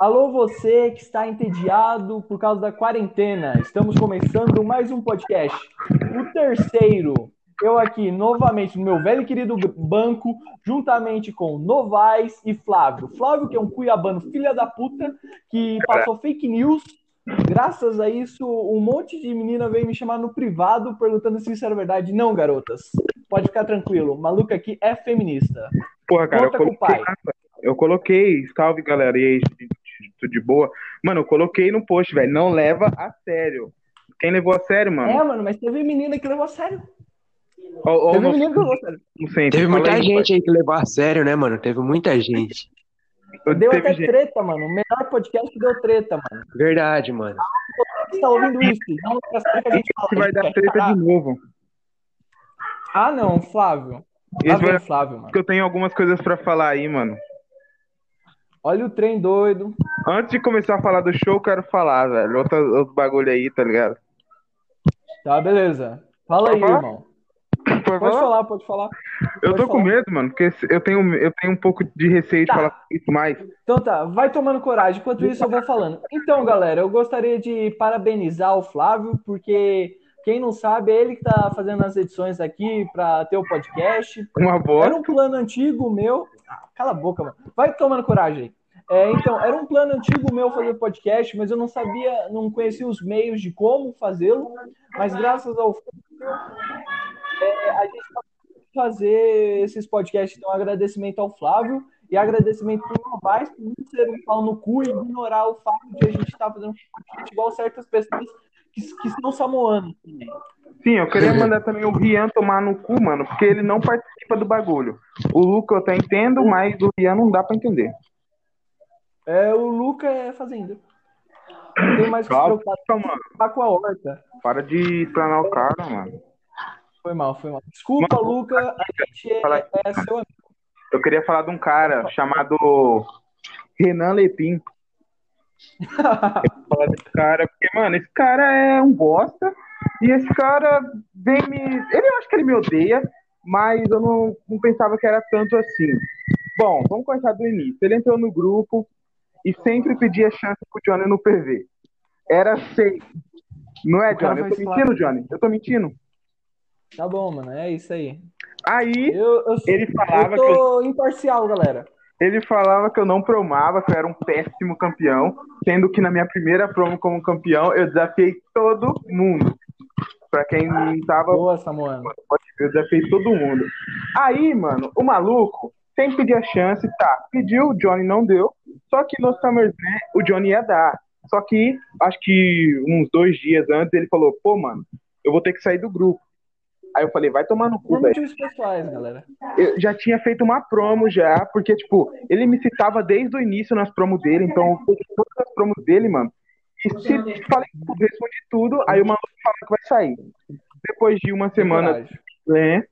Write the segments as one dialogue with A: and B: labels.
A: Alô, você que está entediado por causa da quarentena. Estamos começando mais um podcast, o terceiro. Eu aqui, novamente, no meu velho e querido banco, juntamente com Novaes e Flávio. Flávio, que é um cuiabano filha da puta, que passou fake news. Graças a isso, um monte de menina veio me chamar no privado perguntando se isso era verdade. Não, garotas. Pode ficar tranquilo. O maluco aqui é feminista.
B: Porra, cara, eu
A: Conta com o
B: coloquei,
A: pai.
B: eu coloquei, salve galera, e aí, tudo- tudo de boa? Mano, eu coloquei no post, velho, não leva a sério. Quem levou a sério, mano?
A: É, mano, mas teve menina que levou a sério.
B: Ó, ó,
A: Teve
B: não-
A: menina que levou a sério.
B: não sei,
C: Teve
B: fala
C: muita
B: aí,
C: gente aí que levou a sério, né, mano? Teve muita gente.
B: pai.
A: Deu
B: Teve
A: até
B: gente.
A: treta, mano. O melhor podcast que deu treta, mano.
C: Verdade, mano.
A: Você tá ouvindo isso? Não, pra saber que a gente fala,
B: Isso vai
A: a gente
B: dar
A: quer
B: treta
A: cagar.
B: de novo.
A: Ah, não, Flávio. Lá
B: Isso
A: vem
B: vai
A: o Flávio, mano.
B: porque eu tenho algumas coisas pra falar aí, mano.
A: Olha o trem doido.
B: Antes de começar a falar do show, eu quero falar, velho. Outro, outro bagulho aí, tá ligado?
A: Tá, beleza. Fala aí,
B: Pode falar?
A: irmão. Pode falar, pode falar.
B: eu tô
A: pode
B: com
A: falar.
B: medo, mano, porque eu tenho, eu tenho um pouco de receio
A: Tá.
B: de falar isso mais.
A: Então tá, vai tomando coragem. Enquanto isso, eu vou falando. Então, galera, eu gostaria de parabenizar o Flávio, porque quem não sabe, é ele que tá fazendo as edições aqui pra ter o podcast.
B: Uma
A: Era
B: bosta.
A: um plano antigo meu. Ah, cala a boca, mano. Vai tomando coragem. aí. É, então, era um plano antigo meu fazer podcast, mas eu não sabia, não conhecia os meios de como fazê-lo. Mas graças ao é, a gente tá conseguindo fazer esses podcasts. Então, agradecimento ao Flávio e agradecimento pro Novaes por não ser um pau no cu e ignorar o fato de a gente estar fazendo um podcast igual certas pessoas que, que são samoanos também.
B: Sim, eu queria mandar também o Rian tomar no cu, mano, porque ele não participa do bagulho. O Luca eu até entendo, mas o Rian não dá pra entender.
A: É, o Luca é fazenda. Não tem mais o que se
B: Calma,
A: preocupar
B: Então, mano.
A: tá com a horta.
B: Para de planar o cara, mano.
A: Foi mal, foi mal. Desculpa, Luca, a gente é,
B: Fala
A: é seu amigo.
B: Eu queria falar de um cara chamado Renan Lepim. Falar desse cara, porque, mano, esse cara é um bosta. E esse cara vem me. Ele eu acho que ele me odeia, mas eu não, não pensava que era tanto assim. Bom, vamos começar do início. Ele entrou no grupo e sempre pedia chance pro Johnny no PV. Era seis. Não é,
A: O cara
B: Johnny?
A: faz
B: Eu tô mentindo, Johnny? Eu tô mentindo.
A: Tá bom, mano, é isso aí.
B: Aí
A: Eu, eu,
B: ele falava
A: eu
B: que eu
A: tô imparcial, galera.
B: Ele falava que eu não promava, que eu era um péssimo campeão, sendo que na minha primeira promo como campeão eu desafiei todo mundo. Pra quem não tava,
A: Boa, Samuano.
B: eu desafiei todo mundo. Aí, mano, o maluco sempre pedia chance, tá? Pediu, o Johnny não deu. Só que no SummerSlam o Johnny ia dar. Só que, acho que uns dois dias antes, ele falou: pô, mano, eu vou ter que sair do grupo. Aí eu falei: vai tomar no cu,
A: Por
B: velho
A: motivos pessoais, galera.
B: eu já tinha feito uma promo já, porque, tipo, ele me citava desde o início nas promos dele, então eu fiz todas as promos dele, mano. E se falei tudo, respondi tudo, aí o maluco fala que vai sair. Depois de uma semana,
A: Coragem.
B: né,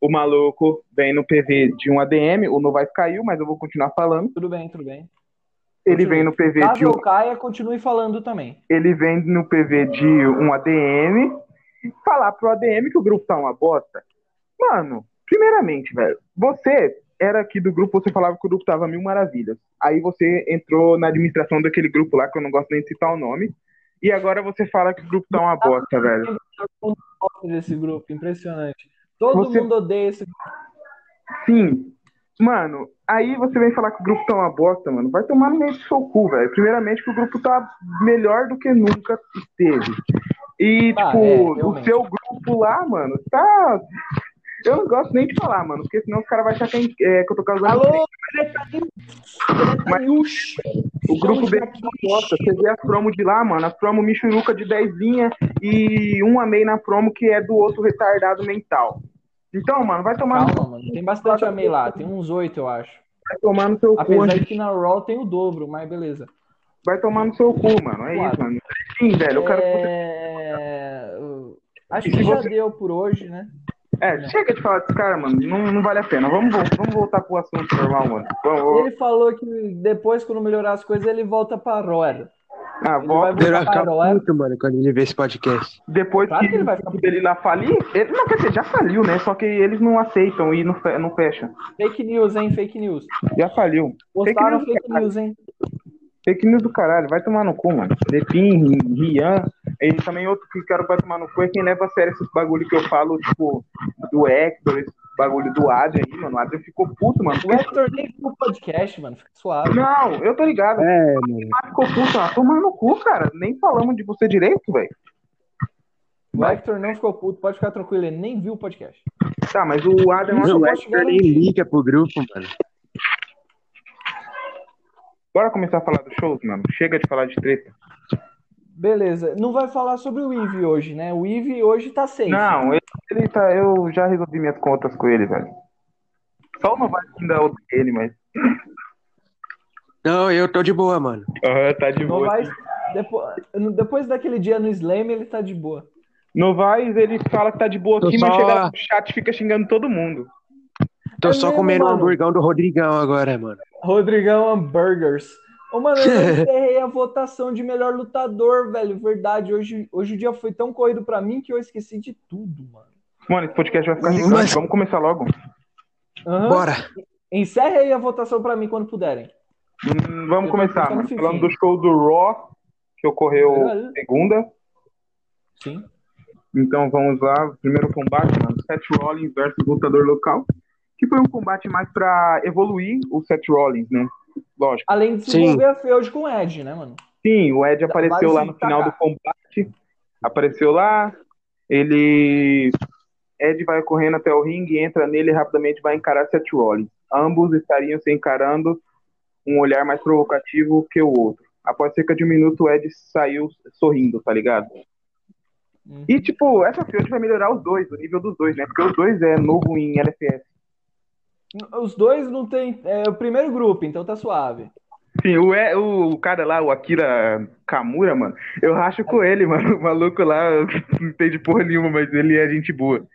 B: o maluco vem no PV de um ADM, o Novais caiu, mas eu vou continuar falando.
A: Tudo bem, tudo bem.
B: Ele vem no PV de
A: Caso
B: um
A: eu caia, continue falando também.
B: ele vem no PV de um ADM falar pro ADM que o grupo tá uma bosta. Mano, primeiramente, velho, você era aqui do grupo, você falava que o grupo tava mil maravilhas. Aí você entrou na administração daquele grupo lá, que eu não gosto nem de citar o nome. E agora você fala que o grupo tá uma bosta, velho.
A: Gosto desse grupo, impressionante. Todo
B: Você-
A: mundo odeia esse grupo.
B: Sim. Mano, aí você vem falar que o grupo tá uma bosta, mano. Vai tomar no meio do seu cu, velho. Primeiramente que o grupo tá melhor do que nunca esteve. E,
A: Ah,
B: tipo,
A: é,
B: o
A: realmente.
B: seu grupo lá, mano, tá. Eu não gosto nem de falar, mano, porque senão os caras vão achar que, é, que eu tô causando.
A: Alô, Greta News.
B: o grupo dele tá uma bosta. Você vê as promos de lá, mano, as promos Michuruca de 10 linha e um amei na promo que é do outro retardado mental. Então, mano, vai tomar, no-
A: Calma, mano. Tem bastante amei lá. Tem uns oito, eu acho.
B: vai tomar no seu cu
A: Apesar
B: antes
A: de que na Raw tem o dobro, mas beleza.
B: Vai tomar no seu cu, mano. É
A: Claro.
B: isso, mano. Sim, velho. Eu quero.
A: É, Acho
B: E
A: que
B: se
A: já
B: você-
A: deu por hoje, né?
B: É, chega de falar desse cara, mano. Não, não vale a pena. Vamos, vol- vamos voltar pro assunto normal, mano. Vamos, vamos.
A: Ele falou que depois, quando melhorar as coisas, ele volta pra Roar.
B: Ah,
A: Ele vai
B: volta.
C: Ele
A: voltar
C: vai
A: pra
C: ficar
A: Roar.
C: puto, mano, quando ele ver esse podcast.
B: Depois
A: Claro que
B: que
A: ele
B: o
A: vai
B: grupo dele lá falir, ele não quer dizer, já faliu, né? Só que eles não aceitam e não, fe- não fecham.
A: Fake news, hein? Fake news.
B: Já faliu.
A: Postaram
B: news,
A: fake news, hein?
B: Fake news do caralho, vai tomar no cu, mano. Lepin, Rian, e também outro que quero vai tomar no cu é quem leva a sério esses bagulho que eu falo, tipo, do Hector, esse bagulho do Adrian aí, mano. O Adrian ficou puto, mano. é
A: O Hector nem viu o podcast, mano. Fica suave.
B: Não, eu tô ligado.
C: É, mano.
B: Ah, ficou puto, ah, tomar no cu, cara. Nem falamos de você direito, velho.
A: O Hector não ficou puto, pode ficar tranquilo, ele nem viu o podcast.
B: Tá, mas o Adam.
A: Não,
C: Mano, o
A: posso
C: Hector nem liga pro grupo, mano.
B: Bora começar a falar dos shows, mano. Chega de falar de treta.
A: Beleza, não vai falar sobre o Eve hoje, né? O Eve hoje tá safe.
B: Não, ele, ele tá. Eu já resolvi minhas contas com ele, velho. Só não vai ainda é o dele, mas.
C: Não, eu tô de boa, mano.
B: Aham, tá de
A: Novaes, depois, depois daquele dia no Slam, ele tá de boa.
B: Novaes, ele fala que tá de boa
C: Tô
B: aqui, mas
C: só-
B: chega lá no chat e fica xingando todo mundo.
C: Tô
A: É
C: só
A: mesmo,
C: comendo o
A: mano?
C: hamburgão do Rodrigão agora, mano.
A: Rodrigão Hamburgers. Ô, mano, eu encerrei a votação de melhor lutador, velho. Verdade, hoje, hoje o dia foi tão corrido pra mim que eu esqueci de tudo, mano.
B: Mano, esse podcast vai ficar
C: Mas-
B: gigante. Vamos começar logo.
A: Aham.
C: Bora.
A: Encerre aí a votação pra mim quando puderem.
B: Hum, vamos
A: Eu
B: começar,
A: tô
B: mano.
A: ficando
B: Falando
A: fifinho.
B: do show do Raw, que ocorreu
A: Caralho.
B: segunda.
A: Sim.
B: Então vamos lá. Primeiro combate, mano. Seth Rollins versus lutador local. Que foi um combate mais pra evoluir o Seth Rollins, né? Lógico.
A: Além de se
C: Sim.
A: envolver a Feud com o Ed, né, mano?
B: Sim, o Ed apareceu
A: Vários
B: lá no final do
A: destacados.
B: combate. Apareceu lá. Ele. Ed vai correndo até o ringue, entra nele e rapidamente vai encarar Seth Rollins. Ambos estariam se encarando, um olhar mais provocativo que o outro. Após cerca de um minuto, o Ed saiu sorrindo, tá ligado?
A: Uhum.
B: E, tipo, essa field vai melhorar os dois, o nível dos dois, né? Porque os dois é novo em LFS.
A: Os dois não tem. É o primeiro grupo, então tá suave.
B: Sim, o, E- o cara lá, o Akira Kamura, mano, eu racho com ele, mano. O maluco lá não entende porra nenhuma, mas ele é gente boa.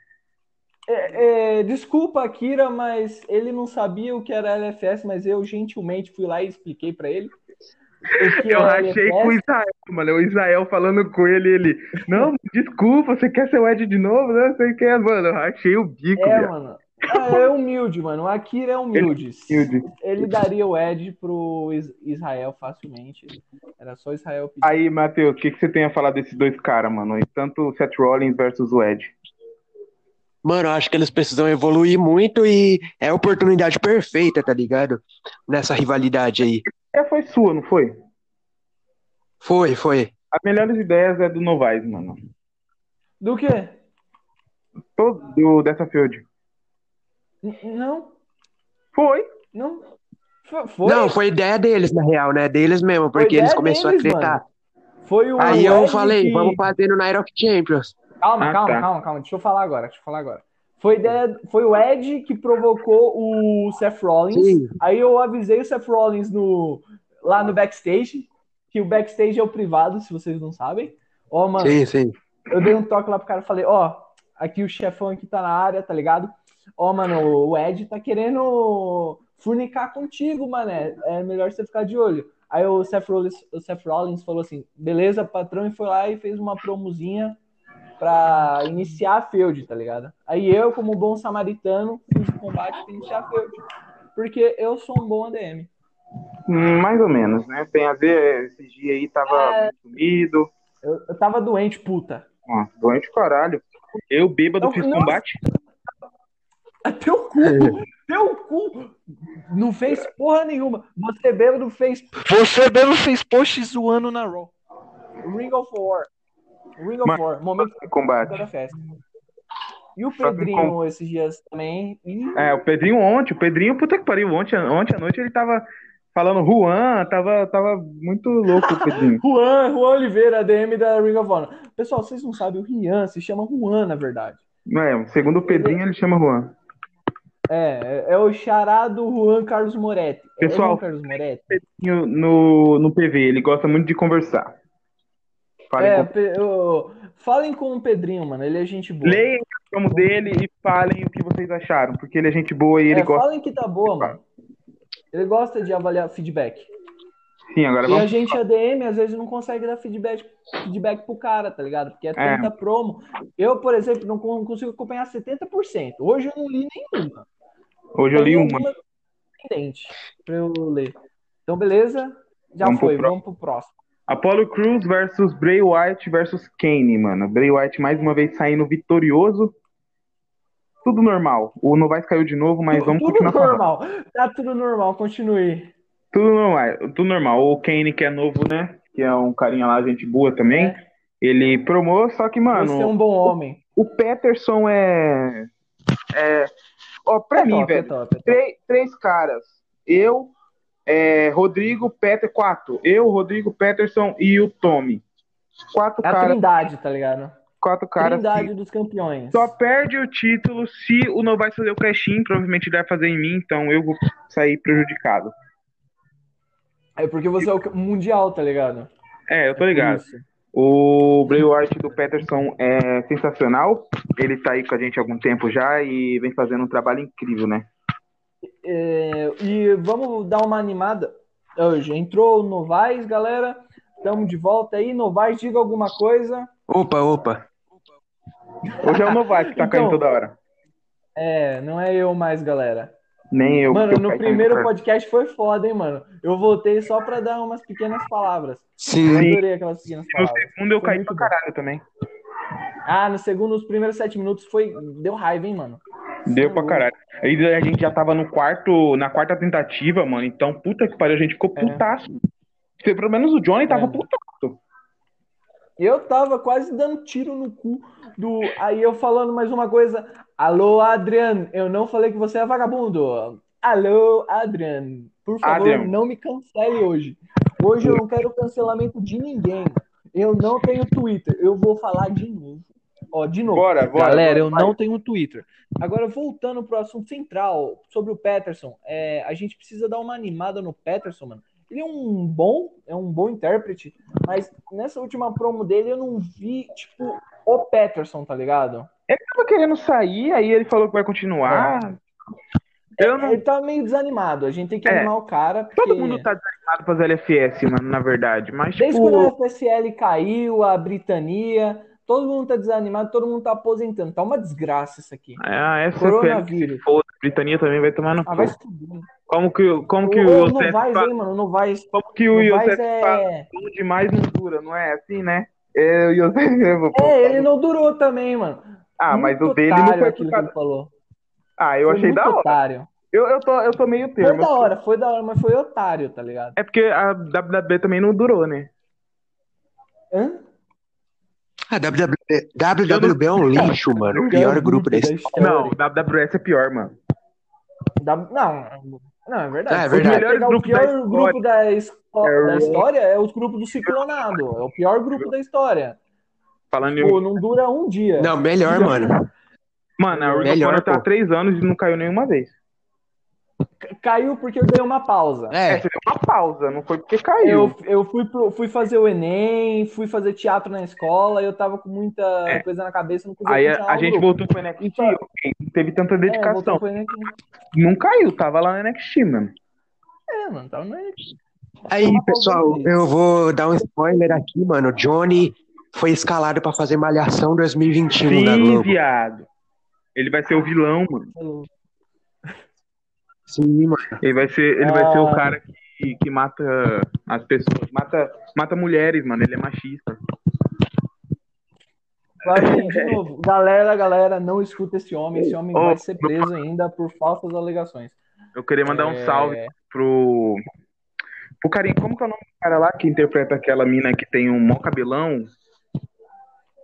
A: É, é, desculpa, Akira, mas ele não sabia o que era LFS, mas eu gentilmente fui lá e expliquei pra ele. o que
B: Eu
A: era
B: rachei com o
A: LFS.
B: Israel, mano. É O Israel falando com ele, ele. Não, desculpa, você quer ser o Ed de novo? Não sei o que, mano. Eu rachei o bico,
A: É,
B: viado.
A: mano. É, é humilde, mano. O Akira é humilde.
B: humilde.
A: Ele daria o Ed pro Is- Israel facilmente. Era só Israel pedir.
B: Aí, Matheus, o que, que você tem a falar desses dois caras, mano? E Tanto o Seth Rollins versus o Ed.
C: Mano, eu acho que eles precisam evoluir muito e é a oportunidade perfeita, tá ligado? Nessa rivalidade aí.
B: É, foi sua, não foi?
C: Foi, foi.
B: As melhores ideias é do Novaes, mano.
A: Do quê?
B: Todo do, dessa field.
A: N- Não,
B: Foi.
A: não. F- Foi?
C: Não, foi ideia deles, na real, né? Deles mesmo,
A: Foi
C: porque eles
A: ideia
C: começaram
A: deles,
C: a tretar.
A: mano. Foi o
C: Aí eu
A: Ed
C: falei,
A: que-
C: vamos fazer no Night of Champions.
A: Calma,
B: Ah,
A: calma,
B: tá.
A: calma, calma. Deixa eu falar agora, deixa eu falar agora. Foi, ideia- foi o Ed que provocou o Seth Rollins.
C: Sim.
A: Aí eu avisei o Seth Rollins no, lá no backstage, que o backstage é o privado, se vocês não sabem. Ó, mano,
C: Sim, sim.
A: eu dei um toque lá pro cara e falei, ó, aqui o chefão aqui tá na área, tá ligado? Ó, mano, o Ed tá querendo furnicar contigo, mané. É melhor você ficar de olho. Aí o Seth Rollins, o Seth Rollins falou assim, beleza, patrão, e foi lá e fez uma promozinha pra iniciar a feud, tá ligado? Aí eu, como bom samaritano, fiz o combate pra iniciar a feud. Porque eu sou um bom ADM.
B: Hum, Mais ou menos, né? Tem a ver, esses dias aí tava
A: É.
B: muito sumido.
A: Eu, eu tava doente, puta.
B: Ó, doente caralho. Eu, bêbado,
A: Eu-
B: fiz
A: nossa.
B: combate.
A: É Teu cu, teu cu não fez porra nenhuma. Você bêbado fez. Você bêbado fez post zoando na Raw. Ring of War. Ring of
B: Mas-
A: War. Momento
B: Em combate.
A: da festa. E o
B: Só que
A: Pedrinho esses dias também. Ih,
B: É, o Pedrinho ontem, o Pedrinho, puta que pariu, ontem, ontem à noite ele tava falando Juan, tava, tava muito louco o Pedrinho.
A: Juan, Juan Oliveira, DM da Ring of Honor. Pessoal, vocês não sabem, o Rian se chama Juan, na verdade.
B: É, segundo o Pedrinho, ele chama Juan.
A: É, é o charado Juan Carlos Moretti. É
B: Pessoal-
A: Juan Carlos Moretti?
B: No, no, no PV, ele gosta muito de conversar. Falem
A: É,
B: com-
A: pe- eu- falem com o Pedrinho, mano. Ele é gente boa.
B: Leiam o nome dele e falem o que vocês acharam, porque ele é gente boa e ele
A: É,
B: gosta.
A: Falem que tá boa, mano. Ele gosta de avaliar feedback.
B: Sim, agora
A: E a
B: vamos.
A: gente, ADM, às vezes não consegue dar feedback, feedback pro cara, tá ligado? Porque é
B: É.
A: tanta promo. Eu, por exemplo, não con- consigo acompanhar 70%. Hoje eu não li nenhuma.
B: Hoje eu li uma.
A: Pendente pra eu ler. Então, beleza? Já
B: Vamos pro
A: foi,
B: pró-
A: vamos pro próximo.
B: Apollo Crews versus Bray Wyatt versus Kane, mano. Bray Wyatt mais uma vez saindo vitorioso. Tudo normal. O Novaes caiu de novo, mas vamos
A: tudo
B: continuar falando.
A: normal. Tá tudo normal, continue.
B: Tudo normal, tudo normal. O Kane, que é novo, né? Que é um carinha lá, gente boa também.
A: É.
B: Ele promou, só que, mano,
A: Você é um bom homem.
B: o Peterson é. É. Ó, pra
A: É
B: mim,
A: top, é
B: velho,
A: top, é top.
B: três, três caras. Eu, é, Rodrigo, Peter, quatro. Eu, Rodrigo, Peterson e o Tommy. Quatro
A: É a
B: caras.
A: trindade, tá ligado?
B: Quatro caras.
A: trindade
B: que
A: dos campeões.
B: Só perde o título se o Novaes fazer o cash-in, provavelmente ele vai fazer em mim, então eu vou sair prejudicado.
A: É porque você é o mundial, tá ligado?
B: É, eu tô ligado.
A: Isso.
B: O Bray Wyatt do Peterson é sensacional. Ele tá aí com a gente há algum tempo já e vem fazendo um trabalho incrível, né?
A: É, e vamos dar uma animada hoje. Entrou o Novaes, galera. Estamos de volta aí. Novaes, diga alguma coisa.
C: Opa, opa.
B: Hoje é o Novak que tá caindo
A: Então-
B: toda hora.
A: É, não é eu mais, galera.
B: Nem eu.
A: Mano,
B: porque eu
A: no
B: caio
A: primeiro
B: caindo.
A: podcast foi foda, hein, mano. Eu voltei só pra dar umas pequenas palavras. Eu
C: Sim.
A: adorei aquelas pequenas
B: No
A: palavras.
B: segundo eu
A: Foi
B: caí
A: muito
B: pra caralho também.
A: Ah, no segundo, os primeiros sete minutos foi. Deu raiva, hein, mano.
B: Deu pra caralho. Aí a gente já tava no quarto, na quarta tentativa, mano. Então, puta que pariu, a gente ficou
A: É.
B: putaço. Porque Pelo menos o Johnny tava
A: É.
B: putaço.
A: Eu tava quase dando tiro no cu do. Aí eu falando mais uma coisa. Alô, Adrian, eu não falei que você é vagabundo. Alô, Adrian, por favor,
B: Adrian.
A: não me cancele hoje. Hoje eu não quero cancelamento de ninguém. Eu não tenho Twitter. Eu vou falar de novo. Ó, de novo.
B: Bora, bora.
A: Galera, eu
B: Vai.
A: não tenho Twitter. Agora, voltando pro assunto central, sobre o Peterson, é, a gente precisa dar uma animada no Peterson, mano. Ele é um bom, é um bom intérprete, mas nessa última promo dele eu não vi, tipo, o Peterson, tá ligado?
B: tava querendo sair, aí ele falou que vai continuar. Eu não.
A: Ele tá meio desanimado, a gente tem que
B: É.
A: animar o cara, porque
B: Todo mundo tá desanimado pras LFS, mano, na verdade. Mas,
A: desde
B: tipo.
A: quando a FSL caiu, a Britania, todo mundo tá desanimado, todo mundo tá aposentando, tá uma desgraça isso aqui.
B: Ah, essa
A: Coronavírus.
B: Foda, a Britânia também vai tomar no
A: Ah,
B: cu.
A: vai se fuder.
B: Como que, como que
A: Ô,
B: o
A: não
B: Yosef
A: vai,
B: fala-
A: hein, mano, não vai.
B: Como que o
A: Não
B: Yosef
A: faz
B: fala
A: é...
B: "Bom demais não dura, não é assim, né? É, o Yosef... eu vou-
A: é, ele não durou também, mano.
B: Ah, mas
A: Muito
B: o dele
A: otário
B: não foi
A: aquilo
B: por
A: que
B: causa...
A: ele falou.
B: Ah, eu
A: Foi
B: achei
A: muito
B: da hora. é
A: otário.
B: Eu, eu, tô, eu tô meio
A: Foi
B: termo. assim.
A: da hora, foi da hora, mas foi otário, tá ligado?
B: É porque a WWE também não durou, né?
A: Hã?
C: A WWE, WWE é um lixo, mano. O pior grupo da história.
B: Não, a WWS é pior, mano.
A: Da- Não, não, é verdade.
C: É, é
A: Se você
C: verdade.
A: pegar o
B: Melhores
A: pior
B: grupos da
A: grupo da, esco-
B: É o-
A: da história é os grupos do ciclonado. É o pior grupo da história.
B: Falando em...
A: Pô, não dura um dia.
C: Não, melhor, mano.
B: Mano, a Rita
C: Melhor,
B: Fora tá há
C: pô.
B: três anos e não caiu nenhuma vez.
A: Caiu porque eu dei uma pausa.
B: É,
C: É,
B: você deu uma pausa, não foi porque caiu.
A: Eu, eu fui, pro- fui fazer o Enem, fui fazer teatro na escola, eu tava com muita
B: É.
A: coisa na cabeça, não conseguia
B: Aí a,
A: continuar
B: a
A: o
B: gente
A: grupo.
B: voltou pro NXT, ok, não teve tanta
A: É, voltou
B: dedicação.
A: pro Enem que-
B: Não caiu, tava lá no NXT, mano.
A: É, mano, tava no Enem.
C: aí, pessoal, eu vou dar um spoiler aqui, mano. Johnny foi escalado pra fazer Malhação 2021 da
B: Sim,
C: um Globo.
B: viado. Ele vai ser o vilão, mano.
C: Sim, mano.
B: Ele vai ser, ele vai
A: Ah.
B: ser o cara que, que mata as pessoas, mata, mata mulheres, mano. Ele é machista.
A: Vai, gente, de novo. Galera, galera, não escuta esse homem. Esse homem
B: É. Ô,
A: vai ser preso ainda por falsas alegações.
B: Eu queria mandar um
A: É,
B: salve pro pro carinha, como que é o nome do cara lá que interpreta aquela mina que tem um mó cabelão?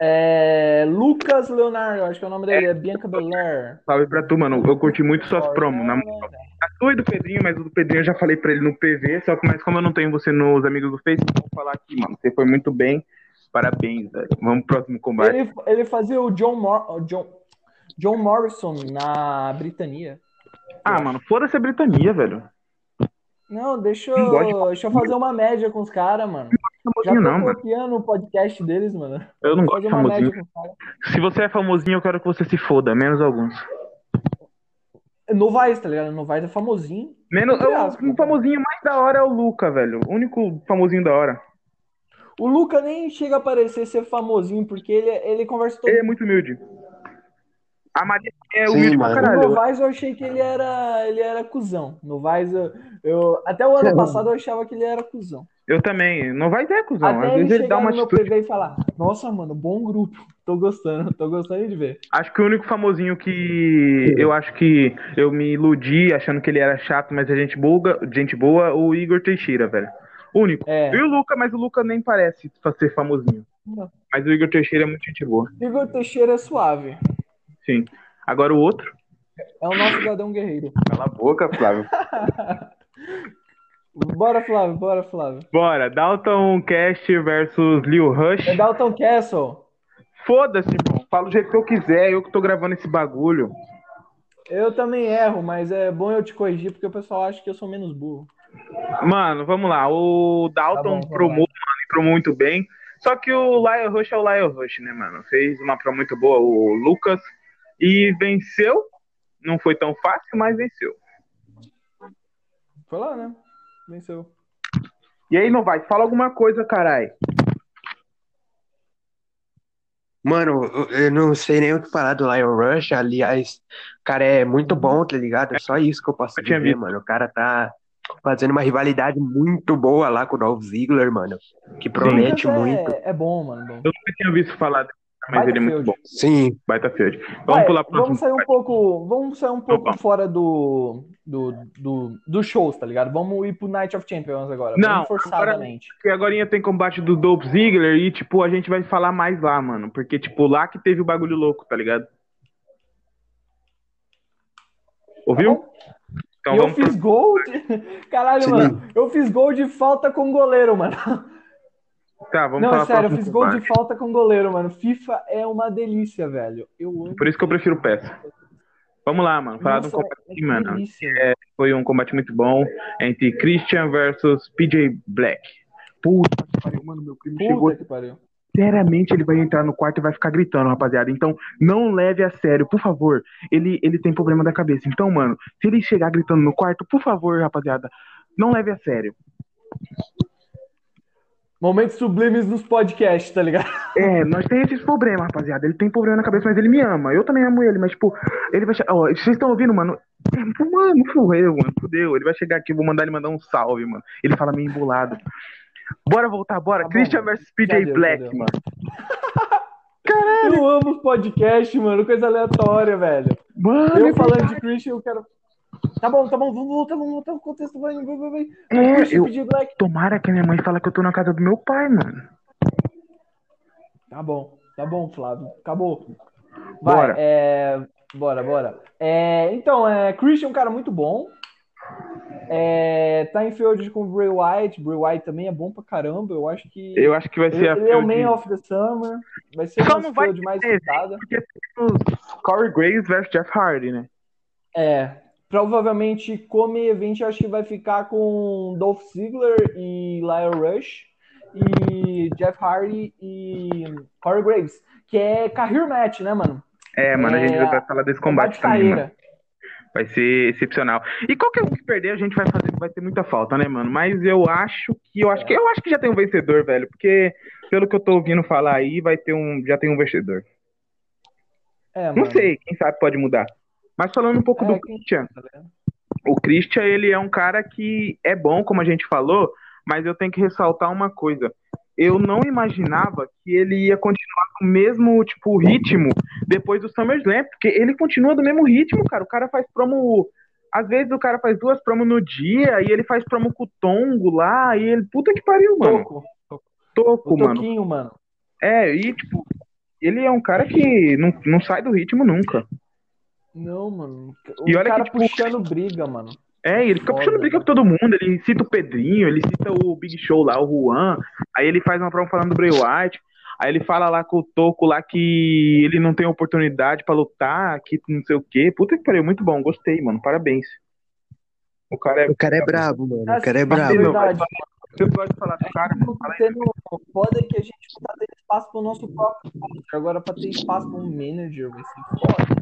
A: É, Lucas Leonardo, acho que é o nome dele. É Bianca Belair. É,
B: Salve pra tu, mano. Eu curti muito suas promos, na A tua e do Pedrinho, mas o do Pedrinho eu já falei pra ele no PV, só que mas como eu não tenho você nos amigos do Facebook, eu vou falar aqui, mano. Você foi muito bem. Parabéns, velho. Vamos pro próximo combate.
A: Ele, ele fazia o John, Mor o John, John Morrison na Britania.
B: Ah, mano, foda-se a Britania, velho.
A: Não, deixa
B: Não gosto
A: eu, deixa eu fazer uma média com os caras, mano.
B: Não
A: Já tô
B: gosto de não, mano.
A: copiando o podcast deles, mano.
B: Eu não gosto
A: Fazer
B: de
A: uma média
B: famosinho.
A: com os caras.
B: Se você é famosinho, eu quero que você se foda, menos alguns.
A: Novaes, tá ligado? Novaes é famosinho.
B: Menos
A: Entre aspas.
B: o, o famosinho mais da hora é o Luca, velho. O único famosinho da hora.
A: O Luca nem chega a parecer ser famosinho, porque ele, ele conversa todo
B: Ele é muito humilde. A Maria é
C: Sim,
B: humilde pra
C: mano.
A: No
B: caralho.
A: Novaes eu achei que ele era, ele era cuzão. Novaes, eu, eu- até o ano passado eu achava que ele era cuzão.
B: Eu também. Não vai ver, cuzão.
A: Até ele
B: Às vezes ele
A: chegar
B: dá uma
A: no meu
B: atitude.
A: PV e falar, nossa, mano, bom grupo. Tô gostando, tô gostando de ver.
B: Acho que o único famosinho que eu acho que eu me iludi achando que ele era chato, mas a gente boa, gente boa, o Igor Teixeira, velho. Único.
A: É.
B: E o Luca, mas o Luca nem parece pra ser famosinho.
A: Não.
B: Mas o Igor Teixeira é muito gente boa.
A: Igor Teixeira é suave.
B: Sim. Agora o outro.
A: É o nosso gadão guerreiro.
B: Cala a boca, Flávio.
A: Bora, Flávio, bora, Flávio.
B: Bora, Dalton Cast versus Lil Rush.
A: É Dalton Castle.
B: Foda-se, irmão. Fala do jeito que eu quiser, eu que tô gravando esse bagulho.
A: Eu também erro, mas é bom eu te corrigir, porque o pessoal acha que eu sou menos burro.
B: Mano, vamos lá. O Dalton
A: Tá bom,
B: promou,
A: vamos
B: mano, e promou muito bem. Só que o Lion Rush é o Lion Rush, né, mano? Fez uma promo muito boa, o Lucas. E venceu. Não foi tão fácil, mas venceu.
A: Foi lá, né? Venceu.
B: E aí, não vai? Fala alguma coisa, caralho.
C: Mano, eu- eu não sei nem o que falar do Lion Rush. Aliás, o cara é muito bom, tá ligado? É só isso que eu posso
B: Eu tinha
C: dizer,
B: visto.
C: mano. O cara tá fazendo uma rivalidade muito boa lá com o Dolph Ziggler, mano. Que promete
A: Lucas
C: muito.
A: É, é bom, mano. Bom.
B: Eu nunca tinha visto falar dele, mas
A: Baita
B: ele é muito
A: field.
B: bom.
C: Sim.
B: Baita field.
A: Vai,
B: Vamos pular pro
A: vamos
B: próximo.
A: sair um pouco, vamos sair um pouco
B: Opa.
A: fora do, do, do, dos shows, tá ligado? Vamos ir pro Night of Champions agora.
B: Não,
A: bem forçadamente.
B: Porque agora tem combate do Dolph Ziggler e, tipo, a gente vai falar mais lá, mano. Porque, tipo, lá que teve o bagulho louco, tá ligado? Ouviu?
A: Tá bom?
B: Então
A: E eu
B: vamos pro
A: fiz gol de... Caralho,
C: Sim.
A: mano. Eu fiz gol de falta com goleiro, mano.
B: Tá, vamos
A: Não,
B: falar
A: é sério, eu
B: próximo
A: fiz gol de
B: combate.
A: falta com goleiro, mano. FIFA é uma delícia, velho. Eu amo.
B: Por isso que eu prefiro peça. Vamos lá, mano. Falar de
A: Nossa,
B: um combate
A: é
B: aqui, mano.
A: delícia.
B: Foi um combate muito bom entre Christian versus PJ Black. Puta que pariu, mano. Meu primo chegou.
A: Puta que pariu.
B: Sinceramente, ele vai entrar no quarto e vai ficar gritando, rapaziada. Então, não leve a sério, por favor. Ele, ele tem problema da cabeça. Então, mano, se ele chegar gritando no quarto, por favor, rapaziada, não leve a sério.
A: Momentos sublimes nos podcasts, tá ligado?
B: É, nós tem esses problemas, rapaziada. Ele tem problema na cabeça, mas ele me ama. Eu também amo ele, mas, tipo, ele vai chegar. Ó, vocês estão ouvindo, mano? É, Mano, fudeu, mano, fudeu. Ele vai chegar aqui, eu vou mandar ele mandar um salve, mano. Ele fala meio embolado. Bora voltar, bora.
A: Tá bom,
B: Christian
A: mano.
B: versus PJ
A: Cadê,
B: Black,
A: cadê?
B: mano.
A: Eu amo os podcasts, mano. Coisa aleatória, velho.
B: Mano,
A: Eu
B: é
A: falando de Christian, eu quero. Tá bom, tá bom, vamos voltar, vamos voltar o contexto, vai, vai, vai, vai.
B: É,
A: Christian
B: eu-
A: PJ Black.
B: Tomara que a minha mãe fala que eu tô na casa do meu pai, mano.
A: Tá bom, tá bom, Flávio. Acabou. Vai,
B: Bora.
A: é, Bora, bora. É, Então, é... Christian é um cara muito bom. É, Tá em feud com o Bray White. Bray White também é bom pra caramba. Eu acho que.
B: Eu acho que vai
A: Ele,
B: ser a
A: ele é o
B: field-
A: Man of the Summer. Vai ser
B: Só
A: uma
B: não vai
A: feud mais
B: ter-
A: disputada.
B: porque temos Corey Graves versus Jeff Hardy, né?
A: É. Provavelmente, como evento, eu acho que vai ficar com Dolph Ziggler e Lyle Rush e Jeff Hardy e Corey Graves, que é career match, né, mano?
B: É, mano, a gente
A: É,
B: vai falar desse combate também, mano.
A: carreira.
B: Vai ser excepcional. E qualquer um que perder, a gente vai fazer, vai ter muita falta, né, mano? Mas eu acho que eu acho que eu acho que já tem um vencedor, velho, porque pelo que eu tô ouvindo falar aí, vai ter um, já tem um vencedor.
A: É,
B: né? Não
A: mano.
B: sei, quem sabe pode mudar. Mas falando um pouco
A: É,
B: do
A: quem-
B: Christian,
A: Tá vendo?
B: O Christian, ele é um cara que é bom, como a gente falou, mas eu tenho que ressaltar uma coisa. Eu não imaginava que ele ia continuar com o mesmo, tipo, ritmo depois do SummerSlam, porque ele continua do mesmo ritmo, cara. O cara faz promo... Às vezes o cara faz duas promos no dia e ele faz promo com o Tongo lá e ele... Puta que pariu, mano.
A: Toco.
B: Toco,
A: O
B: mano.
A: Toquinho, mano.
B: É, e, tipo, ele é um cara que não, não sai do ritmo nunca.
A: Não, mano. O
B: E olha
A: cara
B: que, tipo,
A: puxando briga, mano.
B: É, e ele fica
A: Foda, né?
B: puxando briga com todo mundo. Ele cita o Pedrinho, ele cita o Big Show lá, o Juan. Aí ele faz uma prova falando do Bray White. Aí ele fala lá com o Toco lá que ele não tem oportunidade pra lutar, que não sei o quê. Puta que pariu, muito bom, gostei, mano. Parabéns. O cara é.
C: O cara é brabo, mano. O cara é
A: Assim,
B: brabo.
A: na
C: brabo.
A: verdade, tipo,
B: Você pode falar do cara, mano. Fala aí.
A: tendo foda que a gente não tá dando espaço pro nosso próprio roster. Agora, pra ter espaço pra um manager, vai ser foda.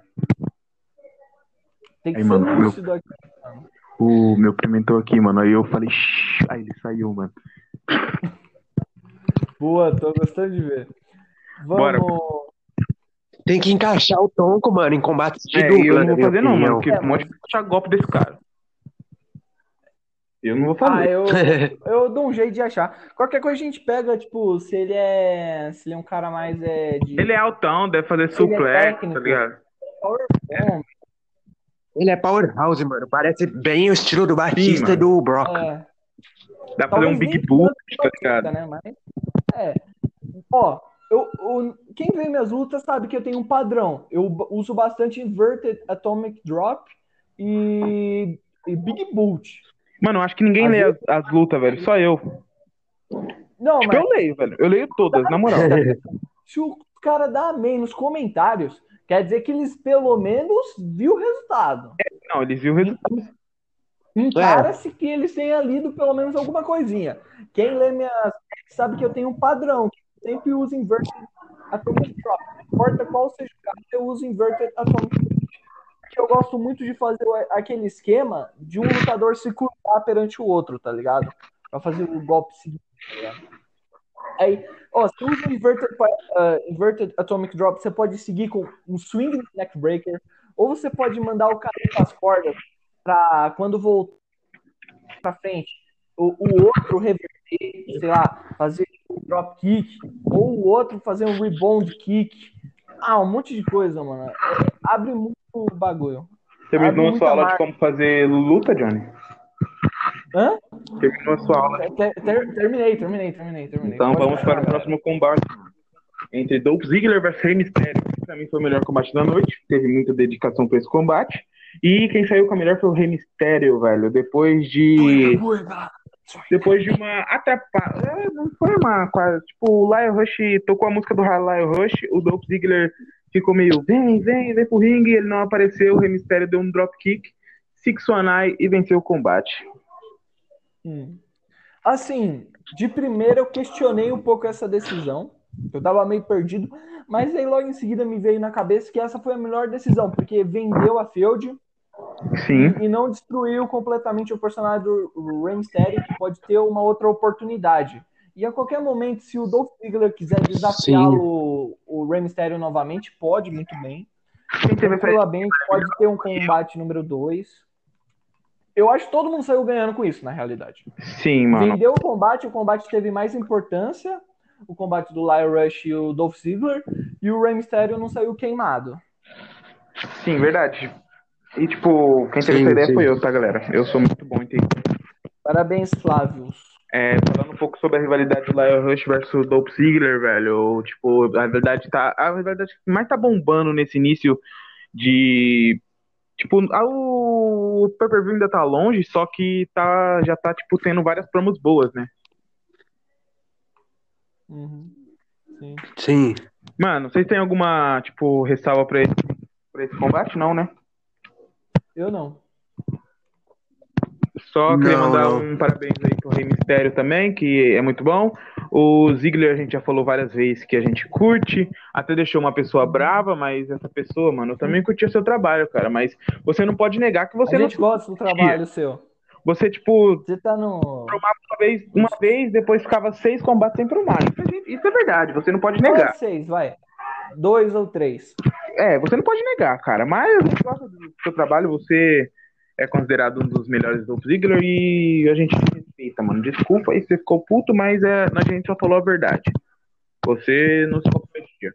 A: Tem que
B: Aí,
A: ser
B: mano,
A: lúcido aqui.
B: O meu primo entrou aqui, mano. Aí eu falei, shh. Aí ele saiu, mano.
A: Boa, tô gostando de ver. Vamos.
B: Bora.
C: Tem que encaixar o Tonko, mano, em combate de
B: É,
C: dupla,
B: eu
C: na
B: não vou
C: minha
B: fazer, não, mano.
C: opinião.
B: Porque
A: É,
B: um monte de puxar golpe desse cara. Eu não vou
A: Ah,
B: fazer.
A: eu, eu dou um jeito de achar. Qualquer coisa a gente pega, tipo, se ele é. Se ele é um cara mais é, de
B: Ele é altão, deve fazer suplex,
A: técnico.
B: tá ligado?
A: bom,
C: Ele é powerhouse, mano. Parece bem o estilo do
B: Sim,
C: Batista
B: mano.
C: e do Brock.
A: é,
B: Dá pra fazer
A: Talvez
B: um Big
A: nem
B: Boot, tá ligado?
A: luta, né? Mas, é. Ó, eu, eu- quem vê minhas lutas sabe que eu tenho um padrão. Eu b- uso bastante Inverted Atomic Drop e, e Big Boot.
B: Mano, eu acho que ninguém
A: Às
B: lê as, as lutas, velho. Só eu.
A: Não,
B: Tipo,
A: mas
B: eu leio, velho. Eu leio todas, na moral.
A: É. se o cara dá amém nos comentários, quer dizer que eles pelo menos viu o resultado.
B: Não, eles viram o resultado.
A: Encara-se que eles tenham lido pelo menos alguma coisinha. Quem lê minhas sabe que eu tenho um padrão, que eu sempre uso inverted atomic drop. Não importa qual seja o caso, eu uso inverted atomic drop. Porque eu gosto muito de fazer o- aquele esquema de um lutador se curvar perante o outro, tá ligado? Pra fazer o golpe seguinte. tá ligado? Aí, ó, você usa o inverted, ah, inverted atomic drop, você pode seguir com um swing neck breaker, ou você pode mandar o cara pras cordas pra quando voltar pra frente, o, o outro reverter, sei lá, fazer um drop kick, ou o outro fazer um rebound kick. Ah, um monte de coisa, mano. É, abre muito o bagulho.
B: Terminou
A: Abre
B: sua
A: muita
B: aula de
A: marca.
B: como fazer luta, Johnny?
A: Hã?
B: Terminou sua aula.
A: Ter- ter- terminei, terminei, terminei, terminei.
B: Então
A: Pode
B: vamos para o
A: continuar.
B: próximo combate. Entre Dolph Ziggler versus Rey Mysterio. Que Pra mim foi o melhor combate da noite. Teve muita dedicação pra esse combate. E quem saiu com a melhor foi o Rey Mysterio, velho. Depois de. Depois de uma atrapalha. É, não foi uma quase. Tipo, o Lion Rush tocou a música do Lion Rush. O Dolph Ziggler ficou meio. Vem, vem, vem pro ringue. Ele não apareceu. O Rey Mysterio deu um dropkick. Six One e venceu o combate.
A: Hum. Assim, de primeira eu questionei um pouco essa decisão. Eu tava meio perdido, mas aí logo em seguida me veio na cabeça que essa foi a melhor decisão, porque vendeu a Field,
B: Sim.
A: e não destruiu completamente o personagem do Rey Mysterio, que pode ter uma outra oportunidade. E a qualquer momento, se o Dolph Ziggler quiser desafiá-lo, o Rey Mysterio novamente, pode muito bem.
B: Quem teve essa
A: Tranquilamente, pode ter um combate número 2. Eu acho que todo mundo saiu ganhando com isso, na realidade.
B: Sim, mano.
A: Vendeu o combate, o combate teve mais importância, o combate do Lyle Rush e o Dolph Ziggler, e o Rey Mysterio não saiu queimado.
B: Sim, verdade. E, tipo, quem teve
C: Sim,
B: essa ideia
C: sim.
B: foi eu, tá, galera? Eu sou muito bom, entendi.
A: Parabéns, Flávios.
B: É, falando um pouco sobre a rivalidade do Lion Rush versus Dolph Ziggler, velho. Tipo, a verdade tá. A verdade que mais tá bombando nesse início de. Tipo, a- o pay-per-view ainda tá longe, só que tá, já tá, tipo, tendo várias promos boas, né?
A: Uhum. Sim.
C: Sim.
B: Mano, vocês têm alguma, tipo, ressalva pra esse, pra esse combate? Não, né?
A: Eu não.
B: Só queria
C: Não,
B: mandar
C: não.
B: um parabéns aí pro Rei Mistério também, que é muito bom. O Ziggler a gente já falou várias vezes que a gente curte, até deixou uma pessoa brava, mas essa pessoa, mano, eu também curtia seu trabalho, cara. Mas você não pode negar que você
A: a
B: não.
A: gente gosta do trabalho seu.
B: Você, tipo,
A: Você tá no.
B: uma vez, uma vez, depois ficava seis combates sem promar. Isso, a gente- isso é verdade, você não pode negar.
A: Dois, seis, vai. Dois ou três.
B: É, você não pode negar, cara, mas a gente gosta do seu trabalho, você é considerado um dos melhores do Ziggler e a gente te respeita, mano. Desculpa aí, você ficou puto, mas é, a gente só falou a verdade. Você não se comprometia.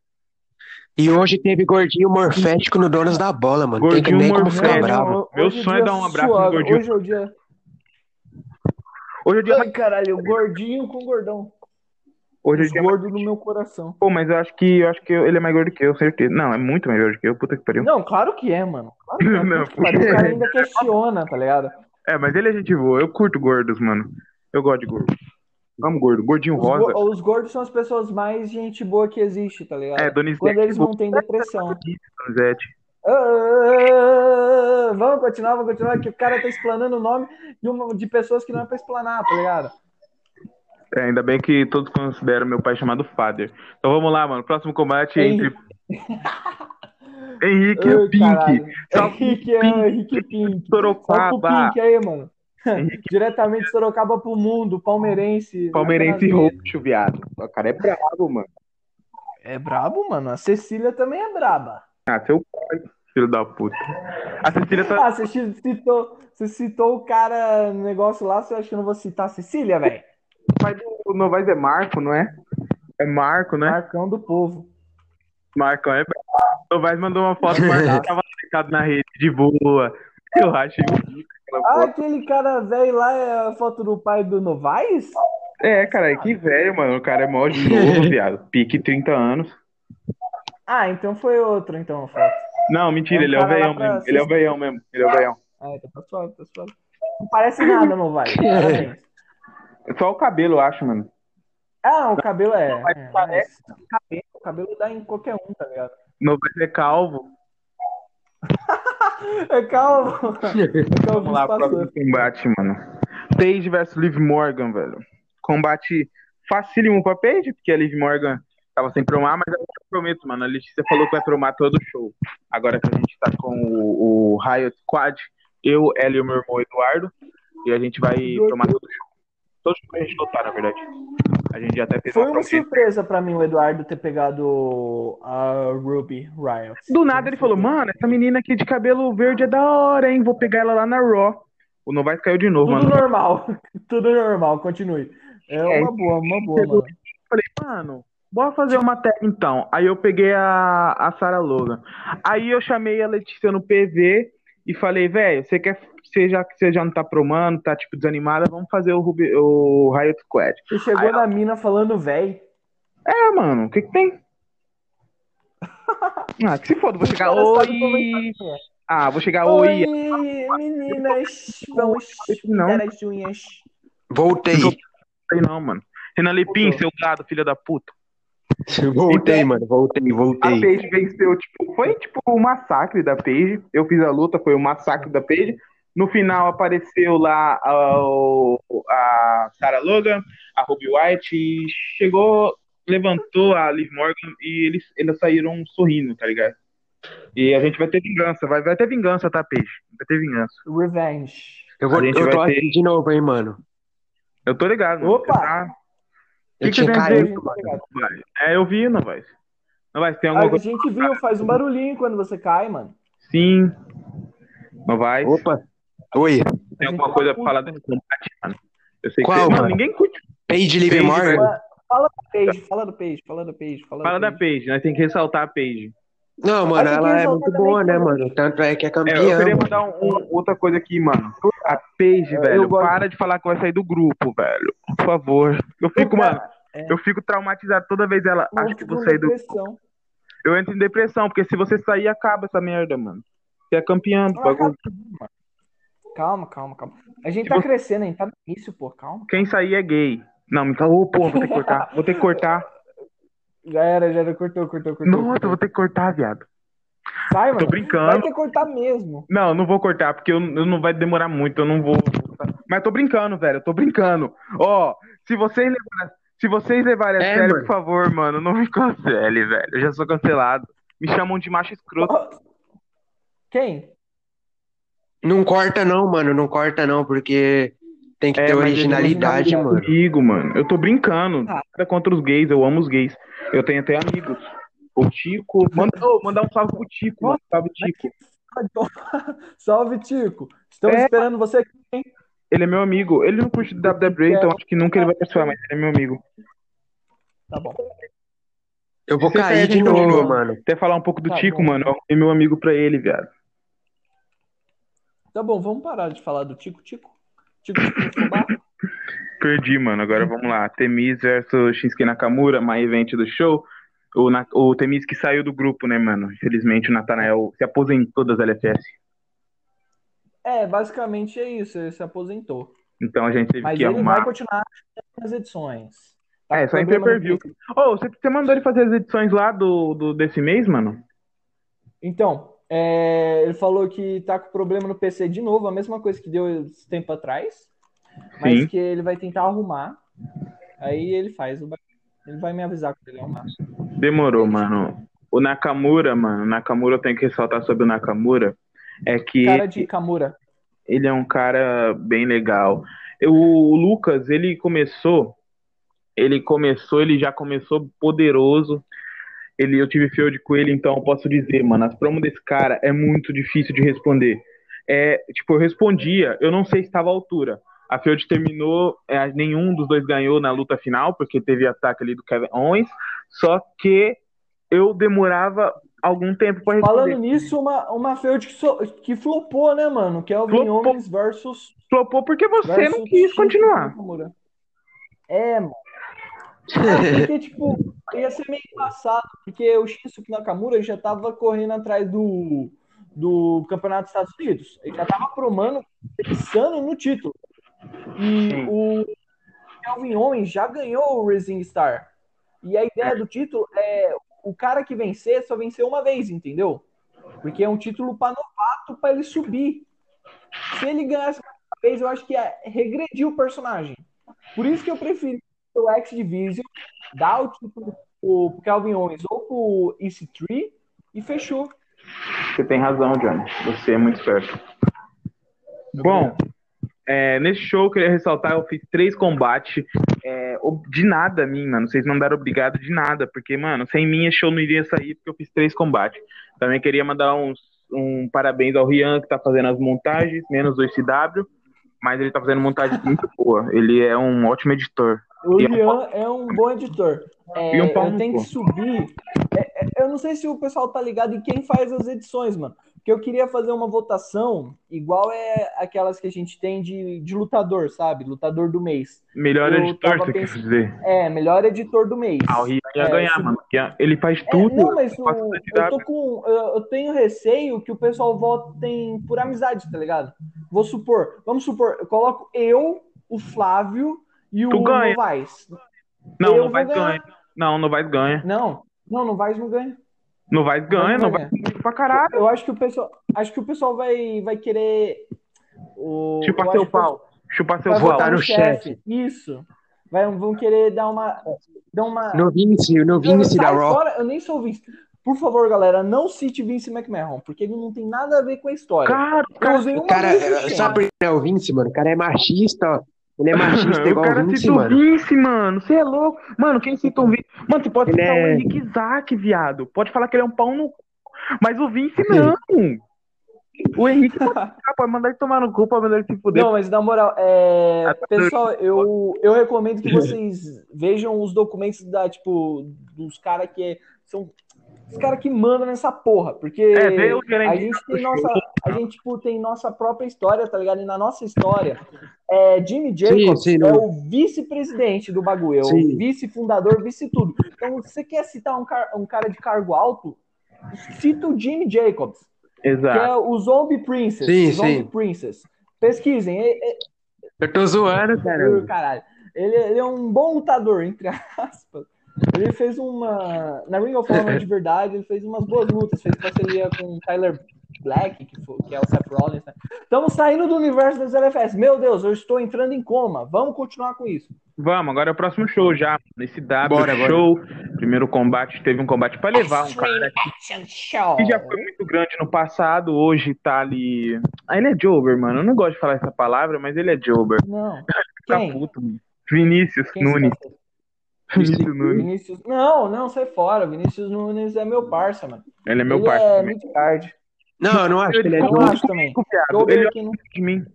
C: E hoje teve gordinho morfético no Donos da Bola, mano. Tem que
B: Gordinho
C: nem como ficar
B: morfético.
C: tá bravo.
B: Meu
A: hoje o
B: sonho é
A: dia
B: dar um abraço no
A: suave.
B: gordinho.
A: Hoje é o dia.
B: Hoje é dia,
A: Ai, caralho, gordinho com gordão.
B: hoje é
A: Os
B: dia
A: gordo no meu coração.
B: pô, mas eu acho que eu acho que ele é mais gordo que eu, certeza. Não, é muito mais gordo que eu, puta que pariu.
A: Não, claro que é, mano. Claro que é.
B: Não,
A: Puta que pariu, o cara ainda questiona, tá ligado?
B: É, mas ele é gente boa. Eu curto gordos, mano. Eu gosto de gordo. Amo gordo, gordinho
A: Os,
B: rosa.
A: go- os gordos são as pessoas mais gente boa que existe, tá ligado?
B: É, Dona
A: Quando
B: Ivete,
A: eles não têm depressão.
B: Dona Ivete.
A: Ah, ah, ah, ah, Vamos continuar, vamos continuar, que o cara tá explanando o nome de, uma- de pessoas que não é pra explanar, tá ligado?
B: É, ainda bem que todos consideram meu pai chamado Father. Então vamos lá, mano. Próximo combate é entre Henrique e
A: Ai,
B: o é Pink.
A: caralho.
B: Salve,
A: Henrique, é, Henrique Pink. Salve pro
B: Sorocaba,
A: Pink aí, mano. Diretamente de Sorocaba pro mundo, palmeirense.
B: palmeirense e
A: Apenas-
B: roxo, viado. O cara é brabo, mano.
A: É brabo, mano. A Cecília também é braba.
B: Ah, seu... Filho da puta. A Cecília tá.
A: Ah, você chi- citou, você citou o cara no negócio lá, você acha que eu não vou citar a Cecília, velho?
B: Né? Pai do Ah, Novaes é Marco, não é? É Marco, né?
A: Marcão do povo.
B: Marco, é. Novaes mandou uma foto, Marco tava sentado na rede de boa. Eu achei bonito aquela
A: Ah,
B: foto.
A: aquele cara velho lá é a foto do pai do Novaes?
B: É, cara, que velho, mano. O cara é mó de novo, viado. Pique 30 anos.
A: Ah, então foi outro, então, a foto.
B: Não, mentira,
A: É um
B: ele é o
A: cara lá
B: veião
A: pra
B: mesmo. Ele é o veião mesmo. Ele é o veião.
A: Ah, então tá suave, tá suave. Não parece nada, Novaes. Parabéns.
B: É Só o cabelo, eu acho, mano.
A: Ah, o cabelo é.
B: Mas
A: é,
B: parece.
A: mas o cabelo- O cabelo dá em qualquer um, tá ligado?
B: Novaes é calvo.
A: É calvo. É calvo
B: Vamos lá, próximo
A: espaçoso.
B: combate, mano. Paige versus Liv Morgan, velho. Combate facílimo pra Paige, porque a Liv Morgan tava sem promar, mas eu prometo, mano. A Letícia falou que vai promar todo o show. Agora que a gente tá com o, o Riot Squad, eu, ela e o meu irmão Eduardo, e a gente vai promar todo o show. Todo show que a gente lotar, na verdade. A gente já até fez
A: Foi
B: uma
A: uma
B: promessa.
A: surpresa pra mim o Eduardo ter pegado a Ruby Riot.
B: Do nada ele falou, mano, essa menina aqui de cabelo verde é da hora, hein? Vou pegar ela lá na Raw. O Novaes caiu de novo,
A: Tudo
B: mano.
A: normal, tudo normal, continue. É
B: É,
A: uma boa, uma boa, mano.
B: Falei, mano, bora fazer uma técnica então. Aí eu peguei a, a Sarah Logan. Aí eu chamei a Letícia no PV e falei, velho, você quer. Você já, você já não tá promando, tá tipo desanimada, vamos fazer o, Rubi, o Riot Squad.
A: Você chegou na mina falando véi.
B: É, mano, o que que tem? Ah, que se foda, vou chegar,
A: Ela sabe
B: oi.
A: conversar.
B: Ah, vou chegar, oi.
A: Oi, meninas, vamos
B: Não.
A: pintar as unhas.
C: Voltei.
B: Aí não, mano. Renan Lepim, seu gado, filha da puta.
C: Voltei, mano. Voltei,
B: A
C: voltei.
B: Paige venceu, tipo, foi tipo o massacre da Paige. Eu fiz a luta, foi o massacre da Paige. No final apareceu lá a, a Sarah Logan, a Ruby White, e chegou, levantou a Liv Morgan e eles, eles saíram sorrindo, tá ligado? E a gente vai ter vingança, vai, vai ter vingança, tá, Paige? Vai ter vingança.
A: Revenge.
C: Eu, vou,
B: A gente
C: eu tô
B: vai ter-
C: aqui de novo, hein, mano.
B: Eu tô ligado. mano.
A: Opa!
B: Você tá-
C: Eu
B: Que que
C: tinha
B: vem
A: A
C: caído.
A: gente, tá ligado.
B: vai. É, eu vi, não vai. Não vai, tem alguma
A: a
B: coisa?
A: gente viu, faz um barulhinho quando você cai, mano.
B: Sim. Não vai.
C: Opa. Oi.
B: Tem alguma coisa pra falar desse combate, mano? Eu sei
C: Qual,
B: que você... Mano,
C: mano?
B: tá ninguém curte.
C: Paige Liv
B: Paige,
C: Morgan?
A: Fala do peixe, fala do peixe, fala do peixe, fala,
B: Fala
A: do
B: da
A: peixe.
B: Paige, nós tem que ressaltar a Paige.
C: Não, mano,
A: Mas
C: ela
A: ninguém
C: é
A: falou
C: muito
A: também
C: boa,
A: que
C: né,
A: ela-
C: mano? Tanto é que é
B: É, eu
C: campeã.
B: queria
C: mano.
B: mandar um- um- outra coisa aqui, mano. A Paige,
A: Eu
B: velho,
A: gosto.
B: para de falar que vai sair do grupo, velho. Por favor. Eu fico, mano, eu fico traumatizado toda vez ela.
A: Vou
B: Acho que vou
A: com
B: sair do.
A: depressão.
B: Eu entro em depressão, porque se você sair, acaba essa merda, mano. Você é campeão, do
A: Ah,
B: bagulho.
A: Calma, calma, calma. A gente
B: Se
A: tá
B: você-
A: crescendo, hein? Tá no início, pô, calma.
B: Quem sair é gay. Não, me calou, pô, vou ter que cortar. Vou ter que cortar.
A: Já era, já era, cortou, cortou, cortou.
B: Nossa, eu vou ter que cortar, viado.
A: Sai, mano.
B: Tô brincando.
A: Vai ter que cortar mesmo.
B: Não, não vou cortar, porque eu, eu não vai demorar muito, eu não vou. Mas tô brincando, velho, eu tô brincando. Ó, se vocês levarem, se vocês levarem a
C: É,
B: sério,
C: mano.
B: por favor, mano, não me cancele, velho. Eu já sou cancelado. Me chamam de macho escroto.
A: Quem?
C: Não corta, não, mano. Não corta, não, porque tem que
B: É,
C: ter
B: mas
C: originalidade,
B: eles não né?
C: mano.
B: brincam Comigo, mano. Eu tô brincando.
A: Ah.
B: Nada contra os gays, eu amo os gays. Eu tenho até amigos. O Tico. Manda, ô, mandar um salve pro Tico, mano. Salve, Tico.
A: Salve, Tico. Estamos
B: É.
A: esperando você aqui.
B: Ele é meu amigo. Ele não curte WWE, então acho que nunca ele vai participar, mas ele é meu amigo.
A: Tá bom.
C: Eu vou
B: Você
C: cair
B: perde
C: de
B: então,
C: novo,
B: mano.
C: mano.
B: Até falar um pouco do
A: Tá
B: Tico,
A: bom.
B: mano. Eu arrumei meu amigo pra ele, viado.
A: Tá bom, vamos parar de falar do Tico, Tico. Tico, Tico, no fubá.
B: Perdi, mano.
A: Uhum.
B: Agora vamos lá. Temis versus Shinsuke Nakamura, main event do show. O, Na- o Temis que saiu do grupo, né, mano? Infelizmente o Natanael se aposentou das LFS.
A: É, basicamente é isso. Ele se aposentou.
B: Então a gente teve
A: Mas
B: que
A: ele vai
B: arrumar.
A: continuar nas edições.
B: É, só em
A: Problema
B: pay-per-view.
A: no-
B: Ô, você, você mandou ele fazer as edições lá do, do- desse mês, mano?
A: Então, é, ele falou que tá com problema no PC de novo, a mesma coisa que deu esse tempo atrás, mas
B: Sim.
A: que ele vai tentar arrumar. Aí ele faz o ba- Ele vai me avisar quando ele arrumar.
B: Demorou, mano. O Nakamura, mano. Nakamura, eu tenho que ressaltar sobre o Nakamura. É que
A: Cara de Kamura.
B: Ele é um cara bem legal. Eu- o Lucas, ele começou, ele começou, ele já começou poderoso. Ele, eu tive field com ele, então eu posso dizer, mano, as promos desse cara é muito difícil de responder. É, tipo, eu respondia, eu não sei se estava à altura. A Field terminou, é, nenhum dos dois ganhou na luta final, porque teve ataque ali do Kevin Owens, só que eu demorava algum tempo para responder.
A: Falando nisso, uma, uma Feud que, so- que flopou, né, mano? Que é o Vin
B: Flopou.
A: Owens versus.
B: Flopou porque você
A: versus
B: não quis
A: Shinsuke
B: continuar.
A: Nakamura. É, mano. É, porque, tipo, ia ser meio passado, porque o Shinsuke Nakamura já tava correndo atrás do, do Campeonato dos Estados Unidos. Ele já tava promando, pensando no título. E
B: Sim.
A: o Kelvin Owens já ganhou o Rising Star. E a ideia do título é o cara que vencer só vencer uma vez, entendeu? Porque é um título pra novato pra ele subir. Se ele ganhasse uma vez, eu acho que ia regredir o personagem. Por isso que eu prefiro o X Division, dar o título pro, pro Calvin Owens ou pro EC3 e fechou.
B: Você tem razão, Johnny. Você é muito esperto. Bom, é, nesse show eu queria ressaltar, eu fiz três combates. é, ob- de nada a mim, mano. Vocês não deram obrigado de nada, porque, mano, sem mim esse show não iria sair, porque eu fiz três combates. Também queria mandar uns, um parabéns ao Rian, que tá fazendo as montagens, menos do ICW, mas ele tá fazendo montagem muito boa. Ele é um ótimo editor.
A: O
B: E é um
A: Ian é um bom editor. É,
B: E um pau
A: eu
B: no
A: tenho
B: cu.
A: que subir. É, é, eu não sei se o pessoal tá ligado em quem faz as edições, mano. Porque eu queria fazer uma votação igual é aquelas que a gente tem de, de lutador, sabe? Lutador do mês.
B: Melhor
A: Eu
B: editor,
A: tava
B: você quer
A: pensando-
B: dizer?
A: É, melhor editor do mês.
B: Ah, o Rian ia
A: É,
B: ganhar,
A: sim.
B: mano. Rian- Ele faz
A: É,
B: tudo.
A: não, mas o-
B: faz tudo
A: eu
B: editado.
A: tô com. Eu, eu tenho receio que o pessoal vote em- por amizade, tá ligado? Vou supor, vamos supor, eu coloco eu, o Flávio e o
B: Tu ganha.
A: Novaes.
B: Não,
A: eu
B: não vai
A: vou ganhar.
B: ganhar. Não, não vai ganhar.
A: Não, não, Novaes não ganha.
B: Não vai ganhar, não vai ganhar pra caralho.
A: Eu acho que o pessoal, acho que o pessoal vai, vai querer. O,
B: Chupar
A: eu
B: seu
A: acho que o
B: pau. Chupar seu
A: pessoal Vai
B: pau.
C: vou
A: votar
C: votar
A: no
C: no
A: chefe. Isso. Vai, vão querer dar uma. Dar uma
C: No Vince, no Vince
B: tá
C: da
A: Sai
C: Raw.
A: fora, eu nem sou o Vince. Por favor, galera, não cite Vince McMahon, porque ele não tem nada a ver com a história.
B: Cara,
A: Eu usei
C: O
A: uma
C: cara,
A: vez assim. no
C: sabe por que é o Vince, mano? O cara é machista, ó. Ele é machista
B: o
C: igual
B: um cara
C: o Vince,
B: citou o
C: mano.
B: Vince, mano. Você é louco. Mano, quem citou o Vince? Mano, você pode
C: Ele
B: citar o
C: é-
B: Henrique Isaac, viado. Pode falar que ele é um pau no cu. Mas o Vince não. O Henrique pode, ficar, pode mandar ele tomar no cu, pode mandar ele se fuder.
A: Não, mas na moral,
B: Ah,
A: é,
B: tá.
A: pessoal, eu, eu recomendo que vocês vejam os documentos da, tipo, dos caras que é- são os caras que mandam nessa porra, porque
B: é, vê
A: a
B: o gerente.
A: gente tem nossa, a gente tipo, tem nossa própria história, tá ligado? E na nossa história, é, Jimmy Jacobs
C: sim,
A: é
C: não.
A: o vice-presidente do bagulho, é
C: Sim.
A: o vice-fundador, vice-tudo. Então, se você quer citar um, car- um cara de cargo alto, cita o Jimmy Jacobs que
B: Exato.
A: é o Zombie Princess.
C: Sim,
A: Zombie
C: sim.
A: Princess. Pesquisem. É, é-
C: Eu tô zoando,
B: É.
C: cara.
A: caralho. Ele, ele é um bom lutador, entre aspas. Ele fez uma. Na Ring of Honor de verdade, ele fez umas boas lutas. Fez parceria com o Tyler Black, que, foi- que é o Seth Rollins. Né? Estamos saindo do universo das LFS. Meu Deus, eu estou entrando em coma. Vamos continuar com isso.
B: Vamos, agora é o próximo show já. Nesse W
C: Bora, bora.
B: show. Primeiro combate, teve um combate pra levar um cara
A: Action Show.
B: que já foi muito grande no passado, hoje tá ali. Ah, ele é Jober, mano. Eu não gosto de falar essa palavra, mas ele é Jober.
A: Não.
B: Fica
A: Quem?
B: Tá puto, mano. Vinícius
A: Quem
B: Nunes.
A: se tá-
B: Vinícius Nunes.
A: Vinícius. Não, não, sai fora. Vinícius Nunes é meu parça, mano.
B: Ele é meu
A: ele
B: parceiro.
A: é
B: também.
A: mid card.
C: Não, eu não acho que ele é
A: Eu não
C: do
A: acho também.
B: Viado,
A: Jober
B: Ele é
A: que não-
B: de mim.
A: né?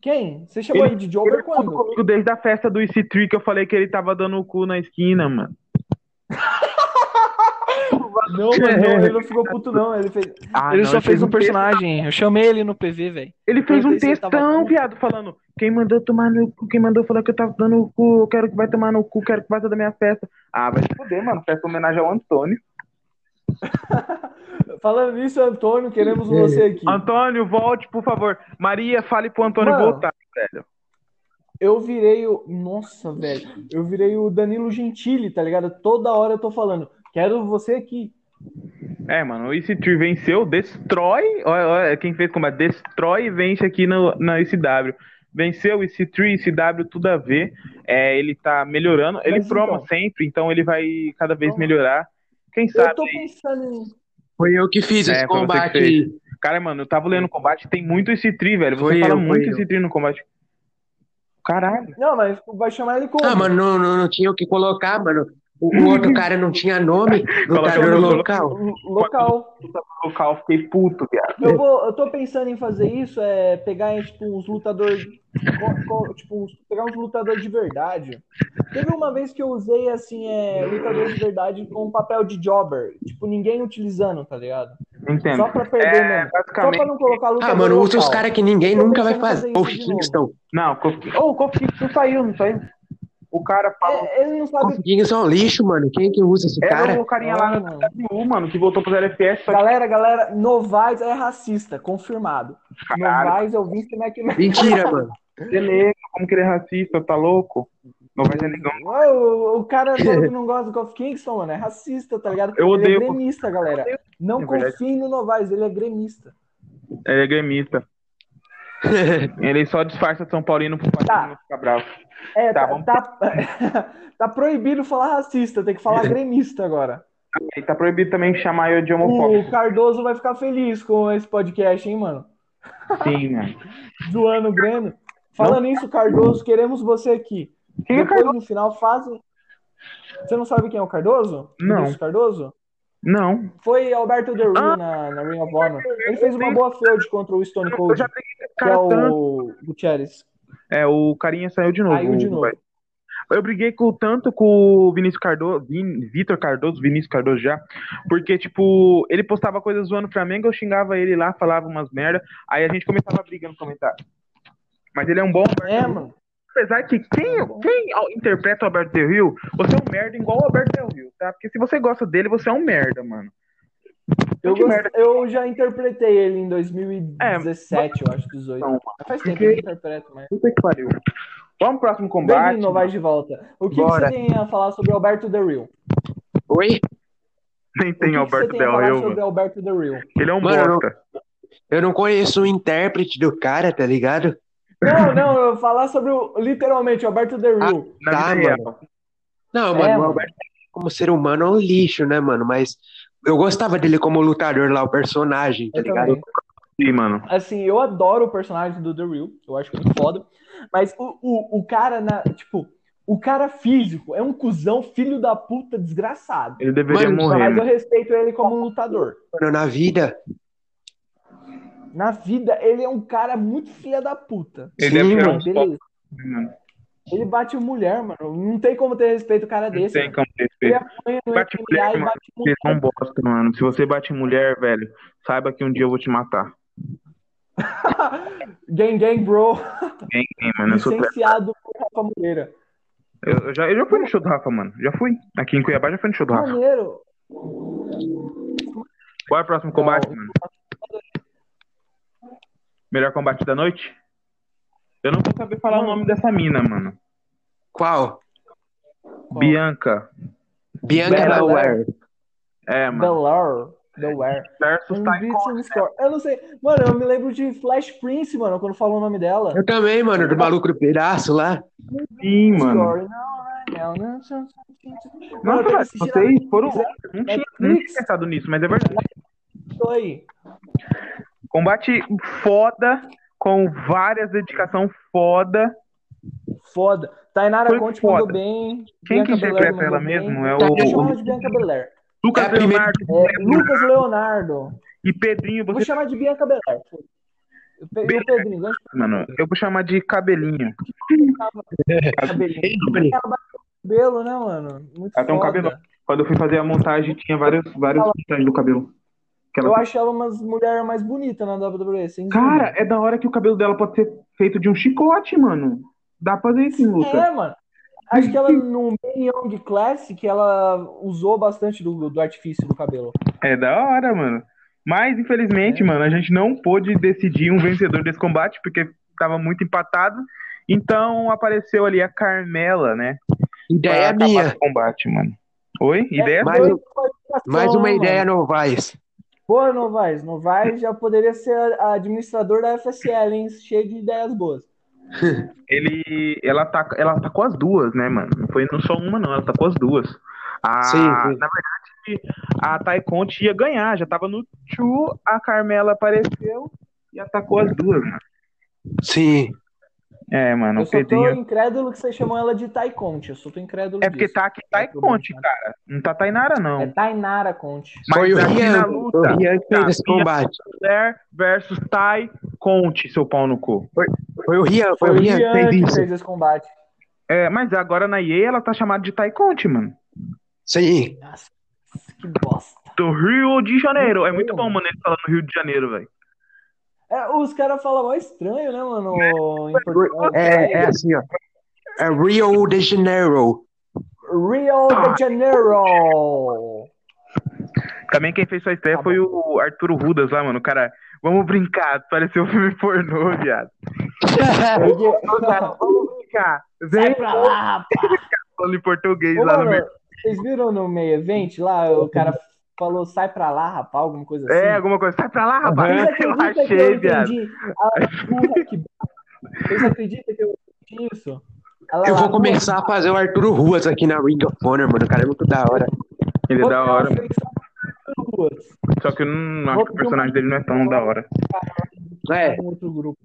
A: Quem? Você chamou ele, de Jober
B: Ele é puto
A: quando?
B: comigo desde a festa do IC3 que eu falei que ele tava dando o cu na esquina, mano.
A: Não, mano, não, ele não ficou puto, não. Ele fez,
B: Ah,
A: ele
B: não,
A: só fez um
B: texto-
A: personagem. Eu chamei ele no PV, velho.
B: Ele fez um
A: Eu pensei que ele tava
B: textão,
A: puto.
B: viado, falando. Quem mandou tomar no cu, quem mandou falar que eu tava dando o cu, eu quero que vai tomar no cu, quero que vá da minha festa. Ah, vai se fuder, mano. Festa homenagem ao Antônio.
A: Falando nisso, Antônio, queremos você aqui.
B: Antônio, volte, por favor. Maria, fale pro Antônio
A: Mano.
B: voltar, velho.
A: Eu virei o. Nossa, velho. Eu virei o Danilo Gentili, tá ligado? Toda hora eu tô falando. Quero você aqui.
B: É, mano, o EC3 venceu, destrói. Olha, olha, quem fez combate, destrói e vence aqui no, na ECW. Venceu o EC3, ECW, tudo a ver. É, ele tá melhorando. Ele
A: Mas
B: proma
A: então.
B: sempre, então ele vai cada vez
A: Toma.
B: melhorar. Quem
A: Eu
B: sabe?
A: tô pensando em.
C: Foi eu que fiz
B: É, foi você
C: esse
B: que
C: combate
B: fez.
C: aí.
B: Cara, mano, eu tava lendo combate, tem muito EC3, velho. Você
C: Foi
B: fala
C: eu, foi
B: muito
C: eu.
B: EC3 no combate. Caralho.
A: Não, Ah, mas vai chamar ele como?
C: Ah, mano, não, não, não tinha o que colocar, mano. O, o outro cara não tinha nome,
B: Coloca
C: lutador
B: o nome do
C: local.
A: Local.
B: local, fiquei puto, viado.
A: Eu, vou, eu tô pensando em fazer isso, é pegar eh, tipo, uns lutadores. Tipo, uns- pegar uns lutadores de verdade. Teve uma vez que eu usei assim, é, lutador de verdade com um papel de jobber. Tipo, ninguém utilizando, tá ligado?
B: Entendo.
A: Só pra perder
B: É,
A: mesmo. Só
B: basicamente.
A: pra não colocar lutador.
C: Ah, mano, usa
A: local.
C: os caras que ninguém
A: Tô
C: nunca vai
A: pensando em fazer
C: fazer.
A: isso
C: Kofi
A: de novo.
C: Kingston.
B: Não, Kofi- Ô, o Kofi Kingston saiu, não saiu? O cara falou.
A: É, ele não sabe.
C: Kofi Kingston é um lixo, mano. Quem que usa esse
B: era
C: É,
B: um
C: cara?
B: o carinha lá
A: mano.
B: na W, mano, que voltou pro LFS, só que
A: Galera, galera, Novaes é racista, confirmado.
B: Caralho.
A: Novaes eu vi como é que.
C: Mentira, mano.
B: ele é negro, como que ele é racista, tá louco? Não vai ser negão.
A: Ué, O, o cara falou que não gosta do Kofi Kingston, mano, é racista, tá ligado?
B: Eu
A: Ele é
B: odeio-
A: gremista, galera. Não
B: É verdade.
A: confie no Novaes, ele é gremista.
B: Ele é gremista. Ele só disfarça de São Paulino pro
A: Tá.
B: Paulino ficar bravo.
A: É,
B: Tá,
A: tá,
B: vamos-
A: tá- tá proibido falar racista, tem que falar gremista agora.
B: E tá proibido também chamar eu de homofóbico.
A: O Cardoso vai ficar feliz com esse podcast, hein, mano?
B: Sim, mano.
A: Zoando o Grêmio. Falando isso, Cardoso, queremos você aqui.
B: Quem é
A: Depois,
B: Cardoso?
A: no final, fazem. Você não sabe quem é o Cardoso?
B: Não.
A: Vinícius Cardoso?
B: Não.
A: Foi Alberto Del Rio
B: Ah!
A: na, na Ring of Honor. Ele
B: Eu
A: fez uma
B: vi.
A: boa feud contra o Stone
B: Eu
A: Cold,
B: já peguei esse
A: que é
B: cara tanto.
A: o Gutierrez.
B: É, o carinha saiu de novo.
A: Saiu de novo.
B: vai. Eu briguei com, tanto com o Vinícius Cardoso, Vin- Vitor Cardoso, Vinícius Cardoso já, porque, tipo, ele postava coisas zoando o Flamengo, eu xingava ele lá, falava umas merda, aí a gente começava a brigar no comentário. Mas ele é um bom.
A: É, mano.
B: Apesar
A: É
B: que
A: um
B: quem, quem ao- interpreta o Alberto Del Rio, você é um merda igual o Alberto Del Rio, tá? Porque se você gosta dele, você é um merda, mano.
A: Eu,
B: Que
A: gost-
B: merda.
A: eu já interpretei ele em 2017, eu acho, 18.
B: Não,
A: Mas faz tempo que
B: Porque-
A: eu interpreto, mas.
B: Puta que pariu. Vamos pro próximo combate. né?
A: Bem-vindo, vai de volta. O que, que
B: Bora.
A: você tem a falar sobre Alberto The Real?
C: Oi?
B: Nem
A: O que
B: tem
A: que
B: Alberto
A: você tem a
B: Del
A: falar
B: Rio,
A: sobre
B: mano.
A: Alberto The Real?
B: Ele é um
C: Mano, eu-
B: bosta.
C: Eu não conheço o intérprete do cara, tá ligado?
A: Não, não, eu falar sobre o, literalmente Alberto The Real.
B: Na
C: Tá,
B: vida
C: mano.
B: real.
C: Ah, Não,
A: É,
C: mano, o
A: mano.
C: Alberto, como ser humano, é um lixo, né, mano? Mas eu gostava dele como lutador lá, o personagem, tá
A: Eu
C: ligado?
A: também.
B: Sim, mano.
A: Assim, eu adoro o personagem do The Real, eu acho ele foda. Mas o, o, o cara, na, tipo, o cara físico é um cuzão, filho da puta, desgraçado.
B: Ele deveria
C: Mano,
B: morrer. né?
A: Mas eu
B: mano.
A: respeito ele como um lutador.
C: Mano, na vida,
A: Na vida, ele é um cara muito filha da puta.
B: Ele
C: Sim,
B: deve tirar
C: mano,
B: uns
A: Beleza.
B: focos, mano.
A: Ele bate mulher, mano. Não tem como ter respeito o cara
B: Não
A: desse.
B: tem
A: mano.
B: como ter
A: Ele
B: respeito.
A: apanha no
B: Bate
A: MMA
B: mulher,
A: e
B: mano.
A: bate
B: Você
A: mulher.
B: é um bosta, mano. Se você bate mulher, velho, saiba que um dia eu vou te matar.
A: gang, gang, bro.
B: Hein, hein, mano. Eu, sou...
A: Licenciado por Rafa Moreira.
B: eu, eu já, eu já fui no show do Rafa, mano. Já fui. Aqui em Cuiabá já fui no show do Rafa.
A: Maneiro.
B: Qual é o próximo combate,
A: Não.
B: mano? Melhor combate da noite? Eu não vou saber falar o nome dessa mina, mano.
C: qual?
B: Bianca.
C: Bianca
A: Belair.
C: Belair.
B: É, mano.
A: Belor. Delaware.
B: Versus Tycoon.
A: Eu não sei. Mano, eu me lembro de Flash Prince, mano, quando falou o nome dela.
C: Eu também, mano, do maluco do pedaço lá.
B: Sim, mano.
A: Score. Não, não, não, não, não. Mano, eu
B: Nossa,
A: tenho que
B: velho,
A: assistir na
B: vocês foram. Não tinha, não tinha
A: Netflix.
B: pensado nisso, mas é verdade.
A: Netflix aí.
B: Combate foda, com várias dedicação foda.
A: Foda. Tainara
B: Foi
A: Conte
B: foda.
A: mandou bem.
B: Quem que
A: Bianca Belair
B: interpreta ela
A: mandou bem.
B: mesmo? É
C: Tá,
B: o
A: Deixa eu
C: o-
A: chamar de Bianca Belair.
B: Lucas
C: É a primeira-
B: Leonardo
A: É, Lucas Leonardo.
B: e Pedrinho.
A: Vou
B: Você,
A: chamar de Bianca Belair. Eu pe- eu Pedrinho, antes
B: mano, eu vou chamar de cabelinho.
A: de cabelinho. Cabelo, né, mano? Muito
B: Ela tem um
A: foda.
B: cabelo. Quando eu fui fazer a montagem, tinha várias, várias
A: Ela-
B: montagens do cabelo. Que ela-
A: Eu acho ela uma mulher mais bonita na WWE, sem
B: Cara, é da hora que o cabelo dela pode ser feito de um chicote, mano. Dá pra fazer isso em
A: dúvida.
B: luta.
A: É, mano. Acho que ela no Mae Young Classic ela usou bastante do, do artifício do cabelo.
B: É da hora, mano. Mas,
C: É.
B: infelizmente, mano, a gente não pôde decidir um vencedor desse combate, porque tava muito empatado. Então apareceu ali a Carmela, né? pra
C: Ideia
B: acabar
C: é minha.
B: com o combate, mano. Oi?
A: É,
B: Ideia?
C: mas-
A: dois com educação,
C: um- Mais uma
A: né,
C: ideia,
A: mano?
C: Novaes.
A: Boa, Novaes. Novaes já poderia ser a- a administrador da FSL, hein? Cheio de ideias boas.
B: Ele, ela, tá, ela tá com as duas, né, mano? Não foi não só uma, não. Ela tá com as duas. A,
C: Sim, sim.
B: Na verdade, a Taikonte ia ganhar. Já tava no two, a Carmela apareceu e atacou as duas, mano.
C: Sim.
B: É, mano,
A: eu
B: o
A: só tô
B: Pedrinho.
A: incrédulo que você chamou ela de Tai Conte. Eu só tô incrédulo
B: É porque
A: disso.
B: tá aqui tá em Conte, cara. Não tá Tainara,
A: É
B: não.
A: Tainara Conte.
B: Mas
C: Foi o
B: aqui
C: Rian,
B: na luta,
C: o Rian que
B: tá,
C: fez esse
B: Rian-
C: combate.
B: Blair versus Tai Conte, seu pau no cu.
C: Foi o Rian, foi, o Rian que fez
A: que
C: isso.
A: fez esse combate.
B: É, mas agora na EA ela tá chamada de Tai Conte, mano.
C: Sim.
A: Nossa, que bosta.
B: Do Rio de Janeiro. É muito
A: Rio.
B: bom, mano, ele falando Rio de Janeiro, velho.
A: É, os caras falam mó estranho, né, mano? Em português.
C: É, é assim, ó. É Rio de Janeiro.
A: Rio de Janeiro.
B: Também quem fez sua estreia
A: Tá
B: foi o Arturo Rudas lá, mano. O cara, vamos brincar. Pareceu um filme pornô, viado. Vamos brincar.
A: Sai
B: Vem
A: pra lá, pá.
B: falando em português
A: Ô,
B: lá no
A: mano,
B: meio.
A: vocês viram no meio evento lá, o cara falou, sai pra lá, rapaz, alguma coisa assim.
B: É, alguma coisa. Sai pra lá, rapaz.
A: Vocês
B: Eu
A: acreditam que eu
B: achei, viado.
A: entendi? Ah, burra, que burra. Vocês acreditam que eu entendi isso? Ah, lá,
C: Eu vou
A: burra,
C: começar a fazer o Arturo Ruas aqui na Ring of Honor, mano. O cara é muito da hora.
B: Ele é
A: vou
B: da
A: criar
B: hora.
A: uma fricção com as duas.
B: Só que eu não acho
A: Vou
B: que o personagem dele não é tão da hora.
C: É,
A: Com um outro grupo.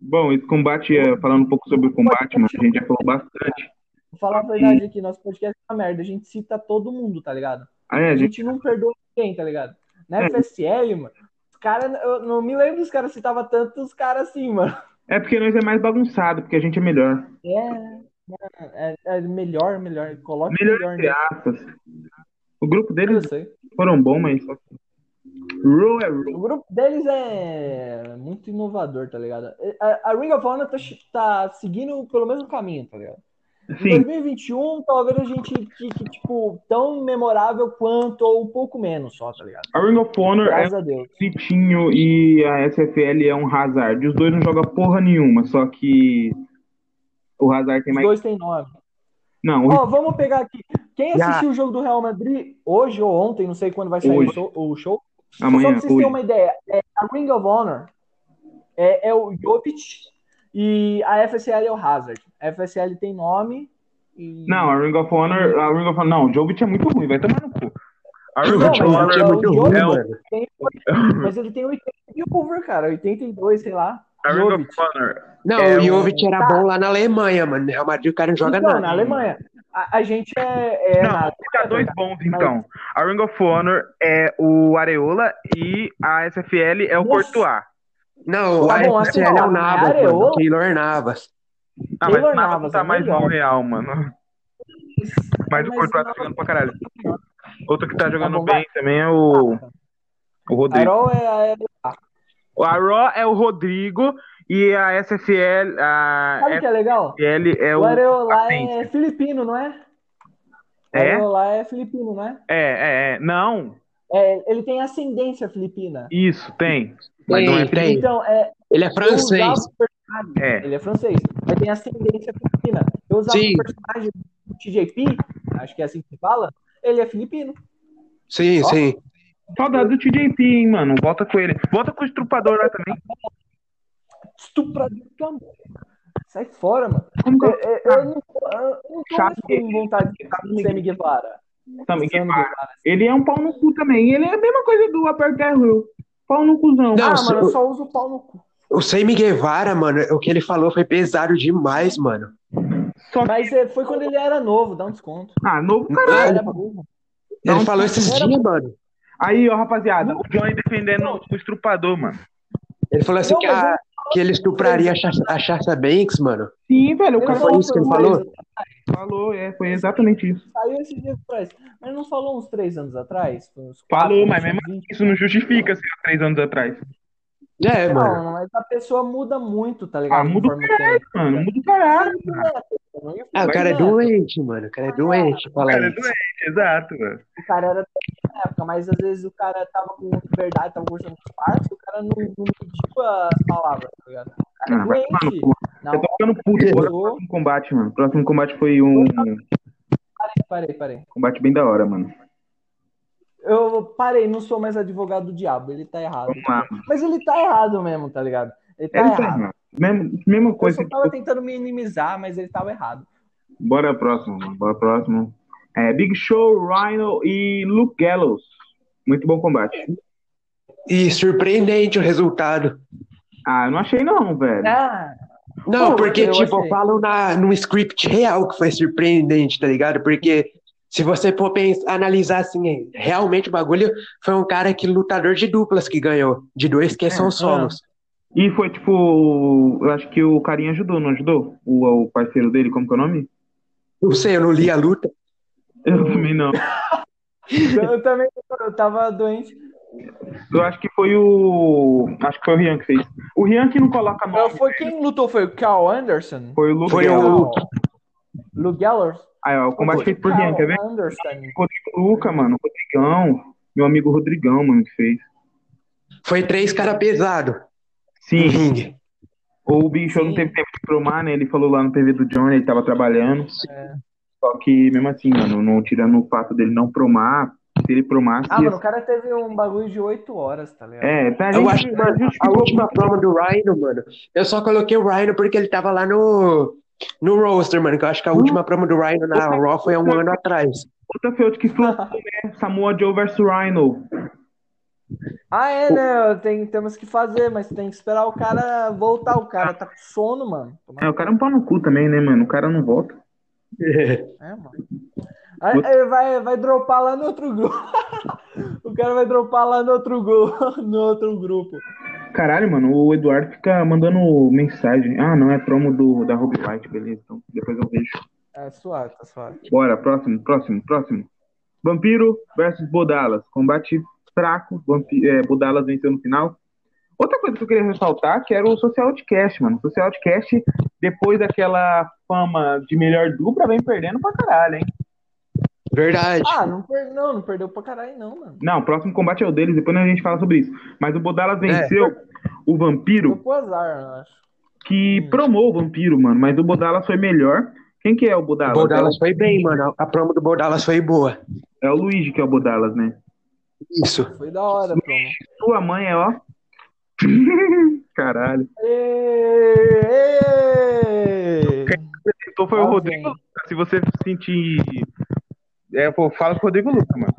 B: Bom, esse combate, é, falando um pouco sobre o combate, mano, a gente já falou bastante.
A: Vou falar a verdade aqui, nosso podcast é uma merda, a gente cita todo mundo, tá ligado?
B: Ah, é,
A: A
B: gente.
A: gente não perdoa ninguém, tá ligado? Na
B: É.
A: FSL, mano, os caras, eu não me lembro dos caras citavam tantos caras assim, mano.
B: É porque nós é mais bagunçado, porque a gente é melhor.
A: É, é, é melhor, melhor, coloca
B: Melhor,
A: melhor né?
B: entre
A: nisso.
B: aspas. O grupo
A: Eu
B: deles
A: sei.
B: foram bons, mas. Row é row.
A: O grupo deles é muito inovador, tá ligado? A, a Ring of Honor tá, chi- tá seguindo pelo mesmo caminho, tá ligado? Em
B: Sim,
A: 2021, talvez a gente fique, tipo, tão memorável quanto, ou um pouco menos só, tá ligado?
B: a Ring of Honor é
A: Graças a Deus.
B: um Vitinho e a SFL é um Hazard. Os dois não jogam porra nenhuma, só que. O Hazard tem
A: Os
B: mais.
A: dois têm nome.
B: Não, o
A: Ó, vamos pegar aqui. Quem
C: Já.
A: assistiu o jogo do Real Madrid hoje ou ontem, não sei quando vai sair
B: Hoje.
A: o show, o show, Só
B: amanhã.
A: pra vocês terem
B: hoje.
A: uma ideia, é, a Ring of Honor é, é o Jovic e a FSL é o Hazard. A FSL tem nome e.
B: Não, a Ring of Honor. A Ring of Honor. Não, o Jovic é muito ruim, vai tomar no cu. A Ring
A: Não,
B: of
A: mas
B: Honor
A: é
B: é muito
A: o
B: ruim.
A: Jovic.
B: É o-
A: tem- mas ele tem 80 mil over, cara. 82, sei lá.
B: A Ring of
A: Jovic.
B: Honor.
C: Não,
B: É,
C: o Jovic era
A: tá.
C: bom lá na Alemanha, mano. No Real Madrid o cara não joga
A: então,
C: nada.
A: na Alemanha. A, a gente é. é
B: Não,
A: na-
B: Fica dois bons, então. A Ring of Honor é o Areola e a SFL é o
A: Nossa.
B: Courtois.
C: Não,
A: Tá
C: a
A: bom,
C: FCL
A: assim,
C: é
A: ó,
C: o Navas,
A: cara, eu-
C: mano. Keylor Navas.
B: Ah, mas
A: Keylor
B: o Navas não
A: Navas
B: tá
A: é
B: mais É
A: melhor.
B: no Real, mano. Mas o Courtois tá
A: Navas-
B: jogando pra caralho. Outro que tá jogando
A: bom,
B: bem também é o, o Rodrigo.
A: Carol é. é-
B: O Aró é o Rodrigo e a SFL,
A: Sabe o
B: a
A: que é legal?
B: SFL é
A: O
B: o...
A: Areola é
B: Asensio.
A: filipino, não é? O
B: É?
A: Areola é filipino, não é?
B: É, é, é. Não,
A: É, ele tem ascendência filipina.
B: isso, tem. Mas não é
C: Tem, tem.
A: Então, é,
C: Ele é
A: Eu
C: francês.
A: usava o personagem-
B: É.
A: Ele é francês, mas tem ascendência filipina. Eu usava
C: Sim.
A: o personagem do TJP, acho que é assim que se fala, ele é filipino.
C: Sim,
A: Ó.
C: sim.
B: Saudade do TJP, hein, mano. Volta com ele. Volta com o estrupador lá também.
A: Estuprador do amor. Sai fora, mano.
B: Como que
A: Eu,
B: eu...
A: eu- eu não, eu não tô mais
B: Chato.
A: com vontade de ficar com o Sammy Guevara.
B: Também,
A: Sammy Guevara.
B: Ele é um pau no cu também. Ele é a mesma coisa do Apertar Rio. Pau no cuzão.
C: Não,
A: Ah,
C: sou-
A: mano, eu só uso o pau no cu.
C: O Sammy Guevara, mano, o que ele falou foi pesado demais, mano.
B: Só que...
A: Mas é, foi quando ele era novo, dá um desconto.
B: Ah, novo
A: Ele
B: caralho.
A: era burro.
C: Ele
B: Não,
C: falou esses
A: era-
C: dias, mano.
B: Aí, ó, rapaziada. O Johnny defendendo o estrupador, mano.
C: Ele falou assim
A: Não,
C: que,
A: mas
C: a- que ele estupraria a Sha- a Shasta Banks, mano.
B: Sim, velho. O
A: Ele
B: cara
C: foi isso que ele
A: uns
C: falou?
A: três anos-
B: falou, é. Foi exatamente isso.
A: Saiu esse dia atrás. Mas não falou uns três anos atrás? Foi uns
B: Falou,
A: quatro,
B: mas
A: uns
B: mesmo
A: 20?
B: Isso não justifica ser há três anos atrás.
C: É, mano.
A: Não, mas a pessoa muda muito, tá ligado?
B: Ah, muda o
A: Conforme o tempo.
B: Mano, muda o caralho.
C: Ah, o cara é doente, mano. O cara é doente, fala
B: Cara, é
C: isso.
B: doente. Exato, velho.
A: O cara era doente na época, mas às vezes o cara tava com liberdade, tava conversando com os parceiros, o cara não, não mediu as palavras, tá ligado? O cara é
B: Ah, vai tomar no
A: doente.
B: cu.
A: Não,
B: Eu tô ficando puto. Bora pro
A: pessoa-
B: próximo combate, mano. O próximo combate foi um
A: parei, parei.
B: combate bem da hora, mano.
A: Eu parei, não sou mais advogado do diabo, ele tá errado.
B: Vamos lá, mano.
A: Mas ele tá errado mesmo, tá ligado? Ele tá
B: Ele tá
A: errado.
B: errado. Mesmo- Mesma
A: Eu
B: coisa
A: só tava tentando minimizar, mas ele tava errado.
B: Bora próximo, mano. bora próximo. É, Big Show, Rhino e Luke Gallows. Muito bom combate.
C: E surpreendente o resultado.
B: Ah, eu não achei não, velho.
A: Ah,
C: Não,
A: Pô,
C: porque,
A: eu
C: tipo,
A: achei.
C: falam na, num script real que foi surpreendente, tá ligado? Porque se você for pensar, analisar assim, realmente o bagulho foi um cara que lutador de duplas que ganhou, de dois que são solos.
B: E foi tipo. Eu acho que o carinha ajudou, não ajudou? O, o parceiro dele, como que é o nome?
C: Não sei, eu não li a luta.
B: Eu também não.
A: Eu também eu tava doente.
B: Eu acho que foi o. Acho que foi o Rian que fez. O Rian que não coloca
A: Não,
B: nome.
A: foi quem lutou foi o Carl Anderson?
B: Foi o Luke.
C: Foi
B: Gallo.
C: o-
A: Luke Gallows?
B: Aí, ó, o combate feito por Rian,
A: Carl
B: quer ver?
A: Anderson.
B: Rodrigo Luca, mano. Rodrigão. Meu amigo Rodrigão, mano, que fez.
C: Foi três caras pesados no
B: Sim.
C: ringue.
B: Ou o bicho não teve tempo de promar, né? Ele falou lá no TV do Johnny, ele tava trabalhando.
A: É.
B: Só que, mesmo assim, mano, não tirando o fato dele não promar, se ele promasse.
A: Ah,
B: ia-
A: mano, o cara teve um bagulho de 8 horas, tá ligado?
B: É, tá, a
C: Eu
B: gente-
C: acho que mano, a última promo do Rhino, mano, eu só coloquei o Rhino porque ele tava lá no, no roster, mano, que eu acho que a última promo do Rhino na Raw foi há um ano atrás.
B: Outra feud que flopou, né? Samoa Joe versus Rhino.
A: Ah, é, né? Tem, temos que fazer, mas tem que esperar o cara voltar. O cara tá com sono, mano.
B: É, o cara é um pau no cu também, né, mano? O cara não volta.
A: É, mano. Aí, aí vai, vai dropar lá no outro grupo. o cara vai dropar lá no outro, gru... no outro grupo.
B: Caralho, mano, o Eduardo fica mandando mensagem. Ah, não, é promo do, da Ruby White, beleza. Então, depois eu vejo.
A: É suave, tá suave.
B: Bora, próximo, próximo, próximo. Vampiro versus Bodalas. Combate fraco, Vampi é, Bodalas venceu no final. Outra coisa que eu queria ressaltar que era o Social Outcast, mano. O Social Outcast, depois daquela fama de melhor dupla, vem perdendo pra caralho, hein?
C: Verdade.
A: Ah, não, per... não, não perdeu pra caralho, não, mano.
B: Não, o próximo combate é o deles, depois a gente fala sobre isso. Mas o Bodalas venceu o Vampiro,
A: Deu pro azar, eu acho.
B: que promou o Vampiro, mano. Mas o Bodalas foi melhor. Quem que é o Bodalas?
C: Ah, O Bodalas foi bem, mano. A promo do Bodalas foi boa.
B: É o Luigi que é o Bodalas, né?
C: Isso.
A: Foi da hora, promo.
B: Sua mãe é ó. Caralho.
A: Ê, ê.
B: Então foi o
A: Ó,
B: Rodrigo
A: gente.
B: Lucas. Se você sentir. É, pô, fala com o Rodrigo Lucas, mano.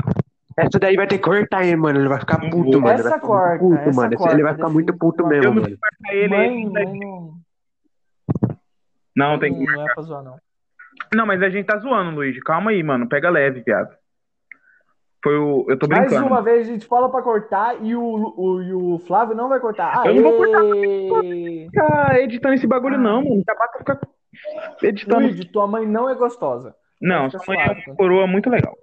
C: Essa daí vai ter que cortar ele, mano. Ele vai ficar puto, mano. Ele
A: Essa
C: vai ficar
A: corta,
C: muito puto,
A: essa
C: mano.
A: corta,
C: ele vai ficar muito puto
A: definitivamente.
B: Eu não
C: mesmo, mano.
B: Pra ele,
A: Mãe,
B: ele-
A: mãe, não,
B: Não, tem
A: não, não é pra zoar, não.
B: Não, mas a gente tá zoando, Luigi. Calma aí, mano. Pega leve, viado. Foi o. Eu tô
A: Mais
B: brincando.
A: uma vez a gente fala pra cortar e o, o, e o Flávio não vai cortar.
B: Eu não vou
A: Aê!
B: Fica editando esse bagulho, não, mano. Tá bata fica editando.
A: Luigi, tua mãe não é gostosa.
B: não,
A: fica
B: sua mãe é
A: suave,
B: uma
A: tá?
B: coroa muito legal.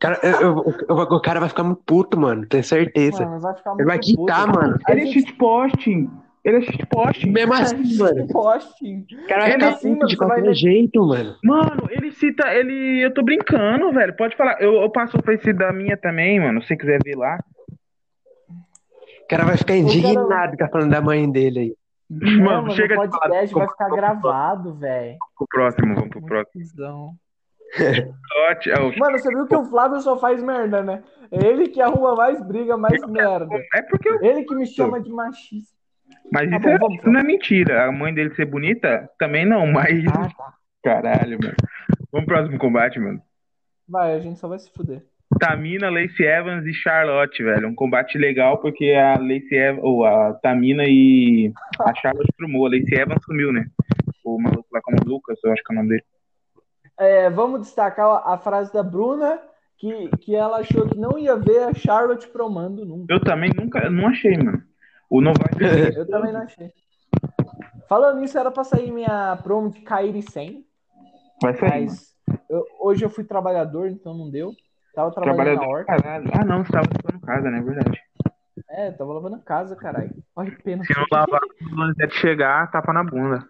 C: Cara, eu- eu- eu- o cara vai ficar muito puto, mano. Tenho certeza.
A: Mano, vai ficar
C: Ele vai
A: muito puto.
C: quicar, Tá, mano.
A: A
B: Ele é
A: gente
B: shitposting. Ele é shitposting.
C: Mesmo assim, mano.
A: poste.
C: O cara é- vai
B: Ele
C: ficar
A: assim,
C: puto
A: mano,
C: de
A: você vai
C: qualquer
A: ver-
C: jeito, mano.
B: Mano, ele cita. Ele. Eu tô brincando, velho. Pode falar. Eu, eu passo o Face da minha também, mano. Se você quiser ver lá.
C: O cara vai ficar indignado tá falando da mãe dele aí.
A: É, Mano,
B: Mano,
A: no
B: chega de
A: podcast
B: falar.
A: vai ficar gravado, velho.
B: Pro próximo, vamos pro próximo. Lote é, o-
A: Mano, você viu que o Flávio só faz merda, né? É ele que arruma mais briga, mais merda.
B: é porque. eu-
A: Ele que me chama de machista.
B: Mas
A: Tá
B: isso,
A: bom,
B: é-
A: vamos,
B: isso não é mentira. A mãe dele ser bonita também não, mas.
A: Ah, tá.
B: Caralho, mano. Vamos pro próximo combate, mano.
A: Vai, a gente só vai se fuder.
B: Tamina, Lacey Evans e Charlotte, velho. Um combate legal porque a Lacey Evans. Ou a Tamina e a Charlotte promou. A Lacey Evans sumiu, né? O maluco lá como Lucas, eu acho que é o nome dele.
A: É, vamos destacar a frase da Bruna, que, que ela achou que não ia ver a Charlotte promando nunca.
B: Eu também nunca. eu Não achei, mano. O Novak.
A: Eu também não achei. Falando nisso, era pra sair minha promo de Kairi 100,
B: Vai sair. mano.
A: mas eu- hoje eu fui trabalhador, então não deu. Tava trabalhando na
B: Trabalhador.
A: horta.
B: Caralho. Ah, não, você tava ficando em casa, né? É Verdade.
A: É, tava lavando a casa, caralho. Olha que pena.
B: Se não lavar, quando ele de chegar, tapa na bunda.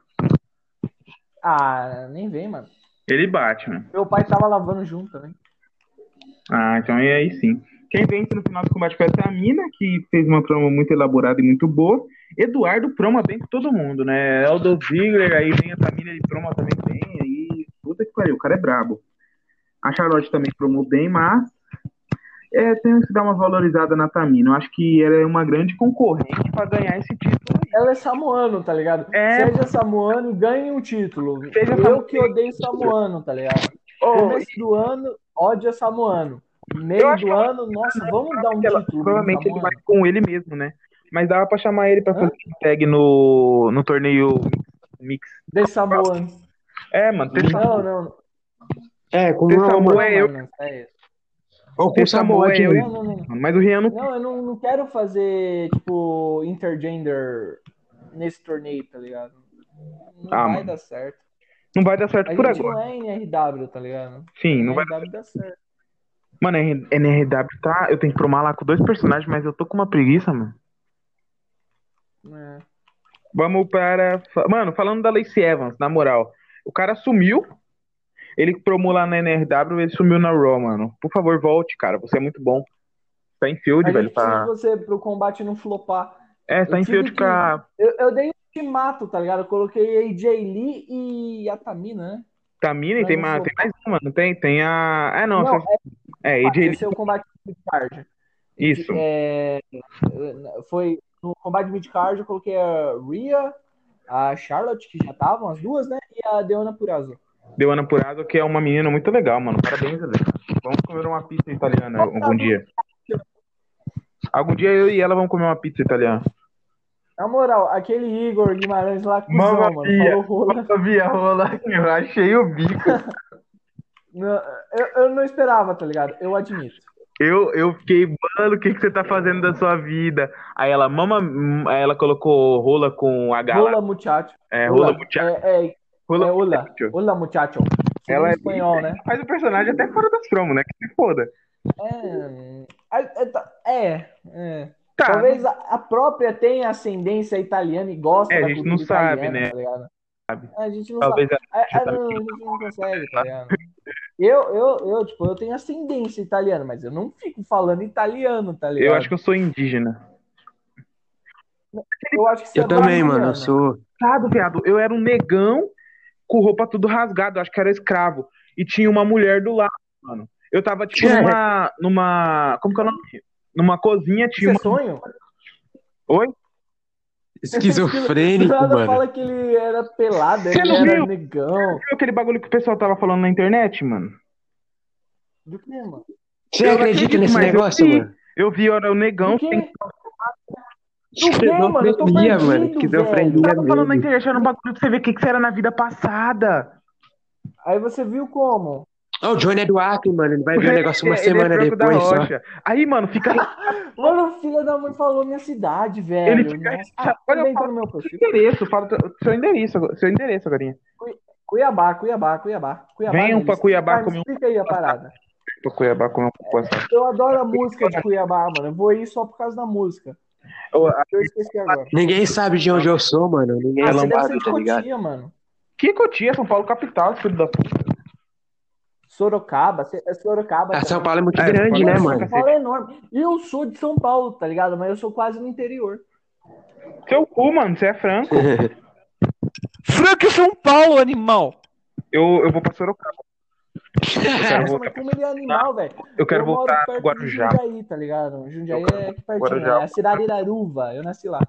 A: Ah, nem vem, mano.
B: Ele bate, mano.
A: Meu pai tava lavando junto né? também.
B: Ah, então é aí sim. Quem vence no final do combate foi a Tamina, que fez uma promo muito elaborada e muito boa. Eduardo proma bem com todo mundo, né? Eldo Ziggler, aí vem a Tamina e proma também bem. Aí, puta que pariu, o cara é brabo. A Charlotte também promou bem, mas é, tem que dar uma valorizada na Tamina. Eu acho que ela é uma grande concorrente pra ganhar esse título aí.
A: Ela é samoano, tá ligado?
B: É.
A: Seja samoano e ganhe um título.
B: Seja
A: eu
B: samoano.
A: que odeio samoano, tá ligado?
B: Oh,
A: Começo do ano, ódio a samoano. Meio
B: acho
A: do
B: que ela-
A: ano, nossa, vamos dar um
B: Ela-
A: título. pro
B: provavelmente ele
A: samoano.
B: vai com ele mesmo, né? Mas dava pra chamar ele pra
A: Hã?
B: fazer tag no, no torneio Mix.
A: The Samoan.
B: É, mano, tem
A: Não, não.
C: É, com
B: Tem
C: uma,
B: Samoa,
A: Não,
C: uma,
B: eu-
A: não, é isso.
C: ou com
B: tem
C: Samoa
B: Samoa,
C: de
B: eu-
C: novo.
A: não, não, não.
B: Mas o Rian não.
A: Não, eu não, não quero fazer, tipo, intergender nesse torneio, tá ligado? Não
B: Ah,
A: vai
B: mano.
A: dar certo.
B: Não vai dar certo
A: A
B: por
A: gente
B: agora.
A: não é NRW, tá ligado?
B: Sim, não vai.
A: NRW dá certo.
B: Mano, é NR- NRW tá. Eu tenho que promar lá com dois personagens, mas eu tô com uma preguiça, mano.
A: né?
B: Vamos para. fa- Mano, falando da Lacey Evans, na moral. O cara sumiu. Ele promou lá na NRW, ele sumiu na Raw, mano. Por favor, volte, cara. Você é muito bom. Tá em field,
A: A
B: velho.
A: gente precisa
B: Tá...
A: de você pro combate não flopar.
B: É, tá
A: eu
B: em
A: tive
B: field
A: que-
B: com a
A: Eu, eu dei um ultimato, tá ligado? Eu coloquei AJ Lee e a Tamina, né?
B: Tamina e
A: Mas
B: tem,
A: não
B: ma-
A: sou-
B: tem mais uma, não tem? Tem a. Ah, não.
A: Não,
B: só- É, AJ Lee.
A: Esse é o combate mid-card.
B: Isso.
A: É, foi no combate mid-card, eu coloquei a Rhea, a Charlotte, que já estavam, as duas, né? E a Deona Purazo.
B: Deu Ana Purado, que é uma menina muito legal, mano. Parabéns, Ale. Vamos comer uma pizza italiana algum dia. Algum dia eu e ela vamos comer uma pizza italiana.
A: Na moral, aquele Igor Guimarães lá, cuzão,
B: Mamma
A: mano,
B: mia.
A: falou rola.
B: Via rola, eu achei o bico.
A: Não, eu, eu não esperava, tá ligado? Eu admito.
B: Eu, eu fiquei, mano, o que, que você tá fazendo da sua vida? Aí ela, mama, hum, aí ela colocou rola com H lá.
A: Rola muchacho.
B: é, rola,
A: Hola.
B: muchacho.
A: É, é,
B: Rola
A: é hola.
B: muchacho.
A: Hola muchacho.
B: Ela
A: Ela
B: é
A: espanhol, né?
B: Mas o personagem até fora das promos, né? Que se foda.
A: É, é, tá- é, é.
B: Tá,
A: Talvez a, a própria tenha ascendência italiana e gosta
B: É, a
A: da
B: gente
A: cultura
B: não sabe,
A: italiana,
B: né?
A: tá ligado? A gente não
B: talvez ela
A: sabe.
B: já
A: A, a- não, a gente não consegue, tá ligado? Eu, eu, eu, tipo, eu tenho ascendência italiana, mas eu não fico falando italiano, tá ligado?
B: Eu acho que eu sou indígena.
A: eu acho que você
C: Eu
A: é
C: também, mano,
A: brasileiro,
C: eu sou.
B: Sabe, viado? Eu era um negão com roupa tudo rasgada, eu acho que era escravo. E tinha uma mulher do lado, mano. Eu tava, tipo,
C: Tinha.
B: numa, numa. Como que é o nome? Numa cozinha
A: Isso
B: tinha
A: é
B: uma.
A: sonho?
B: Oi?
A: Do
C: Esquizofrênico,
A: nada
C: mano.
A: fala que ele era pelado,
B: Você
A: ele
B: não
A: era
B: viu?
A: negão.
B: Viu aquele bagulho que o pessoal tava falando na internet, mano?
A: Do que, mano?
C: Você
B: Eu não
C: acredita
B: acredito,
C: nesse
B: mas eu
C: negócio,
B: vi.
C: mano?
B: Eu vi, eu era o negão.
A: Do que?
B: Tem...
A: Do quê, mano? Eu tô
C: Esquizofrenia,
A: perdido,
C: mano, esquizofrenia
A: velho.
B: Tava falando na
C: mesmo.
B: internet, era um bagulho pra você ver o que, que você era na vida passada.
A: Aí você viu como?
C: Ó, o Johnny é do Acre, mano. Ele vai ver o negócio uma
B: Ele é
C: semana
B: branco da
C: depois só.
B: rocha. Aí, mano, fica.
A: Mano, o filho da mãe falou minha cidade, velho.
B: Ele fica-
A: Nossa, ah,
B: Olha, eu
A: também tá
B: falo-
A: no meu
B: Seu
A: perfil.
B: endereço, fala teu- seu endereço, seu endereço, garinha.
A: Cuiabá, Cuiabá, Cuiabá. Cuiabá
B: Venham
A: deles.
B: pra Cuiabá
A: Cara,
B: comer um-
A: Explica aí a parada.
B: Pra Cuiabá comer um passado.
A: Eu adoro a música de Cuiabá, mano. Eu vou ir só por causa da música.
B: Ô, a-
A: Eu esqueci agora.
C: Ninguém sabe de onde eu sou, mano. Ninguém
A: Ah,
C: é
A: você deve ser
B: um
C: lambado,
A: de
C: tá ligado?
A: Cotia, mano.
B: Que é Cotia, São Paulo capital, filho da puta.
A: Sorocaba, cê- é Sorocaba.
C: A
A: cara.
C: São Paulo é muito
B: É,
C: grande,
B: São
C: né,
B: Paulo é
C: mano?
A: São Paulo é enorme. Eu sou de São Paulo, tá ligado? Mas eu sou quase no interior.
B: Seu cu, mano, você é franco.
A: Franco São Paulo, animal!
B: Eu, eu vou pra Sorocaba. Eu quero
A: Nossa,
B: voltar,
A: mas como ele é animal, velho.
B: eu quero
A: Eu moro
B: voltar
A: perto
B: pro
A: de
B: Guarujá.
A: Jundiaí, tá ligado? Jundiaí
B: Eu quero
A: é aqui pertinho,
B: Guarujá.
A: né? É a cidade da Aruva. Eu nasci lá.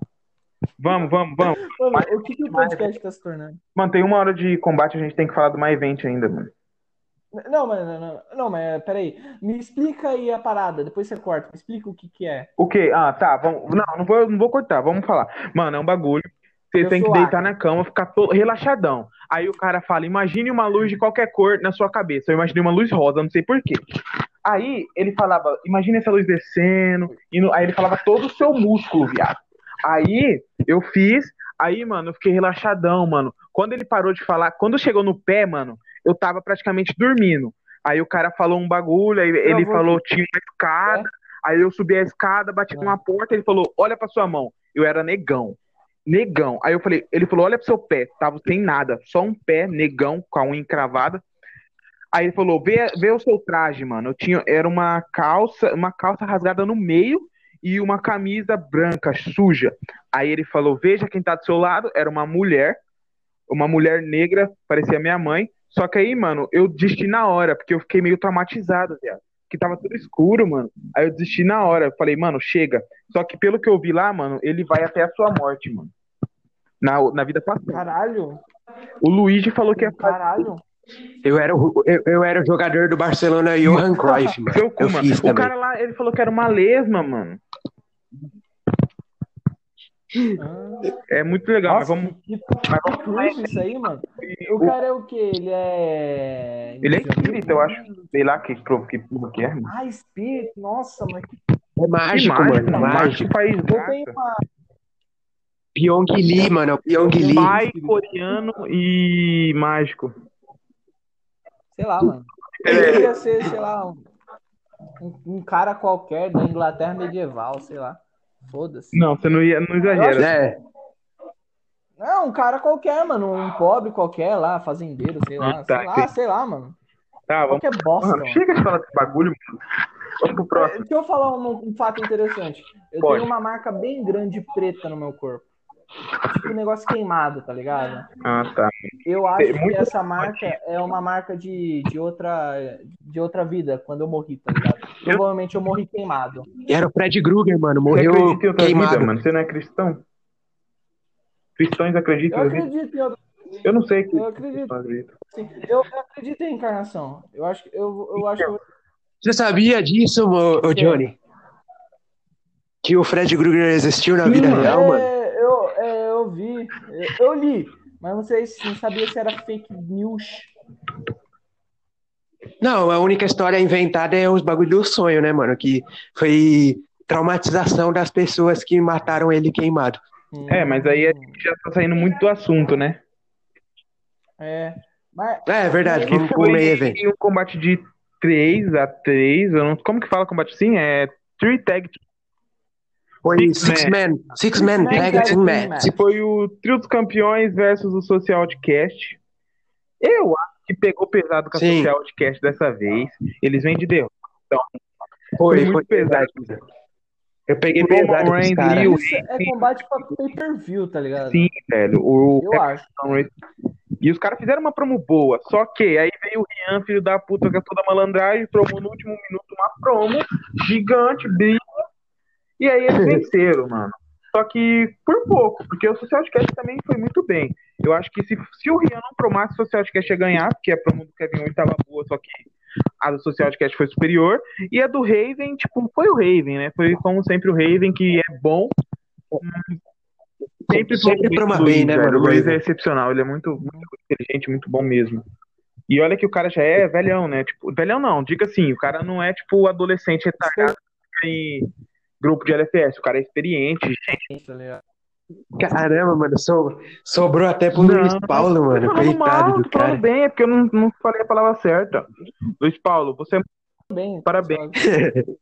B: Vamos, vamos, vamos.
A: Mano, o que, que o podcast tá se tornando?
B: Mano, tem uma hora de combate, a gente tem que falar do My Event ainda, mano.
A: Não, mas, não, não, não, mas peraí. Me explica aí a parada, depois você corta. Me explica o que que é.
B: O quê? Ah, tá. Vamos... Não, não vou, não vou cortar, vamos falar. Mano, é um bagulho. Você
A: Eu
B: tem que
A: sou
B: deitar
A: acre.
B: na cama, ficar to- relaxadão. Aí o cara fala: imagine uma luz de qualquer cor na sua cabeça. Eu imaginei uma luz rosa, não sei porquê. Aí ele falava: imagina essa luz descendo. E no- Aí ele falava todo o seu músculo, viado. Aí eu fiz. Aí, mano, eu fiquei relaxadão, mano. Quando ele parou de falar, quando chegou no pé, mano, eu tava praticamente dormindo. Aí o cara falou um bagulho, aí ele
A: vou-
B: falou, tinha uma escada. Aí eu subi a escada, bati numa porta, ele falou, olha pra sua mão. Eu era negão. Negão. Aí eu falei, ele falou, olha pro seu pé. Tava sem nada, só um pé, negão, com a unha encravada. Aí ele falou, vê, vê o seu traje, mano. Eu tinha, era uma calça, uma calça rasgada no meio e uma camisa branca, suja. Aí ele falou, veja quem tá do seu lado. Era uma mulher, uma mulher negra, parecia minha mãe. Só que aí, mano, eu desisti na hora, porque eu fiquei meio traumatizado, viado. Que tava tudo escuro, mano. Aí eu desisti na hora. Eu falei, mano, chega. Só que pelo que eu vi lá, mano, ele vai até a sua morte, mano. Na, na vida passada.
A: Caralho,
B: O Luigi falou que é
A: caralho.
C: Eu era, o, eu, eu era o jogador do Barcelona Johan Cruyff, mano.
B: seu cu,
C: Eu
B: mano.
C: fiz
B: O
C: também.
B: cara lá, ele falou que era uma lesma, mano. É muito legal, mas
A: Nossa,
B: vamos.
A: Ah, que
B: Mas vamos
A: cruz isso aí, mano. O
B: o-
A: cara é o quê? Ele é.
B: Ele é espírita, eu acho. Sei lá que, pro- que, o que é. mano.
A: Ah, espírito, nossa, mas que
C: É mágico,
B: Que mágico,
C: mano.
B: mano.
C: Mágico.
B: Mágico país
A: eu tenho
B: gato.
A: uma.
C: Pyong Lee, mano. é o Pyong Lee.
B: Pai coreano e mágico.
A: Sei lá, mano. Eu
B: É.
A: queria ser, sei lá, um, um cara qualquer da Inglaterra medieval, sei lá. Foda-se.
B: Não, você não ia, não exagera.
C: É,
A: Não, um cara qualquer, mano. Um pobre qualquer lá, fazendeiro, sei lá.
B: Ah, tá,
A: sei lá,
B: entendi.
A: sei lá, mano.
B: Tá, vamos.
A: Qualquer bosta,
B: Mano,
A: mano.
B: chega de falar desse bagulho, mano. Vamos pro próximo.
A: Deixa eu falar um, um fato interessante. Eu
B: Pode.
A: tenho uma marca bem grande preta no meu corpo. Tipo um negócio queimado, tá ligado?
B: Ah, tá.
A: Eu acho que
B: muito
A: essa marca é uma marca de, de, outra, de outra vida, quando eu morri, tá ligado? Provavelmente eu morri queimado.
C: era o Fred Krueger, mano.
B: Você
C: Morreu
B: acredita em outra
C: queimado.
B: vida, mano? Você não é cristão? Cristãos
A: Eu
B: acreditam em outra vida?
A: acredito em outra,
B: Eu não sei que
A: eu acredito,
B: cristãos acreditam.
A: sim. eu acredito em reencarnação. Eu acho, que- eu, eu acho que
C: Você sabia disso, ô, ô Johnny? Que o Fred Krueger existiu na
B: Sim,
C: vida
B: mano.
C: real, mano?
A: É, eu, é, eu vi, eu- eu li, mas não sei se não sabia se era fake news.
C: Não, a única história inventada é os bagulho do sonho, né, mano? Que foi traumatização das pessoas que mataram ele queimado.
B: É, mas aí a gente já tá saindo muito do assunto, né?
A: É, mas
C: É, é verdade,
A: E
C: vamos pro meio evento.
B: um combate de 3 a 3, eu não... como que fala combate assim? É 3 tag
C: Foi
B: Six
C: Six Man, Six Man
A: Man Tag
C: Tag Team
A: Team
C: Match.
B: Se foi o Trio dos Campeões versus o Social Outcast. Eu acho que pegou pesado com a
C: Sim.
B: Social Outcast dessa vez. Eles vêm de derrota.
C: Foi,
B: muito
C: foi
B: pesado.
C: pesado. Eu peguei
B: O Roman
C: pesado com os
B: Reigns
C: caras.
B: e o-
A: isso é combate pra pay-per-view, tá ligado?
B: Sim, velho. O
A: Eu acho.
B: Capitão Reigns- Então, E os caras fizeram uma promo boa. Só que aí veio o Rian, filho da puta, que é toda malandragem, promou no último minuto uma promo gigante, briga. E aí eles venceram, mano. Só que por pouco, porque o Social Outcast também foi muito bem. Eu acho que se, se o Rian não promasse, o Social Outcast ia ganhar, porque a promo do Kevin Owens tava boa, só que a do Social Outcast foi superior. E a do Raven, tipo, foi o Raven, né? Foi como sempre o Raven, que é bom. Sempre,
C: Sempre
B: promou
C: proma
B: muito
C: bem,
B: Luiz,
C: né,
B: velho?
C: mano,
B: O Luiz
C: Raven.
B: é excepcional, ele é muito, muito inteligente, muito bom mesmo. E olha que o cara já é velhão, né? Tipo, velhão não, diga assim, o cara não é tipo adolescente retardado em grupo de LFS, o cara é experiente,
A: tá ligado?
C: Caramba, mano, so- sobrou até pro
B: Não, tá
C: Luiz Paulo, mano.
B: falando
C: Coitado
B: mal,
C: do
B: tô falando
C: cara.
B: bem, é porque eu não, não falei a palavra certa. Luiz Paulo, você é.
A: Bem,
B: Parabéns.
A: só-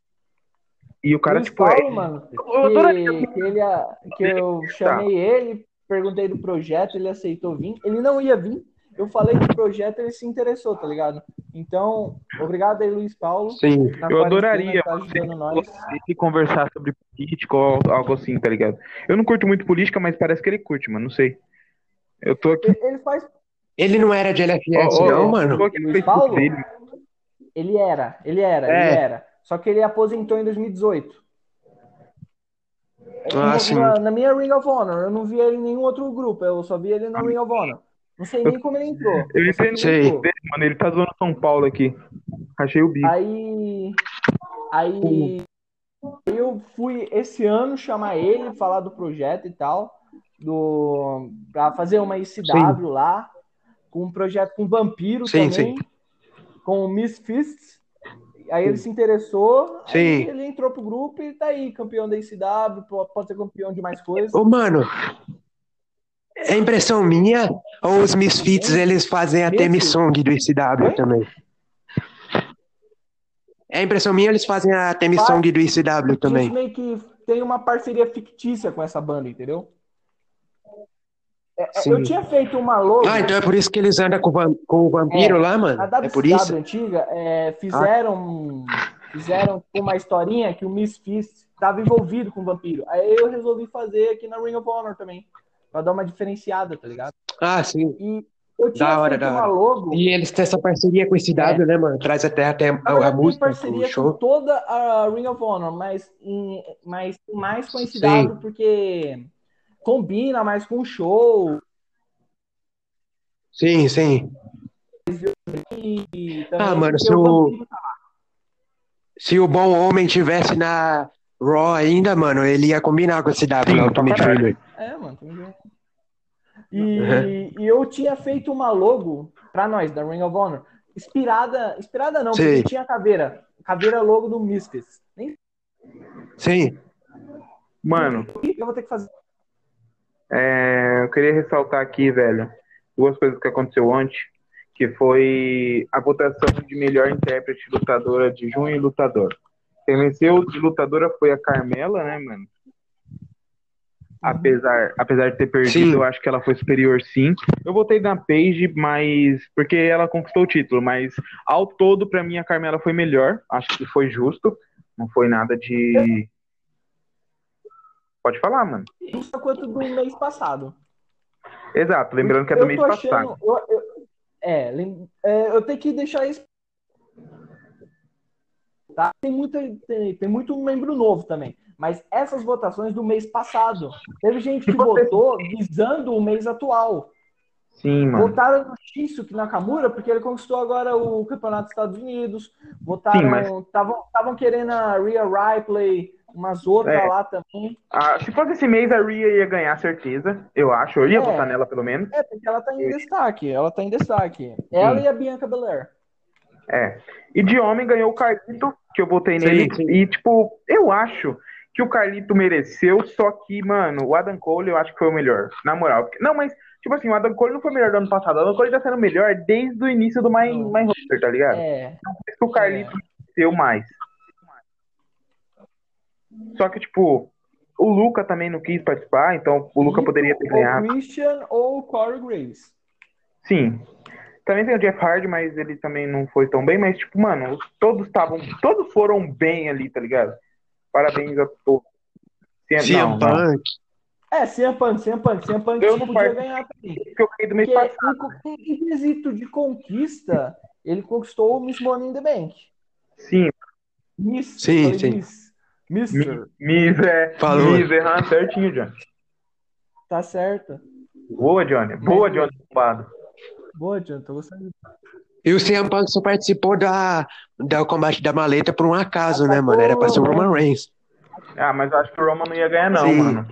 B: E o cara,
A: Luiz
B: tipo,
A: Paulo,
B: é.
A: mano, que,
B: Eu Tá. adoraria-
A: que ele, a- que eu chamei ele, perguntei do projeto, ele aceitou vir. Ele não ia vir, eu falei do projeto, ele se interessou, tá ligado? Então, obrigado aí, Luiz Paulo.
C: Sim.
A: na
B: Eu
A: quarentena,
B: adoraria
A: tá ajudando nós.
B: se conversar sobre política ou algo assim, tá ligado? Eu não curto muito política, mas parece que ele curte, mano, não sei. Eu tô aqui.
A: Ele ele faz.
C: Ele não era de LFS,
B: Ó, ó,
C: não,
B: ó,
C: mano.
B: tô aqui no
A: Luiz
B: Facebook
A: Paulo?
B: dele.
A: Ele era, ele era,
C: É.
A: ele era. Só que ele aposentou em 2018.
C: Ah,
A: Na-
C: sim.
A: na, na minha Ring of Honor, eu não vi ele em nenhum outro grupo, eu só vi ele na Ring of Honor. Não sei nem como ele entrou.
B: Ah. Eu entrei no
C: Sei.
B: grupo dele, mano, ele tá zoando São Paulo aqui. Achei o bico.
A: Aí. Aí. Eu fui esse ano chamar ele, falar do projeto e tal, do, pra fazer uma ICW lá, com um projeto com vampiro
C: Sim,
A: também, com o Miss Fists. Aí ele se interessou, aí
C: Sim.
A: ele entrou pro grupo e tá aí, campeão da ICW, po- pode ser campeão de mais coisas.
C: Ô, mano, é impressão minha ou os Misfits eles fazem até
A: Misfits?
C: Missong do ICW também? É impressão minha eles fazem a Theme
A: Faz.
C: Song do ICW
A: Isso
C: também?
A: meio que tem uma parceria fictícia com essa banda, entendeu? É, é,
C: Sim.
A: Eu tinha feito uma logo.
C: Ah, então é por isso que eles andam com, o vam- com o vampiro lá, mano?
A: A WCW
C: É por isso? Ah.
A: antiga é, fizeram um- fizeram tipo uma historinha que o Misfits estava envolvido com o vampiro. Aí eu resolvi fazer aqui na Ring of Honor também, pra dar uma diferenciada, tá ligado?
C: Ah, sim.
A: E eu tinha
C: Da hora,
A: feito
C: da
A: uma
C: hora.
A: logo.
C: E eles têm essa parceria com o ICW,
A: É.
C: né, mano? Traz até, até a,
A: na verdade,
C: a
A: tem
C: música, É, o
A: parceria com
C: show.
A: toda a Ring of Honor, mas em, mas tem mais com a
C: Sim.
A: ICW porque combina mais com o show
C: Sim, sim.
A: e, e também
C: Ah, mano,
A: porque
C: se
A: o
C: o-
A: vampiro
C: Se o Bom Homem tivesse na Raw ainda, mano, ele ia combinar com o ICW,
B: Sim,
C: Ultimate
B: pra caralho.
C: Warrior.
A: É, mano. tamo junto. E,
B: É.
A: e eu tinha feito uma logo pra nós, da Ring of Honor. Inspirada, inspirada não,
C: Sei.
A: porque tinha a caveira. Caveira logo do Misfits. Nem
C: Sim.
B: Mano,
A: sei, eu vou ter que fazer.
B: É, eu queria ressaltar aqui, velho, duas coisas que aconteceu ontem, que foi a votação de melhor intérprete lutadora de junho e lutador. Quem venceu de lutadora foi a Carmela, né, mano? Apesar, apesar de ter perdido,
C: Sim.
B: eu acho que ela foi superior, sim. Eu votei na Paige, mas porque ela conquistou o título, mas ao todo, pra mim, a Carmela foi melhor. Acho que foi justo. Não foi nada de. Pode falar, mano.
A: Isso é quanto do mês passado.
B: Exato, lembrando que é do
A: eu
B: mês
A: tô
B: passado.
A: achando- eu- eu- é, lem- é, eu tenho que deixar isso. Tá? Tem, muita, tem, tem muito membro novo também. Mas essas votações do mês passado. Teve gente que
B: E você?
A: votou visando o mês atual.
B: Sim, mano.
A: Votaram no Shinsuke Nakamura porque ele conquistou agora o campeonato dos Estados Unidos. Votaram.
B: Sim, mas-
A: Estavam querendo a Rhea Ripley, umas outras
B: É.
A: lá também.
B: Ah, se fosse esse mês, a Ria ia ganhar, certeza. Eu acho. Eu ia
A: É.
B: votar nela, pelo menos.
A: É, porque ela tá em destaque. Ela tá em destaque. Ela e a Bianca Belair.
B: É. E de homem ganhou o Carlito, que eu votei
C: Sim,
B: nele.
C: sim.
B: E, tipo, eu acho que o Carlito mereceu, só que, mano, o Adam Cole eu acho que foi o melhor. Na moral. Porque- Não, mas, tipo assim, o Adam Cole não foi o melhor do ano passado. O Adam Cole tá sendo melhor desde o início do My,
A: Não.
B: My Roster, tá ligado?
A: É.
B: Por isso que o Carlito mereceu mais. Só que, tipo, o Luca também não quis participar, então o Luca
A: Ito,
B: poderia ter ganhado.
A: Ou Christian ou Corey Graves.
B: Sim. Também tem o Jeff Hardy, mas ele também não foi tão bem, mas tipo, mano, todos estavam, todos foram bem ali, tá ligado? Parabéns a todos. Sim, não,
C: CM
B: não.
C: é um Punk.
A: É, CM Punk, CM Punk, CM Punk
B: Eu não
A: podia
B: parto-
A: ganhar também.
B: Porque eu caí do mês
A: Porque
B: passado.
A: em, co- em quesito de conquista, ele conquistou o Miss Money in the Bank.
B: Sim,
A: Miss,
C: Sim,
A: falei
C: sim.
A: Miss. Mister,
B: Miz é.
C: Falou.
B: Miz errando certinho, Johnny.
A: tá certo.
B: Boa, Johnny. Boa, Johnny. Bombado.
A: Boa, John, tô gostando.
C: E o CM Punk só participou da, da combate da maleta por um acaso, né, mano? Era pra ser o Roman Reigns.
B: Ah, mas eu acho que o Roman não ia ganhar, não,
C: Sim.
B: mano.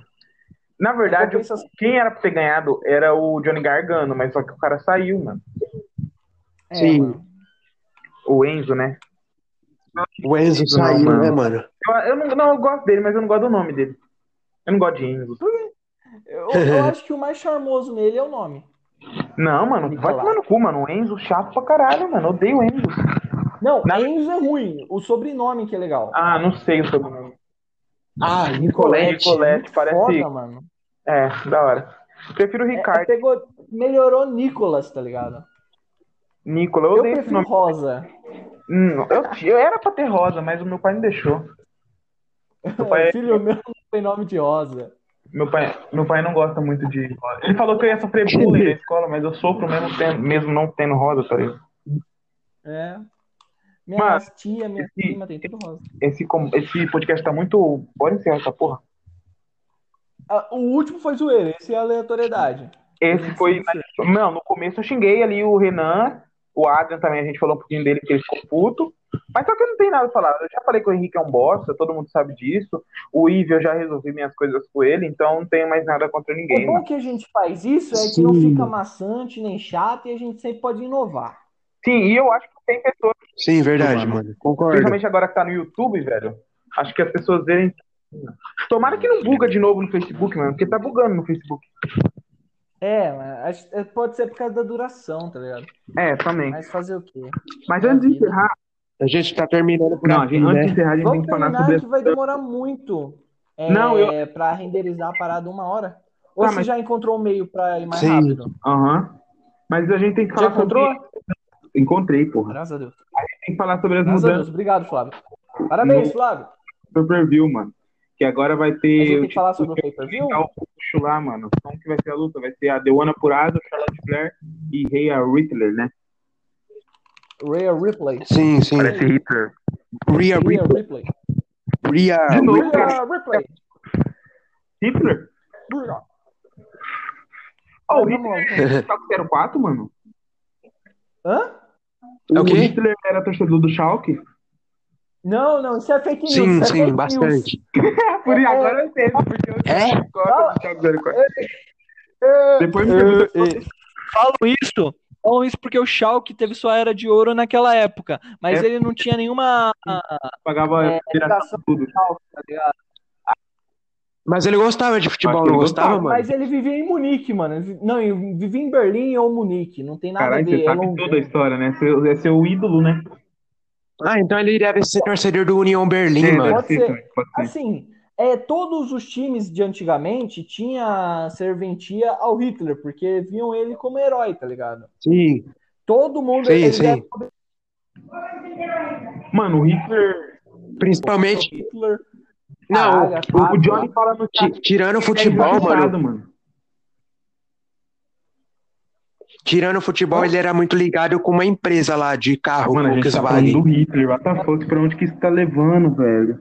B: Na verdade,
A: Compensação-
B: quem era pra ter ganhado era o Johnny Gargano, mas só que o cara saiu, mano.
A: é,
C: sim.
A: mano.
B: O Enzo, né?
C: O Enzo saiu,
B: mano.
C: né, mano?
B: Eu, eu não, não, eu gosto dele, mas eu não gosto do nome dele. Eu não gosto de Enzo.
A: Eu, eu acho que o mais charmoso nele é o nome.
B: Não, mano, vai
A: Nicolau.
B: tomar no cu, mano. O Enzo, chato pra caralho, mano. Odeio o Enzo.
A: Não,
B: Na-
A: Enzo é ruim, o sobrenome que é legal.
B: Ah, não sei o sobrenome.
C: Ah, Nicolette.
B: Nicolette, parece.
A: Foda, mano.
B: É, da hora. Prefiro o
A: É,
B: Ricardo.
A: pegou, melhorou Nicolas, tá ligado?
B: Nicola, eu
A: Eu
B: odeio esse
A: prefiro
B: nome.
A: Rosa.
B: Hum, eu, eu era pra ter rosa, mas o meu pai não deixou. Meu pai,
A: Filho meu não tem nome de rosa.
B: meu pai, meu pai não gosta muito de rosa. Ele falou que eu ia sofrer bullying na escola, mas eu sofro mesmo, tendo- mesmo não tendo rosa, tá ligado?
A: É. Minha
B: Mas-
A: tia, minha
B: esse-
A: prima tem tudo rosa.
B: Esse, com- esse podcast tá muito. Pode encerrar essa porra.
A: Ah, o último foi zoeira, esse é aleatoriedade.
B: Esse foi. Não, no começo eu xinguei ali o Renan, o Adrian também, a gente falou um pouquinho dele porque ele ficou puto. Mas só que eu não tenho nada a falar. Eu já falei que o Henrique é um bosta, todo mundo sabe disso. O Ive eu já resolvi minhas coisas com ele, então não tenho mais nada contra ninguém.
A: O bom
B: mano.
A: que a gente faz isso é que não
C: Sim.
A: fica maçante nem chato e a gente sempre pode inovar.
B: Sim, e eu acho que tem pessoas,
C: Sim, verdade,
B: Mano.
C: mano. Concordo.
B: principalmente agora que tá no YouTube, velho. Acho que as pessoas verem. Tomara que não buga de novo no Facebook, mano, porque tá bugando no Facebook.
A: É, mas acho- é, pode ser por causa da duração, tá ligado?
B: É, também.
A: Mas é fazer o quê?
B: Mas antes de encerrar.
C: A gente tá terminando
A: assim,
C: por
B: Não, a
C: aqui,
B: gente, antes de
C: né?
B: encerrar, a gente tem
A: Vamos
B: que falar
A: terminar
B: sobre.
A: que vai demorar muito é,
B: Não,
A: pra renderizar a parada uma hora. Ou
B: Tá,
A: você
B: mas-
A: já encontrou o meio pra ir mais
C: Sim.
A: rápido?
B: Aham. Mas a gente tem que
A: Já
B: falar
A: encontrou?
B: sobre. Encontrei, porra.
A: Graças a Deus.
B: Tem que falar sobre as
A: Graças a Deus.
B: mudanças
A: Obrigado, Flávio. Parabéns,
B: Não.
A: Flávio.
B: do pay-per-view, mano. Que agora vai
A: A gente tem
B: ter
A: que falar sobre o pay-per-view?
B: o puxo lá, mano. Como que vai ser a luta? Vai ser a Deona Purado, Charlotte Flair e Rhea Ripley, né?
A: Rhea Ripley.
C: Sim, sim.
A: Parece
B: Hitler.
C: Rhea
A: Rhea
C: Ripley.
A: Ripley.
C: Rhea
B: De novo,
C: Ripley.
A: Rhea Ripley.
B: Hitler? Ó, o Hitler tá com 04, mano.
A: Hã?
C: É o quê?
B: Hitler era torcedor do Schalke.
A: Não, não, isso é fake news.
C: Sim,
A: isso é fake
C: sim,
A: news.
C: bastante.
B: Ah, Por isso, agora eu entendo, porque eu
C: É?
B: tive cópia do Thiago 04. Depois me
A: Eu-
B: pergunta se
A: eu-
B: você
D: É, Falam isso, falam isso porque o Schalke teve sua era de ouro naquela época, mas
B: É.
D: ele não tinha nenhuma tá
B: pagava
A: É,
B: geração tudo.
C: Mas ele gostava de futebol,
B: Acho que
C: não
B: ele
C: gostava,
B: gostava,
C: mano?
A: Tá, Mas ele vivia em Munique, mano. Ele vi- Não, ele vivia em Berlim ou Munique. Não tem nada a
B: Caralho,
A: ver. é
B: você
A: eu
B: sabe
A: não-
B: toda a história, né? Você é seu ídolo, né?
C: Ah, então ele deve ser torcedor do União Berlim,
B: É,
C: mano.
A: Pode ser.
B: também, pode ser.
A: Assim, é, todos os times de antigamente tinha serventia ao Hitler, porque viam ele como herói, tá ligado?
C: Sim,
A: Todo mundo
C: sim,
A: ele era
C: sim.
B: Mano, o Hitler.
C: Principalmente.
A: Hitler.
C: Não,
A: Caralho,
B: O, o
A: Fábio.
B: Johnny fala no
C: ti-
B: chat.
C: tirando o
B: que Ah, é
C: futebol, mano.
B: engraçado, mano.
C: Tirando o futebol, ele era muito ligado com uma empresa lá de carro,
B: Mano, a gente tá falando
C: Volkswagen.
B: do Hitler. What the fuck, pra onde que isso tá levando, velho?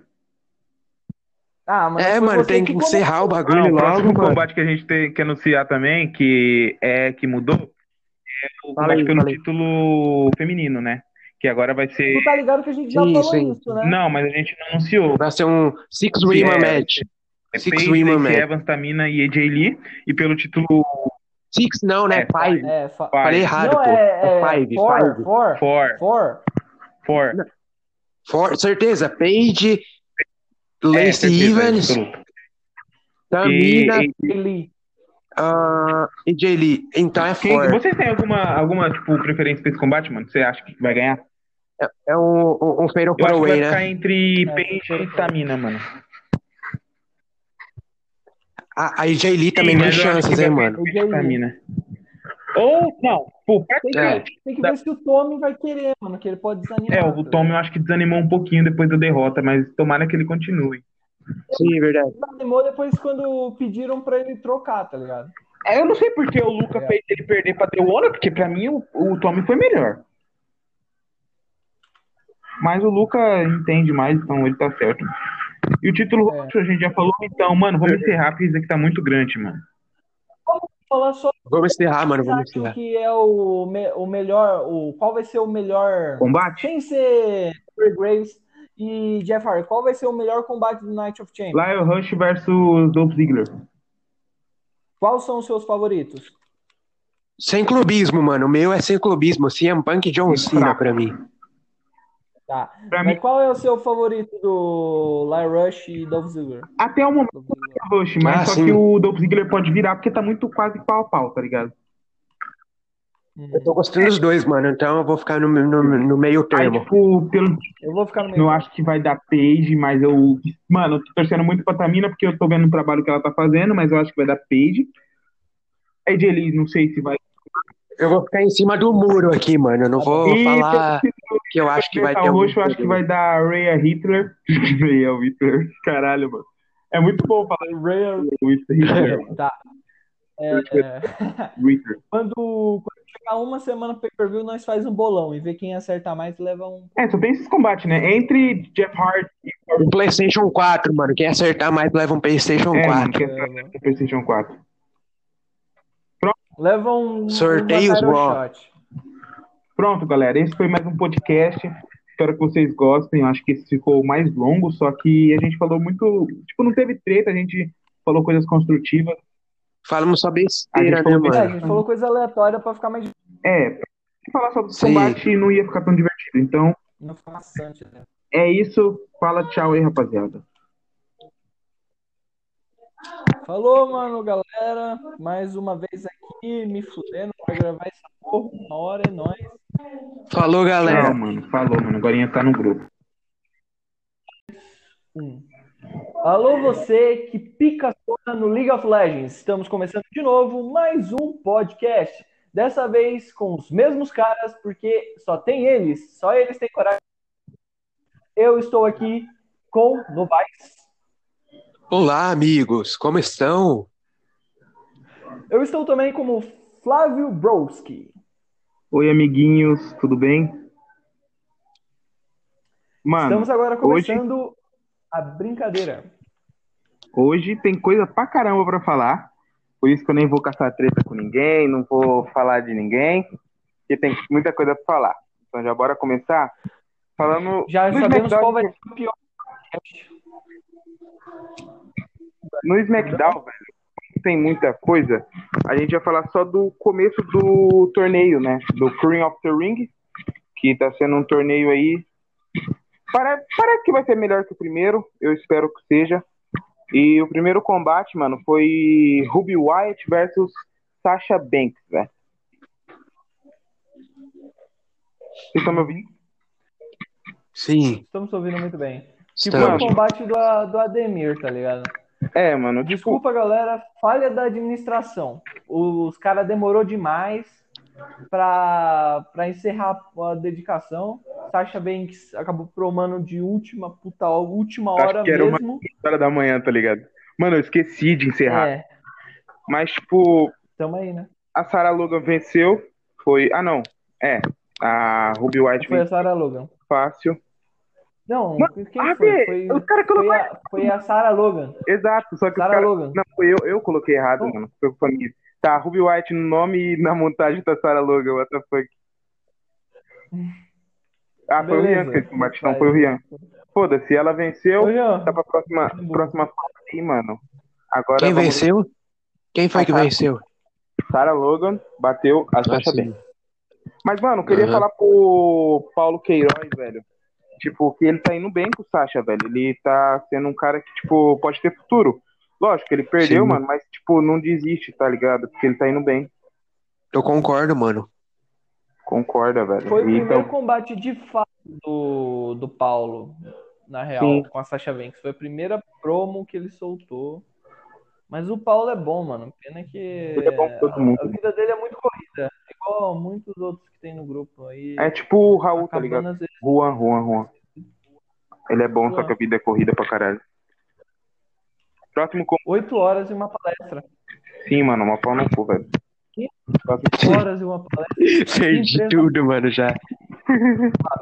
A: Ah, mas
C: É,
A: foi
C: mano,
A: você
C: tem que
A: começou.
C: encerrar o
B: Ah,
C: bagulho
B: o
C: logo,
B: próximo
C: mano.
B: combate que a gente tem que anunciar também, que é que mudou, é o
C: Fala aí,
B: combate pelo
C: fala aí.
B: título feminino, né? Que agora vai ser.
A: Tu tá ligado que a gente já
C: Sim,
A: falou
C: sim.
A: isso, né?
B: Não, mas a gente não anunciou.
C: Vai ser um Six Women
B: É.
C: Match.
B: É
C: Six
B: Paige,
C: Women
B: Lacey
C: Match.
B: Evans, Tamina e AJ Lee. E pelo título
C: Six não,
B: É,
C: né? Five.
A: É, fa...
B: Five.
C: Falei errado,
A: não
C: pô.
A: é, é
C: Five,
A: for,
C: five.
A: for,
B: For,
A: for.
B: for.
C: For- certeza. Paige,
B: É,
C: É, Lacey Evans, Tamina
B: E, e-
A: Ele...
C: ah, e Jay Lee. Então é
B: quem-
C: For.
B: vocês têm alguma, alguma tipo, preferência pra esse combate, mano? Você acha que vai ganhar?
C: É um, um, um Fatal
B: Eu acho que vai
C: Four-Way, né?
B: ficar entre
A: É,
B: Paige e Tamina, mano.
C: A, a AJ
B: Sim,
C: Lee também tem
B: mas eu acho
C: chances,
B: que
C: hein,
B: vai-
C: mano?
A: O Jay
B: Paige e
A: Lee.
B: Tamina. Ou, não, pô, pra
A: Tem que,
C: É.
A: tem que ver se o Tommy vai querer, mano, que ele pode desanimar. tá
B: É, o Tom eu acho que desanimou um pouquinho depois da derrota, mas tomara que ele continue.
C: Sim, é verdade.
A: Desanimou depois quando pediram pra ele trocar, tá ligado?
B: É, eu não sei porque o Luca
A: É.
B: fez ele perder pra Deona, porque pra mim o, o Tommy foi melhor. Mas o Luca entende mais, então ele tá certo. E o título
A: É.
B: roxo a gente já falou, então, mano, vamos encerrar, porque isso aqui tá muito grande, mano.
A: Falar só
C: Vamos encerrar, mano.
A: Vocês
C: Vamos
A: acham
C: encerrar.
A: que é o, me- o melhor, o qual vai ser o melhor,
B: Combate?
A: sem ser Corey Graves e Jeff Hardy, qual vai ser o melhor combate do Night of Champions?
B: Lyle Rush versus Dolph Ziggler.
A: Quais são os seus favoritos?
C: Sem clubismo, mano. O meu é sem clubismo. CM Punk e John Cena pra mim.
A: Tá.
B: Pra
A: Mas
B: mim,
A: qual é o seu favorito do Lyra Rush e Dolph Ziggler?
B: até o momento
A: Dolph Ziggler.
B: é o Rush, mas
C: Ah,
B: só
C: sim.
B: que o Dolph Ziggler pode virar, porque tá muito quase pau a pau, tá ligado?
C: Eu
A: Hum,
C: tô gostando dos dois, mano. Então eu vou ficar no, no- no meio
B: Aí,
C: termo.
B: tipo, pelo
A: Eu vou ficar no meio.
B: Eu acho que vai dar Paige, mas eu. Mano, eu tô torcendo muito pra Tamina, porque eu tô vendo o trabalho que ela tá fazendo, mas eu acho que vai dar Paige. A AJ Lee, não sei se vai.
C: Eu vou ficar em cima do muro aqui, mano. Eu não
B: Ih,
C: vou falar que eu acho que vai ter
B: o
C: um.
B: roxo, eu acho que vai dar Rhea Hitler. Rhea Hitler, caralho, mano. É muito bom falar
A: Rhea-
B: isso, Hitler.
A: Tá. É, é,
B: Hitler.
A: quando, quando chegar uma semana pro pay-per-view, nós faz um bolão e vê quem acertar mais leva um.
B: É, só tem esses combates, né? Entre Jeff Hart e.
C: Um PlayStation 4, mano. Quem acertar mais leva um PlayStation
B: É, mano,
C: 4.
B: que é PlayStation 4.
A: Leva um.
C: Sorteios,
A: um title
C: Raw.
A: shot.
B: Pronto, galera. Esse foi mais um podcast. Espero que vocês gostem. Acho que esse ficou mais longo, só que a gente falou muito. Tipo, não teve treta, a gente falou coisas construtivas.
C: Falamos só
B: A
C: besteira,
B: gente
C: né,
B: falou
A: É, a
C: mano?
A: gente falou coisa aleatória pra ficar mais.
B: É, se falar só do
C: Sim.
B: combate não ia ficar tão divertido. Então,
A: Não ficar maçante, né?
B: é isso. Fala tchau aí, rapaziada.
A: Falou, mano, galera. Mais uma vez aqui, me fudendo pra gravar essa porra. Uma hora é nóis.
C: Falou, galera.
B: Tchau, mano. Falou, mano. Agora tá no grupo.
A: Hum. Alô, você que pica sua no League of Legends. Estamos começando de novo mais um podcast. Dessa vez com os mesmos caras, porque só tem eles. Só eles têm coragem. Eu estou aqui com Novaes.
C: Olá, amigos. Como estão?
A: Eu estou também como Flávio Broski.
B: Oi, amiguinhos. Tudo bem? Mano,
A: Estamos agora
B: hoje-
A: começando a brincadeira.
B: Hoje tem coisa pra caramba pra falar. Por isso que eu nem vou caçar treta com ninguém, não vou falar de ninguém, porque tem muita coisa pra falar. Então já bora começar? Falando.
A: Já
B: Luiz
A: sabemos
B: McDowell-
A: qual vai ser o campeão.
B: No SmackDown, velho, como tem muita coisa. A gente vai falar só do começo do torneio, né? Do Cream of the Ring, que tá sendo um torneio aí. Parece, parece que vai ser melhor que o primeiro, eu espero que seja. E o primeiro combate, mano, foi Ruby Wyatt versus Sasha Banks, velho. Vocês estão me ouvindo?
C: Sim.
A: Estamos ouvindo muito bem. Que
C: Estamos.
A: foi o combate do, A- do Ademir, tá ligado?
B: É, mano, tipo,
A: Desculpa, galera, falha da administração. Os caras demorou demais pra, pra encerrar a dedicação. Sasha Banks acabou promando de última puta última
B: Acho
A: hora
B: que era uma-
A: mesmo.
B: hora da manhã, tá ligado? Mano, eu esqueci de encerrar.
A: É,
B: Mas, tipo,
A: tamo aí, né?
B: A Sarah Logan venceu. Foi. Ah, não. É. A Ruby White
A: Foi a
B: venceu
A: Sarah Logan.
B: fácil.
A: Não,
B: Mano,
A: quem
B: ah,
A: foi?
B: velho,
A: Foi,
B: Os caras
A: foi
B: colocaram.
A: a, foi a Sarah Logan.
B: Exato, só que os
A: Sarah
B: caras.
A: Logan.
B: Não, foi eu, eu coloquei errado,
A: Oh.
B: mano. Foi culpa minha. Tá, Ruby White no nome e na montagem tá Sarah Logan, what the fuck. Ah, foi o
A: Beleza.
B: Rian que fez o combate, não foi o Rian. Foda-se, ela venceu.
A: Ô, Jean,
B: Tá pra próxima, próxima fase aí, mano. Agora
C: Quem
B: vamos- Tá,
C: venceu? Quem foi que venceu?
B: Sarah Logan bateu a Sasha
C: Ah, sim.
B: Banks. Mas, mano, eu queria
C: Aham.
B: falar pro Paulo Queiroz, velho. Tipo, que ele tá indo bem com o Sasha, velho. Ele tá sendo um cara que, tipo, pode ter futuro. Lógico, ele perdeu,
C: Sim.
B: mano, mas, tipo, não desiste, tá ligado? Porque ele tá indo bem.
C: Eu concordo, mano.
B: Concorda, velho.
A: Foi o
B: E,
A: primeiro
B: então,
A: combate de fato do, do Paulo, na real,
B: Sim.
A: com a Sasha Banks. Foi a primeira promo que ele soltou. Mas o Paulo é bom, mano. Pena que
B: ele é bom pra todo
A: a
B: mundo.
A: vida dele é muito corrida. Igual a muitos outros que tem no grupo aí.
B: É tipo o Raul, tá
A: acabando
B: ligado?
A: às vezes.
B: Juan, Juan, Juan. Ele é bom, só
A: Juan.
B: que a vida é corrida pra caralho. Próximo com...
A: Oito horas e uma palestra.
B: Sim, mano, uma pau no cu, velho.
A: Que?
B: Próximo
A: Oito horas e uma palestra.
C: Perdi tudo, mano, já.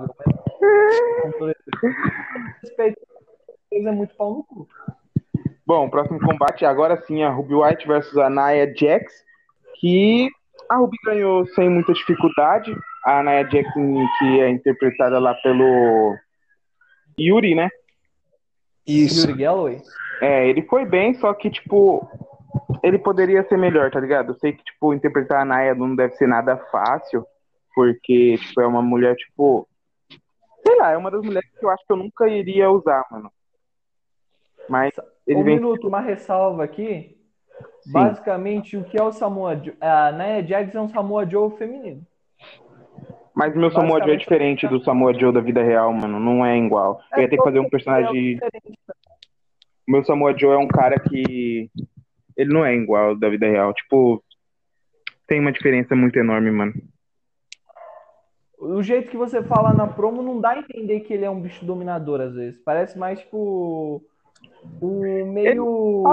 A: com todo Respeito. É muito pau no cu.
B: Bom, próximo combate é agora sim, a Ruby White versus a Nia Jax, que a Ruby ganhou sem muita dificuldade. A Nia Jax, que é interpretada lá pelo Yuri, né?
C: Isso.
A: Yuri Galloway.
B: É, ele foi bem, só que, tipo, ele poderia ser melhor, tá ligado? Eu sei que, tipo, interpretar a Naya não deve ser nada fácil, porque, tipo, é uma mulher, tipo. Sei lá, é uma das mulheres que eu acho que eu nunca iria usar, mano. Mas ele
A: um
B: vem.
A: minuto, uma ressalva aqui.
B: Sim.
A: Basicamente, o que é o Samoa Joe? A Nia Jax é um Samoa Joe feminino.
B: Mas meu Samoa Joe é
A: Basicamente,
B: diferente do Samoa Joe da vida real, mano. Não é igual. Eu ia ter que fazer um personagem. O meu Samoa Joe é um cara que. Ele não é igual da vida real. Tipo. Tem uma diferença muito enorme, mano.
A: O jeito que você fala na promo não dá a entender que ele é um bicho dominador, às vezes. Parece mais, tipo, um meio...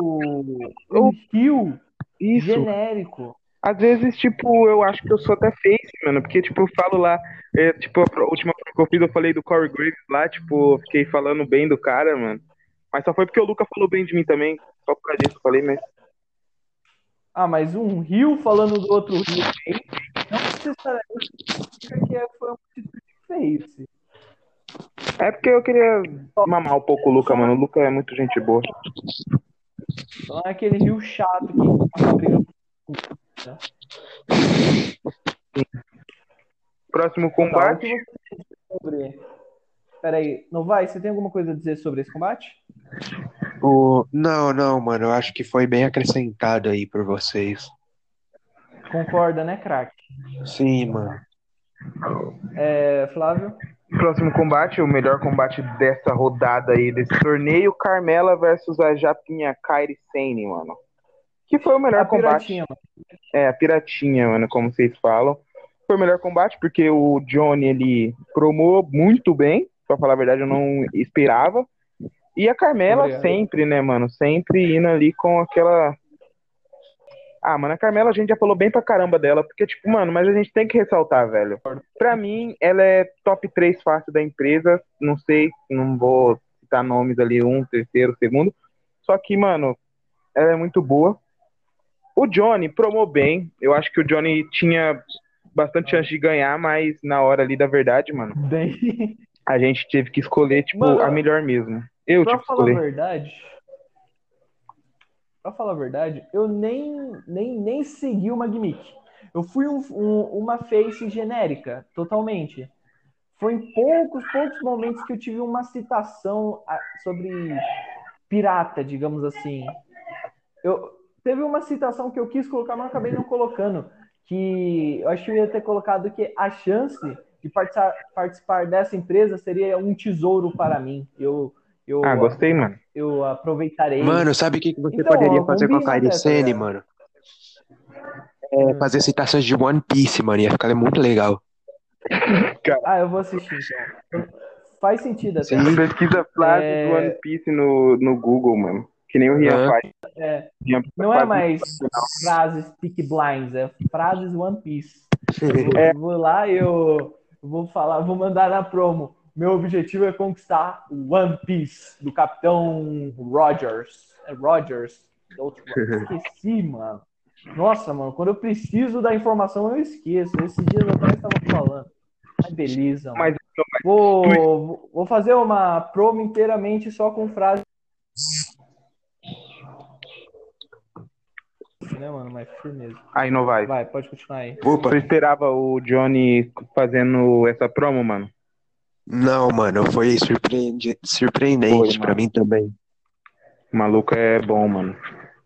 A: um heel
B: Isso.
A: genérico.
B: Às vezes, tipo, eu acho que eu sou até face, mano. Porque, tipo, eu falo lá. é, tipo, a pro- última que eu fiz, eu falei do Corey Graves lá. Tipo, eu fiquei falando bem do cara, mano. Mas só foi porque o Luca falou bem de mim também. Só por causa disso eu falei, mas.
A: Ah, mas um rio falando do outro rio aí, não necessariamente significa que é- foi um título de face.
B: É porque eu queria mamar um pouco o Luca, mano. O Luca é muito gente boa.
A: Não é aquele rio chato que passa brigando
B: Próximo
A: Tá, o que
B: combate.
A: você tem a dizer sobre. Peraí, Novai, você tem alguma coisa a dizer sobre esse combate?
C: O... Não, não, mano. Eu acho que foi bem acrescentado aí por vocês.
A: Concorda, né, craque?
C: Sim, mano.
A: É, Flávio?
B: Próximo combate, o melhor combate dessa rodada aí, desse torneio, Carmela versus a Japinha Kairi Sane, mano. Que foi o melhor
A: A
B: combate.
A: piratinha, mano.
B: É, a piratinha, mano, como vocês falam. Foi o melhor combate porque o Johnny, ele promou muito bem. Pra falar a verdade, eu não esperava. E a Carmela
A: Obrigado.
B: sempre, né, mano? Sempre indo ali com aquela... Ah, mano, a Carmela a gente já falou bem pra caramba dela. Porque, tipo, mano, mas a gente tem que ressaltar, velho. Pra mim, ela é top 3 fácil da empresa. Não sei, não vou citar nomes ali, um, terceiro, segundo. Só que, mano, ela é muito boa. O Johnny promou bem. Eu acho que o Johnny tinha bastante chance de ganhar, mas na hora ali da verdade, mano.
A: Daí,
B: A gente teve que escolher, tipo,
A: Mano,
B: a melhor mesmo. Eu
A: pra
B: tive que
A: falar a
B: escolher.
A: verdade, pra falar a verdade, eu nem, nem, nem segui uma gimmick. Eu fui um- um- uma face genérica, totalmente. Foi em poucos, poucos momentos que eu tive uma citação a- sobre pirata, digamos assim. Eu, teve uma citação que eu quis colocar, mas eu acabei não colocando. Que eu acho que eu ia ter colocado que a chance de participar, participar dessa empresa seria um tesouro para mim. Eu, eu,
B: Ah, gostei, mano.
A: eu aproveitarei.
C: Mano, sabe o que que você
A: Então,
C: poderia
A: ó,
C: fazer com a
A: combina
C: Kairi
B: né, tá
A: dessa,
C: Sane,
A: galera.
C: mano? É, fazer citações de One Piece, mano. Ia ficar muito legal.
A: Ah, eu vou assistir então. Faz sentido até.
C: Sim.
B: Assim, Pesquisa frase
A: É.
B: do One Piece no, no Google, mano. Que nem o Rian
C: Ah.
B: faz.
A: É.
B: Rian
A: Não é
B: faz-
A: mais frases Peak Blinds, é frases One Piece.
B: É.
A: Eu vou lá, eu vou falar, vou mandar na promo. Meu objetivo é conquistar o One Piece do Capitão Rogers. É Rogers. Outro- Esqueci, mano. Nossa, mano, quando eu preciso da informação, eu esqueço. Esses dias atrás estava falando. Mas beleza, mano.
B: Mas
A: Vou, vou fazer uma promo inteiramente só com frases. Né, mano? Mas firmeza.
B: Aí não vai.
A: Vai, pode continuar aí.
B: Tu
C: Opa.
B: esperava o Johnny fazendo essa promo, mano?
C: Não, mano, foi surpreende- surpreendente
B: Foi,
C: pra
B: mano.
C: mim também.
B: O maluco é bom, mano.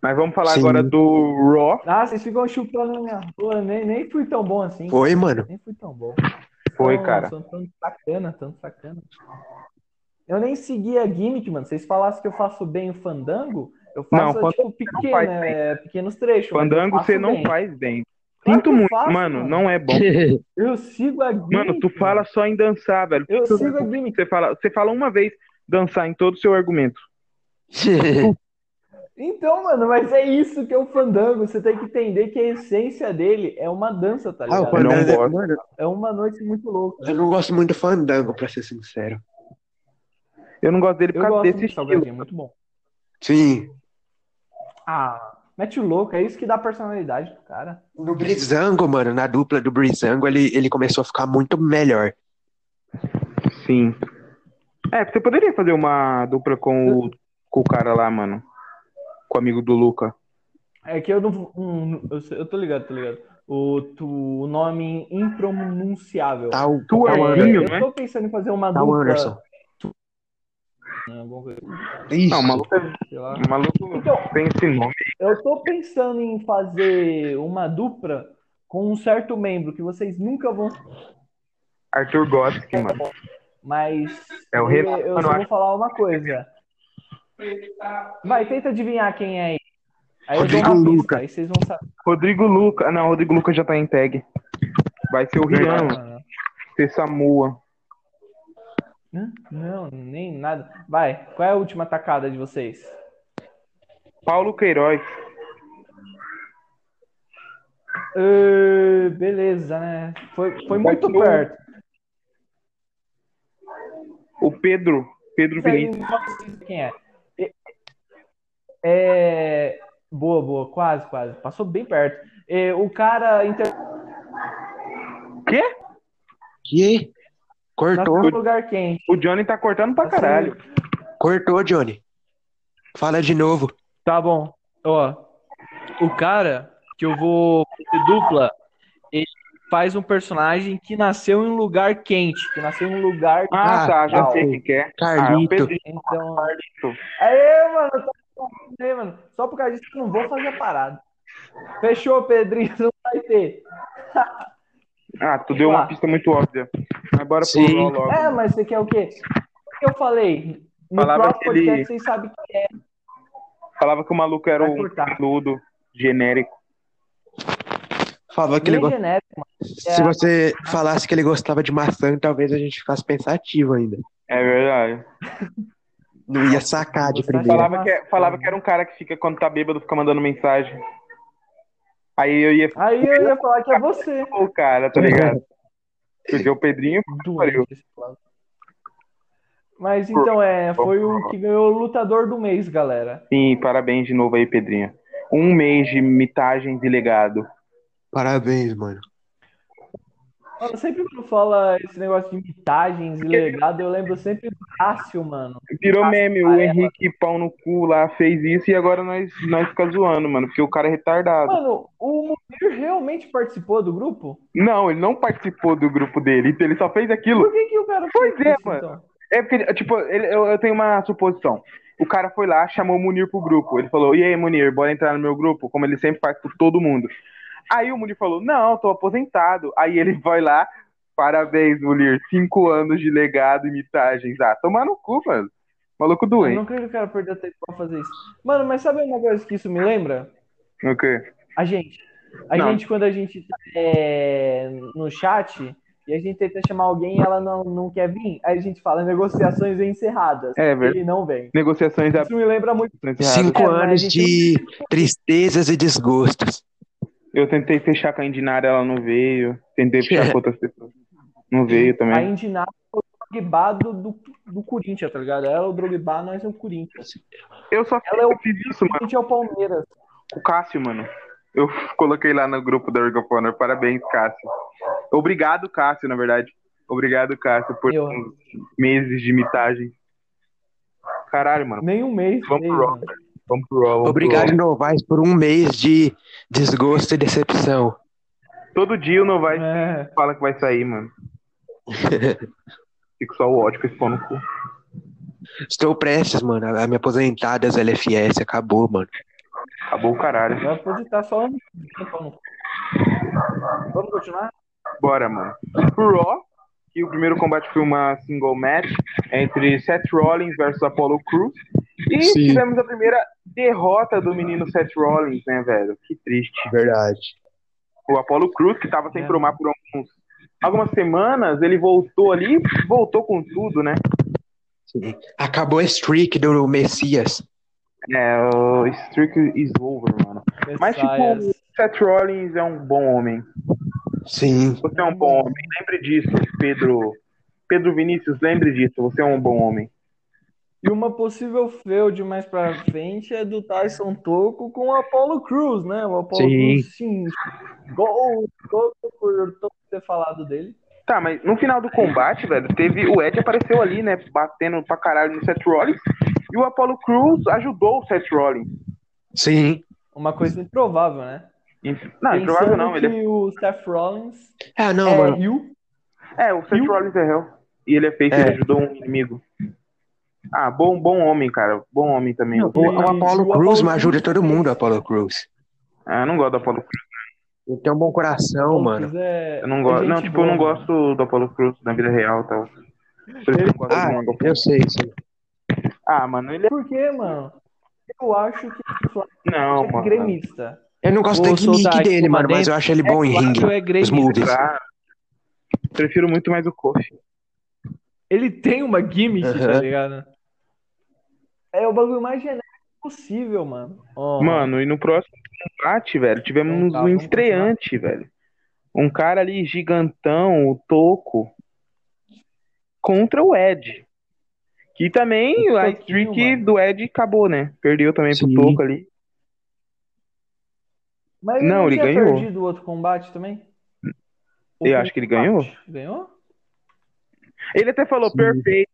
B: Mas vamos falar
C: Sim.
B: agora do Raw.
A: Ah, vocês ficam chutando na minha rua. Nem, nem fui tão bom assim.
C: Foi, mano.
A: Nem fui tão bom.
B: Foi,
A: Tão-
B: cara.
A: tão- tão sacana, tão sacana. Eu nem segui a gimmick, mano. Vocês falassem que eu faço bem o fandango, eu faço,
B: Não,
A: tipo, pequeno,
B: faz bem.
A: é, pequenos trechos. mas eu
B: Fandango
A: faço
B: você não
A: bem.
B: faz bem.
A: Claro
B: Sinto
A: que eu
B: muito,
A: faço,
B: mano.
A: mano.
B: Não é bom.
A: Eu sigo a gimmick.
B: Mano, tu fala só em dançar, velho.
A: Eu
B: Tu-
A: sigo a gimmick.
B: Você fala, você fala uma vez dançar em todo o seu argumento.
A: Então, mano, mas é isso que é o fandango. Você tem que entender que a essência dele é uma dança, tá
C: Ah, o
A: ligado?
C: Fandango,
B: gosto.
C: mano,
A: É uma noite muito louca.
C: eu não gosto muito do Fandango, pra ser sincero.
B: Eu não gosto dele por
A: Eu
B: causa
A: gosto
B: desse
A: desse
B: estilo.
A: salgadinho, muito bom.
C: Sim,
A: Ah, mete o louco, é isso que dá personalidade pro cara.
C: no Brizango, mano, na dupla do Brizango, ele, ele começou a ficar muito melhor.
B: Sim. É, você poderia fazer uma dupla com o, com o cara lá, mano. Com o amigo do Luca.
A: É que eu não. hum, eu, sei- eu tô ligado, tô ligado. O, tu- o nome impronunciável.
C: Tá o,
B: Tu
C: tá o
B: é
C: Anderson.
B: Anderson,
A: eu
B: né?
A: tô pensando em fazer uma
C: Tá o
A: dupla,
C: Anderson.
A: alguma coisa,
C: Isso.
B: Não, o maluco, é-
A: sei lá.
B: o maluco
A: Então,
B: tem esse nome.
A: Eu tô pensando em fazer uma dupla com um certo membro que vocês nunca vão,
B: Arthur Gotti, mano.
A: mas
B: É o
A: eu,
B: Renato,
A: eu
B: mano,
A: só
B: eu
A: vou falar uma coisa. Vai, tenta adivinhar quem é aí. Aí eu dou
C: Rodrigo
A: uma pista,
C: Luca.
A: aí vocês vão saber.
B: Rodrigo Luca. Ah, Não, Rodrigo Luca já tá em tag. Vai ser o Rian, mano.
A: mano.
B: ser Samua.
A: Hã? Não, nem nada. Vai, qual é a última tacada de vocês?
B: Paulo Queiroz.
A: Ê, beleza, né? Foi, foi
B: Vai
A: muito
B: ser o
A: perto.
B: O Pedro. Pedro
A: Isso aí,
B: Vinícius.
A: não sei Quem é? E- É. Boa, boa, quase, quase. Passou bem perto. É, o cara inter...
C: Que? Cortou,
A: nasceu tá no lugar quente.
B: O Johnny tá cortando pra
A: Nasceu-
B: caralho.
C: cortou, Johnny. Fala de novo.
D: Tá bom. Ó, o cara que eu vou fazer dupla, ele faz um personagem que nasceu em um lugar quente, que nasceu em um lugar
B: Ah,
C: Ah,
B: tá. Já
A: não.
B: sei quem que é. Ah, é o
C: Carlito.
B: Pedro.
A: Então. Aê, mano, eu tô confundindo aí, mano. Só por causa disso que eu não vou fazer a parada. Fechou, Pedrinho, não vai ter.
B: Ah, tu deu uma
A: Tá.
B: pista muito óbvia. Mas bora pro
C: Sim.
B: Raw logo.
A: É, mas você quer o quê? O que eu falei? No
B: Falava
A: próximo
B: que ele-
A: podcast vocês sabem que é.
B: Falava que o maluco era
A: Vai
B: um
A: cortar.
B: peludo genérico.
C: Falava que ele
A: Nem
C: go-
A: genérico,
C: Se você falasse que ele gostava de maçã, talvez a gente ficasse pensativo ainda.
B: É verdade.
C: Não ia sacar de
A: Gostava de
C: primeira.
A: falar-
B: Falava que, falava que era um cara que fica, quando tá bêbado, fica mandando mensagem. Aí eu ia ficar,
A: Aí eu ia falar que é você.
B: "Ô, cara, tá ligado? Porque o Pedrinho Pariu.
A: Doente esse plano. Mas então, é, foi o que ganhou o lutador do mês, galera.
B: Sim, parabéns de novo aí, Pedrinho. Um mês de mitagens e legado.
C: Parabéns, mano.
A: Mano, sempre quando fala esse negócio de mitagens e legado, eu lembro sempre do Cássio, mano.
B: Virou meme, o Henrique Pau no cu lá fez isso e agora nós, nós fica zoando, mano, porque o cara é retardado.
A: Mano, o Munir realmente participou do grupo?
B: Não, ele não participou do grupo dele, então ele só fez
A: Por
B: aquilo.
A: que, que o cara
B: Pois
A: fez
B: é,
A: isso,
B: mano.
A: então?
B: É porque, tipo, ele- eu, eu tenho uma suposição. O cara foi lá, chamou o Munir pro grupo. Ele falou, e aí, Munir, bora entrar no meu grupo? Como ele sempre faz por todo mundo. Aí o Munir falou, não, tô aposentado. Aí ele vai lá, parabéns, Munir, cinco anos de legado e mitagens. Ah, tomar no cu, mano. Maluco
A: Eu
B: doente.
A: não creio que o cara perdeu tempo pra fazer isso. Mano, mas sabe uma coisa que isso me lembra?
B: O quê?
A: A gente. A
B: Não.
A: gente, quando a gente tá é, no chat e a gente tenta chamar alguém e ela não, não quer vir, aí a gente fala negociações encerradas.
B: É verdade.
A: Ele não vem.
B: Negociações
A: Isso me lembra muito.
B: abertas.
C: Cinco
A: É, mas a
C: anos
A: gente-
C: de tristezas e desgostos.
B: Eu tentei fechar com a Indinara, ela não veio. Tentei fechar com outras pessoas. Não veio
A: A
B: também.
A: Indinara foi o Drogba do, do, do Corinthians, tá ligado? Ela é o Drogba, nós é o Corinthians.
B: Eu só
A: Ela é o-
B: fiz isso, mano.
A: A gente é o Palmeiras.
B: O Cássio, mano. Eu coloquei lá no grupo da Ring of Honor. Parabéns, Cássio. Obrigado, Cássio, na verdade. Obrigado, Cássio, por
A: Eu-
B: uns meses de mitagem. Caralho, mano.
A: Nem um mês.
B: Vamos
A: fez,
B: pro
A: mano.
B: Vamos pro Raw. vamos pro
C: Obrigado,
B: Raw.
C: Novais, por um mês de desgosto e decepção.
B: Todo dia o Novais
A: É.
B: fala que vai sair, mano. Fico só o ódio com esse pão no cu.
C: Estou prestes, mano, a me aposentar das LFS. Acabou, mano.
B: Acabou o caralho.
A: Vai aposentar só ano que vem, pau no cu. Vamos continuar?
B: Bora, mano. Pro Raw, que o primeiro combate foi uma single match entre Seth Rollins versus Apollo Crews. E
C: Sim.
B: tivemos a primeira derrota do menino Seth Rollins, né, velho? Que triste.
C: Verdade.
B: O Apollo Crews, que tava sem
A: É.
B: promar por alguns, algumas semanas, ele voltou ali, voltou com tudo, né?
C: Acabou a streak do Messias.
B: É, o streak is over, mano. Mas,
A: Messias.
B: tipo, Seth Rollins é um bom homem.
C: Sim.
B: Você é um bom homem. Lembre disso, Pedro. Pedro Vinícius, lembre disso. Você é um bom homem.
A: E uma possível feud mais pra frente é do Tyson Toco com o Apollo Crews, né? O Apollo
C: Sim.
A: Crews, sim. Gol, gol por todo ter falado dele.
B: Tá, mas no final do combate, velho, teve o Ed apareceu ali, né, batendo pra caralho no Seth Rollins, e o Apollo Crews ajudou o Seth Rollins.
C: Sim.
A: Uma coisa improvável, né?
B: Não,
A: Pensando
B: Ah, improvável não, ele
A: que o Seth Rollins
C: Ah, não,
A: é
C: mano.
A: heel.
B: é... É, o Seth
A: E o-
B: Rollins é réu. E ele é feito,
C: É.
B: ele ajudou um inimigo. Ah, bom, bom homem, cara. Bom homem também.
C: O, o Apollo
A: o
C: Cruz
A: Apollo
C: me ajuda
A: Crews-
C: todo mundo, o Apollo Cruz.
B: Ah, eu não gosto do Apollo Crews.
C: Ele tem um bom coração, mano.
B: Eu não gosto. Não, tipo, eu não gosto do Apollo Crews na vida real e tal. Por isso que eu gosto
A: tá-
C: Ah,
B: do Apollo Crews.
C: eu sei, sim.
B: Ah, mano, ele é.
A: Por quê, mano? Eu acho que o Flávio
B: Não,
A: é
B: mano.
A: gremista.
C: Eu não gosto
A: Vou
C: da
A: soltar
C: gimmick
A: aqui
C: dele,
A: uma
C: mano, mas
A: dentro.
C: eu acho ele bom em
A: Flávio
C: ringue.
A: é
C: Os
A: gremista.
C: moves.
B: Ah, prefiro muito mais o Kofi.
A: Ele tem uma gimmick, tá
C: Aham.
A: ligado? É o bagulho mais genérico possível, mano. Ó,
B: Mano, e no próximo combate, velho, tivemos
A: Então tá,
B: um
A: vamos
B: estreante, velho. Um cara ali gigantão, o Toco, contra o Ed. Que também
A: O
B: a
A: Toquinho,
B: streak
A: mano.
B: do Ed acabou, né? Perdeu também pro
C: Sim.
B: Toco ali.
A: Mas ele
B: Não,
A: não
B: ele
A: tinha
B: ganhou.
A: perdido o outro combate também?
B: Eu
A: Outro
B: acho que ele
A: combate.
B: ganhou.
A: Ganhou?
B: Ele até falou
C: Sim.
B: perfeito.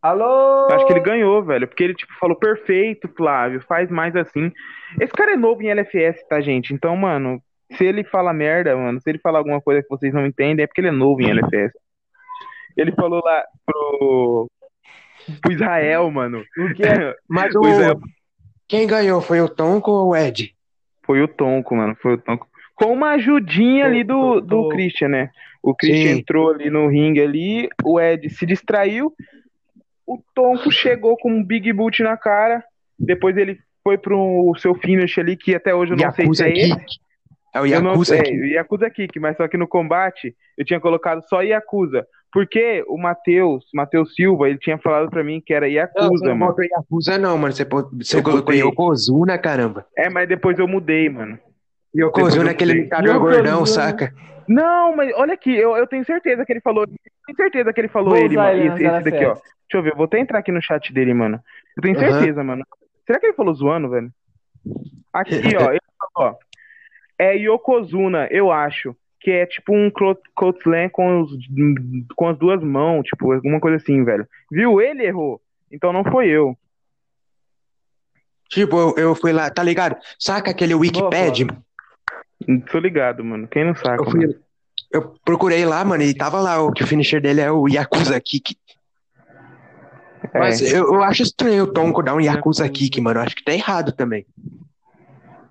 A: Alô?
B: Eu Acho que ele ganhou, velho. Porque ele, tipo, falou perfeito, Flávio. Faz mais assim. Esse cara é novo em LFS, tá, gente? Então, mano, se ele fala merda, mano, se ele falar alguma coisa que vocês não entendem, é porque ele é novo em LFS. Ele falou lá pro, pro Israel, mano.
A: O que é?
C: Mas o...
B: Pois é.
C: quem ganhou foi o Tonko ou o Ed?
B: Foi o Tonco, mano. Foi o Tonco. Com uma ajudinha ali do, do Christian, né? O Christian
C: Sim.
B: entrou ali no ringue ali, o Ed se distraiu, o Tonco chegou com um big boot na cara, depois ele foi pro seu finish ali, que até hoje eu não sei se
C: Yakuza
B: é esse.
C: Kick. É o
B: Eu não
C: Yakuza
B: sei,
C: Kick.
B: Yakuza Kick, mas só que no combate eu tinha colocado só Yakuza, porque o Matheus, Matheus Silva, ele tinha falado pra mim que era
C: Não, você
B: Yakuza,
C: não
B: mano.
C: botou Yakuza não, mano. Você, pô- você
B: Eu
C: colocou
B: botei.
C: Yokozuna, caramba.
B: É, mas depois eu mudei, mano. Depois
C: Yokozuna
B: eu
C: é aquele
B: botei.
C: lutador
A: Yokozuna.
C: gordão, saca?
B: Não, mas olha aqui, eu, eu tenho certeza que ele falou. Tenho certeza que ele falou
A: Vou
B: ele,
A: usar
B: mano.
A: ele na
B: Esse, esse daqui, ó.
A: Galafest.
B: Deixa eu ver, eu vou até entrar aqui no chat dele, mano. Eu tenho
C: Aham.
B: certeza, mano. Será que ele falou zoando, velho? Aqui, ó, ele falou, ó. É Yokozuna, eu acho. que é tipo um clo- Clothesline com, os, com as duas mãos, tipo, alguma coisa assim, velho. Viu? Ele errou. Então não foi eu.
C: Tipo, eu, eu fui lá, tá ligado? Saca aquele Wikipedia?
B: Tô ligado, mano. Quem não saca,
C: Eu, fui-
B: mano.
C: eu procurei lá, mano, e tava lá o que o finisher dele é o Yakuza Kick.
B: É.
C: Mas eu, eu acho estranho o Tonko dar um Yakuza Kick, mano. Eu acho que tá errado também.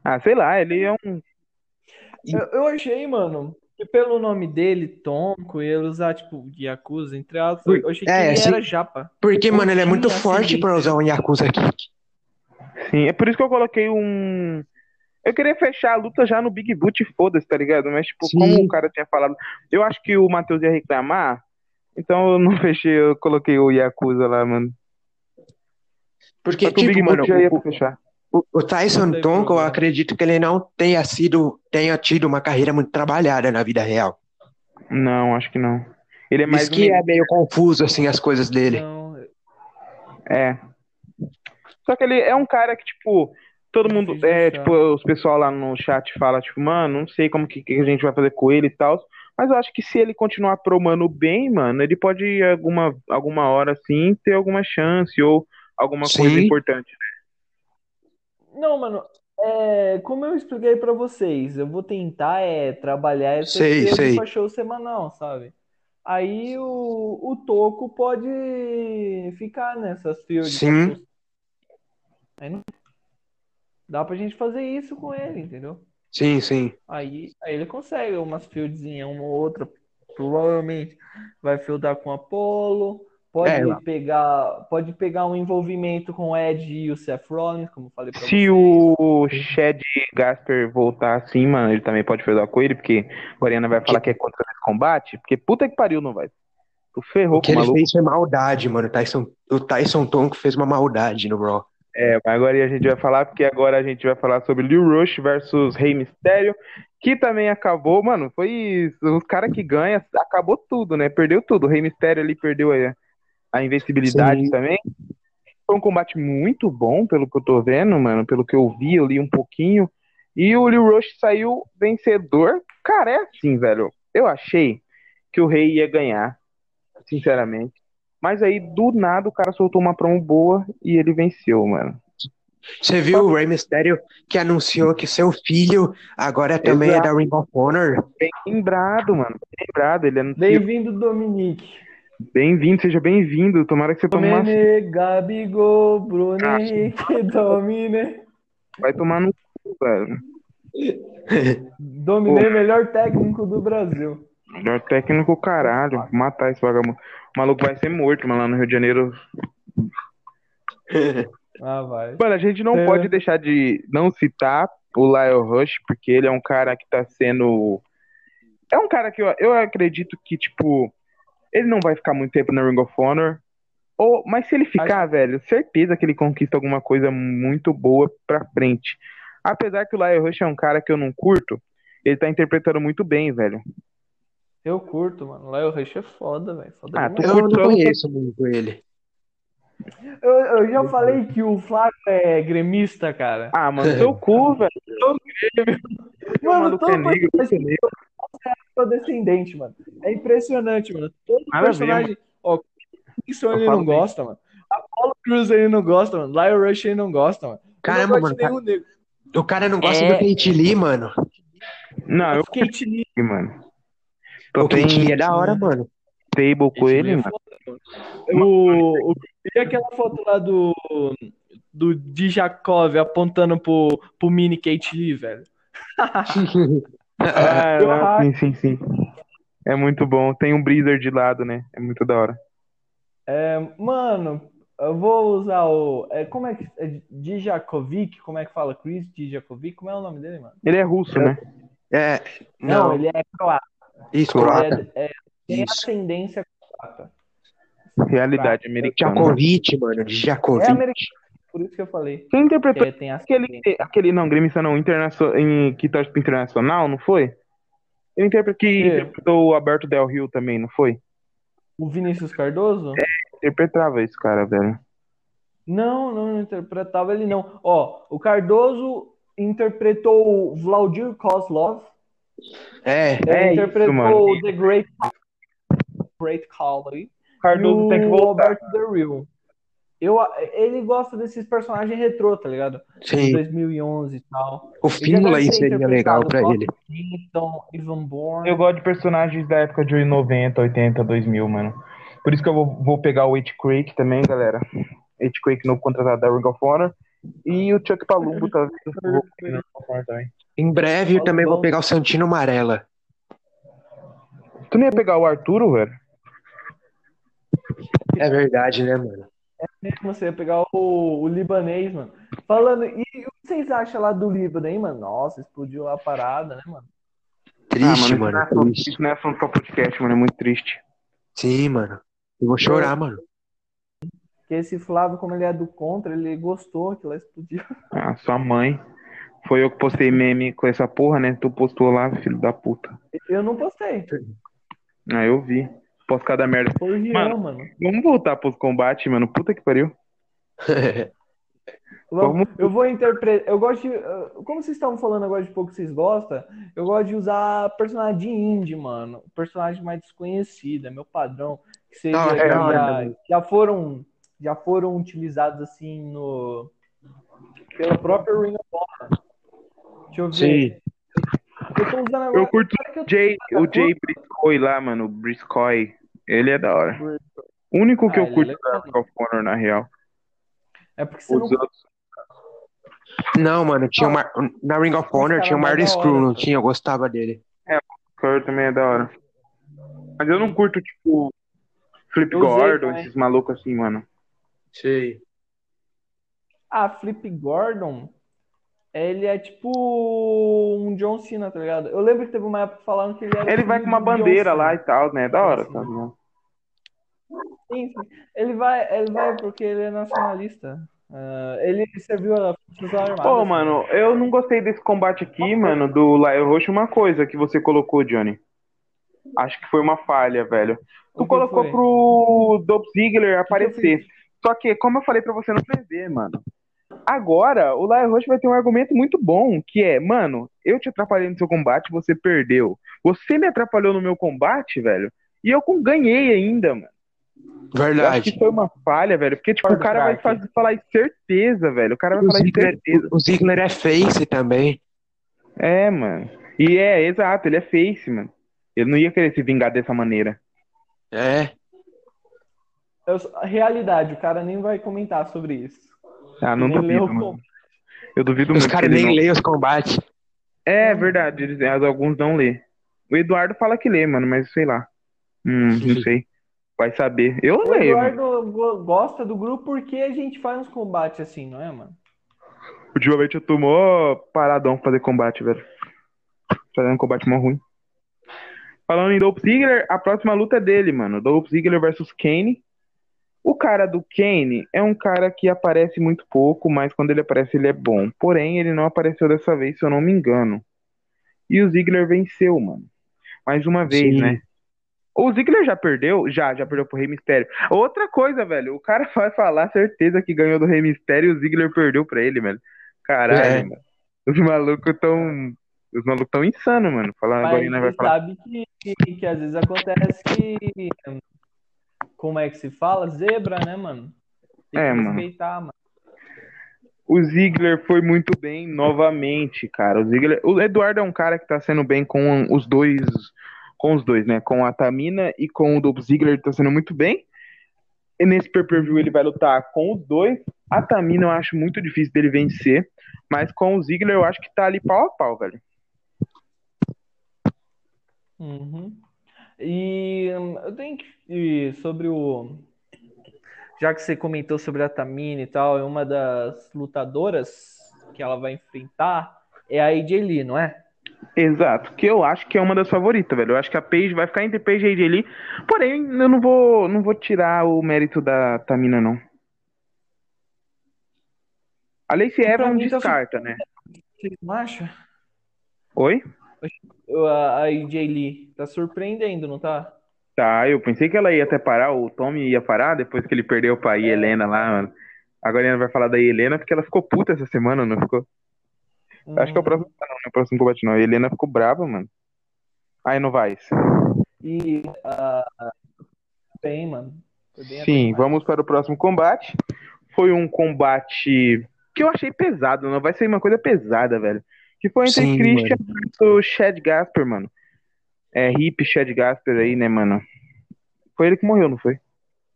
B: Ah, sei lá, ele é um.
A: Eu, eu achei, mano, que pelo nome dele, Tonko, e ele usar, tipo, Yakuza, entre aspas, eu achei que
C: É,
A: ele
C: assim-
A: era japa.
C: Porque, mano, ele é muito
A: Sim, assim,
C: forte
A: bem.
C: pra usar um Yakuza Kick.
B: Sim, é por isso que eu coloquei um. Eu queria fechar a luta já no Big Boot, foda-se, tá ligado? Mas, tipo,
C: Sim.
B: como o cara tinha falado. Eu acho que o Matheus ia reclamar, então eu não fechei, eu coloquei o Yakuza lá, mano.
C: Porque,
B: Só que o Big
C: tipo,
B: Boot
C: mano,
B: já ia
C: o-
B: pra fechar.
C: O, o Tyson
A: Não tem
C: Tonko, eu
A: problema.
C: acredito que ele não tenha sido, tenha tido uma carreira muito trabalhada na vida real.
B: Não, acho que não. Ele é mais
C: Isso que
B: um.
C: é meio confuso, assim, as coisas dele.
A: Então,
B: É. Só que ele é um cara que, tipo, todo mundo,
A: Difícil
B: é,
A: de achar.
B: tipo, os pessoal lá no chat fala, tipo, mano, não sei como que, que a gente vai fazer com ele e tal. Mas eu acho que se ele continuar promando bem, mano, ele pode alguma, alguma hora assim ter alguma chance ou alguma coisa
C: Sim.
B: importante.
A: Não, mano, é, como eu expliquei pra vocês, eu vou tentar é, trabalhar essa
C: Sei,
A: ideia
C: sei.
A: pra show semanal, sabe? Aí o, o Toco pode ficar nessas field
C: Sim.
A: goals. Aí não- dá pra gente fazer isso com ele, entendeu?
C: Sim, sim.
A: Aí, aí ele consegue umas fieldzinhas, uma ou outra, provavelmente vai fieldar com o Apollo, pode
C: É, lá.
A: pegar, pode pegar um envolvimento com o Ed e o Seth Rollins, como eu falei pra
B: Se
A: vocês.
B: o Chad Gasper voltar assim, mano, ele também pode fazer com ele, porque a Mariana vai falar que é contra esse combate, porque puta que pariu, não vai. Tu ferrou
C: O que
B: com o
C: ele
B: maluco.
C: fez foi maldade, mano. O Tyson, o Tyson Tonko fez uma maldade no Raw.
B: É, mas agora a gente vai falar, porque agora a gente vai falar sobre Lil Rush versus Rei Mistério, que também acabou, mano, foi isso. Os caras que ganham, acabou tudo, né? Perdeu tudo. O Rei Mistério ali perdeu a, a invencibilidade
C: Sim.
B: também. Foi um combate muito bom, pelo que eu tô vendo, mano, pelo que eu vi, eu li um pouquinho. E o Lil Rush saiu vencedor. Cara, é assim, velho. Eu achei que o Rei ia ganhar, sinceramente. Mas aí, do nada, o cara soltou uma promo boa e ele venceu, mano.
C: Você viu o Rey Mysterio que anunciou que seu filho agora também é
B: Exato.
C: da Ring of Honor?
B: Lembrado, mano. Lembrado. Ele anunciou.
A: Bem-vindo, Dominique.
B: Bem-vindo, seja bem-vindo. Tomara que você tome uma...
A: Domene, Gabigol, Bruno
B: Ah.
A: Henrique, Domine.
B: vai tomar no cu, velho.
A: Dominei, é melhor técnico do Brasil.
B: Melhor técnico, caralho. Vou Matar esse vagabundo. O maluco vai ser morto, mano, lá no Rio de Janeiro.
A: Ah, vai.
B: Mano, a gente não
A: É.
B: pode deixar de não citar o Lyle Rush, porque ele é um cara que tá sendo. É um cara que eu, eu acredito que, tipo, ele não vai ficar muito tempo na Ring of Honor. Ou, mas se ele ficar, velho, certeza que ele conquista alguma coisa muito boa pra frente. Apesar que o Lyle Rush é um cara que eu não curto, ele tá interpretando muito bem, velho.
A: Eu curto, mano. Léo Rush é foda, velho. Foda
B: Ah,
A: demais.
B: tu
C: Eu não conheço muito ele.
A: eu, eu já falei que o Flávio é gremista, cara.
B: Ah, mano, seu cu, velho.
A: É. Mano,
B: maluco é
A: todo
B: negro,
A: personagem
B: negro.
A: é descendente, mano. É impressionante, mano. Todo
B: Nada a ver,
A: personagem. Ó, isso
B: Eu
A: ele
B: falo
A: não
B: bem.
A: gosta, mano. Apollo Cruz ele não gosta, mano. Lyle Rush ele não gosta, mano. Eu não gosto
C: Caramba,
A: de
C: mano, cara.
A: nenhum negro.
C: O cara não gosta
A: É.
C: do Kate Lee, mano.
B: Não, Ah, eu
A: Kate Lee,
B: fui, mano.
C: O
B: Tô tem
C: Kate Lee é da hora, mano.
B: table com
A: Kate
B: ele,
A: Lee é
B: mano.
A: O, o, e aquela foto lá do, do Djakov apontando pro, pro mini Kate Lee, velho?
B: Ah,
A: Eu
B: não,
A: acho.
B: sim, sim, sim. É muito bom. Tem um Breezer de lado, né? É muito da hora.
A: É, mano, eu vou usar o. É, como é que. É Djakovic? Como é que fala? Chris Djakovic? Como é o nome dele, mano?
B: Ele é russo, né?
C: É, não,
A: ele é croata.
C: isso,
A: Ele
C: croata.
A: é- é- tem
C: Isso.
A: ascendência croata. É
B: Realidade americana.
C: Djakovic, mano, Djakovic.
A: É americano. Por isso que eu falei.
B: Quem interpretou
A: Que tem
B: aquele,
A: ascendência.
B: aquele não, gremista não, internacional, em, que torce pro internacional, não foi? Ele interpre- que
A: É.
B: interpretou o Alberto Del Rio também, não foi?
A: O Vinícius Cardoso?
B: Interpretava esse cara, velho.
A: Não, não, não interpretava ele, não. Ó, o Cardoso interpretou o Vladir Kozlov.
C: É,
A: Ele
B: É isso,
A: interpretou
B: mano.
A: The Great, Great Calling
B: Cardoso
A: e
B: tem que
A: o
B: voltar.
A: Alberto The Real. Eu, ele gosta desses personagens retrô, tá ligado?
C: sim.
A: 2011 e tal.
C: O Fímula aí
A: deve ter
C: seria legal
A: interpretado
C: pra
A: Bob
C: ele.
A: Clinton, Ivan Bourne.
B: Eu gosto de personagens da época de 90, 80, 2000, mano. Por isso que eu vou, vou pegar o It Creek também, galera. It Creek novo contratado da Ring of Honor. E o Chuck Palumbo tá vou pegar o Ring of Honor também.
C: Em breve eu
A: Bom,
C: também
A: bom.
C: vou pegar o Santino Marella.
B: Tu não ia pegar o Arturo, velho?
C: É verdade, né, mano?
A: Você ia pegar o, o libanês, mano. Falando, e o que vocês acham lá do Líbano, hein, mano? Nossa, explodiu a parada, né, mano?
C: Triste,
B: ah, mano. Isso
C: mano.
B: não, é assunto,
C: triste.
B: isso não é assunto pra podcast, mano. É muito triste.
C: Sim, mano. Eu vou chorar, mano.
A: Porque esse Flávio, como ele é do contra, ele gostou que lá explodiu.
B: Ah, sua mãe. Foi eu que postei meme com essa porra, né? Tu postou lá, filho da puta.
A: Eu não postei.
B: Ah, eu vi. Posso cada merda.
A: Foi o Rian,
B: Mano,
A: mano.
B: Vamos voltar pros combates, mano. Puta que pariu.
A: Vamos-
B: vamos-
A: Eu vou interpretar. Eu gosto de. eh, Como vocês estavam falando agora de pouco que vocês gostam, eu gosto de usar personagem de indie, mano. Personagem mais desconhecido, é meu padrão. Que, seja,
C: Ah, é,
A: que já,
C: mano.
A: já foram, já foram utilizados assim no. Pela própria Ring of Honor. Deixa eu ver.
C: Sim.
A: Eu tô usando agora.
B: Eu curto
A: Agora que eu
B: o
A: tô-
B: Jay, o Jay Briscoe lá, mano. O Briscoe. Ele é da hora. O único que
A: Ah,
B: eu
A: ele é
B: curto
A: legal.
B: da Ring of Honor, na real.
A: É porque você não
B: Os outros.
C: Não, mano, tinha uma... na Ring of Honor tinha o Marlon Screw, não tinha? Eu gostava dele.
B: Curry também é da hora. Mas eu não curto, tipo, Flip
A: Eu usei
B: Gordon,
A: também.
B: esses malucos assim, mano.
C: Sim.
A: Ah, Flip Gordon, ele é tipo um John Cena, tá ligado? Eu lembro que teve uma época falando que ele era
B: Ele
A: tipo
B: vai com uma
A: um
B: bandeira
A: John
B: lá e
A: Cena.
B: tal, né? Da hora,
A: Sim.
B: tá ligado?
A: Sim, sim. Ele vai, ele vai porque ele é nacionalista. Ah, ele serviu a Forças Armadas.
B: Pô, mano, eu não gostei desse combate aqui, mano, do Laio Roxo. Uma coisa que você colocou, Johnny. Acho que foi uma falha, velho.
A: O
B: Tu
A: que
B: colocou
A: foi?
B: pro Dolph Ziggler
A: que eu
B: aparecer. Só que, como eu falei pra você não prever, mano. Agora, o Laio Roxo vai ter um argumento muito bom, que é, mano, eu te atrapalhei no seu combate, você perdeu. Você me atrapalhou no meu combate, velho, e eu com- ganhei ainda, mano. Eu acho que
C: Verdade.
B: foi uma falha, velho, porque, tipo, o cara vai fazer, falar em certeza, velho. O cara vai
C: O
B: falar em
C: Ziggler,
B: certeza.
C: o Ziggler é face também.
B: É, mano. E é, exato, ele é face, mano. Ele não ia querer se vingar dessa maneira.
C: É.
A: Eu só- realidade, o cara nem vai comentar sobre isso.
B: Ah, não
A: Ele leu
B: duvido,
A: o
B: mano. Eu duvido
C: Os
B: muito que
C: caras
B: ele
C: nem
B: não...
C: leem os combates.
B: É verdade, eles, alguns não lê. O Eduardo fala que lê, mano, mas sei lá. Hum, não sei. Vai saber. Eu
A: O
B: leio, mano.
A: Eduardo go- gosta do grupo porque a gente faz uns combates assim, não é, mano?
B: Ultimamente eu tô mó paradão pra fazer combate, velho. Fazendo um combate mó ruim. Falando em Dolph Ziggler, a próxima luta é dele, mano. Dolph Ziggler versus Kane. O cara do Kane é um cara que aparece muito pouco, mas quando ele aparece ele é bom. Porém, ele não apareceu dessa vez, se eu não me engano. E o Ziggler venceu, mano. Mais uma vez,
C: Sim.
B: né? O Ziggler já perdeu? Já, já perdeu pro Rei Mistério. Outra coisa, velho. O cara vai falar certeza que ganhou do Rei Mistério e o Ziggler perdeu pra ele, velho. Caralho,
C: É.
B: mano. Os malucos tão. Os malucos tão insanos, mano. Falando agora,
A: Mas
B: né?
A: você
B: Vai falar.
A: sabe que, que, que às vezes acontece que. Como é que se fala? Zebra, né, mano? Tem que
B: É, mano.
A: respeitar, mano.
B: O Ziggler foi muito bem novamente, cara. O Ziggler, o Eduardo é um cara que tá sendo bem com os dois, com os dois, né? Com a Tamina e com o Dolph Ziggler, ele tá sendo muito bem. E nesse pay-per-view ele vai lutar com os dois. A Tamina eu acho muito difícil dele vencer, mas com o Ziggler eu acho que tá ali pau a pau, velho.
A: Uhum. E hum, eu tenho que. e sobre o. Já que você comentou sobre a Tamina e tal, é uma das lutadoras que ela vai enfrentar é a AJ Lee, não é?
B: Exato, que eu acho que é uma das favoritas, velho. Eu acho que a Paige vai ficar entre Paige e AJ Lee. Porém, eu não vou, não vou tirar o mérito da Tamina, não. A Lacey
A: pra
B: Evans
A: mim tá
B: descarta, né?
A: Você não acha?
B: Oi?
A: Eu- A a AJ Lee tá surpreendendo, não tá?
B: Tá, eu pensei que ela ia até parar, o Tommy ia parar depois que ele perdeu pra Helena lá, mano. Agora ela vai falar da Helena porque ela ficou puta essa semana, não ficou? Acho que é o
A: Hum,
B: próximo. Ah, Não, não é o próximo combate, não. A Helena ficou brava, mano. Aí no Vaz.
A: E. ah, bem, mano. Foi bem
B: Sim, vamos para o próximo combate. Foi um combate que eu achei pesado, não vai ser uma coisa pesada, velho. Que foi entre
C: Sim,
B: Christian versus Chad Gasper, mano. É hip Chad Gasper aí, né, mano? Foi ele que morreu, não foi?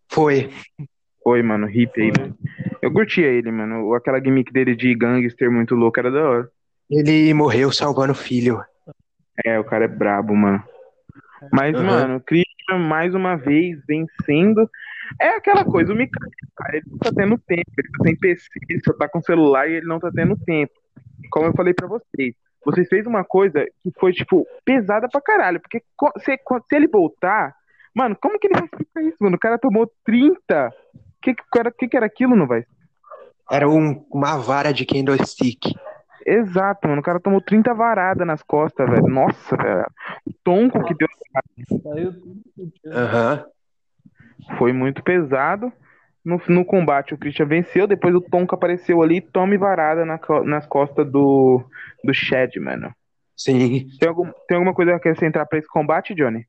C: Foi.
B: Foi, mano, hip aí.
D: Foi.
B: Eu curtia ele, mano. Aquela gimmick dele de gangster muito louco era da hora.
C: Ele morreu salvando o filho.
B: É, o cara é brabo, mano. Mas,
C: Aham.
B: mano, Christian mais uma vez vencendo. É aquela coisa, o Mikael, cara, ele não tá tendo tempo, ele tá sem PC, ele só tá com celular e ele não tá tendo tempo. Como eu falei pra vocês, vocês fez uma coisa que foi, tipo, pesada pra caralho, porque co- se, co- se ele voltar, mano, como que ele vai explicar isso, mano? O cara tomou 30. Que que, o cara- que que era aquilo, não vai?
C: Era um- uma vara de Kendo Stick.
B: Exato, mano. O cara tomou 30 varadas nas costas, velho. Nossa, velho. O tonco que deu
A: Saiu tudo fodido.
C: Aham.
B: foi muito pesado. No, no combate, o Christian venceu. Depois o Tonka apareceu ali, tome varada na co- nas costas do, do Shed, mano.
C: Sim.
B: Tem, algum, tem alguma coisa a acrescentar pra esse combate, Johnny?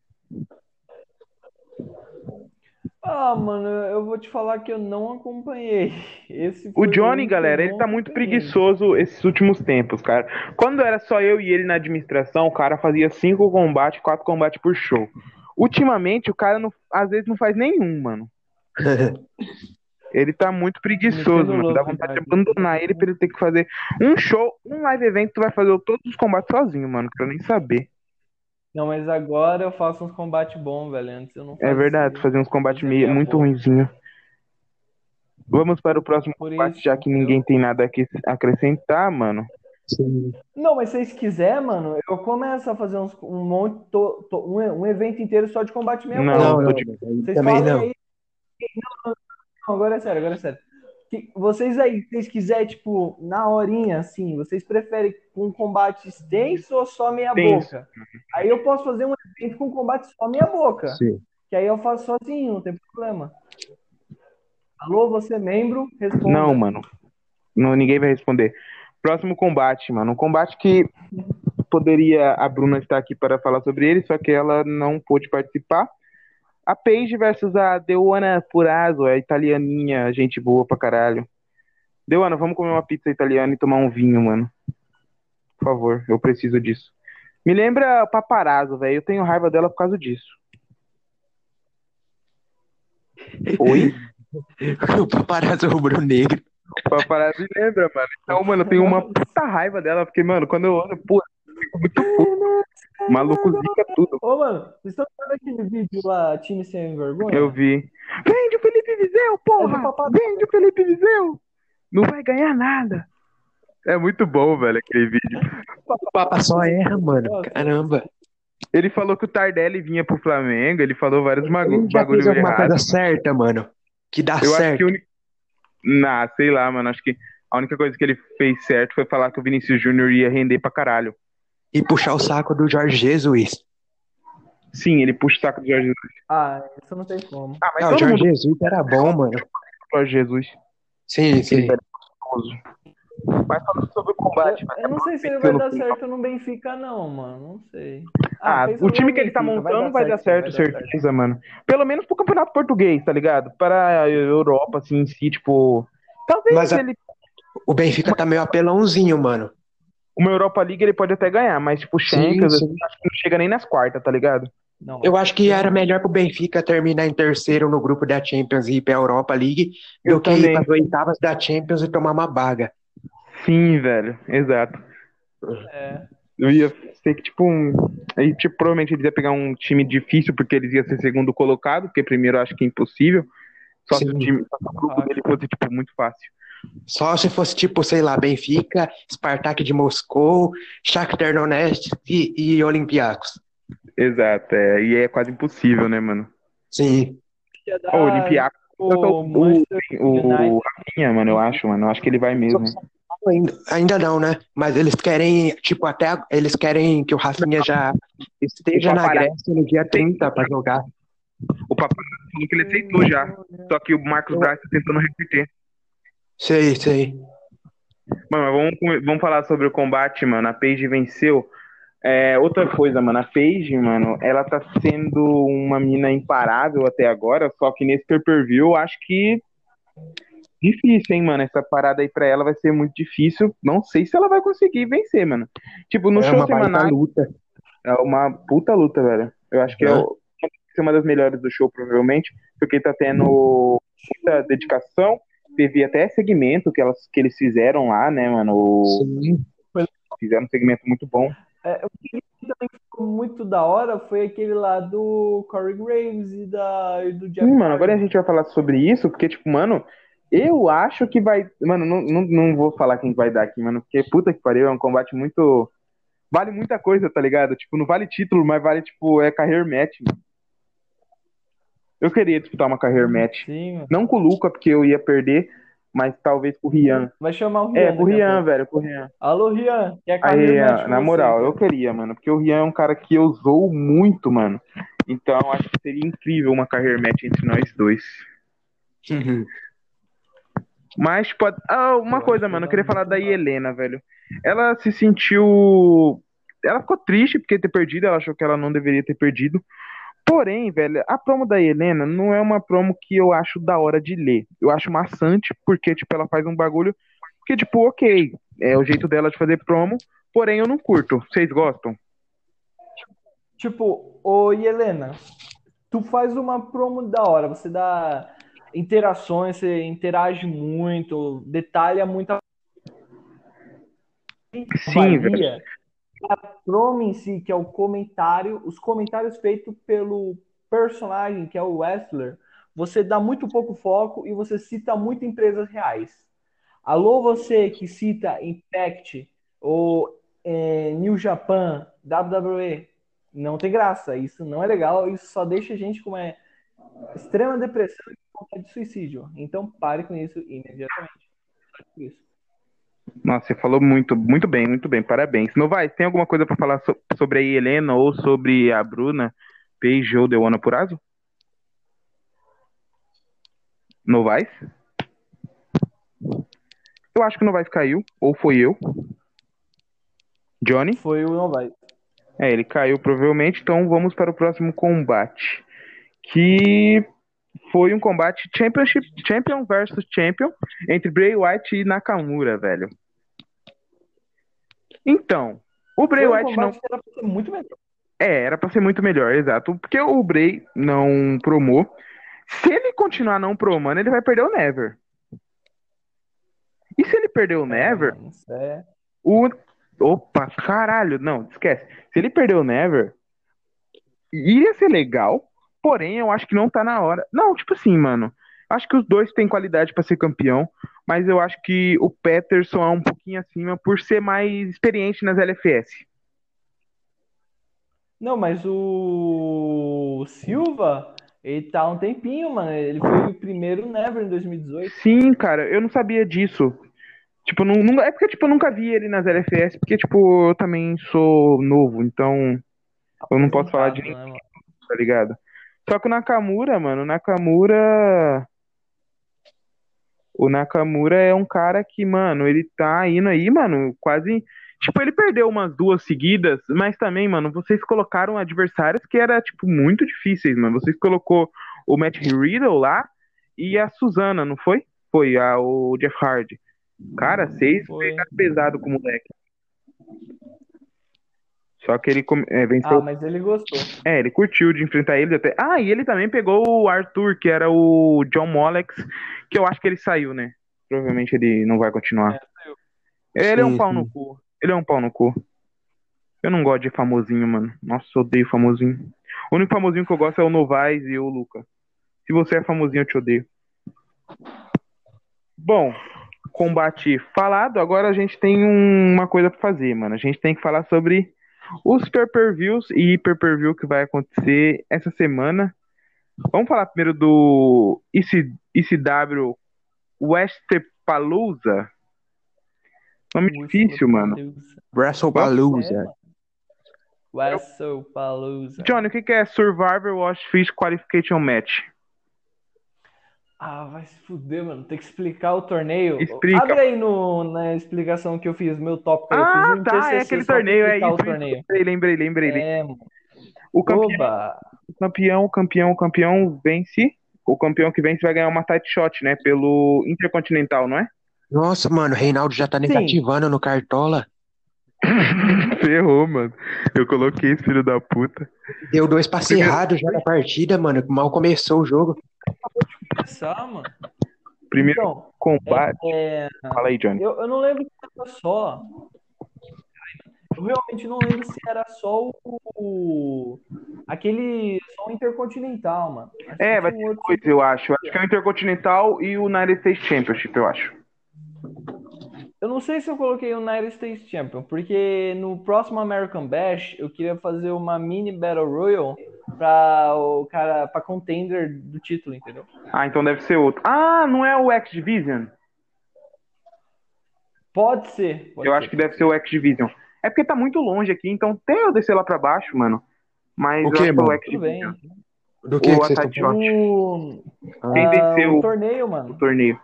A: Ah, mano, eu vou te falar que eu não acompanhei. Esse
B: O
A: foi
B: Johnny,
A: um que
B: galera,
A: eu
B: ele
A: não
B: tá muito
A: acompanhei.
B: preguiçoso esses últimos tempos, cara. Quando era só eu e ele na administração, o cara fazia cinco combates, quatro combates por show. Ultimamente, o cara não- às vezes não faz nenhum, mano. Ele tá muito preguiçoso,
A: Metendo
B: mano.
A: louco,
B: Dá vontade de
A: cara.
B: abandonar ele pra ele ter que fazer um show, um live evento. Tu vai fazer todos os combates sozinho, mano. Quero nem saber.
A: Não, mas agora eu faço uns combates bons, velho. Antes eu não
B: É
A: fazia.
B: verdade, fazer uns combates meio
A: Minha
B: muito
A: boa.
B: ruinzinho. Vamos para o próximo
A: Por
B: combate,
A: isso,
B: já que ninguém tem nada a que- acrescentar, mano.
C: Sim.
A: Não, mas se vocês quiserem, mano, eu começo a fazer uns, um monte, to- to- um, um evento inteiro só de combate meia
B: Não,
A: boca.
C: Não, não.
B: tô de-
A: Vocês
C: Também
A: falem
C: não.
A: aí. Não, não, não, agora é sério, agora é sério. Que- vocês aí, se vocês quiserem, tipo, na horinha, assim, vocês preferem um combate extenso ou só meia
B: Extenso.
A: boca? Aí eu posso fazer um evento com combate só meia boca.
C: Sim.
A: Que aí eu faço sozinho, não tem problema. Alô, você é membro? Responda.
B: Não, mano. Não, ninguém vai responder. Próximo combate, mano. Um combate que poderia a Bruna estar aqui para falar sobre ele, só que ela não pôde participar. A Paige versus a Deuana Purazzo, a italianinha, gente boa pra caralho. Deuana, vamos comer uma pizza italiana e tomar um vinho, mano. Por favor, eu preciso disso. Me lembra Paparazzo, velho. Eu tenho raiva dela por causa disso. Oi?
C: O paparazzo rubro negro.
B: Paparazzi lembra, mano. Então, mano, eu tenho uma puta raiva dela, porque, mano, quando eu olho, pô, eu fico muito puto. O Maluco zica tudo.
A: Ô, mano, vocês estão vendo aquele vídeo lá, time sem vergonha?
B: Eu vi. Vende o Felipe Viseu,
A: É do
B: porra!
A: paparazzo.
B: Vende o Felipe Viseu! Não vai ganhar nada. É muito bom, velho, aquele vídeo.
C: O papa só erra, mano.
A: Nossa.
C: Caramba.
B: Ele falou que o Tardelli vinha pro Flamengo, ele falou vários
C: Ele
B: magu-
C: já fez
B: bagulho
C: alguma coisa
B: errados.
C: certa, mano. Que dá
B: Eu acho
C: certo.
B: que o único. Nah, sei lá, mano. Acho que a única coisa que ele fez certo foi falar que o Vinícius Júnior ia render pra caralho.
C: E puxar o saco do Jorge Jesus.
B: Sim, ele puxa o saco do Jorge Jesus.
A: Ah, isso não tem como.
B: Ah, mas
C: Ah, o
B: todo
C: Jorge
B: mundo
C: Jesus era bom, mano.
B: puxa o Jorge Jesus.
C: Sim, sim.
B: Ele era famoso. Mas falando sobre o combate,
A: Eu,
B: velho,
A: eu não sei se ele vai
B: é pelo
A: dar
B: fim.
A: certo no Benfica, não, mano. Não sei.
B: Ah,
A: pensa
B: o
A: no
B: time que ele tá
A: Benfica,
B: montando vai dar certo,
A: vai dar
B: certeza, mano. Pelo menos pro campeonato português, tá ligado? Para a Europa, assim, em si, tipo. Talvez
C: Mas é- a-
B: ele.
C: O Benfica tá meio apelãozinho, mano.
B: Uma Europa League ele pode até ganhar, mas, tipo, Champions,
C: sim.
B: assim, acho que não chega nem nas quartas, tá ligado?
A: Não,
C: Eu acho que era melhor pro Benfica terminar em terceiro no grupo da Champions e ir pra Europa League
B: Eu
C: do que ir
B: também.
C: pras oitavas da Champions e tomar uma baga.
B: Sim, velho, exato.
A: é.
B: Eu ia ser que, tipo, um... aí, tipo, provavelmente eles iam pegar um time difícil, porque eles iam ser segundo colocado, porque primeiro eu acho que é impossível. Só se
C: Sim.
B: o time, só se o grupo dele fosse, tipo, muito fácil.
C: Só se fosse tipo, sei lá, Benfica, Spartak de Moscou, Shakhtar Donetsk e, e Olympiacos.
B: Exato, é. E é quase impossível, né, mano?
C: Sim.
A: Ia dar
B: Ô, O Olympiacos,
A: o Manchester
B: o, o Rafinha, mano, eu acho, mano. Eu acho que ele vai mesmo. hein?
C: Ainda, ainda não, né? Mas eles querem, tipo, até a- eles querem que o Rafinha já esteja
B: O
C: na
B: paparazzo.
C: Grécia no dia 30 pra jogar.
B: O papai falou que ele aceitou já. Só que o Marcos Braz tá tentando repetir.
C: Sei, sei.
B: Mano, mas vamos, vamos falar sobre o combate, mano. A Paige venceu. É, outra coisa, mano, a Paige, mano, ela tá sendo uma mina imparável até agora, só que nesse pay-per-view eu acho que difícil, hein, mano, essa parada aí pra ela vai ser muito difícil, não sei se ela vai conseguir vencer, mano. Tipo, no
C: É
B: show
C: uma baita
B: semanal
C: luta.
B: é uma puta luta, velho. Eu acho que é,
C: É.
B: o- vai ser uma das melhores do show, provavelmente, porque tá tendo muita dedicação, teve até segmento que, elas, que eles fizeram lá, né, mano, o-
C: Sim.
B: fizeram um segmento muito bom.
A: ficou muito da hora foi aquele lá do Corey Graves e, da, e do Jeff.
B: Sim, mano, agora é a
A: Hardy.
B: gente vai falar sobre isso, porque, tipo, mano, eu acho que vai. Mano, não, não, não vou falar quem vai dar aqui, mano, porque puta que pariu, é um combate muito. Vale muita coisa, tá ligado? Tipo, não vale título, mas vale, tipo, é career match, mano. Eu queria disputar uma career match.
A: Sim, mano.
B: Não com o Luca, porque eu ia perder, mas talvez com o Rian.
A: Vai chamar o Rian.
B: É, com o
A: daqui a
B: Rian,
A: pouco.
B: velho, com o Rian.
A: Alô, Rian. Quer
B: Aí, ah,
A: caminhar mais com
B: na
A: você?
B: moral, eu queria, mano, porque o Rian é um cara que eu zoo muito, mano. Então, acho que seria incrível uma career match entre nós dois.
C: Uhum.
B: Mas pode. Ah, uma
A: Eu
B: coisa,
A: acho
B: mano, eu
A: que
B: queria
A: dá
B: falar
A: muito
B: da
A: mal.
B: Helena, velho. Ela se sentiu. Ela ficou triste porque ter perdido, ela achou que ela não deveria ter perdido. Porém, velho, a promo da Helena não é uma promo que eu acho da hora de ler. Eu acho maçante, porque, tipo, ela faz um bagulho que, tipo, ok, é o jeito dela de fazer promo, porém eu não curto. Vocês gostam?
A: Tipo, ô Helena, tu faz uma promo da hora, você dá interações, você interage muito, detalha muita
B: Sim,
A: valia.
B: velho.
A: A promo em si, que é o comentário, os comentários feitos pelo personagem, que é o Wrestler, você dá muito pouco foco e você cita muito empresas reais. Alô, você que cita Impact ou eh, New Japan, WWE, não tem graça, isso não é legal, isso só deixa a gente com uma extrema depressão e vontade de suicídio. Então pare com isso imediatamente. Só por Isso.
B: Nossa, você falou muito, muito bem, muito bem, parabéns. Novaes, tem alguma coisa pra falar so- sobre a Helena ou sobre a Bruna Page ou Deuana Purazo? Novaes? Eu acho que o Novaes caiu, ou foi eu. Johnny?
A: Foi o não vai.
B: É, ele caiu provavelmente, então vamos para o próximo combate. Que foi um combate championship, champion versus champion entre Bray White e Nakamura, velho. Então, o Bray
A: Foi um
B: White não
A: combate que era pra ser muito melhor.
B: é, era pra ser muito melhor, exato. Porque o Bray não promou. Se ele continuar não promando, ele vai perder o Never. E se ele perder o Never,
A: Isso é-
B: o. Opa, caralho, não, esquece. Se ele perder o Never, iria ser legal, porém eu acho que não tá na hora. Não, tipo assim, mano. Acho que os dois têm qualidade pra ser campeão, mas eu acho que o Peterson é um pouquinho acima por ser mais experiente nas LFS.
A: Não, mas o Silva, ele tá há um tempinho, mano. Ele foi o primeiro Never em 2018.
B: Sim, cara, eu não sabia disso. Tipo, não, não- é porque tipo, eu nunca vi ele nas LFS, porque tipo, eu também sou novo, então eu não posso falar de
A: Né, mano?
B: tá ligado? Só que o Nakamura, mano, o Nakamura. O Nakamura é um cara que, mano, ele tá indo aí, mano, quase. Tipo, ele perdeu umas duas seguidas, mas também, mano, vocês colocaram adversários que era, tipo, muito difíceis, mano. Vocês colocou o Matt Riddle lá e a Suzana, não foi? Foi, a, o Jeff Hardy. Cara, vocês
A: Foi.
B: pegaram pesado com o moleque. Só que ele come- é, venceu
A: Ah, mas ele gostou.
B: é, ele curtiu de enfrentar ele até. Ah, e ele também pegou o Arthur, que era o John Molex, que eu acho que ele saiu, né? Provavelmente ele não vai continuar. Ele é um
C: Sim,
B: pau
C: sim.
B: no cu. Ele é um pau no cu. Eu não gosto de famosinho, mano. Nossa, eu odeio famosinho. O único famosinho que eu gosto é o Novaes e o Luca. Se você é famosinho, eu te odeio. Bom, combate falado. Agora a gente tem um- uma coisa pra fazer, mano. A gente tem que falar sobre os pay-per-views e pay-per-view que vai acontecer essa semana. Vamos falar primeiro do IC, ICW Westpalooza. Nome difícil, mano.
C: WrestlePalooza.
A: Wrestlepalooza.
B: Johnny, o que que é Survivor Watch Fish Qualification Match?
A: Ah, vai se fuder, mano. Tem que explicar o torneio.
B: Explica.
A: Abre aí no, na explicação que eu fiz, meu tópico. aí. eu
B: Ah,
A: fiz um
B: tá,
A: TCC
B: é aquele
A: só pra
B: torneio, é
A: explicar
B: isso,
A: o torneio.
B: Lembrei, lembrei, lembrei. lembrei.
A: É, mano.
B: O campeão,
A: Oba.
B: o campeão, o campeão, o campeão vence. O campeão que vence vai ganhar uma tight shot, né? Pelo Intercontinental, não é?
C: Nossa, mano, o Reinaldo já tá negativando no Cartola.
B: Ferrou, mano. Eu coloquei esse filho da puta.
C: Deu dois passes
B: Primeiro-
C: errados já na partida, mano. Mal começou o jogo.
A: Começar, mano.
B: Primeiro
A: Então,
B: combate.
A: é,
B: Fala aí, Johnny.
A: eu, eu não lembro se era só. Eu realmente não lembro se era só o. o- Aquele. Só o Intercontinental, mano. Acho que
B: É, vai
A: tinha um
B: ter
A: outro-
B: dois, eu acho. Acho que é o Intercontinental e o United States Championship, eu acho.
A: Eu não sei se eu coloquei o United States Champion, porque no próximo American Bash eu queria fazer uma mini Battle Royal pra o cara, pra contender do título, entendeu?
B: Ah, então deve ser outro. Ah, não é o X-Division?
A: Pode ser, pode
B: Eu
A: ser.
B: acho que deve ser o X-Division. É porque tá muito longe aqui, então até eu descer lá pra baixo, mano. Mas
C: O
B: eu acho
C: quê,
B: que é o
C: mano?
A: Tudo bem.
B: X-Division.
C: Do que,
B: Ou
C: que
B: a
C: vocês estão
B: Tati-
C: falando?
A: O,
B: Quem
A: ah,
B: venceu
A: o
B: o
A: torneio, mano.
B: torneio.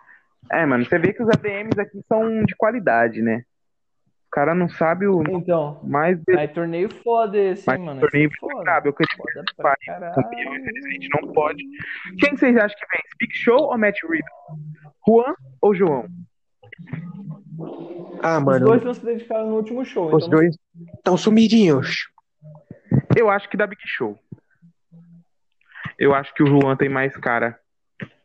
B: É, mano, você vê que os ADMs aqui são de qualidade, né? O cara não sabe o
A: Então,
B: mais dele
A: aí torneio foda esse,
B: Mas
A: hein, mano.
B: torneio
A: Esse é foda.
B: sabe. Eu que
A: Foda pra caralho.
B: a gente não pode. Quem que vocês acham que vence? Big Show ou Matt Riddle? Juan ou João?
C: Ah,
A: Os
C: mano,
A: dois não se dedicaram no último show,
C: os
A: então
C: dois estão sumidinhos.
B: Eu acho que dá Big Show. Eu acho que o Juan tem mais cara.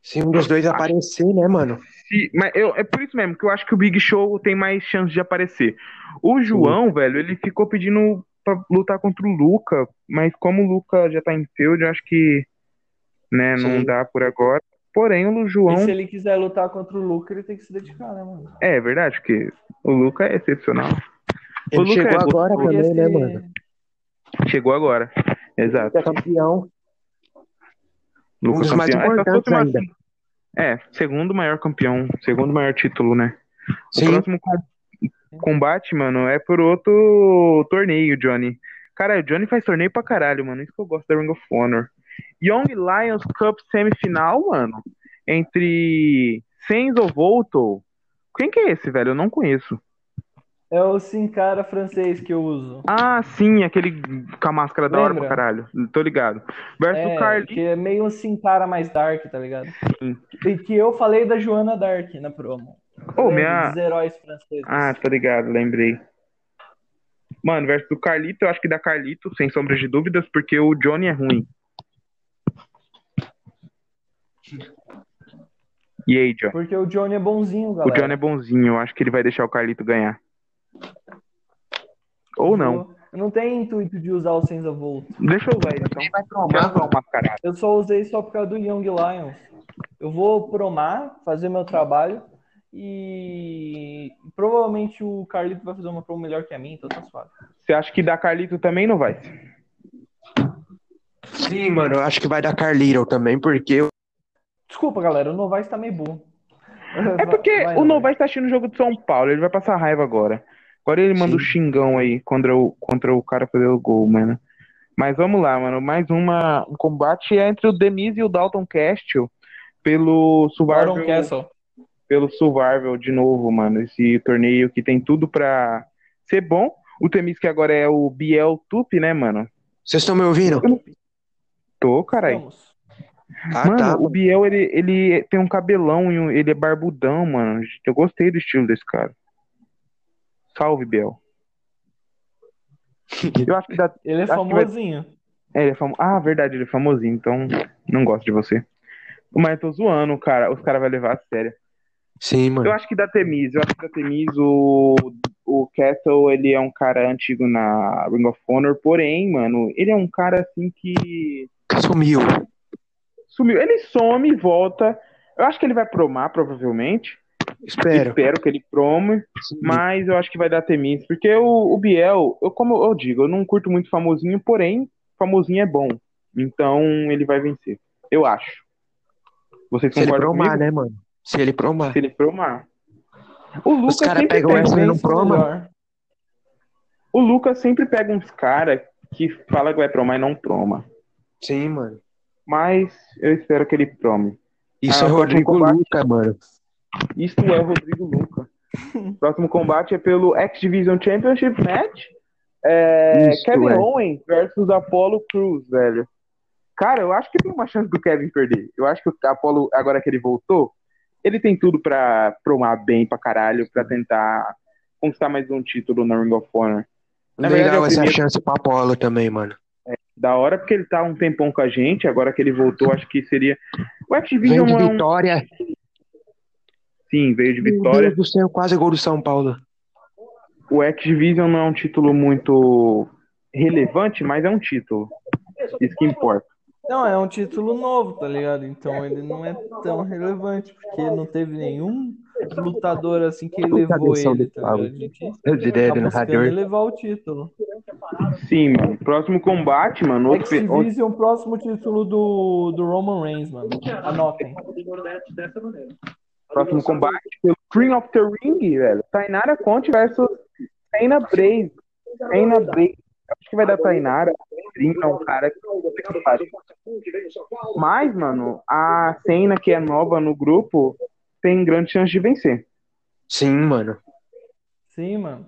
C: Se um dos dois
B: Ah.
C: aparecer, né, mano?
B: Se- mas eu- é por isso mesmo que eu acho que o Big Show tem mais chance de aparecer. O João, velho, ele ficou pedindo pra lutar contra o Luca, mas como o Luca já tá em field, eu acho que né, não
C: Sim.
B: dá por agora. Porém, o
A: E
B: João.
A: se ele quiser lutar contra o Luke, ele tem que se dedicar, né, mano?
B: É verdade, porque o Luca é excepcional.
C: Ele
B: Lucas,
C: chegou agora
B: o-
C: também,
A: Esse-
C: né, mano?
B: Chegou agora. Exato.
C: É campeão.
B: Luca
C: Um dos mais
B: campeão. É, se fosse
C: importantes
B: uma-
C: ainda.
B: É, segundo maior campeão, segundo maior título, né? O
C: Sim.
B: próximo com- combate, mano, é por outro torneio, Johnny. Cara, o Johnny faz torneio pra caralho, mano. Isso que eu gosto da Ring of Honor. Young Lions Cup semifinal, mano. Entre Senzo Volto. Quem que é esse, velho? Eu não conheço.
A: É o Sincara francês que eu uso.
B: Ah, sim, aquele com a máscara da hora pra
A: Lembra?
B: caralho. Tô ligado. Versus
A: É,
B: o Carlinhos.
A: que é meio um Sincara mais dark, tá ligado?
B: Sim.
A: E que eu falei da Joana Dark na promo.
B: Ô,
A: Lembra
B: minha-
A: Dos heróis franceses.
B: Ah, tô ligado, lembrei. Mano, verso do Carlito, eu acho que dá Carlito, sem sombra de dúvidas, porque o Johnny é ruim. E aí, John?
A: Porque o Johnny é bonzinho,
B: O
A: galera.
B: Johnny é bonzinho, eu acho que ele vai deixar o Carlito ganhar. Ou não.
A: Eu não tenho intuito de usar o Senza Volto.
B: Deixa eu usar ele, então.
C: vai
B: Deixa
C: tomar,
B: eu usar o mascarado.
A: Eu só usei só por causa do Young Lions. Eu vou promar, fazer meu trabalho. E provavelmente o Carlito vai fazer uma promo melhor que a minha, então tá suave.
B: Você acha que dá Carlito também, não vai?
C: Sim, mano, eu acho que vai dar Carlito também, porque eu-
A: Desculpa, galera, o Novaes tá meio burro.
B: É porque o Novais tá assistindo o jogo de São Paulo, ele vai passar raiva agora. Agora ele manda o xingão aí contra o, contra o cara fazer o gol, mano. Mas vamos lá, mano. Mais uma, um combate é entre o Denise e o Dalton Castle pelo Survival,
A: Baron Castle.
B: pelo Survival de novo, mano. Esse torneio que tem tudo pra ser bom. O Temis que agora é o Biel Tupi, né, mano?
C: vocês estão me ouvindo?
B: Tô, carai.
A: Vamos.
C: Ah,
B: mano,
C: tá.
B: o Biel, ele, ele tem um cabelão e um- ele é barbudão, mano. Eu gostei do estilo desse cara. Salve, Biel. Eu acho que dá...
A: Ele é
B: Acho que vai-
A: famosinho.
B: é, ele é famo... Ah, verdade, ele é famosinho, então não gosto de você. Mas eu tô zoando, cara. Os caras vão levar a sério.
C: Sim, mano.
B: Eu acho que dá Temis. Eu acho que dá Temis. O, o Castle, ele é um cara antigo na Ring of Honor. Porém, mano, ele é um cara assim que...
C: Sumiu.
B: Sumiu. Ele some e volta. Eu acho que ele vai promar, provavelmente.
C: Espero.
B: Espero que ele prome,
C: Sim.
B: mas eu acho que vai dar Temis, porque o, o Biel, eu, como eu digo, eu não curto muito famosinho, porém, famosinho é bom. Então ele vai vencer. Eu acho. Vocês
C: Se ele
B: concordam
C: promar,
B: comigo?
C: né, mano? Se ele promar.
B: Se ele promar. O Lucas
C: Os caras
B: sempre
C: pegam
B: pega,
C: essa um e não
A: Vence o
C: proma.
A: melhor.
B: o Lucas sempre pega uns caras que fala que vai promar e não proma.
C: Sim, mano.
B: Mas eu espero que ele prome.
C: Isso
B: Ah,
C: é
B: eu tô com
C: Rodrigo
B: combate.
C: Luca, mano.
B: Isso é o Rodrigo Luca. Próximo combate é pelo X-Division Championship Match. É,
C: Isso,
B: Kevin
C: é.
B: Owens versus Apollo Cruz, velho. Cara, eu acho que tem uma chance do Kevin perder. Eu acho que o Apollo, agora que ele voltou, ele tem tudo pra promar bem pra caralho, pra tentar conquistar mais um título na Ring of Honor. Na verdade,
C: Legal
B: é o
C: essa
B: primeiro.
C: chance pro Apolo também, mano.
B: Da hora, porque ele tá um tempão com a gente, agora que ele voltou, acho que seria. O
C: Vem
B: X-Division
C: de
B: é um.
C: vitória.
B: Sim, veio de
C: Meu
B: vitória.
C: Deus do céu, quase gol do São Paulo.
B: o X-Division não é um título muito relevante, mas é um título. Isso que importa.
A: Não, é um título novo, tá ligado? Então ele não é tão relevante, porque não teve nenhum lutador assim que levou
C: cabeção
A: ele,
C: do
A: tá ligado?
C: Paulo.
A: A gente
C: Brasileiro,
A: tá buscando
C: narrador.
A: levar o título.
B: Sim, mano. Próximo combate, mano. Outro pe- outro-
A: X-Division, o é um próximo título do, do Roman Reigns, mano. Anotem.
B: próximo combate pelo King of the Ring, velho. Tainara Conte versus Taina Brave. Taina Brave. Acho que vai dar Tainara. Taina é um cara que puta que pariu. Mas, mano, a Cena, que é nova no grupo, tem grande chance de vencer.
C: Sim, mano.
A: Sim, mano.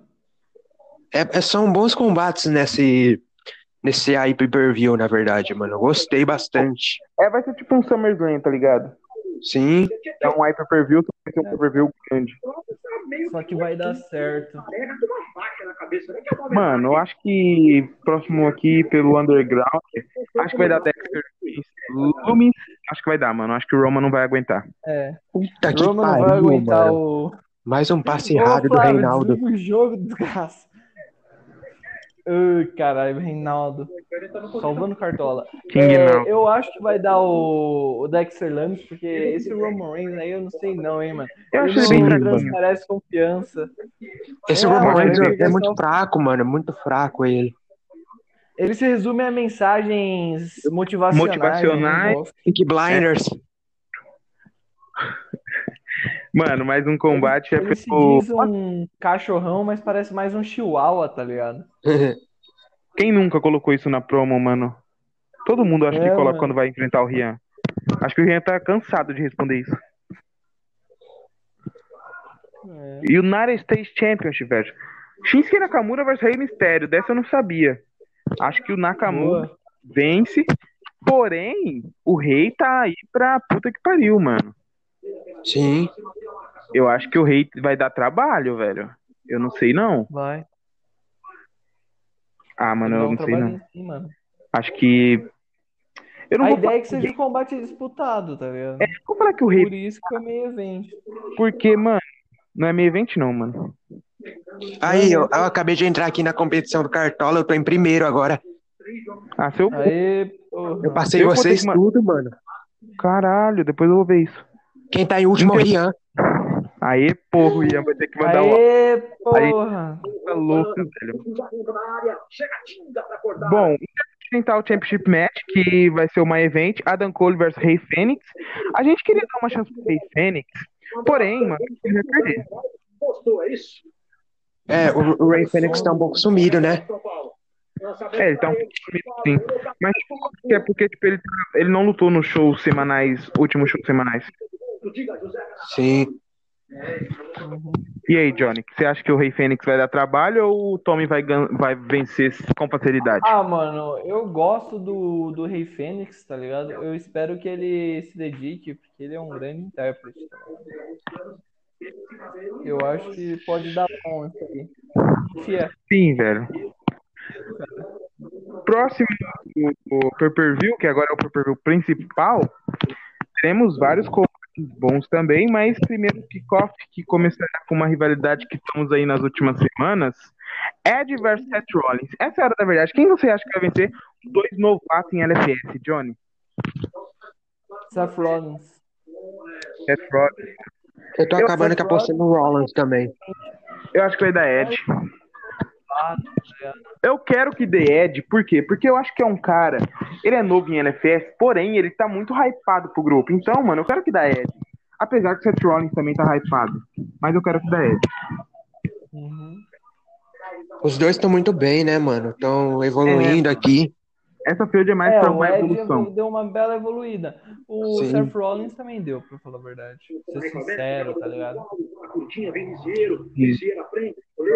C: É- é- são bons combates nesse, nesse aí pay-per-view, na verdade, mano. Eu Gostei bastante.
B: É, vai ser tipo um SummerSlam, tá ligado?
C: Sim,
B: É um hyper-per-view, só que vai ser um per-per-view grande.
A: Só que vai dar certo.
B: Mano, eu acho que próximo aqui pelo Underground, acho que vai
A: é.
B: dar Dexter Lumis. Lumis, acho que vai dar, mano. Acho que o Roma não vai aguentar.
A: É.
C: puta que
A: Roman não vai
C: pariu,
A: aguentar
B: então.
C: mano.
A: o.
C: Mais um passe
A: Ô,
C: errado do
A: Flávio,
C: Reinaldo.
A: desliga o jogo, desgraça. Ai, caralho, Reinaldo. Salvando cartola.
B: King
A: É,
B: não.
A: eu acho que vai dar o, o Dexter Lambs, porque esse Roman Reigns aí eu não sei não, hein, mano.
B: Eu
A: Ele
B: achei
A: não
C: bem
A: me
C: fraquinho.
A: transparece confiança.
C: Esse
A: É,
C: Roman
B: mas
C: Reigns
B: ele-
C: é muito fraco, mano. é Muito fraco ele.
A: Ele se resume a mensagens motivacionais.
B: Motivacionais.
A: né, eu gosto.
C: Pick Blinders.
B: Mano, mais um combate é
A: Ele se
B: pelo.
A: diz um cachorrão, mas parece mais um chihuahua, tá ligado?
B: Quem nunca colocou isso na promo, mano? Todo mundo acha
A: É,
B: que coloca
A: mano.
B: quando vai enfrentar o Rian. Acho que o Rian tá cansado de responder isso.
A: É.
B: United States Championship, velho. Shinsuke Nakamura versus Rei Mistério. Dessa eu não sabia. Acho que o Nakamura
A: Boa.
B: vence. Porém, o rei tá aí pra puta que pariu, mano.
C: Sim.
B: Eu acho que o rei vai dar trabalho, velho. Eu não sei, não.
A: Vai.
B: Ah, mano,
A: Dá
B: eu
A: um
B: não sei, não.
A: trabalhinho sim, mano.
B: Acho que. Eu não
A: A
B: vou É
A: ideia
B: falar,
A: é que seja um combate disputado, tá ligado?
B: vou falar que o rei.
A: Por isso que é meio evento.
B: Porque, mano, não é meio evento, não, mano.
C: Aí, eu, eu acabei de entrar aqui na competição do Cartola, eu tô em primeiro agora.
B: Ah, seu.
A: Aê, porra.
C: Eu passei
B: Eu vou
C: vocês
B: ter que ma-
C: tudo, mano.
B: Caralho, depois eu vou ver isso.
C: Quem tá em último é o Rian.
B: Aê, porra, o Ian vai ter que mandar um uma
A: Aê, porra.
B: coisa Tá louca, velho. Bom, tentar o Championship Match, que vai ser uma event, Adam Cole versus Rei Fênix. A gente queria dar uma chance pro Rei Fênix, porém, mano, ele vai perder.
C: É, o, o Ray Fênix tá um pouco sumido, né?
B: É, ele tá um pouco sumido, sim. Mas tipo, é porque tipo, ele, ele não lutou nos shows semanais, últimos shows semanais.
C: Sim.
B: E aí, Johnny, você acha que o Rei Fênix vai dar trabalho ou o Tommy vai, gan- vai vencer com facilidade?
A: Ah, mano, eu gosto do, do Rei Fênix, tá ligado? Eu espero que ele se dedique, porque ele é um grande intérprete. tá ligado? Eu acho que pode dar bom isso aí. Confia.
B: Sim, velho. Próximo o pay-per-view, que agora é o pay-per-view principal, temos vários combates bons também, mas primeiro o kickoff que começará com uma rivalidade que estamos aí nas últimas semanas, Ed versus Seth Rollins. Essa é a hora da verdade. Quem você acha que vai vencer? Os Dois novatos em LFS, Johnny.
A: Seth Rollins.
B: Seth Rollins.
C: Eu tô
B: Eu
C: acabando
B: sei
C: que apostando no Rollins também.
B: Eu acho que vai dar Ed.
A: Ah,
B: Eu quero que dê Ed, por quê? Porque eu acho que é um cara, ele é novo em LFS, porém ele tá muito hypado pro grupo. Então, mano, eu quero que dê Ed. Apesar que o Seth Rollins também tá hypado. Mas eu quero que dê Ed.
A: uhum.
C: Os dois estão muito bem, né, mano? Estão evoluindo aqui.
B: Essa field é mais
D: É,
B: pra
D: o
B: uma
D: Ed
B: evolução.
D: deu uma bela evoluída. O
C: Sim.
D: Seth Rollins também deu, pra falar a verdade. Ser sincero, tá ligado?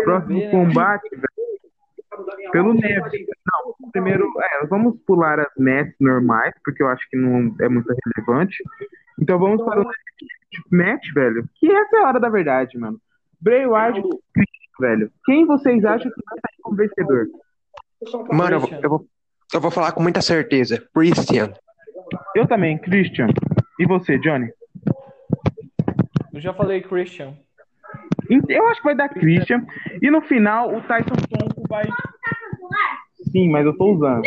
B: Próximo
D: Vê, né?
B: combate, velho. Pelo Neves. Não, primeiro, é, vamos pular as matches normais, porque eu acho que não é muito relevante. Então vamos para o match, velho. Que essa é a hora da verdade, mano. Bray Wyatt, velho. Quem vocês acham que vai sair como vencedor?
C: Mano, eu vou, eu, vou, eu vou falar com muita certeza. Christian.
B: Eu também, Christian. E você, Johnny?
D: Eu já falei Christian.
B: Eu acho que vai dar Christian. E no final, o Tyson Tonko vai. Sim, mas eu tô usando.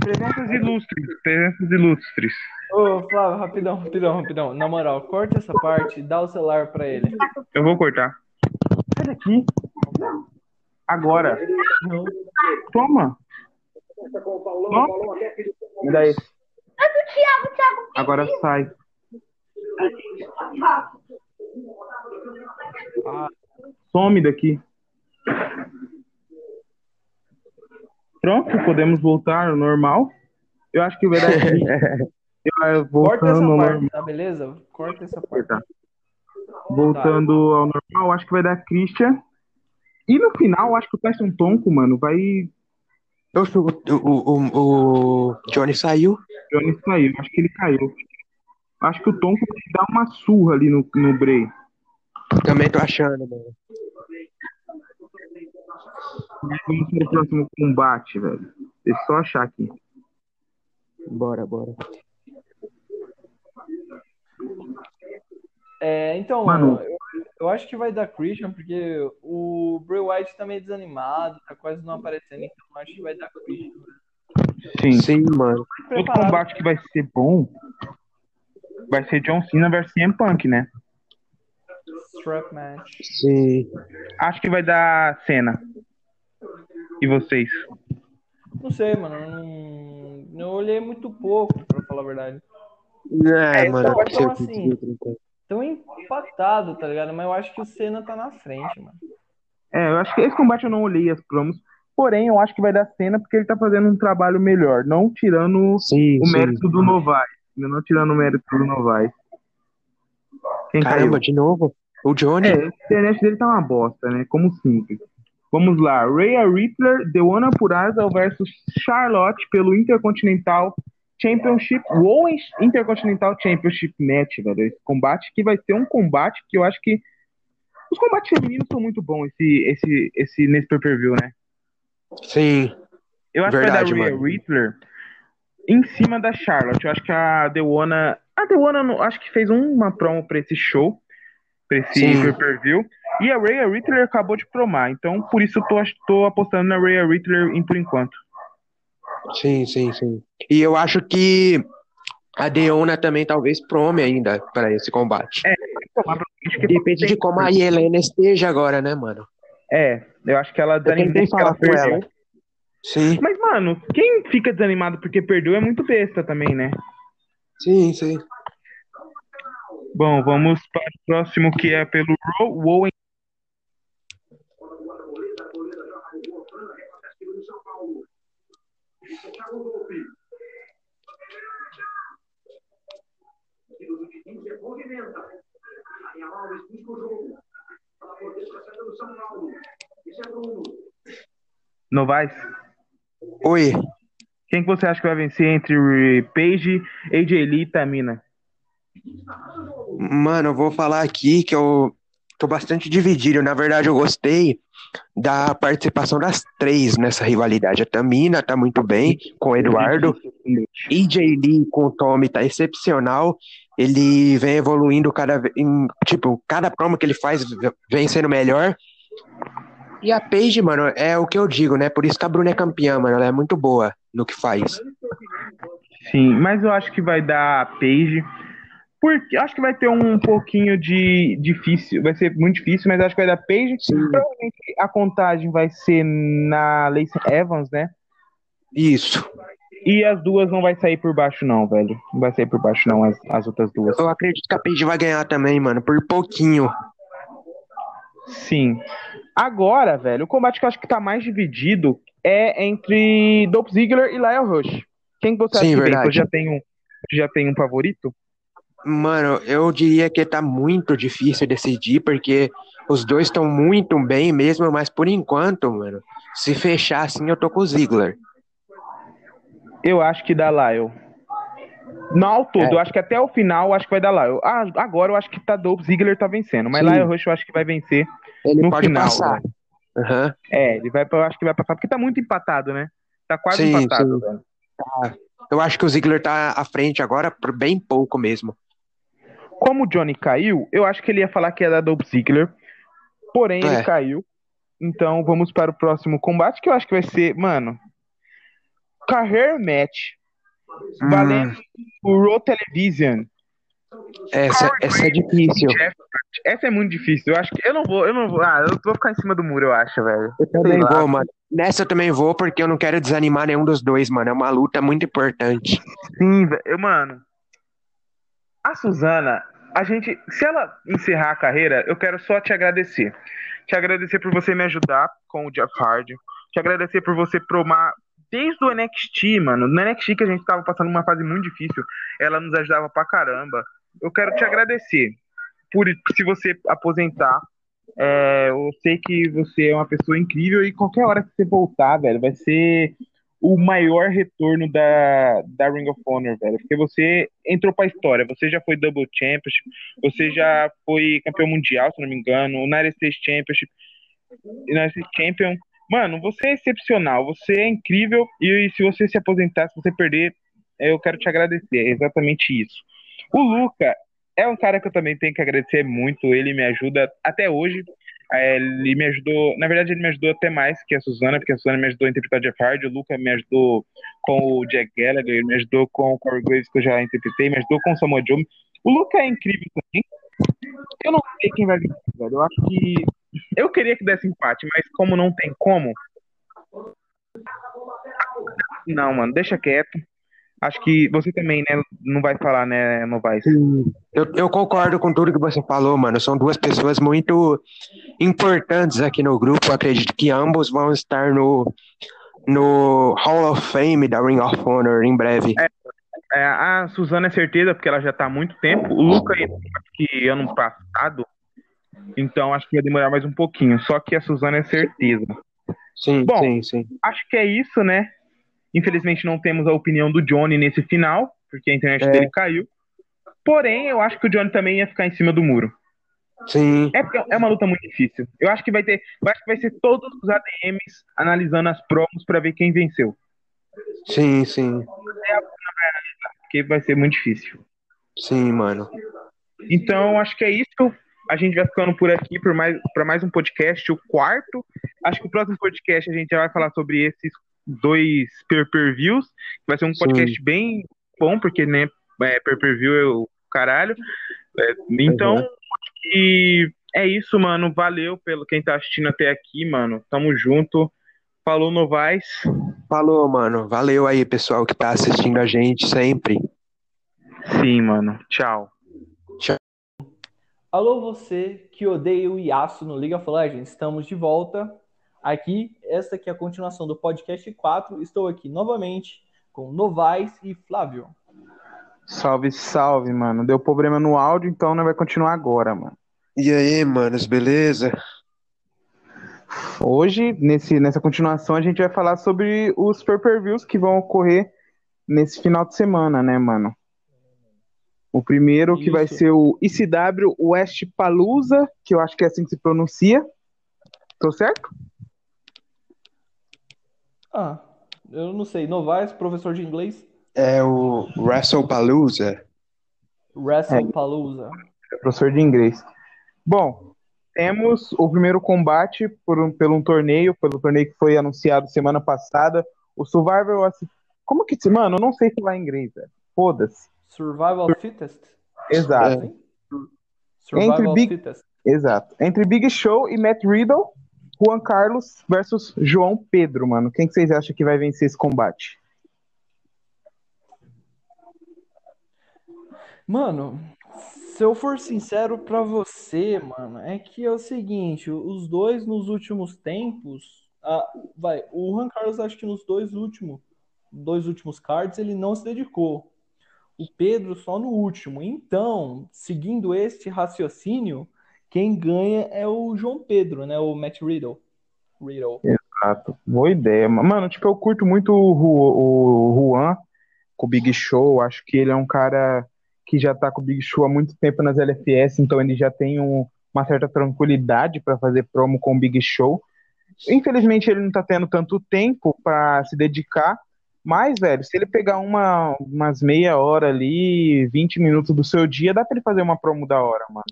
B: Presenças ilustres. Presenças ilustres.
D: Ô, Flávio, rapidão, rapidão, rapidão. Na moral, corta essa parte e dá o celular pra ele.
B: Eu vou cortar. Sai daqui. Agora. Toma. Toma. Me dá esse. Agora sai. Some daqui. Pronto, podemos voltar ao normal. Eu acho que vai dar aqui. Eu, ah,
D: Corta
B: voltando
D: essa
B: ao normal.
D: parte, tá beleza? Corta essa parte.
B: Tá. Voltando ao normal, acho que vai dar Christian. E no final, acho que o Tyson Tonko, mano, vai.
C: Eu acho que o, o, o, o Johnny saiu.
B: Johnny saiu, acho que ele caiu. Acho que o Tonko vai dar uma surra ali no, no Bray.
C: Também tô achando, mano.
B: Vamos pro é próximo combate, velho. Deixa eu só achar aqui.
C: Bora, bora.
D: É, então,
B: Manu.
D: eu, eu acho que vai dar Christian, porque o Bray White tá meio desanimado, tá quase não aparecendo, então eu acho que vai dar Christian.
B: Sim.
C: Sim, mano.
B: Outro
D: Preparado.
B: combate que vai ser bom vai ser John Cena versus CM Punk, né?
D: Strap match.
C: Sim.
B: Acho que vai dar Cena. E vocês?
D: Não sei, mano. eu Não... Eu olhei muito pouco, pra falar a verdade.
C: É,
D: então,
C: mano,
D: então,
C: eu
D: assim, Tão empatado, tá ligado? Mas eu acho que o Senna tá na frente, mano.
B: É, eu acho que esse combate eu não olhei as promos. Porém, eu acho que vai dar cena porque ele tá fazendo um trabalho melhor. Não tirando
C: Sim,
B: o
C: sim.
B: mérito do Novaes. Ainda Não tirando o mérito do Novaes. Quem
C: Caramba, de novo? O Johnny?
B: caiu? É, a internet dele tá uma bosta, né? Como sempre. Vamos lá. Rhea Ripley, Deonna Purrazzo versus Charlotte pelo Intercontinental Championship, Women's Intercontinental Championship Match, velho. Esse combate que vai ser um combate que eu acho que os combates femininos são muito bons esse, esse, esse, nesse pay-per-view, né?
D: É.
C: Sim.
B: Eu acho
C: Verdade,
B: que vai dar Rhea
C: mano.
B: Ripley em cima da Charlotte. Eu acho que a Deona. A Deona não- acho que fez uma promo pra esse show, pra esse
C: Sim.
B: pay-per-view. E a Rhea Ripley acabou de promar. Então, por isso, eu tô, tô apostando na Rhea Ripley em- por enquanto.
C: Sim, sim, sim. E eu acho que a Deona também talvez prome ainda para esse combate.
B: É, Acho que-
C: Depende de como a Helena esteja agora, né, mano?
B: É, eu acho que ela desanimou
C: tentei
B: porque ela né?
C: falar com
B: perdeu.
C: ela. Sim,
B: Mas, mano, quem fica desanimado porque perdeu é muito besta também, né?
C: sim, sim.
B: Bom, vamos para o próximo que é pelo Raw, o Owen. Novaes,
C: Oi.
B: quem que você acha que vai vencer entre Paige, AJ Lee e Tamina?
C: Mano, eu vou falar aqui que eu tô bastante dividido. Na verdade, eu gostei da participação das três nessa rivalidade. A Tamina tá muito bem com o Eduardo. EJ Lee com o Tommy tá excepcional. Ele vem evoluindo cada vez. em- Tipo, cada promo que ele faz vem sendo melhor. E a Paige, mano, é o que eu digo, né? Por isso que a Bruna é campeã, mano. Ela é muito boa no que faz.
B: Sim, mas eu acho que vai dar Page. Porque eu acho que vai ter um pouquinho de difícil, vai ser muito difícil, mas eu acho que vai dar Page. Provavelmente a contagem vai ser na Lacey Evans, né?
C: Isso.
B: E as duas não vai sair por baixo, não, velho. Não vai sair por baixo, não, as, as outras duas.
C: Eu acredito que a Paige vai ganhar também, mano, por pouquinho.
B: Sim. Agora, velho, o combate que eu acho que tá mais dividido é entre Dolph Ziggler e Lyle Rush. Quem que você
C: Sim,
B: acha que vem?
C: verdade.
B: Você já tem um, já tem um favorito?
C: Mano, eu diria que tá muito difícil decidir, porque os dois estão muito bem mesmo, mas por enquanto, mano, se fechar assim, eu tô com o Ziggler.
B: Eu acho que dá Lyle. Não ao todo,
C: É.
B: eu acho que até o final eu acho que vai dar Lyle. Ah, agora eu acho que tá Dolph Ziggler tá vencendo, mas
C: Sim.
B: Lyle Rush eu acho que vai vencer.
C: Ele
B: No
C: pode
B: final, né?
C: passar. Aham.
B: É, ele vai, pra- eu acho que vai passar, porque tá muito empatado, né? Tá quase
C: Sim,
B: empatado,
C: sim. Ah,
B: velho.
C: Eu acho que o Ziggler tá à frente agora por bem pouco mesmo.
B: Como o Johnny caiu, eu acho que ele ia falar que ia dar Dolph Ziggler, porém ele
C: É.
B: caiu. Então vamos para o próximo combate, que eu acho que vai ser, mano, Career Match,
C: Hum.
B: valendo o Raw Television.
C: Essa, essa é difícil.
B: Essa é muito difícil, eu acho que, eu não vou, eu não vou, ah, eu vou ficar em cima do muro, eu acho, velho.
C: Eu também
B: Sei lá.
C: vou, mano. Nessa eu também vou, porque eu não quero desanimar nenhum dos dois, mano. É uma luta muito importante.
B: Sim, velho. Mano, a Suzana, a gente, se ela encerrar a carreira, eu quero só te agradecer. Te agradecer por você me ajudar com o Jeff Hardy. Te agradecer por você promar desde o NXT, mano. No NXT que a gente tava passando uma fase muito difícil, ela nos ajudava pra caramba. Eu quero te agradecer por se você aposentar. É, eu sei que você é uma pessoa incrível e qualquer hora que você voltar, velho, vai ser o maior retorno da, da Ring of Honor, velho. Porque você entrou pra história. Você já foi Double Championship, você já foi campeão mundial, se não me engano, United States Championship, United States Champion. Mano, você é excepcional, você é incrível. E se você se aposentar, se você perder, eu quero te agradecer. É exatamente isso. O Luca é um cara que eu também tenho que agradecer muito. Ele me ajuda até hoje. É, Ele me ajudou, na verdade, ele me ajudou até mais que a Suzana, porque a Suzana me ajudou a interpretar Jeff Hardy, o Luca me ajudou com o Jack Gallagher, ele me ajudou com o Corey Graves, que eu já interpretei, me ajudou com o Samoa Joe. O Luca é incrível também. Eu não sei quem vai vir, velho. Eu acho que. Eu queria que desse empate, mas como não tem como. Não, mano, deixa quieto. Acho que você também, né? Não vai falar, né, Novaes?
C: Eu, eu concordo com tudo que você falou, mano. São duas pessoas muito importantes aqui no grupo. Eu acredito que ambos vão estar no, no Hall of Fame da Ring of Honor em breve.
B: É, a Suzana é certeza, porque ela já tá há muito tempo. O Luca, ele, acho que ano passado. Então acho que vai demorar mais um pouquinho. Só que a Suzana é certeza.
C: Sim,
B: Bom.
C: sim, sim.
B: Acho que é isso, né? Infelizmente não temos a opinião do Johnny nesse final, porque a internet
C: É.
B: dele caiu. Porém, eu acho que o Johnny também ia ficar em cima do muro.
C: Sim.
B: É, porque é uma luta muito difícil. Eu acho que vai ter, eu acho que vai ser todos os ADMs analisando as promos pra ver quem venceu,
C: Sim, sim.
B: porque vai ser muito difícil.
C: Sim, mano.
B: Então, acho que é isso. A gente vai ficando por aqui para mais, pra mais um podcast, o quarto. Acho que o próximo podcast a gente já vai falar sobre esses dois per-per-views. Vai ser um
C: Sim.
B: podcast bem bom, porque né, é, per-per-view é o caralho. É, então,
C: Uhum.
B: acho que é isso, mano. Valeu pelo quem tá assistindo até aqui, mano. Tamo junto. Falou, Novaes.
C: Falou, mano. Valeu aí, pessoal que tá assistindo a gente sempre.
B: Sim, mano. Tchau.
D: Alô, você que odeia o Iaço no Liga of Legends, estamos de volta aqui. Esta aqui é a continuação do podcast 4. Estou aqui novamente com Novaes e Flávio.
B: Salve, salve, mano. Deu problema no áudio, então não vai continuar agora, mano.
C: E aí, manos, beleza?
B: Hoje, nesse, nessa continuação, a gente vai falar sobre os pay-per-views que vão ocorrer nesse final de semana, né, mano? O primeiro que vai
D: Isso.
B: ser o ICW West Palusa, que eu acho que é assim que se pronuncia. Tô certo?
D: Ah, eu não sei. Novaes, professor de inglês,
C: É o WrestlePalooza.
D: WrestlePalooza.
B: professor de inglês. Bom, temos o primeiro combate por um, pelo um torneio, pelo torneio que foi anunciado semana passada. O Survivor. Ass- Como que se. Mano, eu não sei falar inglês, velho. Foda-se.
D: Survival Fittest.
B: Exato.
D: Sim? Survival
B: Tá. Big-
D: Fittest.
B: Exato. Entre Big Show e Matt Riddle, Juan Carlos versus João Pedro, mano. Quem que vocês acham que vai vencer esse combate?
D: Mano,
A: se eu for sincero pra você, mano, é que é o seguinte, os dois nos últimos tempos, ah, vai, o Juan Carlos acho que nos dois últimos, dois últimos cards ele não se dedicou. O Pedro só no último. Então, seguindo este raciocínio, quem ganha é o João Pedro, né? O Matt Riddle. Riddle.
B: Exato. Boa ideia. Mano, tipo, eu curto muito o, Ru- o Juan com o Big Show. Acho que ele é um cara que já tá com o Big Show há muito tempo nas LFS, então ele já tem um- uma certa tranquilidade pra fazer promo com o Big Show. Infelizmente, ele não tá tendo tanto tempo pra se dedicar. Mas, velho, se ele pegar uma, umas meia hora ali, 20 minutos do seu dia, dá pra ele fazer uma promo da hora, mano.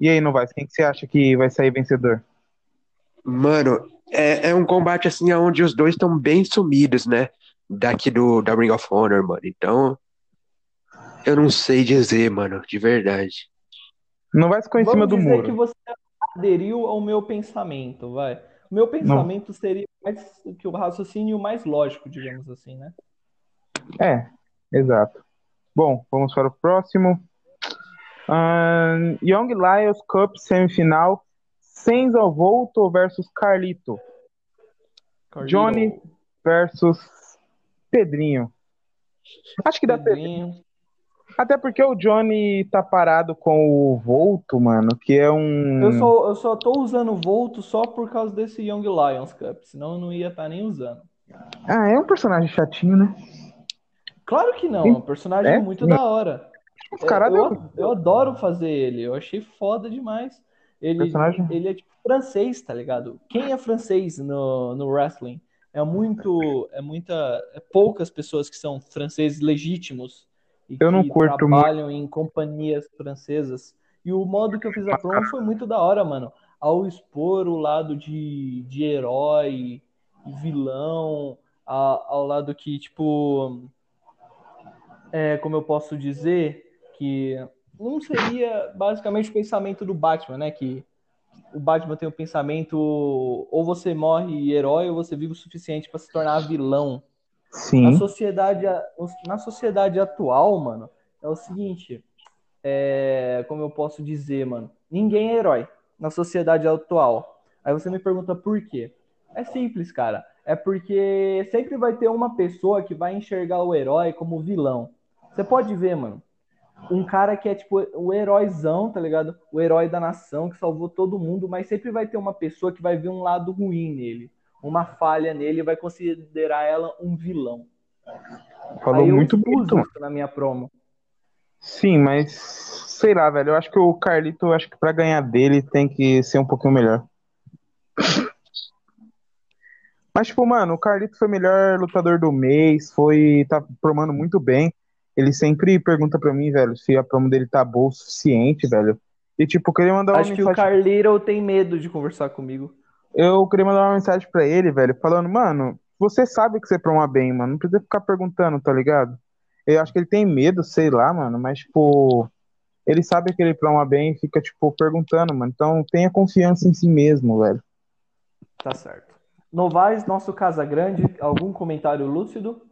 B: E aí, Novaes, quem que você acha que vai sair vencedor?
C: Mano, é, é um combate assim onde os dois estão bem sumidos, né? Daqui do da Ring of Honor, mano. Então, eu não sei dizer, mano, de verdade.
B: Novaes ficou em
A: Vamos
B: cima do
A: dizer
B: muro.
A: que você aderiu ao meu pensamento, vai. O meu pensamento seria mais que o raciocínio mais lógico, digamos assim, né?
B: É, exato. Bom, vamos para o próximo. Ahn, Young Lions Cup semifinal. Senzo Volto versus Carlito Johnny. versus Pedrinho. Acho que dá Pedrinho.
A: Pedrinho.
B: Até porque o Johnny tá parado com o Volto, mano, que é um.
A: Eu só, eu só tô usando o Volto só por causa desse Young Lions Cup, senão eu não ia estar nem usando.
B: Ah, é um personagem chatinho, né?
A: Claro que não, é um personagem
B: É?
A: muito da hora.
B: Os é um caras
A: É, eu, eu, eu adoro fazer ele, eu achei foda demais. Ele,
B: Personagem.
A: ele é tipo francês, tá ligado? Quem é francês no, no wrestling? É muito, é muita, é poucas pessoas que são franceses legítimos e
B: Eu não
A: que
B: curto
A: trabalham em companhias francesas. E o modo que eu fiz a promo foi muito da hora, mano. Ao expor o lado de, de herói, vilão, a- ao lado que, tipo, é, como eu posso dizer, que não seria basicamente o pensamento do Batman, né? Que o Batman tem o pensamento ou você morre herói ou você vive o suficiente pra se tornar vilão. Na
B: Sim.
A: sociedade, a- na sociedade atual, mano, é o seguinte, é, como eu posso dizer, mano, ninguém é herói na sociedade atual. Aí você me pergunta por quê? É simples, cara. É porque sempre vai ter uma pessoa que vai enxergar o herói como vilão. Você pode ver, mano. Um cara que é tipo o heróizão, tá ligado? O herói da nação que salvou todo mundo, mas sempre vai ter uma pessoa que vai ver um lado ruim nele, uma falha nele e vai considerar ela um vilão.
B: Falou
A: Aí eu
B: muito
A: uso
B: bonito, mano.
A: isso na minha promo.
B: Sim, mas sei lá, velho. Eu acho que o Carlito, eu acho que pra ganhar dele tem que ser um pouquinho melhor. Mas, tipo, mano, o Carlito foi o melhor lutador do mês, foi, tá promando muito bem. Ele sempre pergunta pra mim, velho, se a promo dele tá boa o suficiente, velho. E, tipo, eu queria mandar uma
A: Acho que o
B: mensagem-
A: Carlito tem medo de conversar comigo.
B: eu queria mandar uma mensagem pra ele, velho, falando, mano, você sabe que você é um proma bem, mano. Não precisa ficar perguntando, tá ligado? Eu acho que ele tem medo, sei lá, mano, mas, tipo, ele sabe que ele é proma bem e fica, tipo, perguntando, mano. Então tenha confiança em si mesmo, velho.
A: Tá certo. Novaes, nosso Casa Grande, algum comentário lúcido?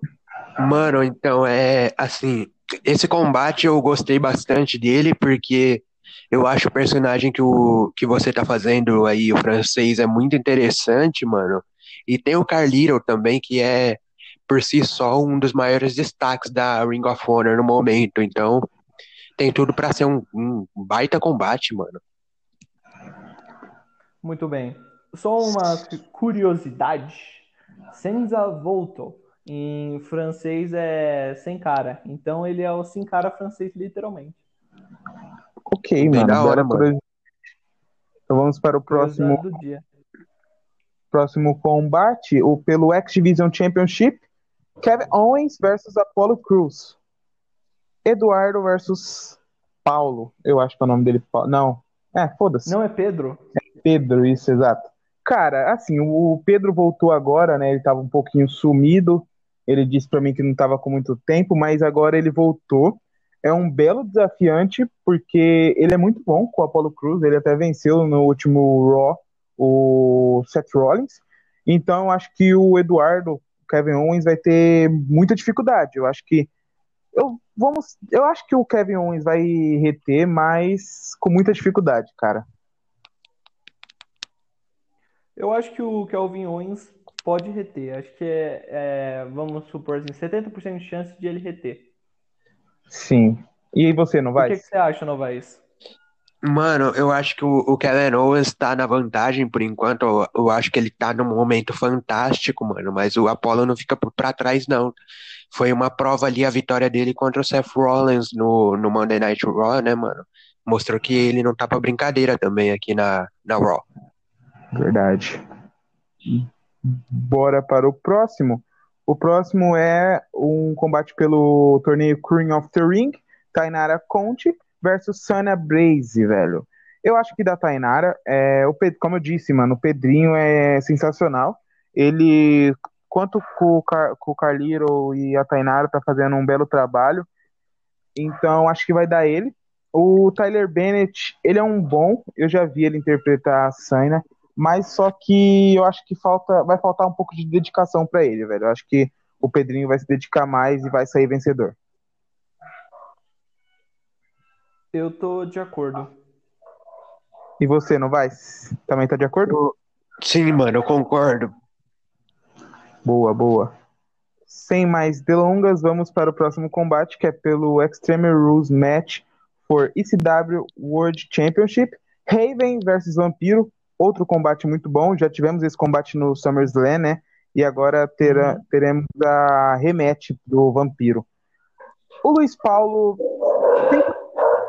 C: Mano, então é assim, esse combate eu gostei bastante dele porque eu acho o personagem que o que você tá fazendo aí, o francês, é muito interessante, mano. E tem o Carlito também, que é por si só um dos maiores destaques da Ring of Honor no momento. Então, tem tudo pra ser um, um baita combate, mano.
A: Muito bem. Só uma curiosidade. Senza Volto, em francês é sem cara. Então ele é o sem cara francês, literalmente.
B: Ok,
C: Bem
B: mano.
C: da
B: bela
C: hora, mano.
B: curiosidade. Então vamos para o próximo,
A: Curiosidade Do dia.
B: próximo combate, o pelo X Division Championship, Kevin Owens versus Apollo Cruz. Eduardo versus Paulo. Eu acho que é o nome dele. Paulo. Não. É, foda-se.
A: Não é Pedro?
B: Pedro, isso, exato. Cara, assim, o Pedro voltou agora, né? Ele tava um pouquinho sumido. Ele disse pra mim que não tava com muito tempo, mas agora ele voltou. É um belo desafiante, porque ele é muito bom com o Apollo Cruz. Ele até venceu no último Raw o Seth Rollins. Então, eu acho que o Eduardo Kevin Owens vai ter muita dificuldade. Eu acho que Eu, vamos, eu acho que o Kevin Owens vai reter, mas com muita dificuldade, cara.
A: Eu acho que o Kelvin Owens pode reter. Acho que é, é vamos supor assim, 70% de chance de ele reter.
B: Sim. E aí você, não
A: O
B: vai?
A: que, que você acha, Novaes?
C: Mano, eu acho que o, o Kevin Owens tá na vantagem por enquanto. Eu, eu acho que ele tá num momento fantástico, mano. Mas o Apollo não fica por- pra trás, não. Foi uma prova ali a vitória dele contra o Seth Rollins no, no Monday Night Raw, né, mano? Mostrou que ele não tá pra brincadeira também aqui na, na Raw.
B: Verdade. Bora para o próximo. O próximo é um combate pelo torneio Queen of the Ring, Tainara Conte versus Sana Blaze, velho. Eu acho que da Tainara, é, o Ped- como eu disse, mano, o Pedrinho é sensacional. Ele, quanto com o, Car, com o Carliro e a Tainara, tá fazendo um belo trabalho. Então, acho que vai dar ele. O Tyler Bennett, ele é um bom. Eu já vi ele interpretar a Sana. Mas só que eu acho que falta, vai faltar um pouco de dedicação pra ele, velho. Eu acho que o Pedrinho vai se dedicar mais e vai sair vencedor.
A: Eu tô de
B: Ah.
A: acordo.
B: E você, não vai? Também tá de acordo?
C: Sim, mano, eu concordo.
B: Boa, boa. Sem mais delongas, vamos para o próximo combate, que é pelo Extreme Rules Match for ECW World Championship. Raven versus Vampiro, outro combate muito bom. Já tivemos esse combate no SummerSlam, né? E agora terá- teremos a rematch do Vampiro. O Luiz Paulo tem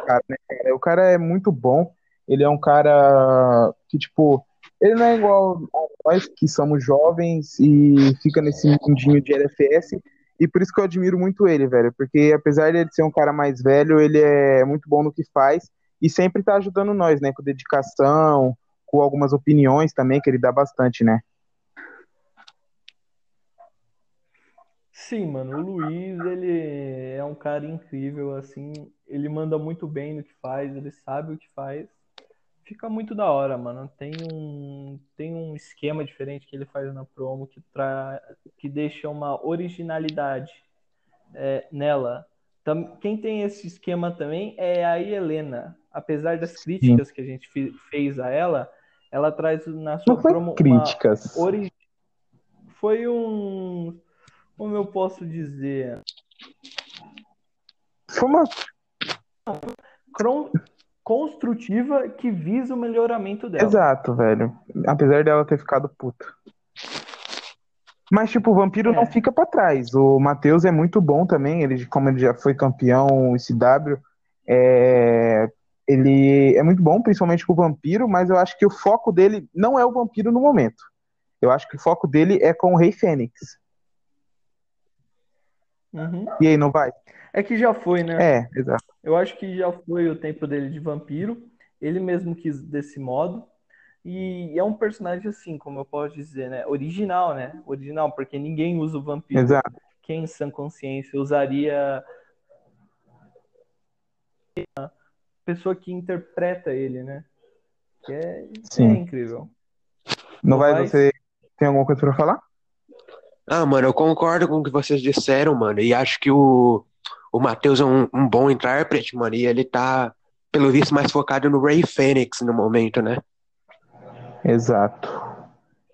B: cara, né, cara? O cara é muito bom. Ele é um cara que, tipo, ele não é igual nós que somos jovens e fica nesse mundinho de LFS. E por isso que eu admiro muito ele, velho. Porque apesar de ele ser um cara mais velho, ele é muito bom no que faz e sempre tá ajudando nós, né? Com dedicação, com algumas opiniões também, que ele dá bastante, né?
A: Sim, mano, o Luiz, ele é um cara incrível, assim, ele manda muito bem no que faz, ele sabe o que faz. Fica muito da hora, mano. Tem um, tem um esquema diferente que ele faz na promo que, tra... que deixa uma originalidade é, nela. Tam- Quem tem esse esquema também é a Helena. Apesar das críticas que a gente fi- fez a ela, ela traz na sua
B: Não foi
A: promo uma
B: críticas.
A: ori- Foi um. Como eu posso dizer?
B: Foi uma...
A: Cron- Construtiva que visa o melhoramento dela.
B: Exato, velho. Apesar dela ter ficado puta. Mas, tipo, o Vampiro
A: É.
B: não fica pra trás. O Matheus é muito bom também. Ele, como ele já foi campeão ICW, é... ele é muito bom, principalmente com o Vampiro, mas eu acho que o foco dele não é o Vampiro no momento. Eu acho que o foco dele é com o Rei Fênix.
A: Uhum.
B: E aí, não vai?
A: É que já foi, né?
B: É, exato.
A: Eu acho que já foi o tempo dele de vampiro. Ele mesmo quis desse modo. E é um personagem assim, como eu posso dizer, né? Original, né? Original, porque ninguém usa o vampiro.
B: Exato.
A: Quem em sã consciência usaria a pessoa que interpreta ele, né? Que é, é
B: Sim.
A: incrível.
B: Não vai,
A: Novais?
B: você tem alguma coisa pra falar?
C: Ah, mano, eu concordo com o que vocês disseram, mano. E acho que o, o Matheus é um, um bom intérprete, mano. E ele tá, pelo visto, mais focado no Ray Fênix no momento, né?
B: Exato.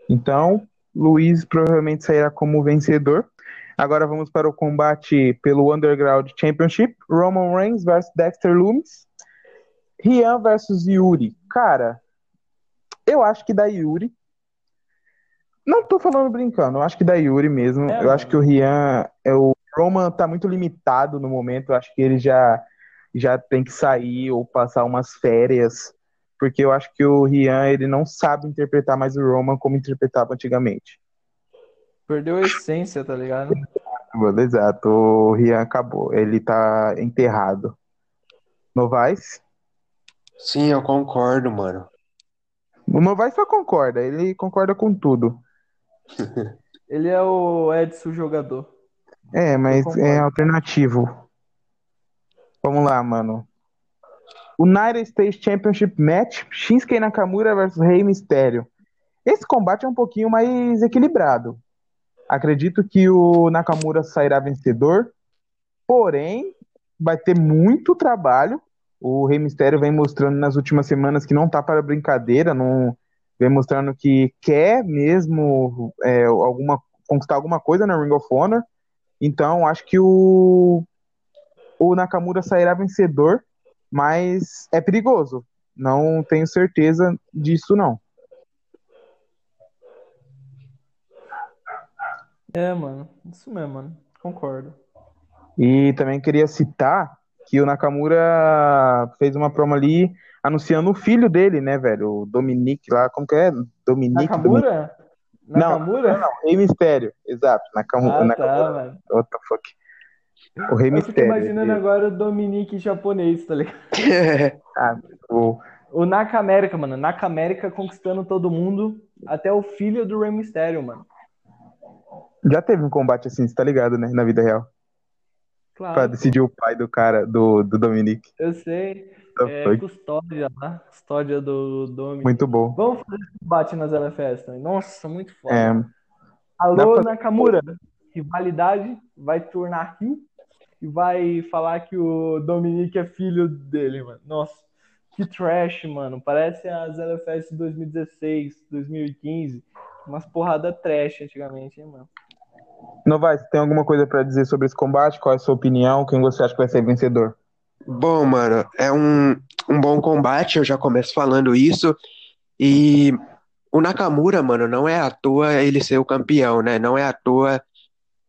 B: Então, Luiz provavelmente sairá como vencedor. Agora vamos para o combate pelo Underground Championship. Roman Reigns versus Dexter Loomis. Rian versus Yuri. Cara, eu acho que da Yuri. Não tô falando brincando, eu acho que da Yuri mesmo.
A: É,
B: eu acho
A: mano.
B: que o Rian, é, o Roman tá muito limitado no momento. Eu acho que ele já já tem que sair ou passar umas férias, porque eu acho que o Rian ele não sabe interpretar mais o Roman como interpretava antigamente.
A: Perdeu a essência, tá ligado?
B: Mano, Exato, o Rian acabou, ele tá enterrado. Novaes?
C: Sim, eu concordo, mano.
B: O Novaes só concorda, ele concorda com tudo.
A: Ele é o Edson jogador.
B: É, mas
A: Eu concordo.
B: é alternativo. Vamos lá, mano. United States Championship Match, Shinsuke Nakamura versus Rey Mysterio. Esse combate é um pouquinho mais equilibrado. Acredito que o Nakamura sairá vencedor Porém, vai ter muito trabalho. O Rei Mistério vem mostrando nas últimas semanas que não tá para brincadeira, não vem mostrando que quer mesmo é, alguma, conquistar alguma coisa na Ring of Honor. Então, acho que o, o Nakamura sairá vencedor, mas é perigoso. Não tenho certeza disso, não.
A: É, mano. Isso mesmo, mano. Concordo.
B: E também queria citar que o Nakamura fez uma promo ali anunciando o filho dele, né, velho? O Dominique lá, como que é? Dominique.
A: Nakamura?
B: Dominique. Nakamura? Não, não, não. Rei Mistério, exato. Nakamura.
A: Ah, tá,
B: Nakamura.
A: mano.
B: What the fuck? O Rei
A: Eu fico
B: Mistério.
A: imaginando agora o Dominique japonês, tá ligado?
B: Ah, o-
A: O Nakamérica, mano. Nakamérica conquistando todo mundo, até o filho do Rey Mysterio, mano.
B: Já teve um combate assim, você tá ligado, né? Na vida real. Pra
A: Claro,
B: decidir o pai do cara, do, do Dominique.
A: eu sei.
B: What the
A: É
B: fuck?
A: custódia lá, custódia do Domi.
B: Muito bom.
A: Vamos fazer esse combate na Zona Festa. Nossa, muito foda.
B: É, dá
A: Alô,
B: pra-
A: Nakamura. Rivalidade vai tornar rio e vai falar que o Dominique é filho dele, mano. Nossa, que trash, mano. Parece a Zero Fest 2016, 2015. Umas porrada trash antigamente, hein, mano.
B: Novaes, tem alguma coisa pra dizer sobre esse combate? Qual é a sua opinião? Quem você acha que vai ser vencedor?
C: Bom, mano, é um, um bom combate, eu já começo falando isso. E o Nakamura, mano, não é à toa ele ser o campeão, né? Não é à toa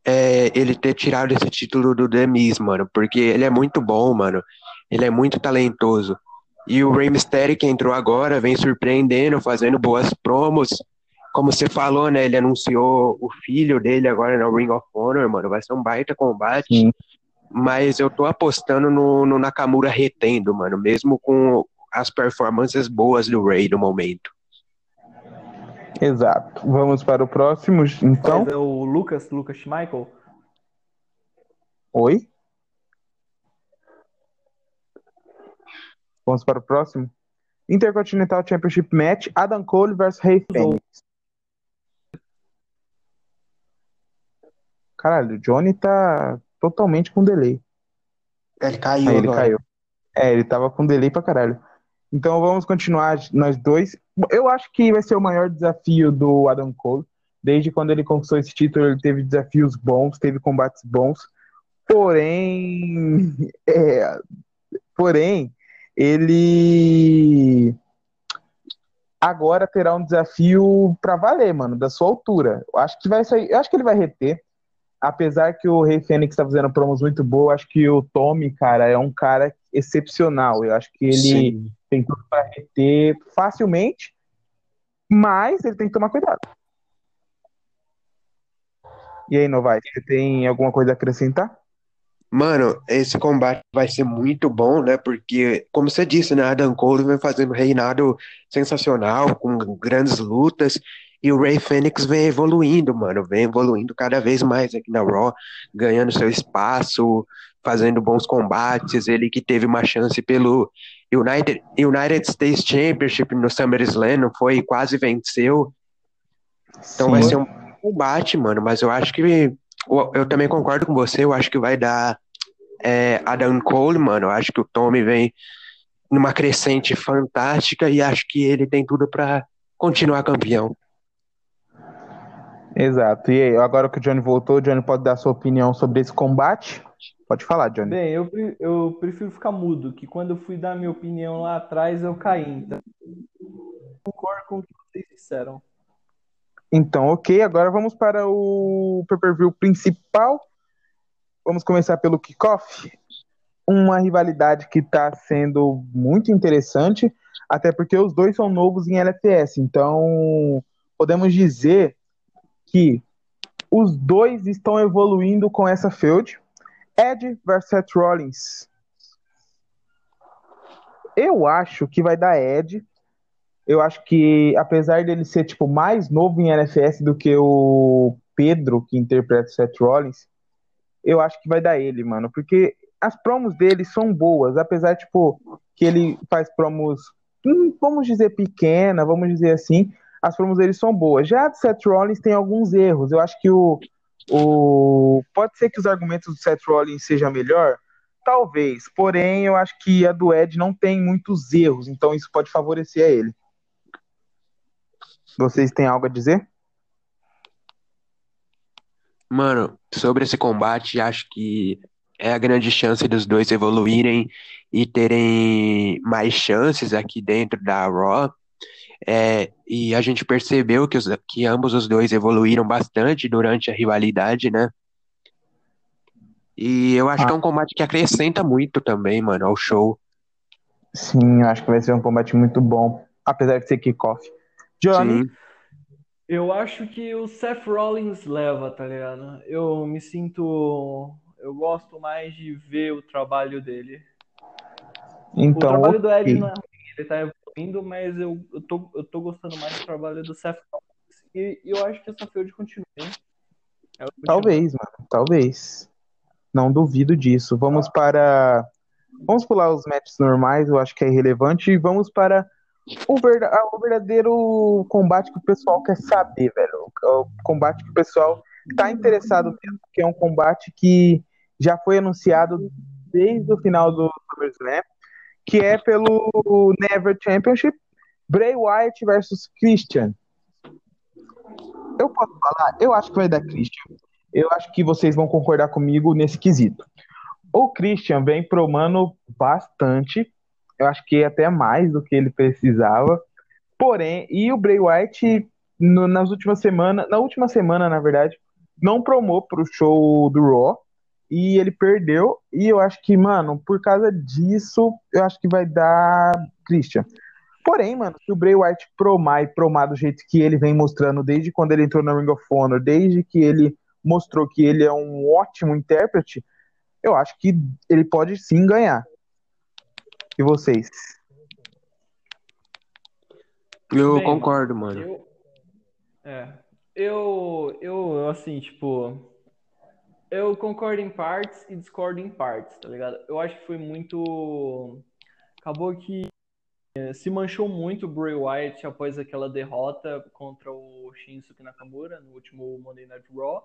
C: é, ele ter tirado esse título do Demis, mano, porque ele é muito bom, mano. Ele é muito talentoso. E o Rey Mysterio que entrou agora vem surpreendendo, fazendo boas promos. Como você falou, né? Ele anunciou o filho dele agora no Ring of Honor, mano. Vai ser um baita combate.
B: Sim.
C: Mas eu tô apostando no, no Nakamura retendo, mano. Mesmo com as performances boas do Ray no momento.
B: Exato. Vamos para o próximo, então.
A: Mas é o Lucas, Lucas Michael.
B: Oi? Vamos para o próximo? Intercontinental Championship Match, Adam Cole versus Rey Fênix. Caralho, o Johnny tá totalmente com delay.
C: Ele caiu
B: Aí ele caiu. É, ele tava com delay pra caralho. Então vamos continuar nós dois. Eu acho que vai ser o maior desafio do Adam Cole. Desde quando ele conquistou esse título, ele teve desafios bons, teve combates bons. Porém, é, porém, ele agora terá um desafio pra valer, mano, da sua altura. Eu acho que vai sair, eu acho que ele vai reter apesar que o Rei Fênix tá fazendo promos muito boas, acho que o Tommy, cara, é um cara excepcional. Eu acho que ele
C: Sim.
B: tem tudo pra reter facilmente, mas ele tem que tomar cuidado. E aí, Novaes, você tem alguma coisa a acrescentar?
C: Mano, esse combate vai ser muito bom, né? Porque, como você disse, né? Adam Cole vem fazendo um reinado sensacional, com grandes lutas. E o Ray Fênix vem evoluindo, mano. Vem evoluindo cada vez mais aqui na Raw, ganhando seu espaço, fazendo bons combates. Ele que teve uma chance pelo United, United States Championship no SummerSlam, não foi? E Quase venceu. Então vai ser um combate, mano. Mas eu acho que. Eu, eu também concordo com você. Eu acho que vai dar é, Adam Cole, mano. Eu acho que o Tommy vem numa crescente fantástica e acho que ele tem tudo pra continuar campeão.
B: Exato. E aí, agora que o Johnny voltou, o Johnny pode dar sua opinião sobre esse combate? Pode falar, Johnny.
A: Bem, eu, pre- eu prefiro ficar mudo, que quando eu fui dar minha opinião lá atrás, eu caí. Então, concordo com o que vocês disseram.
B: Então, ok, agora vamos para o pay-per-view principal. Vamos começar pelo kickoff. Uma rivalidade que está sendo muito interessante, até porque os dois são novos em LFS. Então, podemos dizer que os dois estão evoluindo com essa field. Ed versus Seth Rollins. Eu acho que vai dar Ed, eu acho que, apesar dele ser tipo mais novo em LFS do que o Pedro, que interpreta o Seth Rollins, eu acho que vai dar ele, mano. Porque as promos dele são boas, apesar, tipo, que ele faz promos, hum, vamos dizer, pequena, vamos dizer assim, as promos dele são boas. Já do Seth Rollins tem alguns erros. Eu acho que o, O... Pode ser que os argumentos do Seth Rollins sejam melhor? Talvez. Porém, eu acho que a do Ed não tem muitos erros, então isso pode favorecer a ele. Vocês têm algo a dizer?
C: Mano, sobre esse combate, acho que é a grande chance dos dois evoluírem e terem mais chances aqui dentro da Raw. É, e a gente percebeu que, os, que ambos os dois evoluíram bastante durante a rivalidade, né? E eu acho ah. que é um combate que acrescenta muito também, mano, ao show.
B: Sim, eu acho que vai ser um combate muito bom, apesar de ser kickoff. Johnny. Sim.
A: Eu acho que o Seth Rollins leva, tá ligado? Eu me sinto. Eu gosto mais de ver o trabalho dele.
B: Então,
A: o trabalho do Ed
B: ok.
A: não é ruim, ele tá evoluindo, mas eu, eu, tô, eu tô gostando mais do trabalho do Seth Rollins. E, e eu acho que essa field continua, hein? É Ela continua.
B: Talvez, mano, talvez. Não duvido disso. Vamos para. Vamos pular os matches normais, eu acho que é irrelevante, e vamos para o, verda... ah, o verdadeiro combate que o pessoal quer saber, velho. O combate que o pessoal tá interessado mesmo, que é um combate que já foi anunciado desde o final do SummerSlam, que é pelo Never Championship, Bray Wyatt versus Christian. Eu posso falar? Eu acho que vai dar Christian. Eu acho que vocês vão concordar comigo nesse quesito. O Christian vem promando bastante, eu acho que até mais do que ele precisava. Porém, e o Bray White no, nas últimas semanas, na última semana, na verdade, não promou pro show do Raw e ele perdeu. E eu acho que, mano, por causa disso, eu acho que vai dar Christian. Porém, mano, se o Bray White promar e promar do jeito que ele vem mostrando desde quando ele entrou na Ring of Honor, desde que ele mostrou que ele é um ótimo intérprete, eu acho que ele pode sim ganhar. E vocês?
C: Eu
A: Bem,
C: concordo, mano.
A: Eu, é, eu, eu, assim, tipo, eu concordo em partes e discordo em partes, tá ligado? Eu acho que foi muito. Acabou que é, se manchou muito o Bray Wyatt após aquela derrota contra o Shinsuke Nakamura no último Monday Night Raw.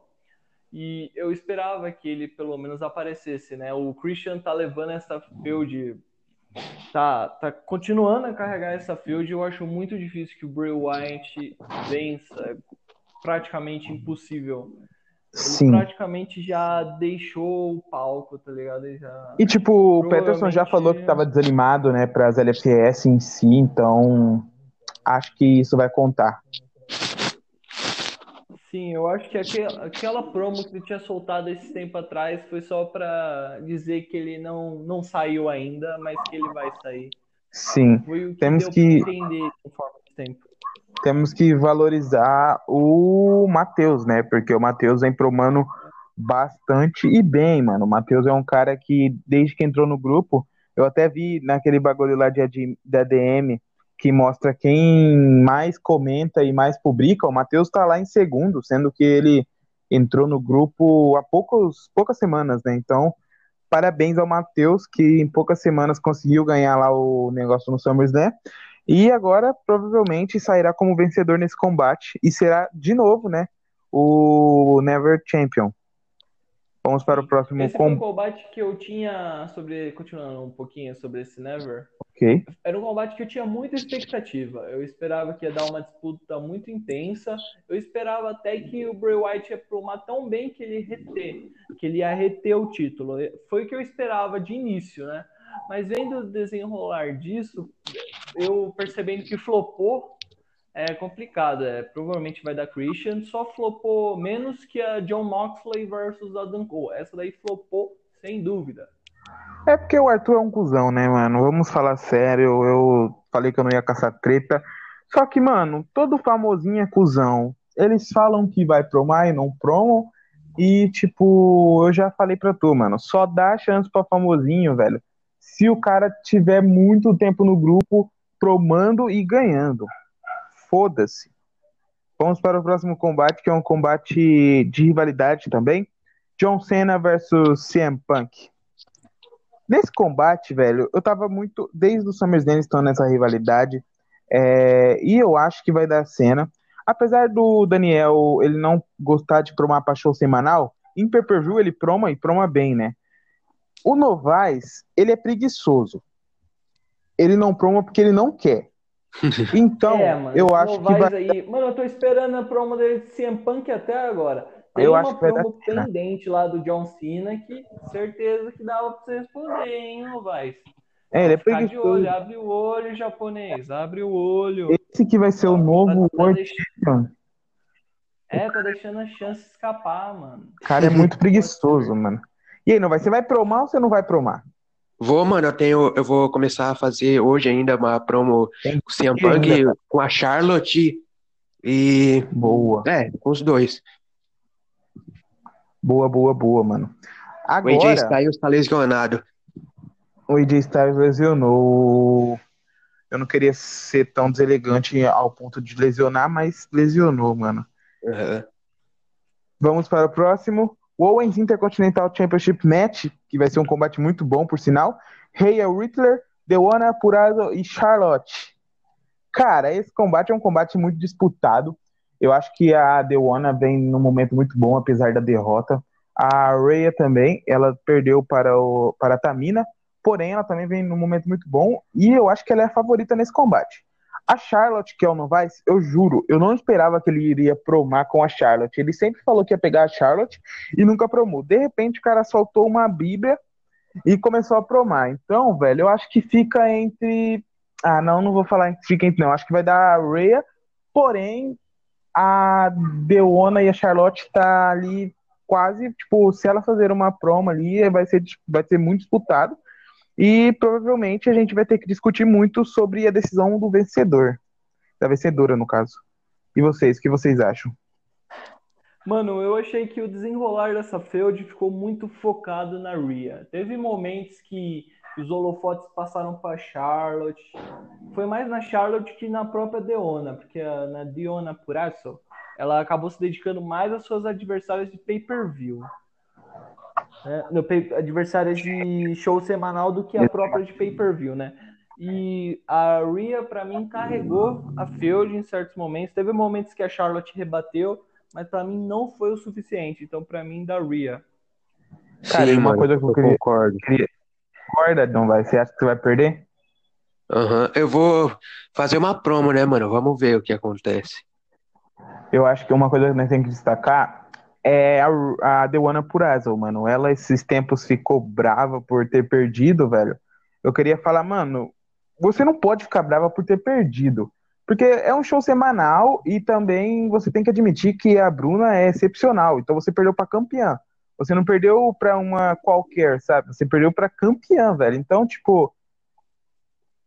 A: E eu esperava que ele pelo menos aparecesse, né? O Christian tá levando essa field tá, tá continuando a carregar essa field. Eu acho muito difícil que o Bray Wyatt vença. É praticamente impossível. Ele
B: Sim.
A: praticamente já deixou o palco, tá ligado? Ele já...
B: E tipo, o Peterson já
A: Provavelmente-
B: falou que tava desanimado, né, para as LFS em si, então acho que isso vai contar.
A: Sim, eu acho que aquela, aquela promo que ele tinha soltado esse tempo atrás foi só pra dizer que ele não, não saiu ainda, mas que ele vai sair.
B: Sim,
A: Foi o que
B: Temos
A: deu
B: que-
A: pra entender conforme o tempo.
B: temos que valorizar o Matheus, né? Porque o Matheus vem promando bastante e bem, mano. O Matheus é um cara que desde que entrou no grupo, eu até vi naquele bagulho lá de AD da DM que mostra quem mais comenta e mais publica, o Matheus tá lá em segundo, sendo que ele entrou no grupo há poucos, poucas semanas, né? Então, parabéns ao Matheus, que em poucas semanas conseguiu ganhar lá o negócio no SummerSlam. E agora, provavelmente, sairá como vencedor nesse combate e será, de novo, né, o Never Champion. Vamos para o próximo
A: Esse foi um
B: combate.
A: combate que eu tinha sobre. Continuando um pouquinho sobre esse Never. Era um combate que eu tinha muita expectativa. Eu esperava que ia dar uma disputa muito intensa. Eu esperava até que o Bray Wyatt ia promar tão bem que ele ia reter, que ele ia reter o título. Foi o que eu esperava de início, né? Mas vendo o desenrolar disso, eu percebendo que flopou é complicado. É, provavelmente vai dar Christian. Só flopou menos que a John Moxley versus Adam Cole. Essa daí flopou sem dúvida.
B: É porque o Arthur é um cuzão, né, mano? Vamos falar sério. Eu falei que eu não ia caçar treta. Só que, mano, todo famosinho é cuzão. Eles falam que vai promar e não promam. E, tipo, eu já falei pra tu, mano, só dá chance pra famosinho, velho. Se o cara tiver muito tempo no grupo promando e ganhando. Foda-se. Vamos para o próximo combate, que é um combate de rivalidade também. John Cena versus CM Punk. Nesse combate, velho, eu tava muito. Desde o SummerSlam eles estão nessa rivalidade. é, e eu acho que vai dar cena. Apesar do Daniel ele não gostar de promar pra show semanal, em pay-per-view ele proma e proma bem, né? O Novaes, ele é preguiçoso. Ele não proma porque ele não quer. Então,
A: É, mano,
B: eu
A: o
B: acho que
A: Novaes
B: vai...
A: aí- Mano, eu tô esperando a promo dele de CM Punk até agora. Tem
B: Eu
A: uma
B: acho que vai dar
A: promo
B: cena.
A: pendente lá do John Cena que certeza que dava pra você responder, hein, Novaes?
B: É, ele é
A: Fica de
B: preguiçoso.
A: olho, abre o olho, japonês, abre o olho.
B: Esse que vai ser o novo
A: Tá
B: World
A: deixando-
B: Champion.
A: É, tá deixando a chance escapar, mano.
B: O cara é muito preguiçoso, mano. E aí, não vai? Você vai promar ou você não vai promar?
C: Vou, mano, eu tenho, eu vou começar a fazer hoje ainda uma promo
B: Tem
C: com o CM
B: que ir né?
C: Punk,
B: ainda.
C: com a Charlotte e.
B: Boa.
C: É, com os dois.
B: Boa, boa, boa, mano.
C: O AJ
B: Agora,
C: Styles tá lesionado.
B: o AJ Styles lesionou. Eu não queria ser tão deselegante ao ponto de lesionar, mas lesionou, mano.
C: Aham.
B: Vamos para o próximo. O Owens Intercontinental Championship Match, que vai ser um combate muito bom, por sinal. Rhea Riddler, Deonna Purrazzo e Charlotte. Cara, esse combate é um combate muito disputado. Eu acho que a Deonna vem num momento muito bom, apesar da derrota. A Rhea também, ela perdeu para, o, para a Tamina, porém ela também vem num momento muito bom e eu acho que ela é a favorita nesse combate. A Charlotte, que é o Novaes, eu juro, eu não esperava que ele iria promar com a Charlotte. Ele sempre falou que ia pegar a Charlotte e nunca promou. De repente, o cara soltou uma bíblia e começou a promar. Então, velho, eu acho que fica entre. Ah, não, não vou falar entre fica entre, não. Acho que vai dar a Rhea, porém, a Deona e a Charlotte tá ali quase, tipo, se ela fazer uma promo ali, vai ser, dis- vai ser muito disputado. E provavelmente a gente vai ter que discutir muito sobre a decisão do vencedor. Da vencedora, no caso. E vocês, o que vocês acham?
A: Mano, eu achei que o desenrolar dessa feud ficou muito focado na Rhea. Teve momentos que os holofotes passaram pra Charlotte. Foi mais na Charlotte que na própria Deona, porque a- na Deona Purrazzo, ela acabou se dedicando mais às suas adversárias de pay-per-view. Né? No pay- adversárias de show semanal do que a própria de pay-per-view, né? E a Rhea, pra mim, carregou a feud em certos momentos. Teve momentos que a Charlotte rebateu, mas pra mim não foi o suficiente. Então, pra mim, da Rhea.
B: Cara, é
C: Sim,
B: uma
C: mano,
B: coisa que eu queria-
C: concordo.
B: Concorda, não vai? Você acha que você vai perder?
C: Aham, Eu vou fazer uma promo, né, mano? Vamos ver o que acontece.
B: Eu acho que uma coisa que nós temos que destacar é a, a Dewana Purrazzo, mano. Ela esses tempos ficou brava por ter perdido, velho. Eu queria falar, mano, você não pode ficar brava por ter perdido. Porque é um show semanal e também você tem que admitir que a Bruna é excepcional. Então você perdeu pra campeã. Você não perdeu pra uma qualquer, sabe? Você perdeu pra campeã, velho. Então, tipo,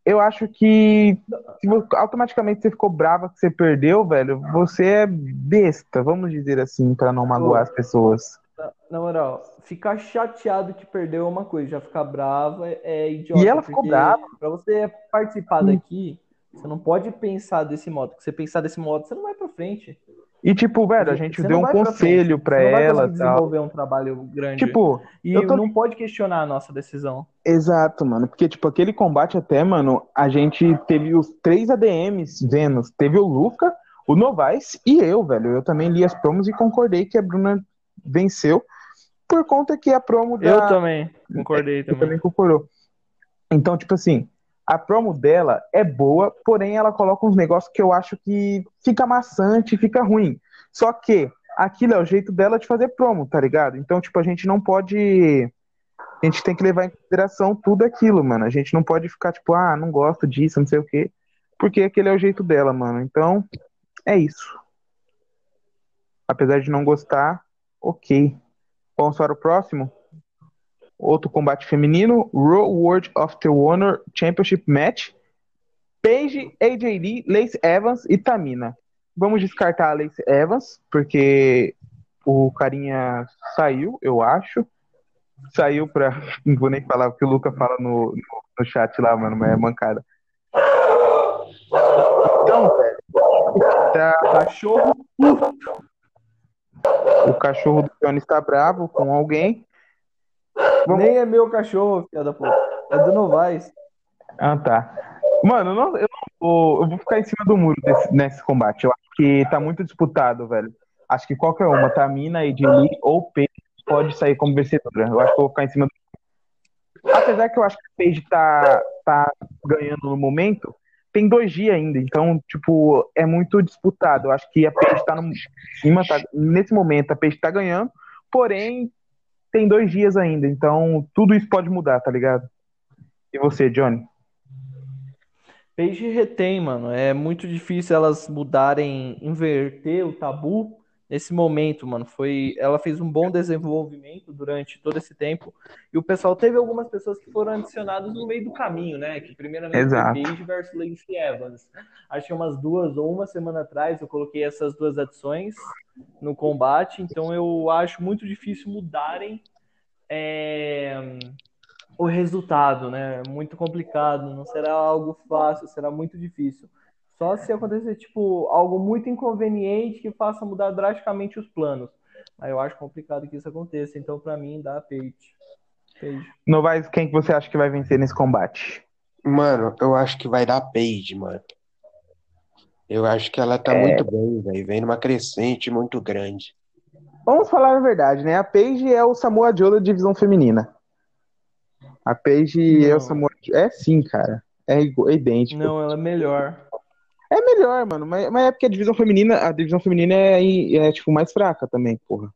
B: eu acho que se vo- automaticamente você ficou brava que você perdeu, velho, você é besta, vamos dizer assim, pra não magoar as pessoas.
A: Na- Na moral, ficar chateado que perdeu é uma coisa, já ficar brava é idiota.
B: E ela ficou
A: porque
B: brava.
A: Pra você participar daqui, você não pode pensar desse modo. Se você pensar desse modo, você não vai pra frente.
B: E tipo, velho, a gente
A: Você não
B: deu um
A: vai pra
B: conselho pra
A: Você não vai
B: ela,
A: conseguir
B: tal.
A: desenvolver um trabalho grande.
B: Tipo,
A: e
B: eu tô-
A: não pode questionar a nossa decisão.
B: exato, mano, porque tipo, aquele combate até, mano, a gente teve os três ADMs vendo, teve o Luca, o Novaes e eu, velho. Eu também li as promos e concordei que a Bruna venceu por conta que a promo da
A: Ah, também, concordei
B: Eu também concordou. Então, tipo assim, a promo dela é boa, porém ela coloca uns negócios que eu acho que fica maçante, fica ruim. Só que aquilo é o jeito dela de fazer promo, tá ligado? Então, tipo, a gente não pode. A gente tem que levar em consideração tudo aquilo, mano. A gente não pode ficar, tipo, ah, não gosto disso, não sei o quê. Porque aquele é o jeito dela, mano. Então, é isso. Apesar de não gostar, ok. Vamos para o próximo? Outro combate feminino, Raw World of the Honor Championship Match. Paige, AJ Lee, Lace Evans e Tamina. Vamos descartar a Lace Evans, porque o carinha saiu, eu acho. Saiu pra. Não vou nem falar o que o Luca fala no, no, no chat lá, mano, mas é mancada. Então, velho. tá-
A: Cachorro
B: o cachorro do Johnny está bravo com alguém. Vamos-
A: nem é meu cachorro, filha da puta. É do Novaes.
B: Ah, tá. Mano, eu não, eu não vou, eu vou ficar em cima do muro desse- nesse combate. Eu acho que tá muito disputado, velho. Acho que qualquer uma, tá? Tamina, Edili ou Paige, pode sair como vencedora. Eu acho que eu vou ficar em cima do Apesar que eu acho que a Paige tá, tá ganhando no momento, tem dois dias ainda. Então, tipo, é muito disputado. Eu acho que a Paige tá no, em cima, tá- nesse momento a Paige tá ganhando, porém tem dois dias ainda. Então, tudo isso pode mudar, tá ligado? E você, Johnny?
A: Peixe retém, mano. É muito difícil elas mudarem, inverter o tabu nesse momento, mano. Foi, ela fez um bom desenvolvimento durante todo esse tempo. E o pessoal teve algumas pessoas que foram adicionadas no meio do caminho, né? Que primeiramente
B: Exato.
A: foi Paige versus Lacey Evans. Acho que umas duas ou uma semana atrás eu coloquei essas duas adições no combate. Então eu acho muito difícil mudarem é, o resultado, né? É Muito complicado, não será algo fácil, será muito difícil. Só se acontecer, tipo, algo muito inconveniente que faça mudar drasticamente os planos. Mas eu acho complicado que isso aconteça, então pra mim dá peito. Peito.
B: Novaes, quem que você acha que vai vencer nesse combate?
C: Mano, eu acho que vai dar Paige, mano. Eu acho que ela tá
B: É.
C: muito bem, velho. Vem numa crescente muito grande.
B: Vamos falar a verdade, né? A Paige é o Samoa Joe da divisão feminina. A Paige é
A: Não.
B: o Samoa Joe. É sim, cara. É, igu- é idêntico.
A: Não, ela é melhor.
B: É melhor, mano. Mas, mas é porque a divisão feminina, a divisão feminina é, é, tipo mais fraca também, porra.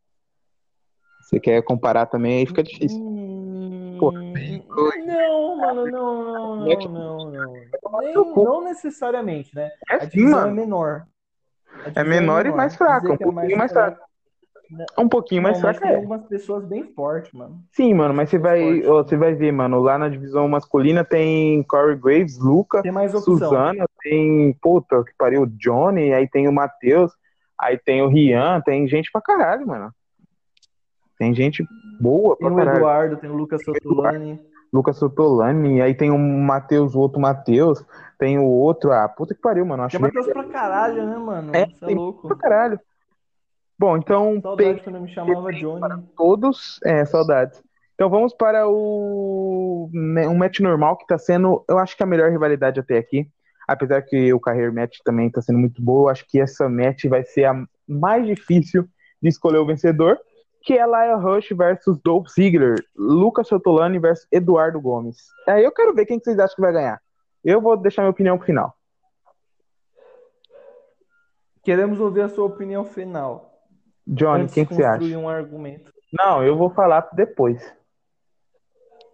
B: Você quer comparar também, aí fica difícil.
A: Hum,
B: Pô.
A: Não, mano, não, não, não, não, não. Nem- não necessariamente, né?
B: É
A: A
B: sim,
A: divisão é
B: mano.
A: menor. A divisão
B: É menor e mais fraca,
A: Dizer
B: um
A: que é
B: pouquinho mais fraca. Um pouquinho mais
A: Não, mas
B: fraca
A: tem
B: é.
A: algumas pessoas bem fortes, mano.
B: Sim, mano, mas você vai,
A: Forte.
B: ó, você vai ver, mano, lá na divisão masculina tem Corey Graves, Luca,
A: Tem mais opção.
B: Suzana, tem, puta, que pariu, Johnny, aí tem o Matheus, aí tem o Rian, tem gente pra caralho, mano. Tem gente boa
A: Tem
B: pra
A: o
B: caralho.
A: Eduardo, tem o Lucas Sotolani.
B: Lucas Sotolani, aí tem o Matheus, o outro Matheus, tem o outro, ah, puta que pariu, mano, acho
A: Tem
B: bem
A: Matheus pra caralho, né, mano?
B: É,
A: Você é
B: tem-
A: louco.
B: pra caralho. Bom, então, pe-
A: Saudade quando eu me chamava Johnny.
B: todos, é, saudades. Então vamos para o né, um match normal que tá sendo, eu acho que a melhor rivalidade até aqui. Apesar que o Career Match também tá sendo muito boa, eu acho que essa match vai ser a mais difícil de escolher o vencedor, que é Laia Rush versus Dolph Ziggler, Lucas Sotolani versus Eduardo Gomes. Aí eu quero ver quem que vocês acham que vai ganhar. Eu vou deixar minha opinião pro final.
A: Queremos ouvir a sua opinião final.
B: Johnny,
A: antes
B: quem
A: de
B: que você acha?
A: construir um argumento.
B: Não, eu vou falar depois.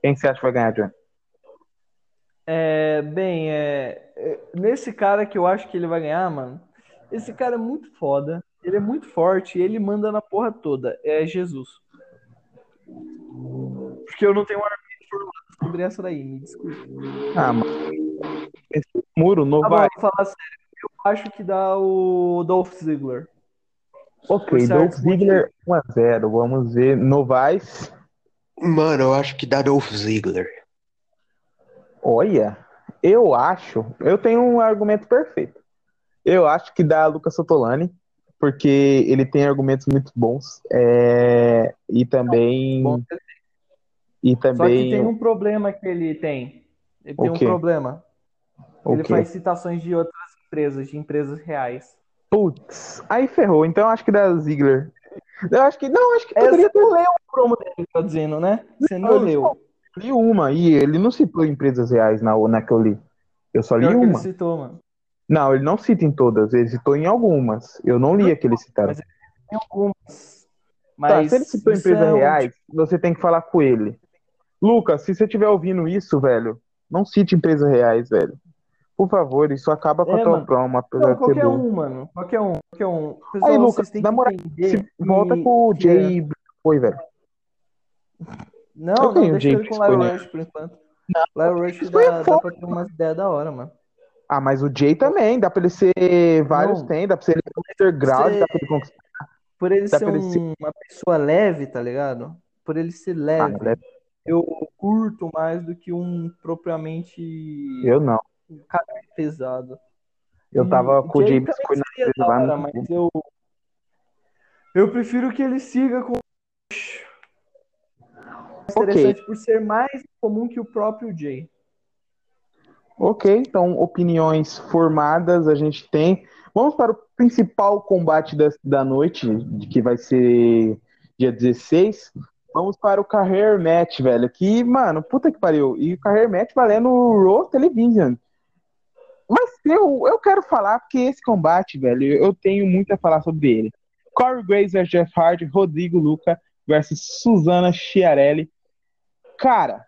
B: Quem que você acha que vai ganhar, Johnny?
A: É, bem, é, é, nesse cara que eu acho que ele vai ganhar, mano, esse cara é muito foda. Ele é muito forte e ele manda na porra toda. É Jesus. Porque eu não tenho um argumento formado sobre essa daí, me desculpe.
B: Ah, mano. Esse muro não
A: Tá bom,
B: vai.
A: vou falar sério. Eu acho que dá o Dolph Ziggler.
B: Ok,
A: certo,
B: Dolph Ziggler 1x0. Vamos ver. Novaes.
C: Mano, eu acho que dá Dolph Ziggler.
B: Olha, eu acho. Eu tenho um argumento perfeito. Eu acho que dá Lucas Sotolani, porque ele tem argumentos muito bons. é, E também.
A: Bom,
B: E
A: Só que tem
B: também.
A: um problema que ele tem. Ele tem
B: é O
A: um
B: quê?
A: problema. Ele
B: o quê?
A: faz citações de outras empresas, de empresas reais.
B: Putz, aí ferrou. Então eu acho que dá Ziggler. Eu acho que. Não, acho que
A: É,
B: poderia
A: você
B: ter
A: não leu o promo dele, tô dizendo, né? Você não
B: Não, ele
A: leu.
B: li uma. E ele não citou empresas reais na, na que eu li. Eu só li
A: Pior que ele
B: uma. Tá,
A: citou, mano.
B: Não, ele não cita em todas, ele citou em algumas. Eu não li aquele citado.
A: Mas Tem algumas.
B: Tá,
A: Mas
B: se ele citou
A: isso
B: empresas
A: é um-
B: reais, você tem que falar com ele. Lucas, se você estiver ouvindo isso, velho, não cite empresas reais, velho. Por favor, isso acaba com a
A: É,
B: tua
A: mano.
B: promo, apesar
A: Não,
B: de ser
A: qualquer
B: bom.
A: um, mano. Qualquer um, qualquer um. Pessoal,
B: Lucas,
A: vocês têm
B: na
A: que
B: moral,
A: entender
B: Se- volta
A: que-
B: com o
A: que é-
B: Jay foi, velho.
A: Não,
B: Eu
A: não,
B: tenho
A: deixa
B: jeito
A: ele com
B: de
A: o Larry
B: escolher.
A: Rush por enquanto. Larry Rush
B: isso é
A: dá, dá
B: foda.
A: pra ter umas ideias da hora, mano.
B: Ah, mas o Jay também, dá pra ele ser vários,
A: Não.
B: tem, dá pra ser ele underground,
A: Você-
B: dá pra ele conquistar.
A: Por ele
B: Dá
A: ser
B: pra ele
A: um-
B: ser-
A: uma pessoa leve, tá ligado? Por ele ser
B: Ah,
A: leve,
B: velho,
A: eu curto mais do que um propriamente
B: eu não.
A: é pesado.
B: Eu tava
A: E
B: com o Jay
A: Jay também
B: biscoito na
A: seria da
B: mesa lá
A: hora,
B: no-
A: mas eu eu prefiro que ele siga com mais
B: Ok.
A: interessante por ser mais comum que o próprio Jay.
B: Ok, então opiniões formadas a gente tem. Vamos para o principal combate da, da noite, que vai ser dia 16. Vamos para o Career Match, velho. Que, mano, puta que pariu. E o Career Match valendo o Raw Television. Mas eu, eu quero falar, porque esse combate, velho, eu tenho muito a falar sobre ele. Corey Graves versus Jeff Hardy, Rodrigo Luca versus Susana Chiarelli. Cara,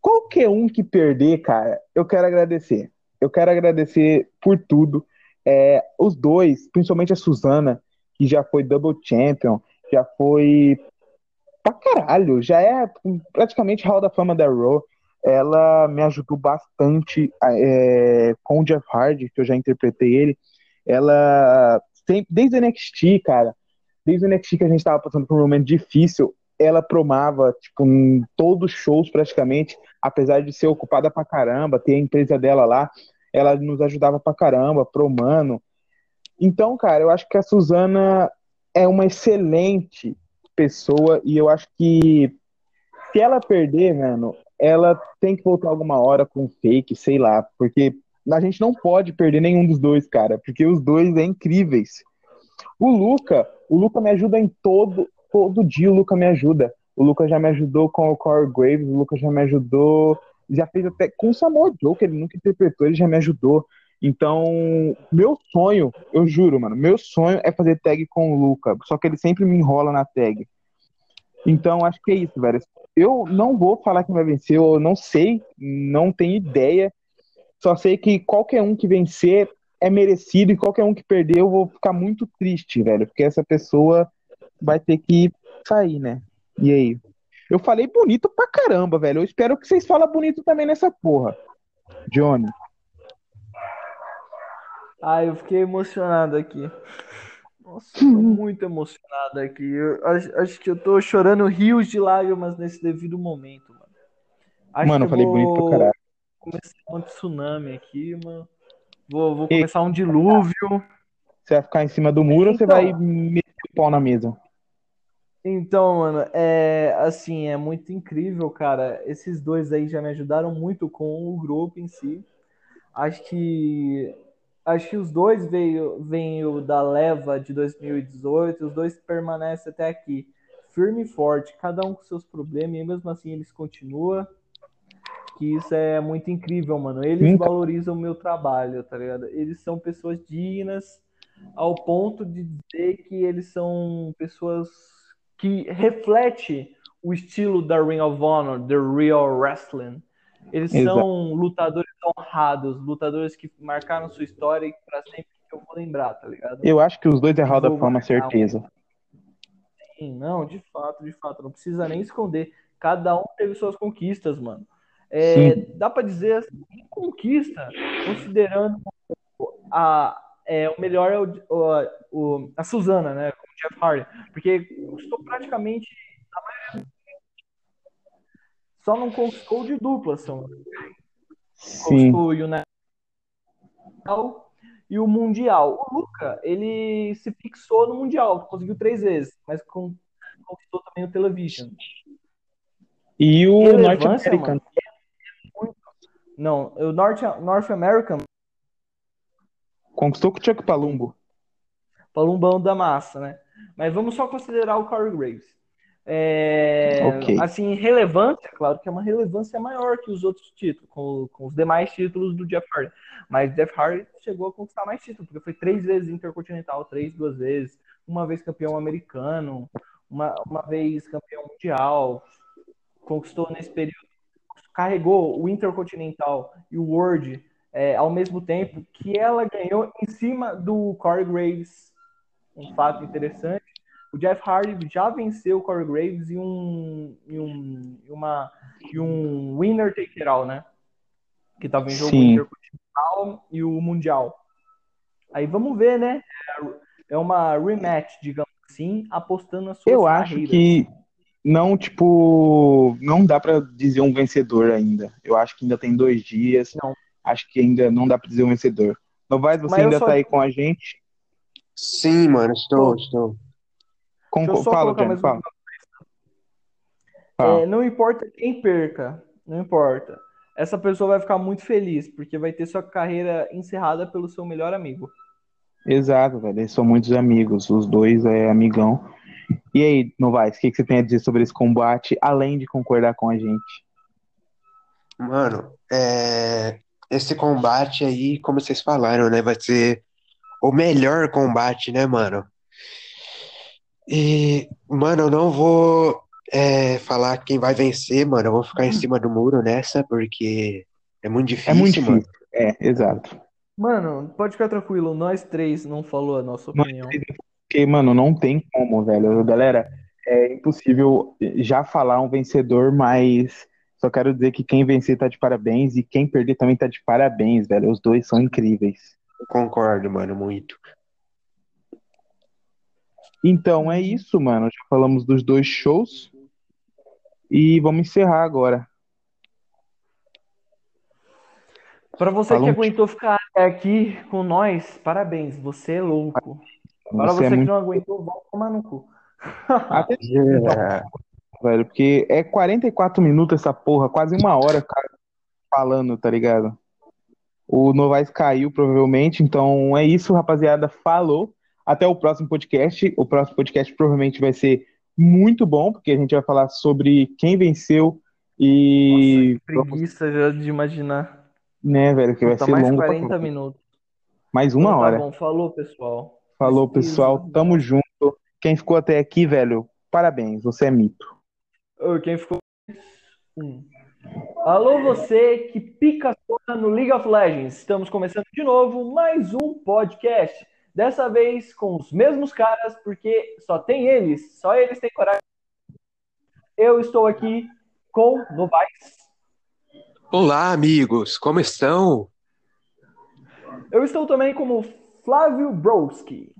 B: qualquer um que perder, cara, eu quero agradecer. Eu quero agradecer por tudo. É, os dois, principalmente a Susana, que já foi double champion, já foi pra caralho, já é praticamente hall da fama da Raw. Ela me ajudou bastante é, com o Jeff Hardy, que eu já interpretei ele. Ela, sempre, desde o NXT, cara, desde o NXT que a gente tava passando por um momento difícil, ela promava, tipo, em todos os shows praticamente, apesar de ser ocupada pra caramba, ter a empresa dela lá, ela nos ajudava pra caramba, promando. Então, cara, eu acho que a Suzana é uma excelente pessoa e eu acho que se ela perder, mano, ela tem que voltar alguma hora com fake, sei lá, porque a gente não pode perder nenhum dos dois, cara, porque os dois é incríveis. O Luca, o Luca me ajuda em todo todo dia o Luca me ajuda. O Luca já me ajudou com o Corey Graves, o Luca já me ajudou, já fez até com o Samuel Joe, que ele nunca interpretou, ele já me ajudou. Então, meu sonho, eu juro, mano, meu sonho é fazer tag com o Luca. Só que ele sempre me enrola na tag. Então, acho que é isso, velho. Eu não vou falar quem vai vencer, eu não sei, não tenho ideia. Só sei que qualquer um que vencer é merecido e qualquer um que perder eu vou ficar muito triste, velho. Porque essa pessoa vai ter que sair, né? E aí? Eu falei bonito pra caramba, velho. Eu espero que vocês falem bonito também nessa porra. Johnny.
A: Ah, eu fiquei emocionado aqui. Nossa, tô muito emocionado aqui. Eu acho, acho, que eu tô chorando rios de lágrimas nesse devido momento, mano. Acho
B: mano, eu falei
A: vou...
B: bonito pra caralho.
A: Começar um tsunami aqui, mano. Vou, vou começar um dilúvio.
B: Você vai ficar em cima do muro então... ou você vai meter o pau na mesa?
A: Então, mano, é assim, é muito incrível, cara. Esses dois aí já me ajudaram muito com o grupo em si. Acho que acho que os dois veio, veio da leva de 2018, os dois permanecem até aqui, firme e forte, cada um com seus problemas, e mesmo assim eles continuam. Que isso é muito incrível, mano. Eles
B: Sim.
A: valorizam o meu trabalho, tá ligado? Eles são pessoas dignas ao ponto de dizer que eles são pessoas que reflete o estilo da Ring of Honor, The Real Wrestling. Eles
B: Exato.
A: são lutadores honrados, lutadores que marcaram sua história e para sempre que eu vou lembrar, tá ligado?
B: Eu acho que os dois é Hall da
A: Vou
B: Fama,
A: marcar um.
B: certeza.
A: Sim, não, de fato, de fato, não precisa nem esconder. Cada um teve suas conquistas, mano. É, dá pra dizer assim, conquista, considerando a é, o melhor é o, o- o- a Suzana, né, com o Jeff Hardy, porque conquistou praticamente a maioria dos- só não conquistou de dupla, são
B: Sim.
A: o United e o Mundial. O Luca, ele se fixou no Mundial, conseguiu três vezes, mas con- conquistou também o Television.
B: E o
A: Relevância,
B: norte-americano.
A: Não, o North, North American,
B: Conquistou com o Chuck Palumbo.
A: palumbão da massa, né? Mas vamos só considerar o Corey Graves. É,
B: Ok.
A: Assim, relevância, claro que é uma relevância maior que os outros títulos, com, com os demais títulos do Jeff Hardy. Mas Jeff Hardy chegou a conquistar mais títulos, porque foi três vezes intercontinental, três, duas vezes, uma vez campeão americano, uma, uma vez campeão mundial, conquistou nesse período, carregou o intercontinental e o World é, ao mesmo tempo que ela ganhou em cima do Corey Graves. Um fato interessante. O Jeff Hardy já venceu o Corey Graves em um, em um, em uma, em um winner take it all, né? Que tava em jogo
B: Sim.
A: intercontinental e o mundial. Aí vamos ver, né? É uma rematch, digamos assim, apostando na sua
B: Eu acho que não, tipo, não dá pra dizer um vencedor ainda. Eu acho que ainda tem dois dias.
A: Não.
B: Acho que ainda não dá pra dizer um vencedor. Novaes, você
A: Mas eu
B: ainda
A: só-
B: tá aí com a gente?
C: Sim, mano, estou, estou.
B: Com...
A: Deixa eu só
B: Fala,
A: colocar
B: Johnny,
A: mais um
B: fala. Fala.
E: Tá.
A: É, não importa quem perca, não importa. essa pessoa vai ficar muito feliz, porque vai ter sua carreira encerrada pelo seu melhor amigo.
E: Exato, velho. Eles são muitos amigos. Os dois é amigão. E aí, Novaes, o que, que você tem a dizer sobre esse combate, além de concordar com a gente?
C: Mano, é, esse combate aí, como vocês falaram, né? Vai ser o melhor combate, né, mano? E, mano, eu não vou é, falar quem vai vencer, mano. Eu vou ficar em cima do muro nessa, porque é muito difícil,
E: Uhum. É muito
C: mano.
E: difícil. É, exato.
A: Mano, pode ficar tranquilo, nós três não falou a nossa
E: Nós
A: opinião.
E: Porque, mano, não tem como, velho. Galera, é impossível já falar um vencedor, mas só quero dizer que quem vencer tá de parabéns e quem perder também tá de parabéns, velho. Os dois são incríveis.
C: Concordo, mano, muito.
E: Então é isso, mano. Já falamos dos dois shows. E vamos encerrar agora.
A: Pra você
E: Fala
A: que
E: um-
A: aguentou ficar até aqui com nós, parabéns, você é louco. Para
E: Você
A: você
E: é
A: que
E: muito,
A: não aguentou, volta tomar no cu.
E: velho, porque é 44 minutos essa porra, quase uma hora, cara, falando, tá ligado? O Novaes caiu, provavelmente. Então é isso, rapaziada. Falou. Até o próximo podcast. O próximo podcast provavelmente vai ser muito bom, porque a gente vai falar sobre quem venceu e,
A: Preguiça já de imaginar.
E: né, velho, que vai
A: Tá
E: ser
A: mais
E: longo pra
A: 40
E: caralho.
A: minutos.
E: Mais uma
A: Então tá
E: hora.
A: bom, falou, pessoal.
E: Falou,
A: Pesquisa.
E: pessoal. Tamo junto. Quem ficou até aqui, velho, parabéns. Você é mito.
A: Ô, Quem ficou. Hum. Alô, você que pica a sua no League of Legends. Estamos começando de novo mais um podcast. Dessa vez com os mesmos caras, porque só tem eles, só eles têm coragem. Eu estou aqui com Novaes.
C: Olá, amigos, como estão?
A: Eu estou também como Flávio Broski.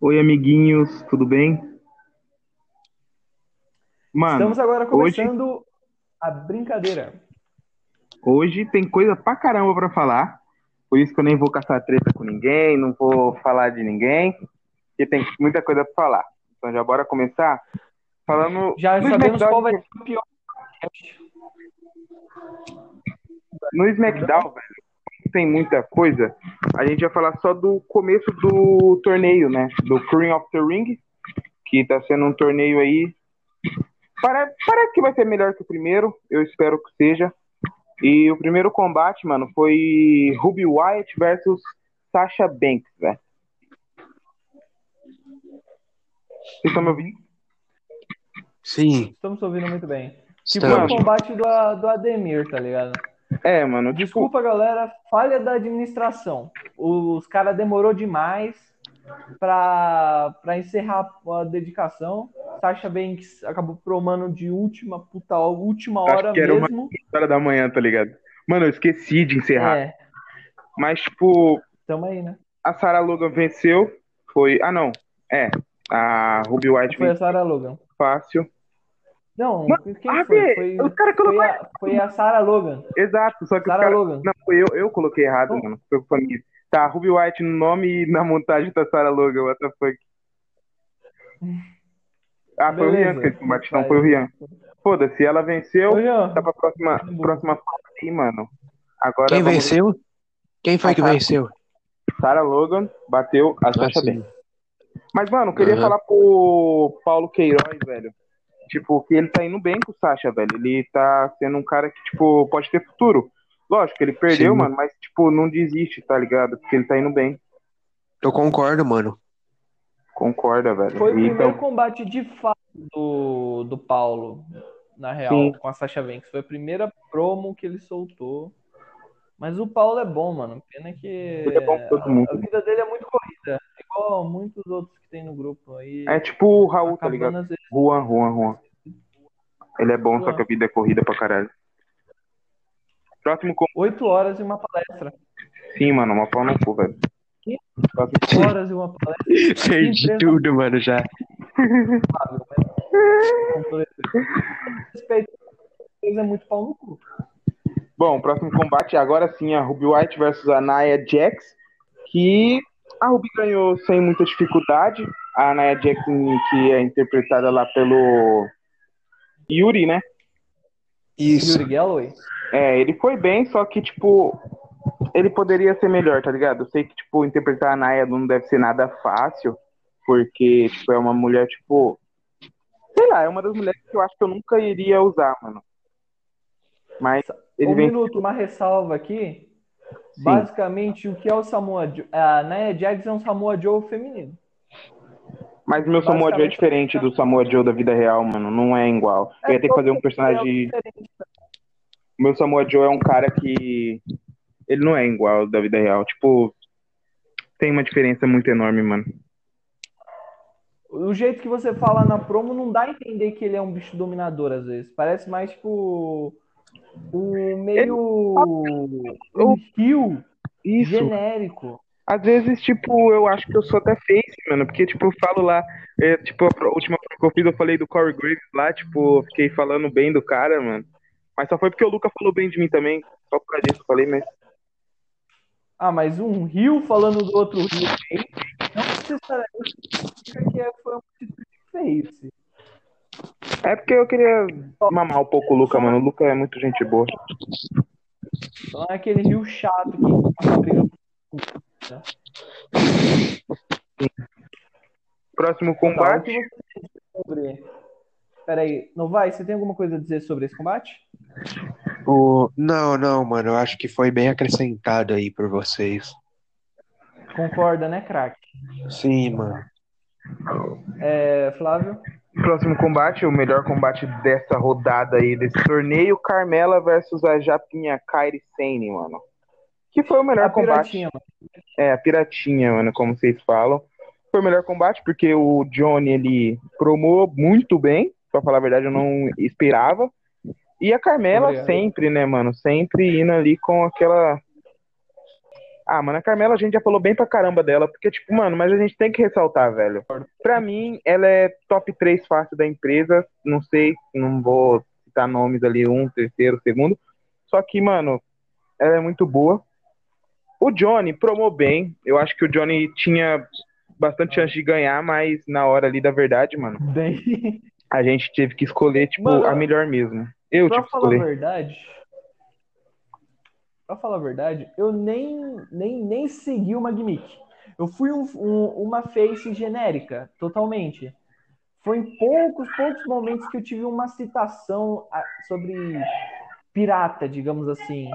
B: Oi, amiguinhos, tudo bem? Mano,
A: Estamos agora
B: hoje-
A: começando a brincadeira.
B: hoje tem coisa pra caramba pra falar. Por isso que eu nem vou caçar treta com ninguém, não vou falar de ninguém, porque tem muita coisa pra falar. Então já bora começar falando
A: Já
B: Luiz
A: sabemos
B: McDowell-
A: qual vai ser o pior.
B: No SmackDown, velho, como tem muita coisa. A gente vai falar só do começo do torneio, né? Do Cream of the Ring, que tá sendo um torneio aí. Para- Parece que vai ser melhor que o primeiro, eu espero que seja. E o primeiro combate, mano, foi Ruby Wyatt versus Sasha Banks, velho. Vocês estão me ouvindo?
C: Sim,
A: Estamos ouvindo muito bem. Tipo o
C: estamos.
A: combate do, A- do Ademir, tá ligado?
B: É, mano, tipo,
A: Desculpa, galera, falha da administração. Os caras demorou demais pra, pra encerrar a dedicação. Sasha Banks acabou promando de última puta última
B: Acho
A: hora
B: que era uma-
A: mesmo.
B: 10 horas da manhã, tá ligado? Mano, eu esqueci de encerrar.
A: É,
B: Mas, tipo,
A: tamo aí, né?
B: A Sarah Logan venceu. Foi. Ah, não. É. A Ruby White
A: Foi a
B: venceu
A: Sarah Logan.
B: fácil.
A: Não,
B: Mano,
A: quem
B: ah,
A: foi?
B: velho,
A: Foi,
B: O cara colocou.
A: foi a, foi a Sarah Logan.
B: Exato, só É que o
A: Sarah
B: cara.
A: Logan.
B: Não, foi eu, eu coloquei errado,
A: Oh.
B: mano. Foi culpa minha. Tá, Ruby White no nome e na montagem tá Sarah Logan, what the fuck. Ah, foi o
A: Beleza.
B: Rian que esse combate, não foi o Rian. Foda-se, ela venceu.
A: Ô, Jean,
B: Tá pra próxima, próxima fase aí, mano. Agora
C: Quem
B: vamos-
C: venceu? Quem foi que venceu?
B: Sarah Logan bateu a Sasha
C: Ah, sim.
B: Banks. Mas, mano, eu queria
C: Aham.
B: falar pro Paulo Queiroz, velho. Tipo, que ele tá indo bem com o Sasha, velho. Ele tá sendo um cara que, tipo, pode ter futuro. Lógico, ele perdeu,
C: Sim.
B: mano, mas, tipo, não desiste, tá ligado? Porque ele tá indo bem.
C: Eu concordo, mano.
B: Concorda, velho.
A: Foi o primeiro
B: então,
A: combate de fato do, do Paulo, na real,
B: Sim.
A: com a Sasha Banks. Foi a primeira promo que ele soltou. Mas o Paulo é bom, mano. Pena que
B: ele é bom pra todo mundo.
A: a vida dele é muito corrida. Igual a muitos outros que tem no grupo aí.
B: É tipo o Raul, tá
A: Acabando
B: ligado?
A: às vezes.
B: Juan, Juan, Juan. Ele é bom, só
A: né? Juan.
B: que a vida é corrida pra caralho. Próximo com...
A: Oito horas e uma palestra.
B: Sim, mano, uma pau no cu, velho.
A: Sim.
B: Próximo
A: Oito horas e uma palestra.
C: Perdi
A: Empresa-
C: tudo, mano, já.
A: com todo Respeito. Ele é muito pau no cu.
B: Bom, próximo combate é agora sim, a Ruby White versus a Nia Jax, que a Ruby ganhou sem muita dificuldade. A Nia Jax, que é interpretada lá pelo Yuri, né?
C: Isso.
A: Yuri Galloway.
B: É, ele foi bem, só que, tipo, ele poderia ser melhor, tá ligado? Eu sei que, tipo, interpretar a Naya não deve ser nada fácil, porque, tipo, é uma mulher, tipo. Sei lá, é uma das mulheres que eu acho que eu nunca iria usar, mano. Mas ele
A: um
B: vem.
A: minuto, uma ressalva aqui.
B: Sim.
A: Basicamente, o que é o Samoa Joe? A Nia Jackson é um Samoa Joe feminino.
B: Mas meu Samoa Joe é
A: basicamente-
B: diferente do Samoa Joe da vida real, mano. Não é igual. Eu ia ter que fazer um
A: É,
B: personagem. Meu Samoa Joe é um cara que. Ele não é igual da vida real. Tipo. Tem uma diferença muito enorme, mano.
A: O jeito que você fala na promo não dá a entender que ele é um bicho dominador, às vezes. Parece mais, tipo, um meio... um rio
B: Isso.
A: genérico.
B: Às vezes, tipo, eu acho que eu sou até face, mano, porque, tipo, eu falo lá, é, tipo, a pro- última prova que eu fiz, eu falei do Corey Graves lá, tipo, eu fiquei falando bem do cara, mano. Mas só foi porque o Luca falou bem de mim também, só por causa disso eu falei, mas
A: Ah, mas um rio falando do outro rio bem, não necessariamente significa que é- foi um título de face.
B: é porque eu queria mamar um pouco o Luca, mano, o Luca é muito gente boa.
A: Então é aquele rio chato que passa brigando.
B: Próximo
A: Tá, o
B: combate,
A: que você tem sobre... Peraí, Novais, você tem alguma coisa a dizer sobre esse combate?
C: O... Não, não, mano. Eu acho que foi bem acrescentado aí por vocês.
A: Concorda, né, craque?
C: Sim, mano.
A: É, Flávio?
B: próximo combate, o melhor combate dessa rodada aí, desse torneio, Carmela versus a Japinha Kairi Sane, mano. Que foi o melhor
A: A
B: combate.
A: piratinha,
B: É, a piratinha, mano, como vocês falam. Foi o melhor combate, porque o Johnny, ele promou muito bem. Pra falar a verdade, eu não esperava. E a Carmela
A: Obrigado.
B: sempre, né, mano? Sempre indo ali com aquela. Ah, mano, a Carmela a gente já falou bem pra caramba dela. Porque, tipo, mano, mas a gente tem que ressaltar, velho. Pra mim, ela é top 3 fácil da empresa. Não sei, não vou citar nomes ali, um, terceiro, segundo. Só que, mano, ela é muito boa. O Johnny promou bem. Eu acho que o Johnny tinha bastante chance de ganhar, mas na hora ali da verdade, mano,
A: Bem...
B: a gente teve que escolher, tipo,
A: Mano,
B: a melhor mesmo. Eu
A: Pra
B: tive que
A: falar a
B: escolher.
A: verdade, pra falar a verdade, eu nem, nem, nem segui uma gimmick. Eu fui um- um- uma face genérica, totalmente. Foi em poucos, poucos momentos que eu tive uma citação a- sobre pirata, digamos assim.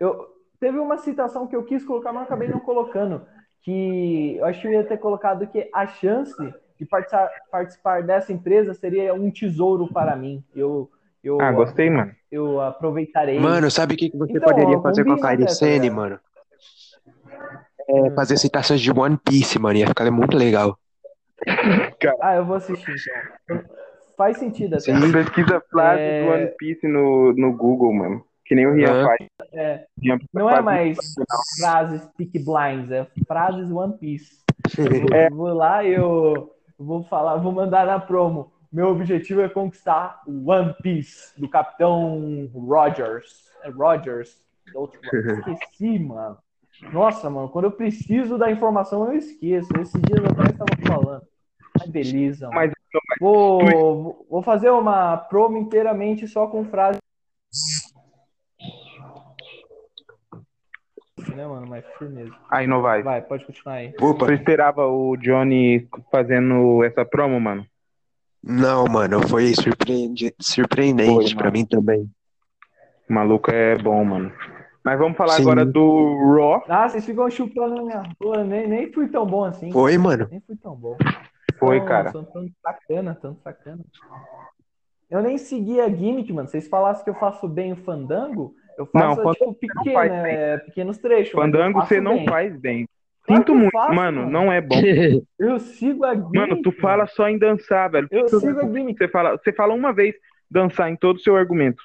A: Eu, teve uma citação que eu quis colocar, mas eu acabei não colocando. Que eu acho que eu ia ter colocado que a chance de participar, participar dessa empresa seria um tesouro para mim. Eu, eu
B: Ah, gostei, mano.
A: eu aproveitarei.
C: Mano, sabe o que que você
A: Então,
C: poderia
A: ó,
C: fazer com a
A: combina
C: Kairi
A: dessa,
C: Sane,
A: velho.
C: mano? É, fazer citações de One Piece, mano. Ia ficar muito legal.
A: Ah, eu vou assistir então. Faz sentido até.
C: Sim.
B: Pesquisa frases
A: É.
B: do One Piece no, no Google, mano. Que nem o Rian
C: Ah.
B: faz.
A: É.
B: Rian
A: Não é
B: faz
A: mais
B: isso.
A: frases Peak Blinds, é frases One Piece. Eu vou lá, eu vou falar, vou mandar na promo. Meu objetivo é conquistar o One Piece do Capitão Rogers. É Rogers. Outro- Esqueci, mano. Nossa, mano, quando eu preciso da informação, eu esqueço. Esses dias atrás estavam falando. Mas beleza, mano.
B: Mas
A: Vou, vou fazer uma promo inteiramente só com frase. Né, mano? Mas firmeza.
B: Aí não vai.
A: Vai, pode continuar aí.
B: Você
C: Opa.
B: esperava o Johnny fazendo essa promo, mano?
C: Não, mano. Foi surpreende- surpreendente
B: Foi,
C: pra
B: mano.
C: mim também.
B: O maluco é bom, mano. Mas vamos falar
C: Sim.
B: agora do Raw.
A: Ah, vocês ficam chutando na minha rua. Nem, nem fui tão bom assim.
C: Foi, mano.
A: Nem fui tão bom. Então,
B: Foi,
A: Tão-
B: cara.
A: tão- tão sacana, tão sacana. Eu nem segui a gimmick, mano. Vocês falassem que eu faço bem o fandango, eu
B: Não,
A: faço,
B: fandango
A: tipo,
B: faz
A: pequena,
B: bem.
A: é, pequenos trechos. mas eu
B: Fandango
A: faço
B: você não
A: bem.
B: faz bem.
A: Claro que
B: Sinto
A: eu
B: muito,
A: faço,
B: mano,
A: mano.
B: não é bom.
A: Eu sigo a gimmick.
B: Mano, tu fala só em dançar, velho.
A: Eu
B: Tu-
A: sigo a gimmick.
B: Você fala, você fala uma vez dançar em todo o seu argumento.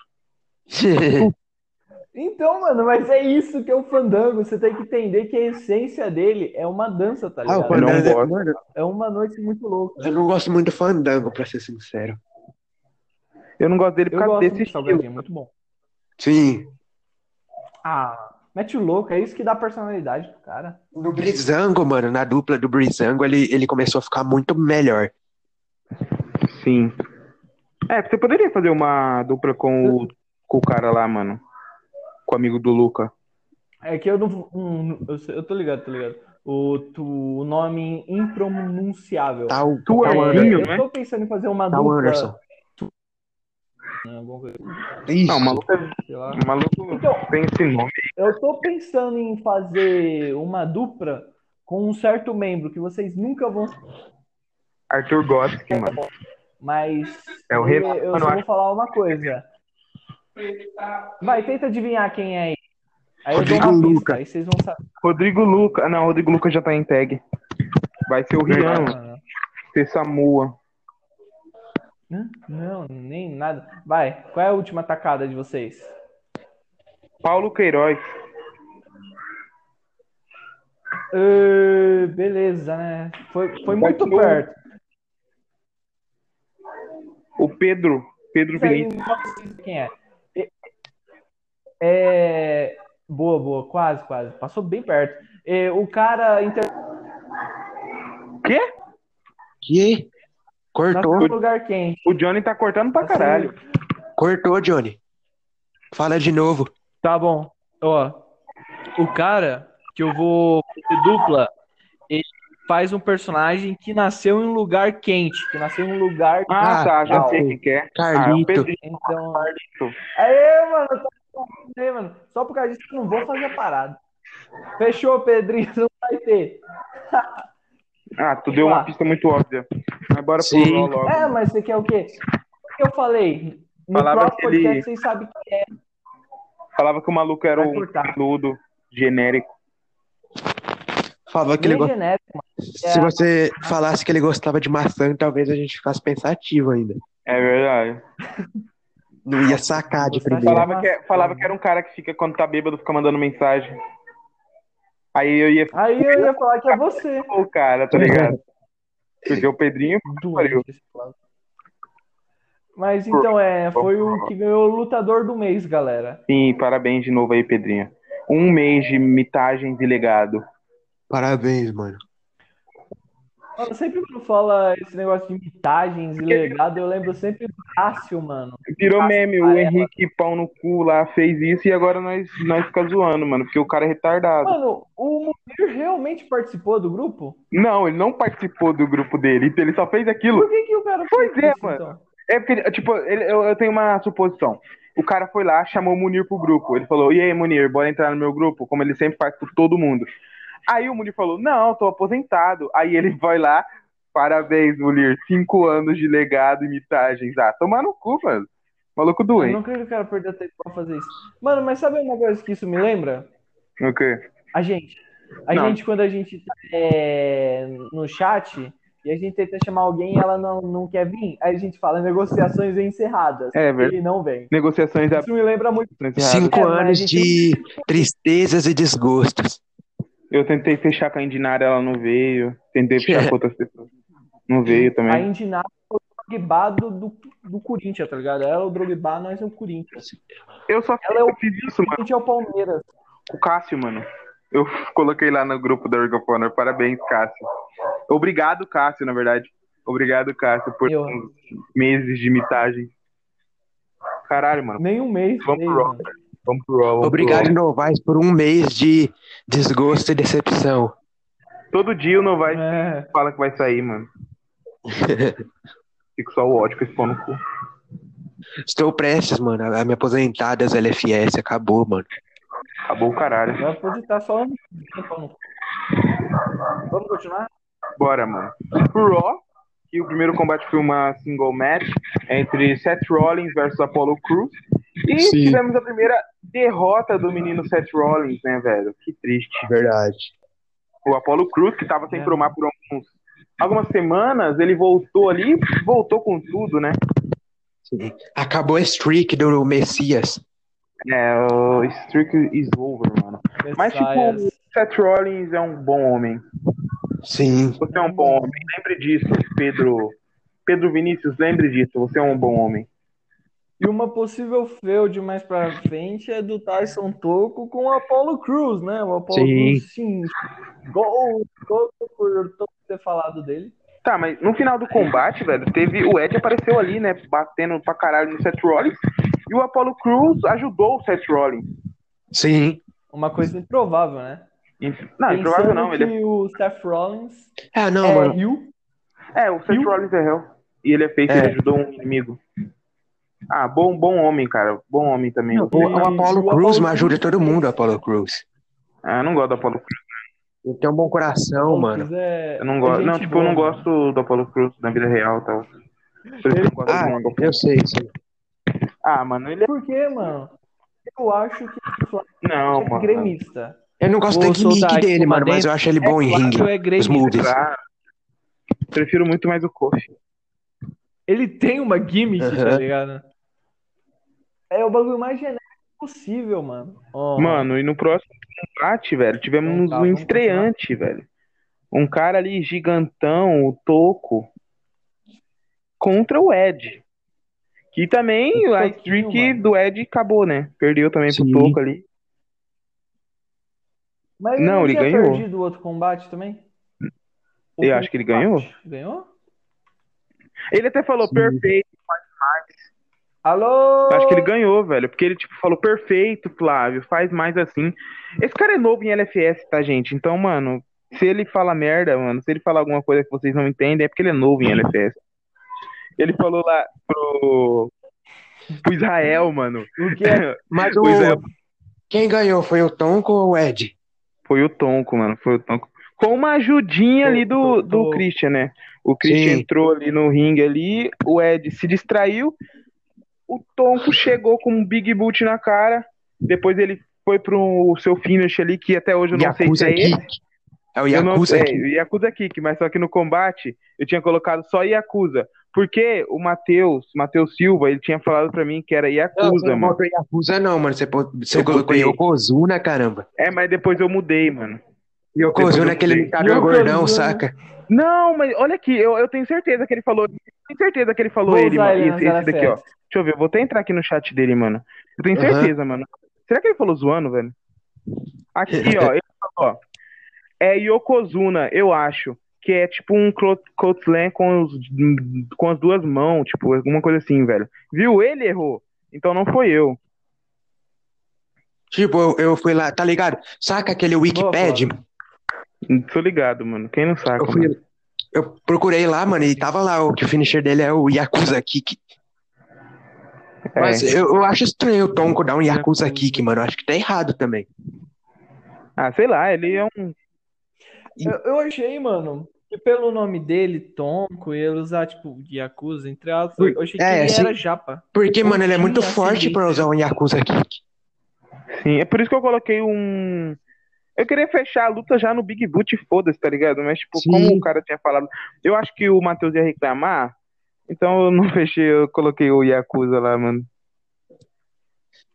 A: Então, mano, mas é isso que é o fandango. Você tem que entender que a essência dele é uma dança, tá
C: Ah, o
A: ligado?
B: fandango.
C: Fandango.
B: gosto.
C: mano,
A: É uma noite muito louca.
C: eu não gosto muito do Fandango, pra ser sincero.
B: Eu não gosto dele por
A: Eu
B: causa
A: gosto
B: desse
A: desse
B: estilo.
A: salgadinho, muito bom.
C: Sim.
A: Ah, mete o louco, é isso que dá personalidade pro cara.
C: No Brizango, mano, na dupla do Brizango, ele, ele começou a ficar muito melhor.
B: Sim. É, você poderia fazer uma dupla com o, com o cara lá, mano.
F: com o amigo do Luca.
A: É que eu não. hum, eu, sei- eu tô ligado, tô ligado. O, tu- o nome impronunciável.
C: Tal,
B: Tu é
C: tal
A: É,
B: Anderson,
A: eu
B: né?
A: tô pensando em fazer uma dupla.
C: Tal Tá um Anderson.
A: né, alguma coisa,
C: Isso.
F: Não, o maluco,
A: sei lá.
B: é, O maluco
A: Então,
B: tem esse nome.
A: eu tô pensando em fazer uma dupla com um certo membro que vocês nunca vão
B: Arthur Gotti, mano.
A: Mas
B: É o
A: eu-
B: Renato,
A: eu
B: mano,
A: só
B: eu
A: vou falar uma coisa. Vai, tenta adivinhar quem é aí. Aí eu dou
B: Rodrigo
A: uma pista,
B: Luca.
A: aí vocês vão saber.
B: Rodrigo Luca. Não, Rodrigo Luca já tá em tag. Vai ser o Rian, vai
A: mano.
B: ser Samoa.
A: Hã? Não, nem nada. Vai, qual é a última tacada de vocês?
B: Paulo Queiroz.
A: Ê, Ah, beleza, né? Foi, foi
B: Vai
A: muito
B: ser o-
A: perto.
B: O Pedro. Pedro
A: Isso aí,
B: Vinícius.
A: Quem é? E- É. Boa, boa, quase, quase. Passou bem perto. É, o cara internacional
C: Que? Cortou,
A: no lugar quente. assim.
B: O Johnny tá cortando pra caralho.
C: cortou, Johnny. Fala de novo.
A: Tá bom. Ó, o cara que eu vou fazer dupla, ele faz um personagem que nasceu em um lugar quente, que nasceu em um lugar.
B: Ah,
C: Ah,
B: tá, já
C: tá.
B: sei quem que é. Ah, é o
C: Carlito.
B: Pedrinho.
A: Então. Aê, mano, tá bom, né, mano. Só por causa disso eu não vou fazer a parada. Fechou, Pedrinho, não vai ter.
B: Ah, tu deu uma pista muito óbvia. Mas bora pro
C: Sim.
B: LOL logo.
A: É, mas você quer o quê? O que eu falei? No
B: Falava
A: próximo
B: que ele-
A: podcast vocês sabem que
B: Falava que o maluco era
A: Vai
B: um
A: cortar.
B: peludo genérico.
C: Falava que ele
A: nem
C: go-
A: é genérico. é,
C: Se você falasse que ele gostava de maçã, talvez a gente ficasse pensativo ainda.
B: É verdade.
C: Não ia sacar de
A: Gostava de
C: primeira.
B: Falava que, falava que era um cara que fica, quando tá bêbado, fica mandando mensagem. Aí eu ia
A: Aí eu ia falar que é você.
B: falar o cara, tá ligado? Porque o Pedrinho Valeu.
A: Doente esse plano. Mas então, é, foi o que ganhou o lutador do mês, galera.
B: Sim, parabéns de novo aí, Pedrinho. Um mês de mitagens e legado.
C: Parabéns, mano.
A: Mano, sempre quando fala esse negócio de mitagens e legado, eu lembro sempre do Cássio, mano.
B: Virou meme, o
A: amarela.
B: Henrique Pão no cu lá fez isso e agora nós, nós fica zoando, mano, porque o cara é retardado.
A: Mano, o Munir realmente participou do grupo?
B: Não, ele não participou do grupo dele, então ele só fez aquilo.
A: Por que, que o cara
B: Pois
A: fez
B: é,
A: isso,
B: mano.
A: então?
B: É porque, tipo, ele- eu, eu tenho uma suposição. O cara foi lá, chamou o Munir pro grupo. Ele falou: E aí, Munir, bora entrar no meu grupo? Como ele sempre faz com todo mundo. Aí o Munir falou: Não, tô aposentado. Aí ele vai lá: Parabéns, Munir, cinco anos de legado e mitagens. Ah, tomar no cu, mano. Maluco
A: Eu
B: doente.
A: não creio que o cara perdeu tempo pra fazer isso. Mano, mas sabe uma coisa que isso me lembra?
B: O quê?
A: A gente. A
B: Não.
A: gente, quando a gente tá é, no chat e a gente tenta chamar alguém e ela não, não quer vir, aí a gente fala negociações encerradas.
B: É verdade.
A: Ele não vem.
B: Negociações
A: Isso me lembra muito.
B: abertas.
C: Cinco
A: É, mas
C: anos
A: a
C: de tristezas e desgostos.
B: Eu tentei fechar com a Indinara, ela não veio. Tentei fechar com outras pessoas. Não veio
A: A
B: também.
A: Indinara foi o Drogba do, do, do Corinthians, tá ligado? Ela é o Drogba, nós é o Corinthians.
B: Eu só
A: Ela é o-
B: eu fiz isso, mano.
A: A gente é o Palmeiras.
B: O Cássio, mano. Eu coloquei lá no grupo da Ergo Honor. Parabéns, Cássio. Obrigado, Cássio, na verdade. Obrigado, Cássio, por
A: Eu-
B: uns meses de mitagem. Caralho, mano.
A: Nem um mês.
B: Vamos
A: fez,
B: pro
A: mano.
B: Vamos pro LOL. vamos pro
C: Obrigado,
B: LOL.
C: Novais, por um mês de desgosto e decepção.
B: Todo dia o Novais
A: É.
B: fala que vai sair, mano. Fico só o ódio com esse pão no cu.
C: Estou prestes, mano, a me aposentar das LFS. Acabou, mano.
B: Acabou o caralho.
A: Vai aposentar só um ano que vem, pau no cu. Vamos continuar?
B: Bora, mano. Pro Raw, que o primeiro combate foi uma single match entre Seth Rollins versus Apollo Crews. E
C: Sim.
B: tivemos a primeira derrota do menino Seth Rollins, né, velho? Que triste.
C: Verdade.
B: O Apollo Crews, que tava sem
A: É.
B: promar por alguns, algumas semanas, ele voltou ali, voltou com tudo, né?
C: Acabou a streak do Messias.
B: É, o streak is over, mano. Mas, tipo,
A: Messias.
B: Seth Rollins é um bom homem.
C: Sim.
B: Você é um bom homem. Lembre disso, Pedro. Pedro Vinícius, lembre disso. Você é um bom homem.
A: E uma possível feud mais pra frente é do Tyson Toco com o Apollo Crews, né? O Apollo
C: Sim.
A: Crews, sim. Gol, gol por todo ter falado dele.
B: Tá, mas no final do combate, velho, teve o Ed apareceu ali, né, batendo pra caralho no Seth Rollins, e o Apollo Crews ajudou o Seth Rollins.
C: Sim.
A: Uma coisa improvável, né?
B: Não, é
A: Pensando
B: provável não.
A: que
B: Ele é...
A: o Seth Rollins
C: Ah, não,
A: é
C: mano.
A: heel,
B: é, o Seth Rollins é réu. E ele é fake,
C: É.
B: ele ajudou um inimigo. Ah, bom, bom homem, cara. Bom homem também.
C: O, o Apollo
A: o
C: Cruz,
A: Apollo
C: mas ajuda
A: Crews
C: todo mundo, Apollo Cruz.
B: Ah, eu não gosto do Apollo Cruz.
C: Ele tem um bom coração, mano.
A: quiser-
B: Eu não gosto.
A: é
B: Não,
A: gente
B: tipo, eu não
A: boa,
B: gosto do Apollo Cruz na vida real e tal. Por isso que eu não gosto
A: tá
C: Ah,
B: do Apollo Crews.
C: eu sei, sim.
B: Ah, mano, ele é.
A: Por quê, mano? Eu acho que o Flávio
B: Não,
A: é
B: mano.
A: gremista.
C: Eu não gosto
A: Vou
C: da
A: soltar
C: gimmick
A: aqui
C: dele,
A: uma
C: mano, mas eu
A: dentro.
C: acho ele bom em
A: O Flávio
C: ringue.
A: é
C: Os
A: gremista.
C: moves.
B: Claro. Ah, Prefiro muito mais o Kofi.
A: Ele tem uma gimmick, tá
C: Aham.
A: ligado? É o bagulho mais genérico possível, mano. Ó,
B: Mano, e no próximo combate, velho, tivemos
A: Então tá,
B: um
A: vamos
B: estreante, velho. Um cara ali gigantão, o Toco, contra o Ed. Que também a
A: Toquinho,
B: streak
A: mano.
B: do Ed acabou, né? Perdeu também
C: Sim.
B: pro Toco ali.
A: Mas ele
B: não, ele
A: tinha
B: ganhou.
A: perdido o outro combate também?
B: Eu
A: Outro
B: acho que ele
A: combate.
B: ganhou.
A: Ganhou?
B: Ele até falou
C: Sim.
B: perfeito.
A: Alô?
B: Acho que ele ganhou, velho. Porque ele, tipo, falou perfeito, Flávio. Faz mais assim. Esse cara é novo em LFS, tá, gente? Então, mano, se ele fala merda, mano, se ele falar alguma coisa que vocês não entendem, é porque ele é novo em LFS. Ele falou lá pro, pro Israel, mano.
A: O que é
C: Mas
B: Pois é.
C: o... quem ganhou foi o Tonko ou o Ed?
B: Foi o Tonko, mano. Foi o Tonko. Com uma ajudinha ali do, do Christian, né? O Christian
C: Sim.
B: entrou ali no ringue ali, o Ed se distraiu, o Tonko chegou com um big boot na cara, depois ele foi pro seu finish ali, que até hoje eu não sei se
C: Yakuza
B: é esse.
C: Kick. É o
B: Eu não
C: Yakuza
B: sei,
C: Kick.
B: Yakuza Kick, mas só que no combate eu tinha colocado só Yakuza. Porque o Matheus, Matheus Silva, ele tinha falado pra mim que era
C: Não, você
B: Yakuza,
C: não
B: mano.
C: botou Yakuza, não, mano. Você, pô- você
B: Eu
C: colocou
B: botei.
C: Yokozuna, caramba.
B: É, mas depois eu mudei, mano. Depois
C: Yokozuna
B: eu
C: é aquele
B: mudei.
C: lutador
A: Yokozuna.
C: gordão, saca?
B: Não, mas olha aqui, eu, eu tenho certeza que ele falou. Tenho certeza que ele falou
A: Vou
B: ele,
A: usar
B: mano.
A: ele
B: Esse,
A: nas
B: esse daqui, ó.
A: LFS.
B: Deixa eu ver, eu vou até entrar aqui no chat dele, mano. Eu tenho
C: Aham.
B: certeza, mano. Será que ele falou zoando, velho? Aqui, ó, ele falou, ó. É Yokozuna, eu acho. Que é tipo um clo- Clothesline com, os- com as duas mãos, tipo, alguma coisa assim, velho. Viu? Ele errou. Então não foi eu.
C: Tipo, eu, eu fui lá, tá ligado? Saca aquele Wikipedia?
B: Tô ligado, mano. Quem não saca,
C: Eu, fui-
B: mano.
C: eu procurei lá, mano, e tava lá o que o finisher dele é o Yakuza Kick.
B: É.
C: Mas eu, eu acho estranho o Tonko dar um Yakuza Kick, mano. Eu acho que tá errado também.
B: Ah, sei lá, ele é um.
A: Eu, eu achei, mano, que pelo nome dele, Tonko, e ele usar, tipo, Yakuza, entre aspas, eu achei que
C: É,
A: ele
C: assim-
A: era japa.
C: Porque, mano, ele é muito
A: Tinha, assim,
C: forte
A: bem-
C: pra usar um Yakuza Kick.
B: Sim, é por isso que eu coloquei um. Eu queria fechar a luta já no Big Boot, foda-se, tá ligado? Mas, tipo,
C: Sim.
B: como o cara tinha falado. Eu acho que o Matheus ia reclamar, então eu não fechei, eu coloquei o Yakuza lá, mano.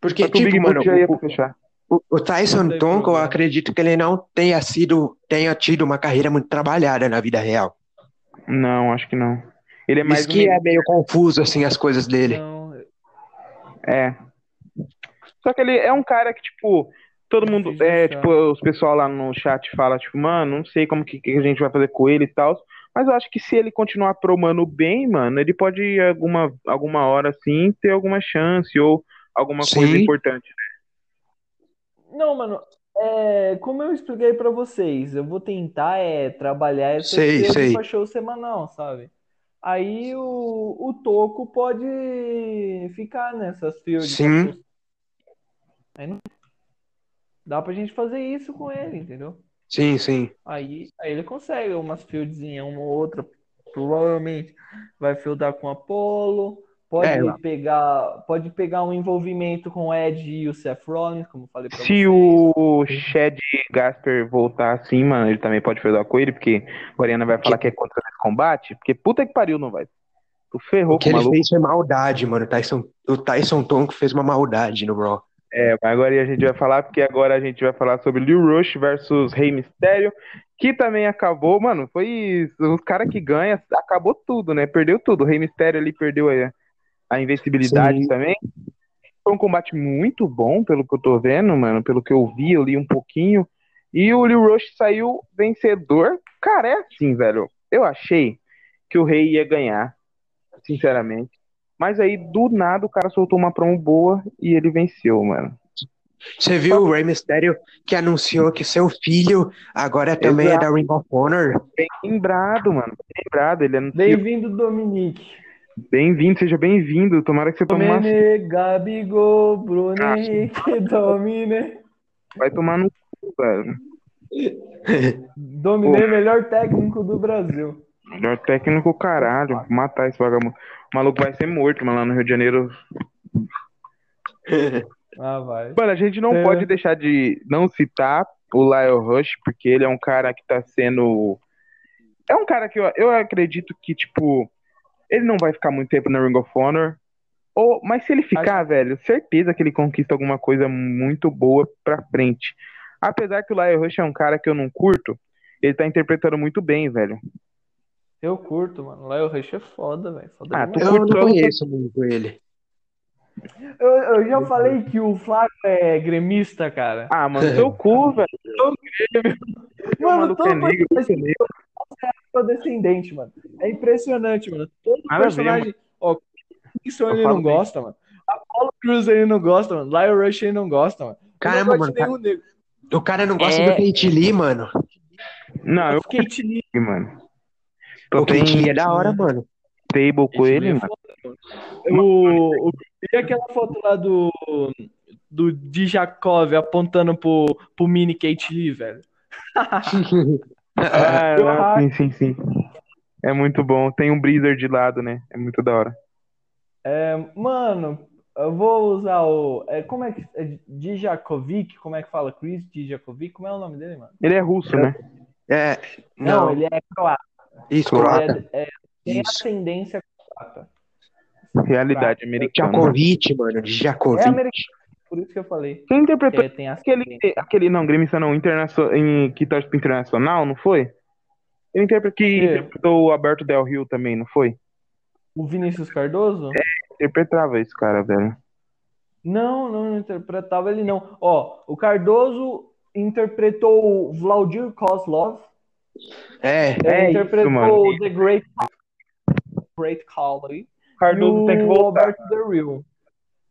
C: Porque,
B: Só que o
C: tipo,
B: Big
C: mano,
B: Boot já ia
C: o-
B: fechar.
C: O, o Tyson
A: Não tem
C: Tonko, eu
A: problema.
C: acredito que ele não tenha sido, tenha tido uma carreira muito trabalhada na vida real.
B: Não, acho que não. Ele é mais
C: Isso que
B: um.
C: é meio confuso, assim, as coisas dele.
A: Então, eu
B: É. Só que ele é um cara que, tipo, todo mundo.
A: Difícil
B: É,
A: de
B: tipo, os pessoal lá no chat fala, tipo, mano, não sei como que, que a gente vai fazer com ele e tal. Mas eu acho que se ele continuar promando bem, mano, ele pode alguma, alguma hora assim ter alguma chance ou alguma coisa
C: Sim.
B: importante.
A: Não, mano, é, como eu expliquei pra vocês, eu vou tentar é, trabalhar essa
C: Sei,
A: estrela
C: sei.
A: pra show semanal, sabe? Aí o, o Toco pode ficar nessas field
C: Sim.
A: goals. Aí não... Dá pra gente fazer isso com ele, entendeu?
C: Sim, sim.
A: Aí, aí ele consegue umas fieldzinhas, uma ou outra. Provavelmente vai fieldar com Apollo, pode
C: É, lá.
A: pegar, pode pegar um envolvimento com o Ed e o Seth Rollins, como eu falei pra
B: Se
A: vocês.
B: o Chad Gasper voltar assim, mano, ele também pode perdoar com ele, porque a Mariana vai falar que é contra esse combate, porque puta que pariu, não vai. Tu ferrou
C: O que
B: com o
C: ele
B: maluco.
C: fez foi maldade, mano. O Tyson, o Tyson Tonko fez uma maldade no Raw.
B: É, mas agora a gente vai falar, porque agora a gente vai falar sobre Lil Rush versus Rei Mistério, que também acabou, mano, foi isso, os caras que ganham, acabou tudo, né? Perdeu tudo. O Rei Mistério ali perdeu a, a invencibilidade
C: Sim.
B: também. Foi um combate muito bom, pelo que eu tô vendo, mano, pelo que eu vi ali um pouquinho. E o Lil Rush saiu vencedor. Cara, é assim, velho. Eu achei que o Rei ia ganhar, sinceramente. Mas aí, do nada, o cara soltou uma promo boa e ele venceu, mano.
C: Você viu o Rey Mysterio que anunciou que seu filho agora também é da Ring of Honor?
B: Bem lembrado, mano. Bem lembrado. Ele anunciou.
A: Bem-vindo, Dominique.
B: Bem-vindo, seja bem-vindo. Tomara que você tome uma...
A: Domene, Gabigol,
B: Ah,
A: Brunique, Domine.
B: Vai tomar no cu, velho.
A: Dominei é melhor técnico do Brasil.
B: Melhor técnico, caralho. Matar esse vagabundo. O maluco vai ser morto, mano, lá no Rio de Janeiro.
A: Ah, vai.
B: Mano, a gente não
A: É.
B: pode deixar de não citar o Lyle Rush, porque ele é um cara que tá sendo. É um cara que eu, eu acredito que, tipo, ele não vai ficar muito tempo na Ring of Honor. Ou, mas se ele ficar, velho, certeza que ele conquista alguma coisa muito boa pra frente. Apesar que o Lyle Rush é um cara que eu não curto, ele tá interpretando muito bem, velho.
A: Eu curto, mano. Léo Rush é foda, velho. Foda
B: Ah,
A: demais.
B: tu-
C: Eu não conheço muito ele.
A: eu, eu já falei que o Flávio é gremista, cara.
B: Ah, mano, seu cu, velho.
A: Mano, todo
B: é negro,
A: personagem
B: é negro.
A: é descendente, mano. É impressionante, mano. Todo
B: Nada a ver,
A: personagem. Ó, isso
B: Eu
A: ele não
B: falo bem.
A: gosta, mano. Apollo Cruz ele não gosta, mano. Lyle Rush ele não gosta, mano. Eu
C: Caramba,
A: não gosto
C: mano.
A: de nenhum negro.
C: O cara não gosta
A: É.
C: do Kate Lee, mano.
B: Não, Ah, eu
A: Kate Lee,
B: curti, mano.
C: O
B: Tô bem
C: Kate Lee é da hora, mano.
B: stable com
A: Kate
B: ele,
A: Lee é
B: mano.
A: foda, mano. O, o, e aquela foto lá do. Do Djakov apontando pro, pro mini Kate Lee, velho.
B: Ah,
A: Eu
B: lá,
A: acho.
B: sim, sim, sim. É muito bom. Tem um Breezer de lado, né? É muito da hora.
A: É, mano, eu vou usar o. É, como é que. É Djakovic? Como é que fala? Chris Djakovic? Como é o nome dele, mano?
B: Ele é russo, né?
C: É,
A: Não,
C: não,
A: ele é croata.
C: isso,
B: Croata.
C: croata.
A: É, é, tem
C: Isso.
A: ascendência croata.
B: Realidade americana.
C: Djakovic, mano, Djakovic.
A: É americano. Por isso que eu falei. que
B: Quem interpretou
A: ele tem
B: aquele,
A: ascendência.
B: aquele não, gremista não, internacional, em, que torce pro internacional, não foi? Ele interpre- que
A: É.
B: interpretou o Alberto Del Rio também, não foi?
A: O Vinícius Cardoso?
B: Interpretava esse cara, velho.
A: Não, não interpretava ele, não. Ó, o Cardoso interpretou o Vladir Kozlov.
C: É,
B: É isso,
A: interpretou
B: mano.
A: o The Great Great Khali. e
B: Cardoso
A: o
B: tem que voltar.
A: Alberto The Real.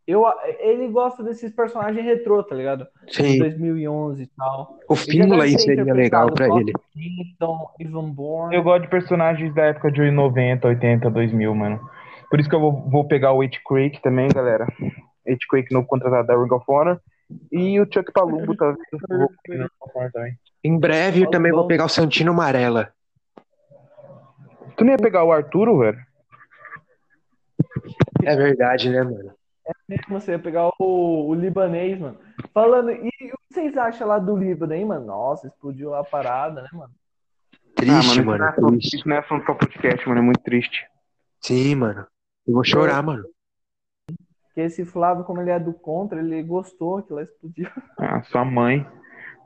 A: Eu, ele gosta desses personagens retrô, tá ligado?
C: sim.
A: 2011 e tal.
C: O Finlay
A: deve ter
C: seria legal
A: interpretado
C: pra
A: Bob
C: ele.
A: Clinton, Ivan Bourne.
B: Eu gosto de personagens da época de 90, 80, 2000, mano. Por isso que eu vou, vou pegar o H. Quake também, galera. H. Quake novo contratado da Ring of Honor. E o Chuck Palumbo tá vou pegar o Ring of Honor também.
C: Em breve eu
A: Bob
C: também vou
A: Bones.
C: pegar o Santino Marella.
B: Tu não ia pegar o Arturo, velho?
C: É verdade, né,
B: Ah,
C: mano?
A: é Você ia pegar o, o libanês, mano. Falando, e o que vocês acham lá do Líbano, hein, mano? Nossa, explodiu lá a parada, né, mano?
C: Triste,
B: ah, mano, isso não é
C: mano.
B: assunto-
C: Triste.
B: Isso não é assunto pra podcast, mano. É muito triste.
C: Sim, mano. Eu vou chorar, mano.
A: Porque esse Flávio, como ele é do contra, ele gostou que lá explodiu.
B: Ah, sua mãe.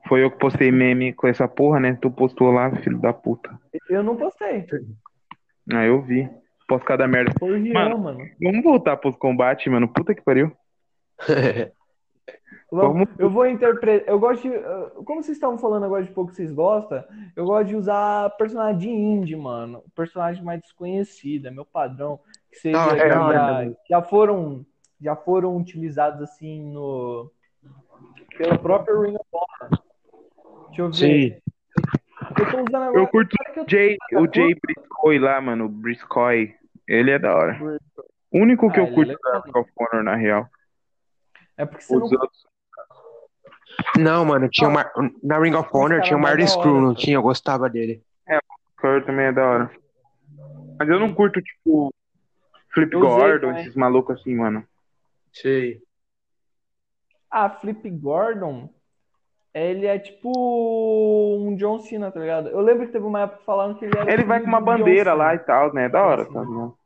B: Foi eu que postei meme com essa porra, né? Tu postou lá, filho da puta.
A: Eu não postei.
B: Ah, eu vi. Posso cada merda.
A: Foi o Rian,
B: Mano,
A: mano.
B: Vamos voltar pros combates, mano. Puta que pariu.
A: Vamos-
B: vamos-
A: Eu vou interpretar. Eu gosto de. uh, Como vocês estavam falando agora de pouco que vocês gostam, eu gosto de usar personagem indie, mano. Personagem mais desconhecido, é meu padrão. Que seja
C: Ah, é
A: que
C: da hora
A: já,
C: também.
A: já foram, já foram utilizados assim no. Pelo próprio Ring of Honor. Deixa eu ver.
C: Sim.
A: Eu tô usando agora.
B: Eu curto
A: Cara, que eu
B: o
A: tô-
B: Jay, o Jay Briscoe lá, mano. O Briscoe. Ele é da hora. O único que
A: Ah,
B: eu
A: ele é
B: curto
A: legal.
B: da Ring of Honor, na real.
A: É porque você
B: Os
A: não.
B: outros.
C: Não, mano, tinha uma... na Ring of Honor
A: cara
C: tinha o
A: mais
C: Marlon
A: da hora,
C: Screw, não
A: mano.
C: tinha? Eu gostava dele.
B: Curry também é da hora. Mas eu não curto, tipo, Flip
A: Eu usei
B: Gordon,
A: também.
B: esses malucos assim, mano.
C: Sim.
A: Ah, Flip Gordon, ele é tipo um John Cena, tá ligado? Eu lembro que teve uma época falando que ele era
B: Ele
A: filho
B: vai com uma
A: do John
B: bandeira
A: Cena.
B: lá e tal, né? Da hora,
A: Sim.
B: tá ligado?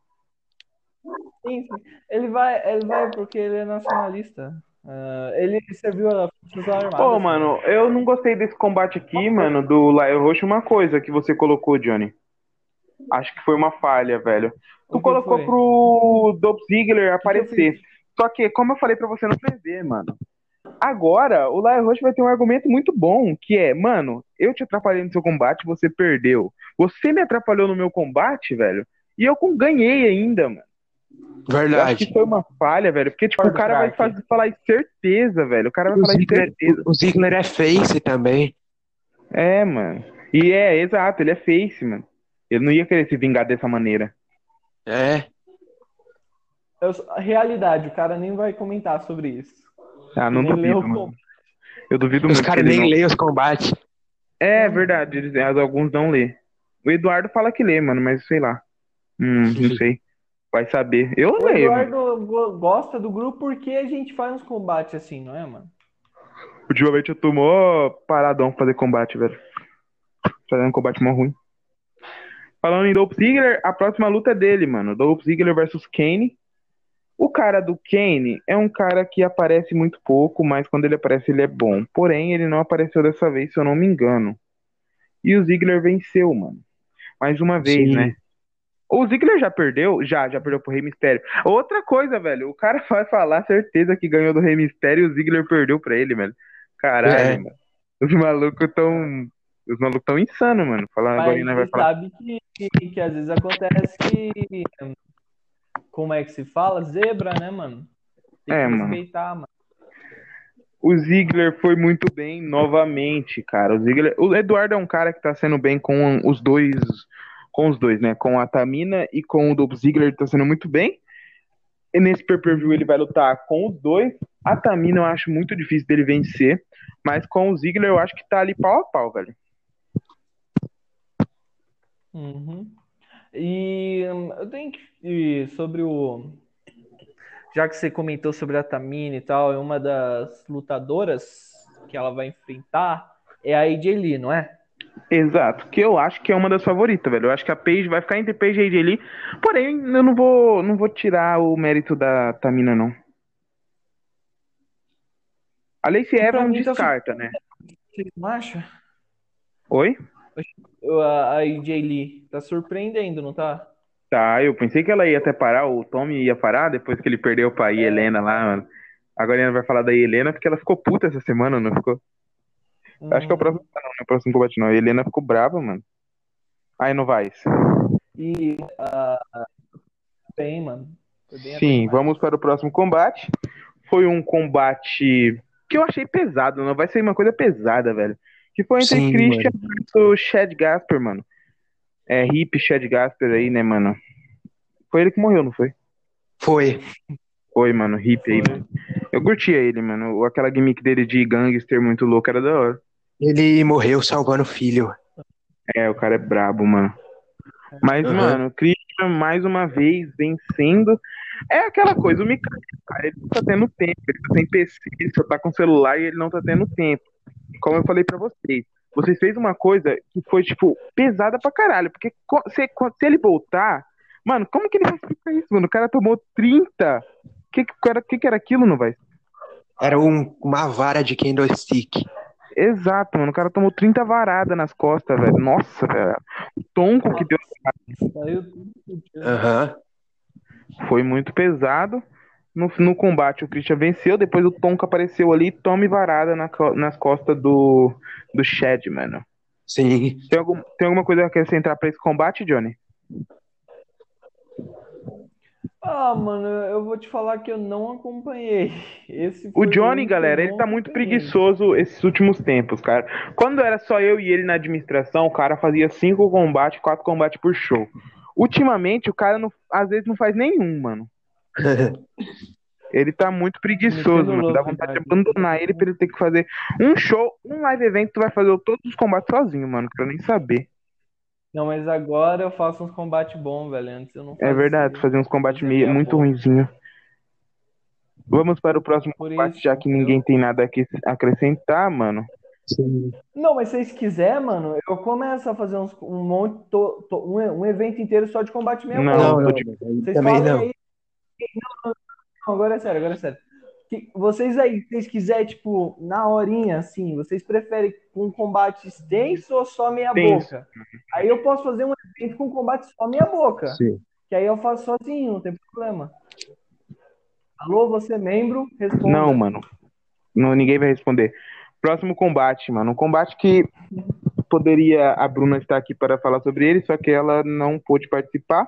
A: Sim, sim. Ele vai, ele vai porque ele é nacionalista. Ah, ele serviu a Forças Armadas.
B: Pô, mano, eu não gostei desse combate aqui, mano, do Laio Roxo. Uma coisa que você colocou, Johnny. Acho que foi uma falha, velho.
A: O
B: Tu
A: que
B: colocou
A: foi? assim,
B: pro Dolph Ziggler
A: que eu
B: aparecer. Só que, como eu falei pra você não prever, mano. Agora, o Laio Roxo vai ter um argumento muito bom, que é, mano, eu te atrapalhei no seu combate, você perdeu. Você me atrapalhou no meu combate, velho. E eu com- ganhei ainda, mano. Eu acho
C: Verdade.
B: que foi uma falha, velho. Porque, tipo, o cara vai fa- falar em certeza, velho. O cara vai
C: O
B: falar em
C: Ziegler-
B: certeza.
C: O Ziggler é face também.
B: É, mano. E é, exato, ele é face, mano. Ele não ia querer se vingar dessa maneira.
C: É.
A: Eu só- realidade, o cara nem vai comentar sobre isso.
B: Ah, não
A: Nem leu
B: duvido,
A: o
B: mano. Eu duvido
C: Os
B: muito.
C: caras
B: que ele
C: nem
B: não-
C: leem os combates.
B: É verdade, eles, alguns não lê. O Eduardo fala que lê, mano, mas sei lá. Hum, não sei. Vai saber. Eu
A: O
B: leio, mano.
A: Eduardo go- gosta do grupo porque a gente faz uns combates assim, não é, mano?
B: Ultimamente eu tô mó paradão pra fazer combate, velho. Fazendo um combate mó ruim. Falando em Dolph Ziggler, a próxima luta é dele, mano. Dolph Ziggler versus Kane. O cara do Kane é um cara que aparece muito pouco, mas quando ele aparece ele é bom. Porém, ele não apareceu dessa vez, se eu não me engano. E o Ziggler venceu, mano. Mais uma vez,
C: Sim.
B: né? O Ziggler já perdeu? Já, já perdeu pro Rei Mistério. Outra coisa, velho. O cara vai falar certeza que ganhou do Rei Mistério e o Ziggler perdeu pra ele, velho. Caralho,
C: É.
B: mano. Os malucos tão. Os malucos tão insano, mano. Falar agora
A: Mas
B: ainda vai
A: você
B: falar.
A: sabe que, que, que às vezes acontece que. Como é que se fala? Zebra, né, mano? Tem que
B: É, mano.
A: respeitar, mano.
B: O Ziggler foi muito bem novamente, cara. O Ziggler, o Eduardo é um cara que tá sendo bem com os dois, com os dois, né? Com a Tamina e com o Dolph Ziggler, ele tá sendo muito bem. E nesse pay-per-view ele vai lutar com os dois. A Tamina eu acho muito difícil dele vencer, mas com o Ziggler eu acho que tá ali pau a pau, velho.
A: Uhum. E hum, eu tenho que. e sobre o. Já que você comentou sobre a Tamina e tal, é uma das lutadoras que ela vai enfrentar é a AJ Lee, não é?
B: Exato, que eu acho que é uma das favoritas, velho. Eu acho que a Paige vai ficar entre Paige e AJ Lee. Porém, eu não vou, não vou tirar o mérito da Tamina, não. A Lacey Evans
A: mim tá
B: descarta, né?
A: Você não acha?
B: Oi?
A: Eu- A a AJ Lee tá surpreendendo, não tá?
B: Tá, eu pensei que ela ia até parar, o Tommy ia parar depois que ele perdeu pra Helena lá, mano. Agora ela vai falar da Helena porque ela ficou puta essa semana, não ficou? Acho que é o
A: Hum.
B: próximo, não, não é o próximo combate, não. A Helena ficou brava, mano. Aí não vai.
A: E ah, bem, mano. Foi bem
B: Sim,
A: até-
B: vamos para o próximo combate. Foi um combate que eu achei pesado, não vai ser uma coisa pesada, velho. Que foi entre
C: Sim,
B: Christian versus Chad Gasper, mano. É hip Chad Gasper aí, né, mano? Foi ele que morreu, não foi?
C: Foi.
B: Foi, mano, hip aí.
A: Foi.
B: mano. Eu curtia ele, mano. Aquela gimmick dele de gangster muito louca era da hora.
C: Ele morreu salvando o filho.
B: É, o cara é brabo, mano. Mas,
C: Aham.
B: mano, Christian mais uma vez vencendo. É aquela coisa, o Mikael, cara, ele não tá tendo tempo, ele tá sem PC, ele só tá com celular e ele não tá tendo tempo. Como eu falei pra vocês, vocês fez uma coisa que foi, tipo, pesada pra caralho, porque co- se, co- se ele voltar, mano, como que ele vai explicar isso, mano? O cara tomou 30. O que, que, era- que, que era aquilo, não vai?
C: Era um- uma vara de Kendo Stick.
B: Exato, mano. O cara tomou 30 varadas nas costas, velho. Nossa, velho. O tonco que deu
A: Saiu tudo fodido.
C: Aham.
B: foi muito pesado. No, no combate, o Christian venceu. Depois o tonco apareceu ali e tome varada na co- nas costas do, do Chad, mano.
C: Sim.
B: Tem, algum, tem alguma coisa a acrescentar pra esse combate, Johnny?
A: Ah, mano, eu vou te falar que eu não acompanhei. Esse
B: O
A: foi
B: Johnny,
A: um que eu
B: galera, ele
A: não
B: tá muito
A: acompanhei.
B: preguiçoso esses últimos tempos, cara. Quando era só eu e ele na administração, o cara fazia cinco combates, quatro combates por show. Ultimamente, o cara não- às vezes não faz nenhum, mano. Ele tá muito né? preguiçoso,
A: Metendo
B: mano. Dá
A: louco,
B: vontade de
A: cara.
B: abandonar ele pra ele ter que fazer um show, um live evento, tu vai fazer todos os combates sozinho, mano. Pra eu nem saber.
A: Não, mas agora eu faço uns combates bons, velho. Antes eu não
B: É
A: fazia.
B: verdade, é fazer uns combates meio,
A: Daqui a
B: muito
A: pouco.
B: ruimzinho. Vamos para o próximo
A: Por
B: combate,
A: isso,
B: já que ninguém tem nada a que- acrescentar, mano.
C: Sim.
A: Não, mas se vocês quiserem, mano, eu começo a fazer uns, um monte, to- to- um, um evento inteiro só de combate meia
B: Não,
A: boca.
C: Não,
B: eu
C: não,
B: te-
A: Vocês
C: também
A: falem
C: não.
A: aí. Não, não, não, agora é sério, agora é sério. Que- vocês aí, se vocês quiserem, tipo, na horinha, assim, vocês preferem um combate extenso ou só meia
B: Extenso.
A: boca? Aí eu posso fazer um evento com combate só meia boca.
C: Sim.
A: Que aí eu faço sozinho, não tem problema. Alô, você é membro? Responda.
B: Não, mano. Não, ninguém vai responder. Próximo combate, mano. Um combate que poderia a Bruna estar aqui para falar sobre ele, só que ela não pôde participar.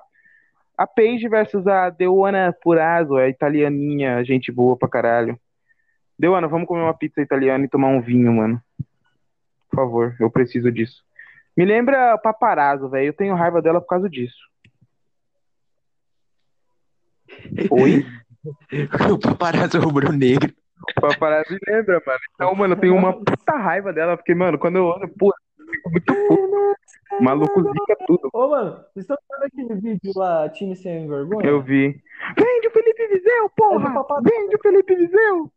B: A Paige versus a Deuana Purazo, a italianinha, gente boa pra caralho. Deuana, vamos comer uma pizza italiana e tomar um vinho, mano. Por favor, eu preciso disso. Me lembra Paparazzo, velho. Eu tenho raiva dela por causa disso. Oi?
C: O paparazzo rubro-negro.
B: Paparazzo me lembra, mano. Então, mano, eu tenho uma puta raiva dela, porque, mano, quando eu olho, pô, eu fico muito puto. O Maluco zica tudo.
A: Ô, mano, vocês estão vendo aquele vídeo lá, time sem vergonha?
B: Eu vi. Vende o Felipe Viseu,
A: É do
B: porra!
A: paparazzo.
B: Vende o Felipe Viseu!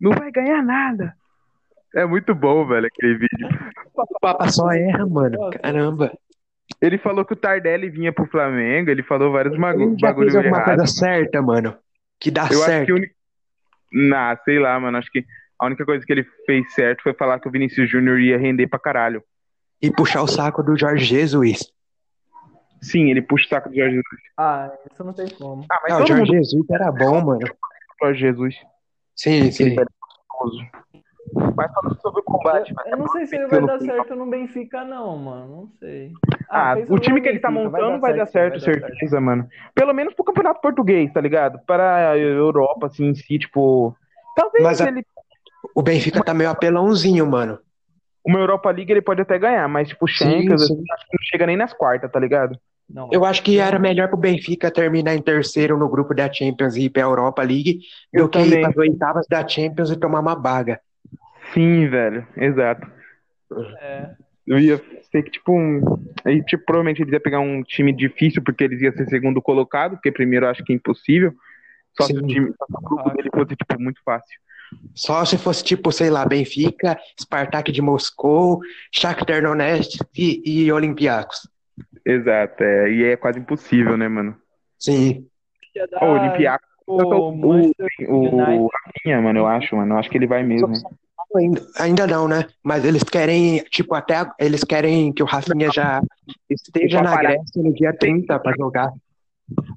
B: Não vai ganhar nada. É muito bom, velho, aquele vídeo.
C: O Papa só erra, mano.
A: Nossa.
C: Caramba.
B: Ele falou que o Tardelli vinha pro Flamengo, ele falou vários
C: Ele
B: magu-
C: já fez
B: bagulhos
C: alguma coisa
B: errados.
C: certa, mano. Que dá
B: Eu acho
C: certo.
B: que o único. Nah, sei lá, mano. Acho que a única coisa que ele fez certo foi falar que o Vinícius Júnior ia render pra caralho.
C: E puxar o saco do Jorge Jesus.
B: Sim, ele puxa o saco do Jorge Jesus.
A: Ah, isso não tem como.
B: Ah, mas
C: Ah, o
B: todo
C: Jorge
B: mundo
C: Jesus era bom, mano.
B: puxa o Jorge Jesus.
C: Sim, sim.
B: Mas falando sobre o combate,
A: Eu, eu não sei se ele vai dar certo no Benfica, não, mano. Não sei.
B: Ah,
A: pensa
B: o
A: no
B: time que ele tá
A: Benfica,
B: montando vai dar certo,
A: vai dar
B: certeza, mano. Pelo menos pro campeonato português, tá ligado? Para a Europa, assim, em si, tipo. Talvez
C: Mas a-
B: ele.
C: O Benfica tá meio apelãozinho, mano.
B: Uma Europa League ele pode até ganhar, mas, tipo, Champions,
C: sim.
B: assim, acho que não chega nem nas quartas, tá ligado?
A: Não,
C: Eu acho que era melhor pro Benfica terminar em terceiro no grupo da Champions e ir pra Europa League do
B: Eu
C: que ir
B: também.
C: pras oitavas da Champions e tomar uma baga.
B: Sim, velho, exato.
A: é.
B: Eu ia ser que, tipo, um. Aí, tipo, provavelmente eles iam pegar um time difícil, porque eles iam ser segundo colocado, porque primeiro eu acho que é impossível. Só se o
C: Sim.
B: time, só se o grupo dele fosse, tipo, muito fácil.
C: Só se fosse tipo, sei lá, Benfica, Spartak de Moscou, Shakhtar Donetsk e, e Olympiacos.
B: Exato, é. E é quase impossível, né, mano?
C: Sim.
A: Ia dar
B: Ou o Olympiacos,
A: o
B: o-
A: Manchester
B: o, o Rafinha, mano, eu acho, mano. Eu acho que ele vai mesmo.
C: Ainda, ainda não, né? Mas eles querem, tipo, até a- eles querem que o Rafinha já esteja
B: O
C: na
B: paparazzo.
C: Grécia no dia 30 pra jogar.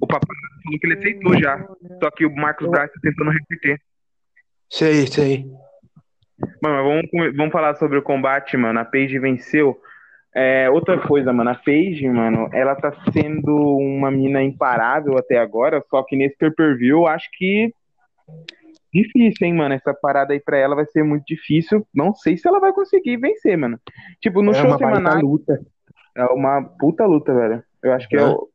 B: O papai falou que ele aceitou já. Só que o Marcos Braz tá tentando repetir.
C: Sei, sei.
B: Mano, mas vamos, come- vamos falar sobre o combate, mano. A Paige venceu. É, outra coisa, mano, a Paige, mano, ela tá sendo uma mina imparável até agora, só que nesse pay-per-view eu acho que difícil, hein, mano. Essa parada aí pra ela vai ser muito difícil. Não sei se ela vai conseguir vencer, mano. Tipo, no
C: É
B: show
C: uma baita
B: semanal
C: luta.
B: é uma puta luta, velho. Eu acho que é o-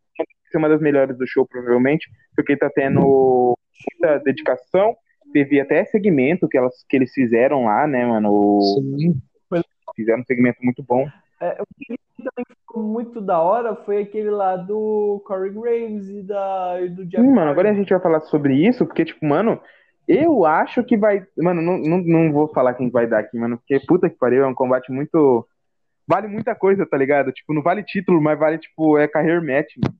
B: é uma das melhores do show, provavelmente, porque tá tendo muita dedicação. Teve até segmento que, elas, que eles fizeram lá, né, mano? O-
C: Sim.
B: Fizeram um segmento muito bom.
A: ficou muito da hora foi aquele lá do Corey Graves e, da, e do Jeff.
B: Sim, mano, agora é a
A: Hardy.
B: gente vai falar sobre isso, porque, tipo, mano, eu acho que vai. Mano, não, não, não vou falar quem vai dar aqui, mano, porque puta que pariu, é um combate muito. Vale muita coisa, tá ligado? Tipo, não vale título, mas vale, tipo, é carreira match, mano.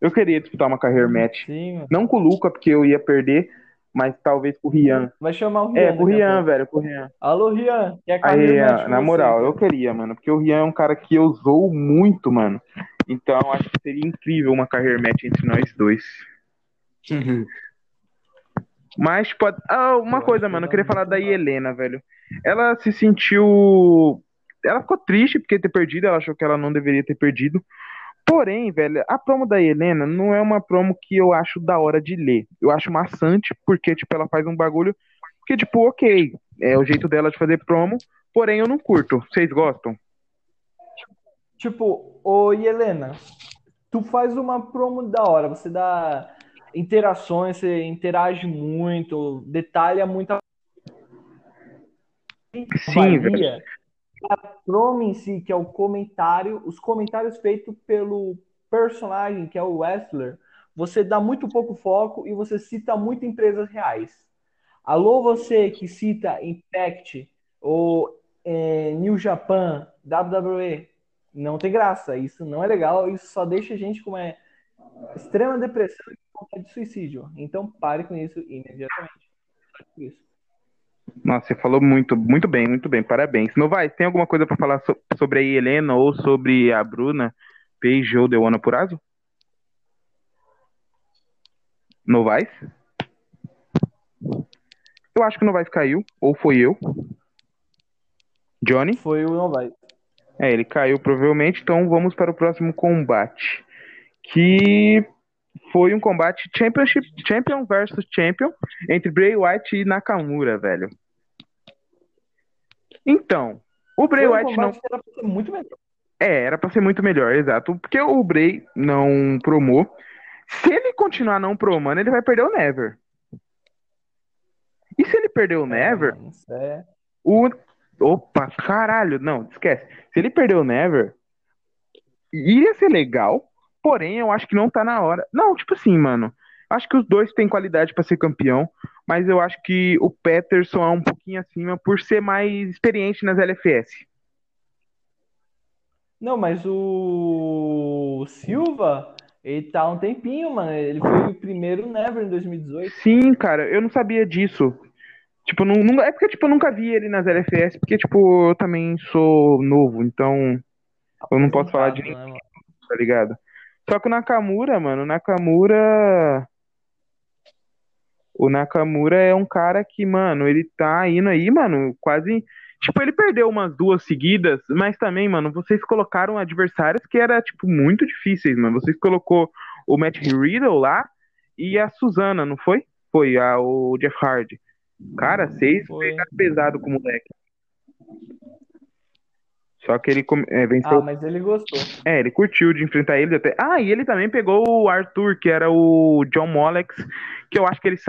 B: Eu queria disputar uma carreira match.
A: Sim, mano.
B: Não com o Luca, porque eu ia perder, mas talvez com o Rian.
A: Vai chamar o Rian.
B: É, com o
A: daqui a
B: Rian,
A: pouco.
B: velho, com o Rian.
A: Alô, Rian. Quer
B: Aí,
A: carreira match com
B: na
A: você?
B: moral, eu queria, mano, porque o Rian é um cara que eu zoo muito, mano. Então, acho que seria incrível uma carreira match entre nós dois.
C: Uhum.
B: Mas pode. Ah, uma
A: Eu acho
B: coisa,
A: que
B: mano, eu
A: dá
B: queria
A: muito
B: falar da
A: mal.
B: Helena, velho. Ela se sentiu. Ela ficou triste porque ter perdido, ela achou que ela não deveria ter perdido. Porém, velho, a promo da Helena não é uma promo que eu acho da hora de ler. Eu acho maçante, porque, tipo, ela faz um bagulho que, tipo, ok, é o jeito dela de fazer promo, porém eu não curto. Vocês gostam?
A: Tipo, ô Helena, tu faz uma promo da hora, você dá interações, você interage muito, detalha muita
B: Sim, velho.
A: valia. É A promo em si, que é o comentário, os comentários feitos pelo personagem, que é o Wrestler, você dá muito pouco foco e você cita muito empresas reais. Alô, você que cita Impact ou eh, New Japan, WWE, não tem graça, isso não é legal, isso só deixa a gente com uma extrema depressão e vontade de suicídio. Então pare com isso imediatamente. Isso.
B: Nossa, você falou muito, muito bem, muito bem. Parabéns. Novaes, tem alguma coisa pra falar so- sobre a Helena ou sobre a Bruna Page ou Deuana Purazo? Novaes? Eu acho que o Novaes caiu, ou foi eu. Johnny?
A: Foi o não vai.
B: É, ele caiu provavelmente, então vamos para o próximo combate. que foi um combate championship, champion versus champion entre Bray Wyatt e Nakamura, velho. Então, o Bray
D: Foi um
B: Wyatt não
D: combate que era pra ser muito melhor. né,
B: é, era pra ser muito melhor, exato. Porque o Bray não promou. Se ele continuar não promando, ele vai perder o Never. E se ele perder o Never,
D: Mano, isso é-
B: o. Opa, caralho, não, esquece. Se ele perder o Never, iria ser legal, porém eu acho que não tá na hora. Não, tipo assim, mano. Acho que os dois têm qualidade pra ser campeão, mas eu acho que o Peterson é um pouquinho acima por ser mais experiente nas LFS.
D: Não, mas o Silva, ele tá há um tempinho, mano. Ele foi o primeiro Never em 2018.
B: Sim, cara, eu não sabia disso. Tipo, não, não- é porque tipo, eu nunca vi ele nas LFS, porque tipo, eu também sou novo, então eu não posso falar de
D: Né, mano?
B: tá ligado? Só que o Nakamura, mano, o Nakamura. O Nakamura é um cara que, mano, ele tá indo aí, mano, quase. Tipo, ele perdeu umas duas seguidas, mas também, mano, vocês colocaram adversários que era, tipo, muito difíceis, mano. Vocês colocou o Matt Riddle lá e a Suzana, não foi? Foi, a, o Jeff Hardy. Cara, vocês
D: Foi.
B: pegaram pesado com o moleque. Só que ele come- é, venceu
D: Ah, mas ele gostou.
B: é, ele curtiu de enfrentar eles até. Ah, e ele também pegou o Arthur, que era o John Molex, que eu acho que ele saiu.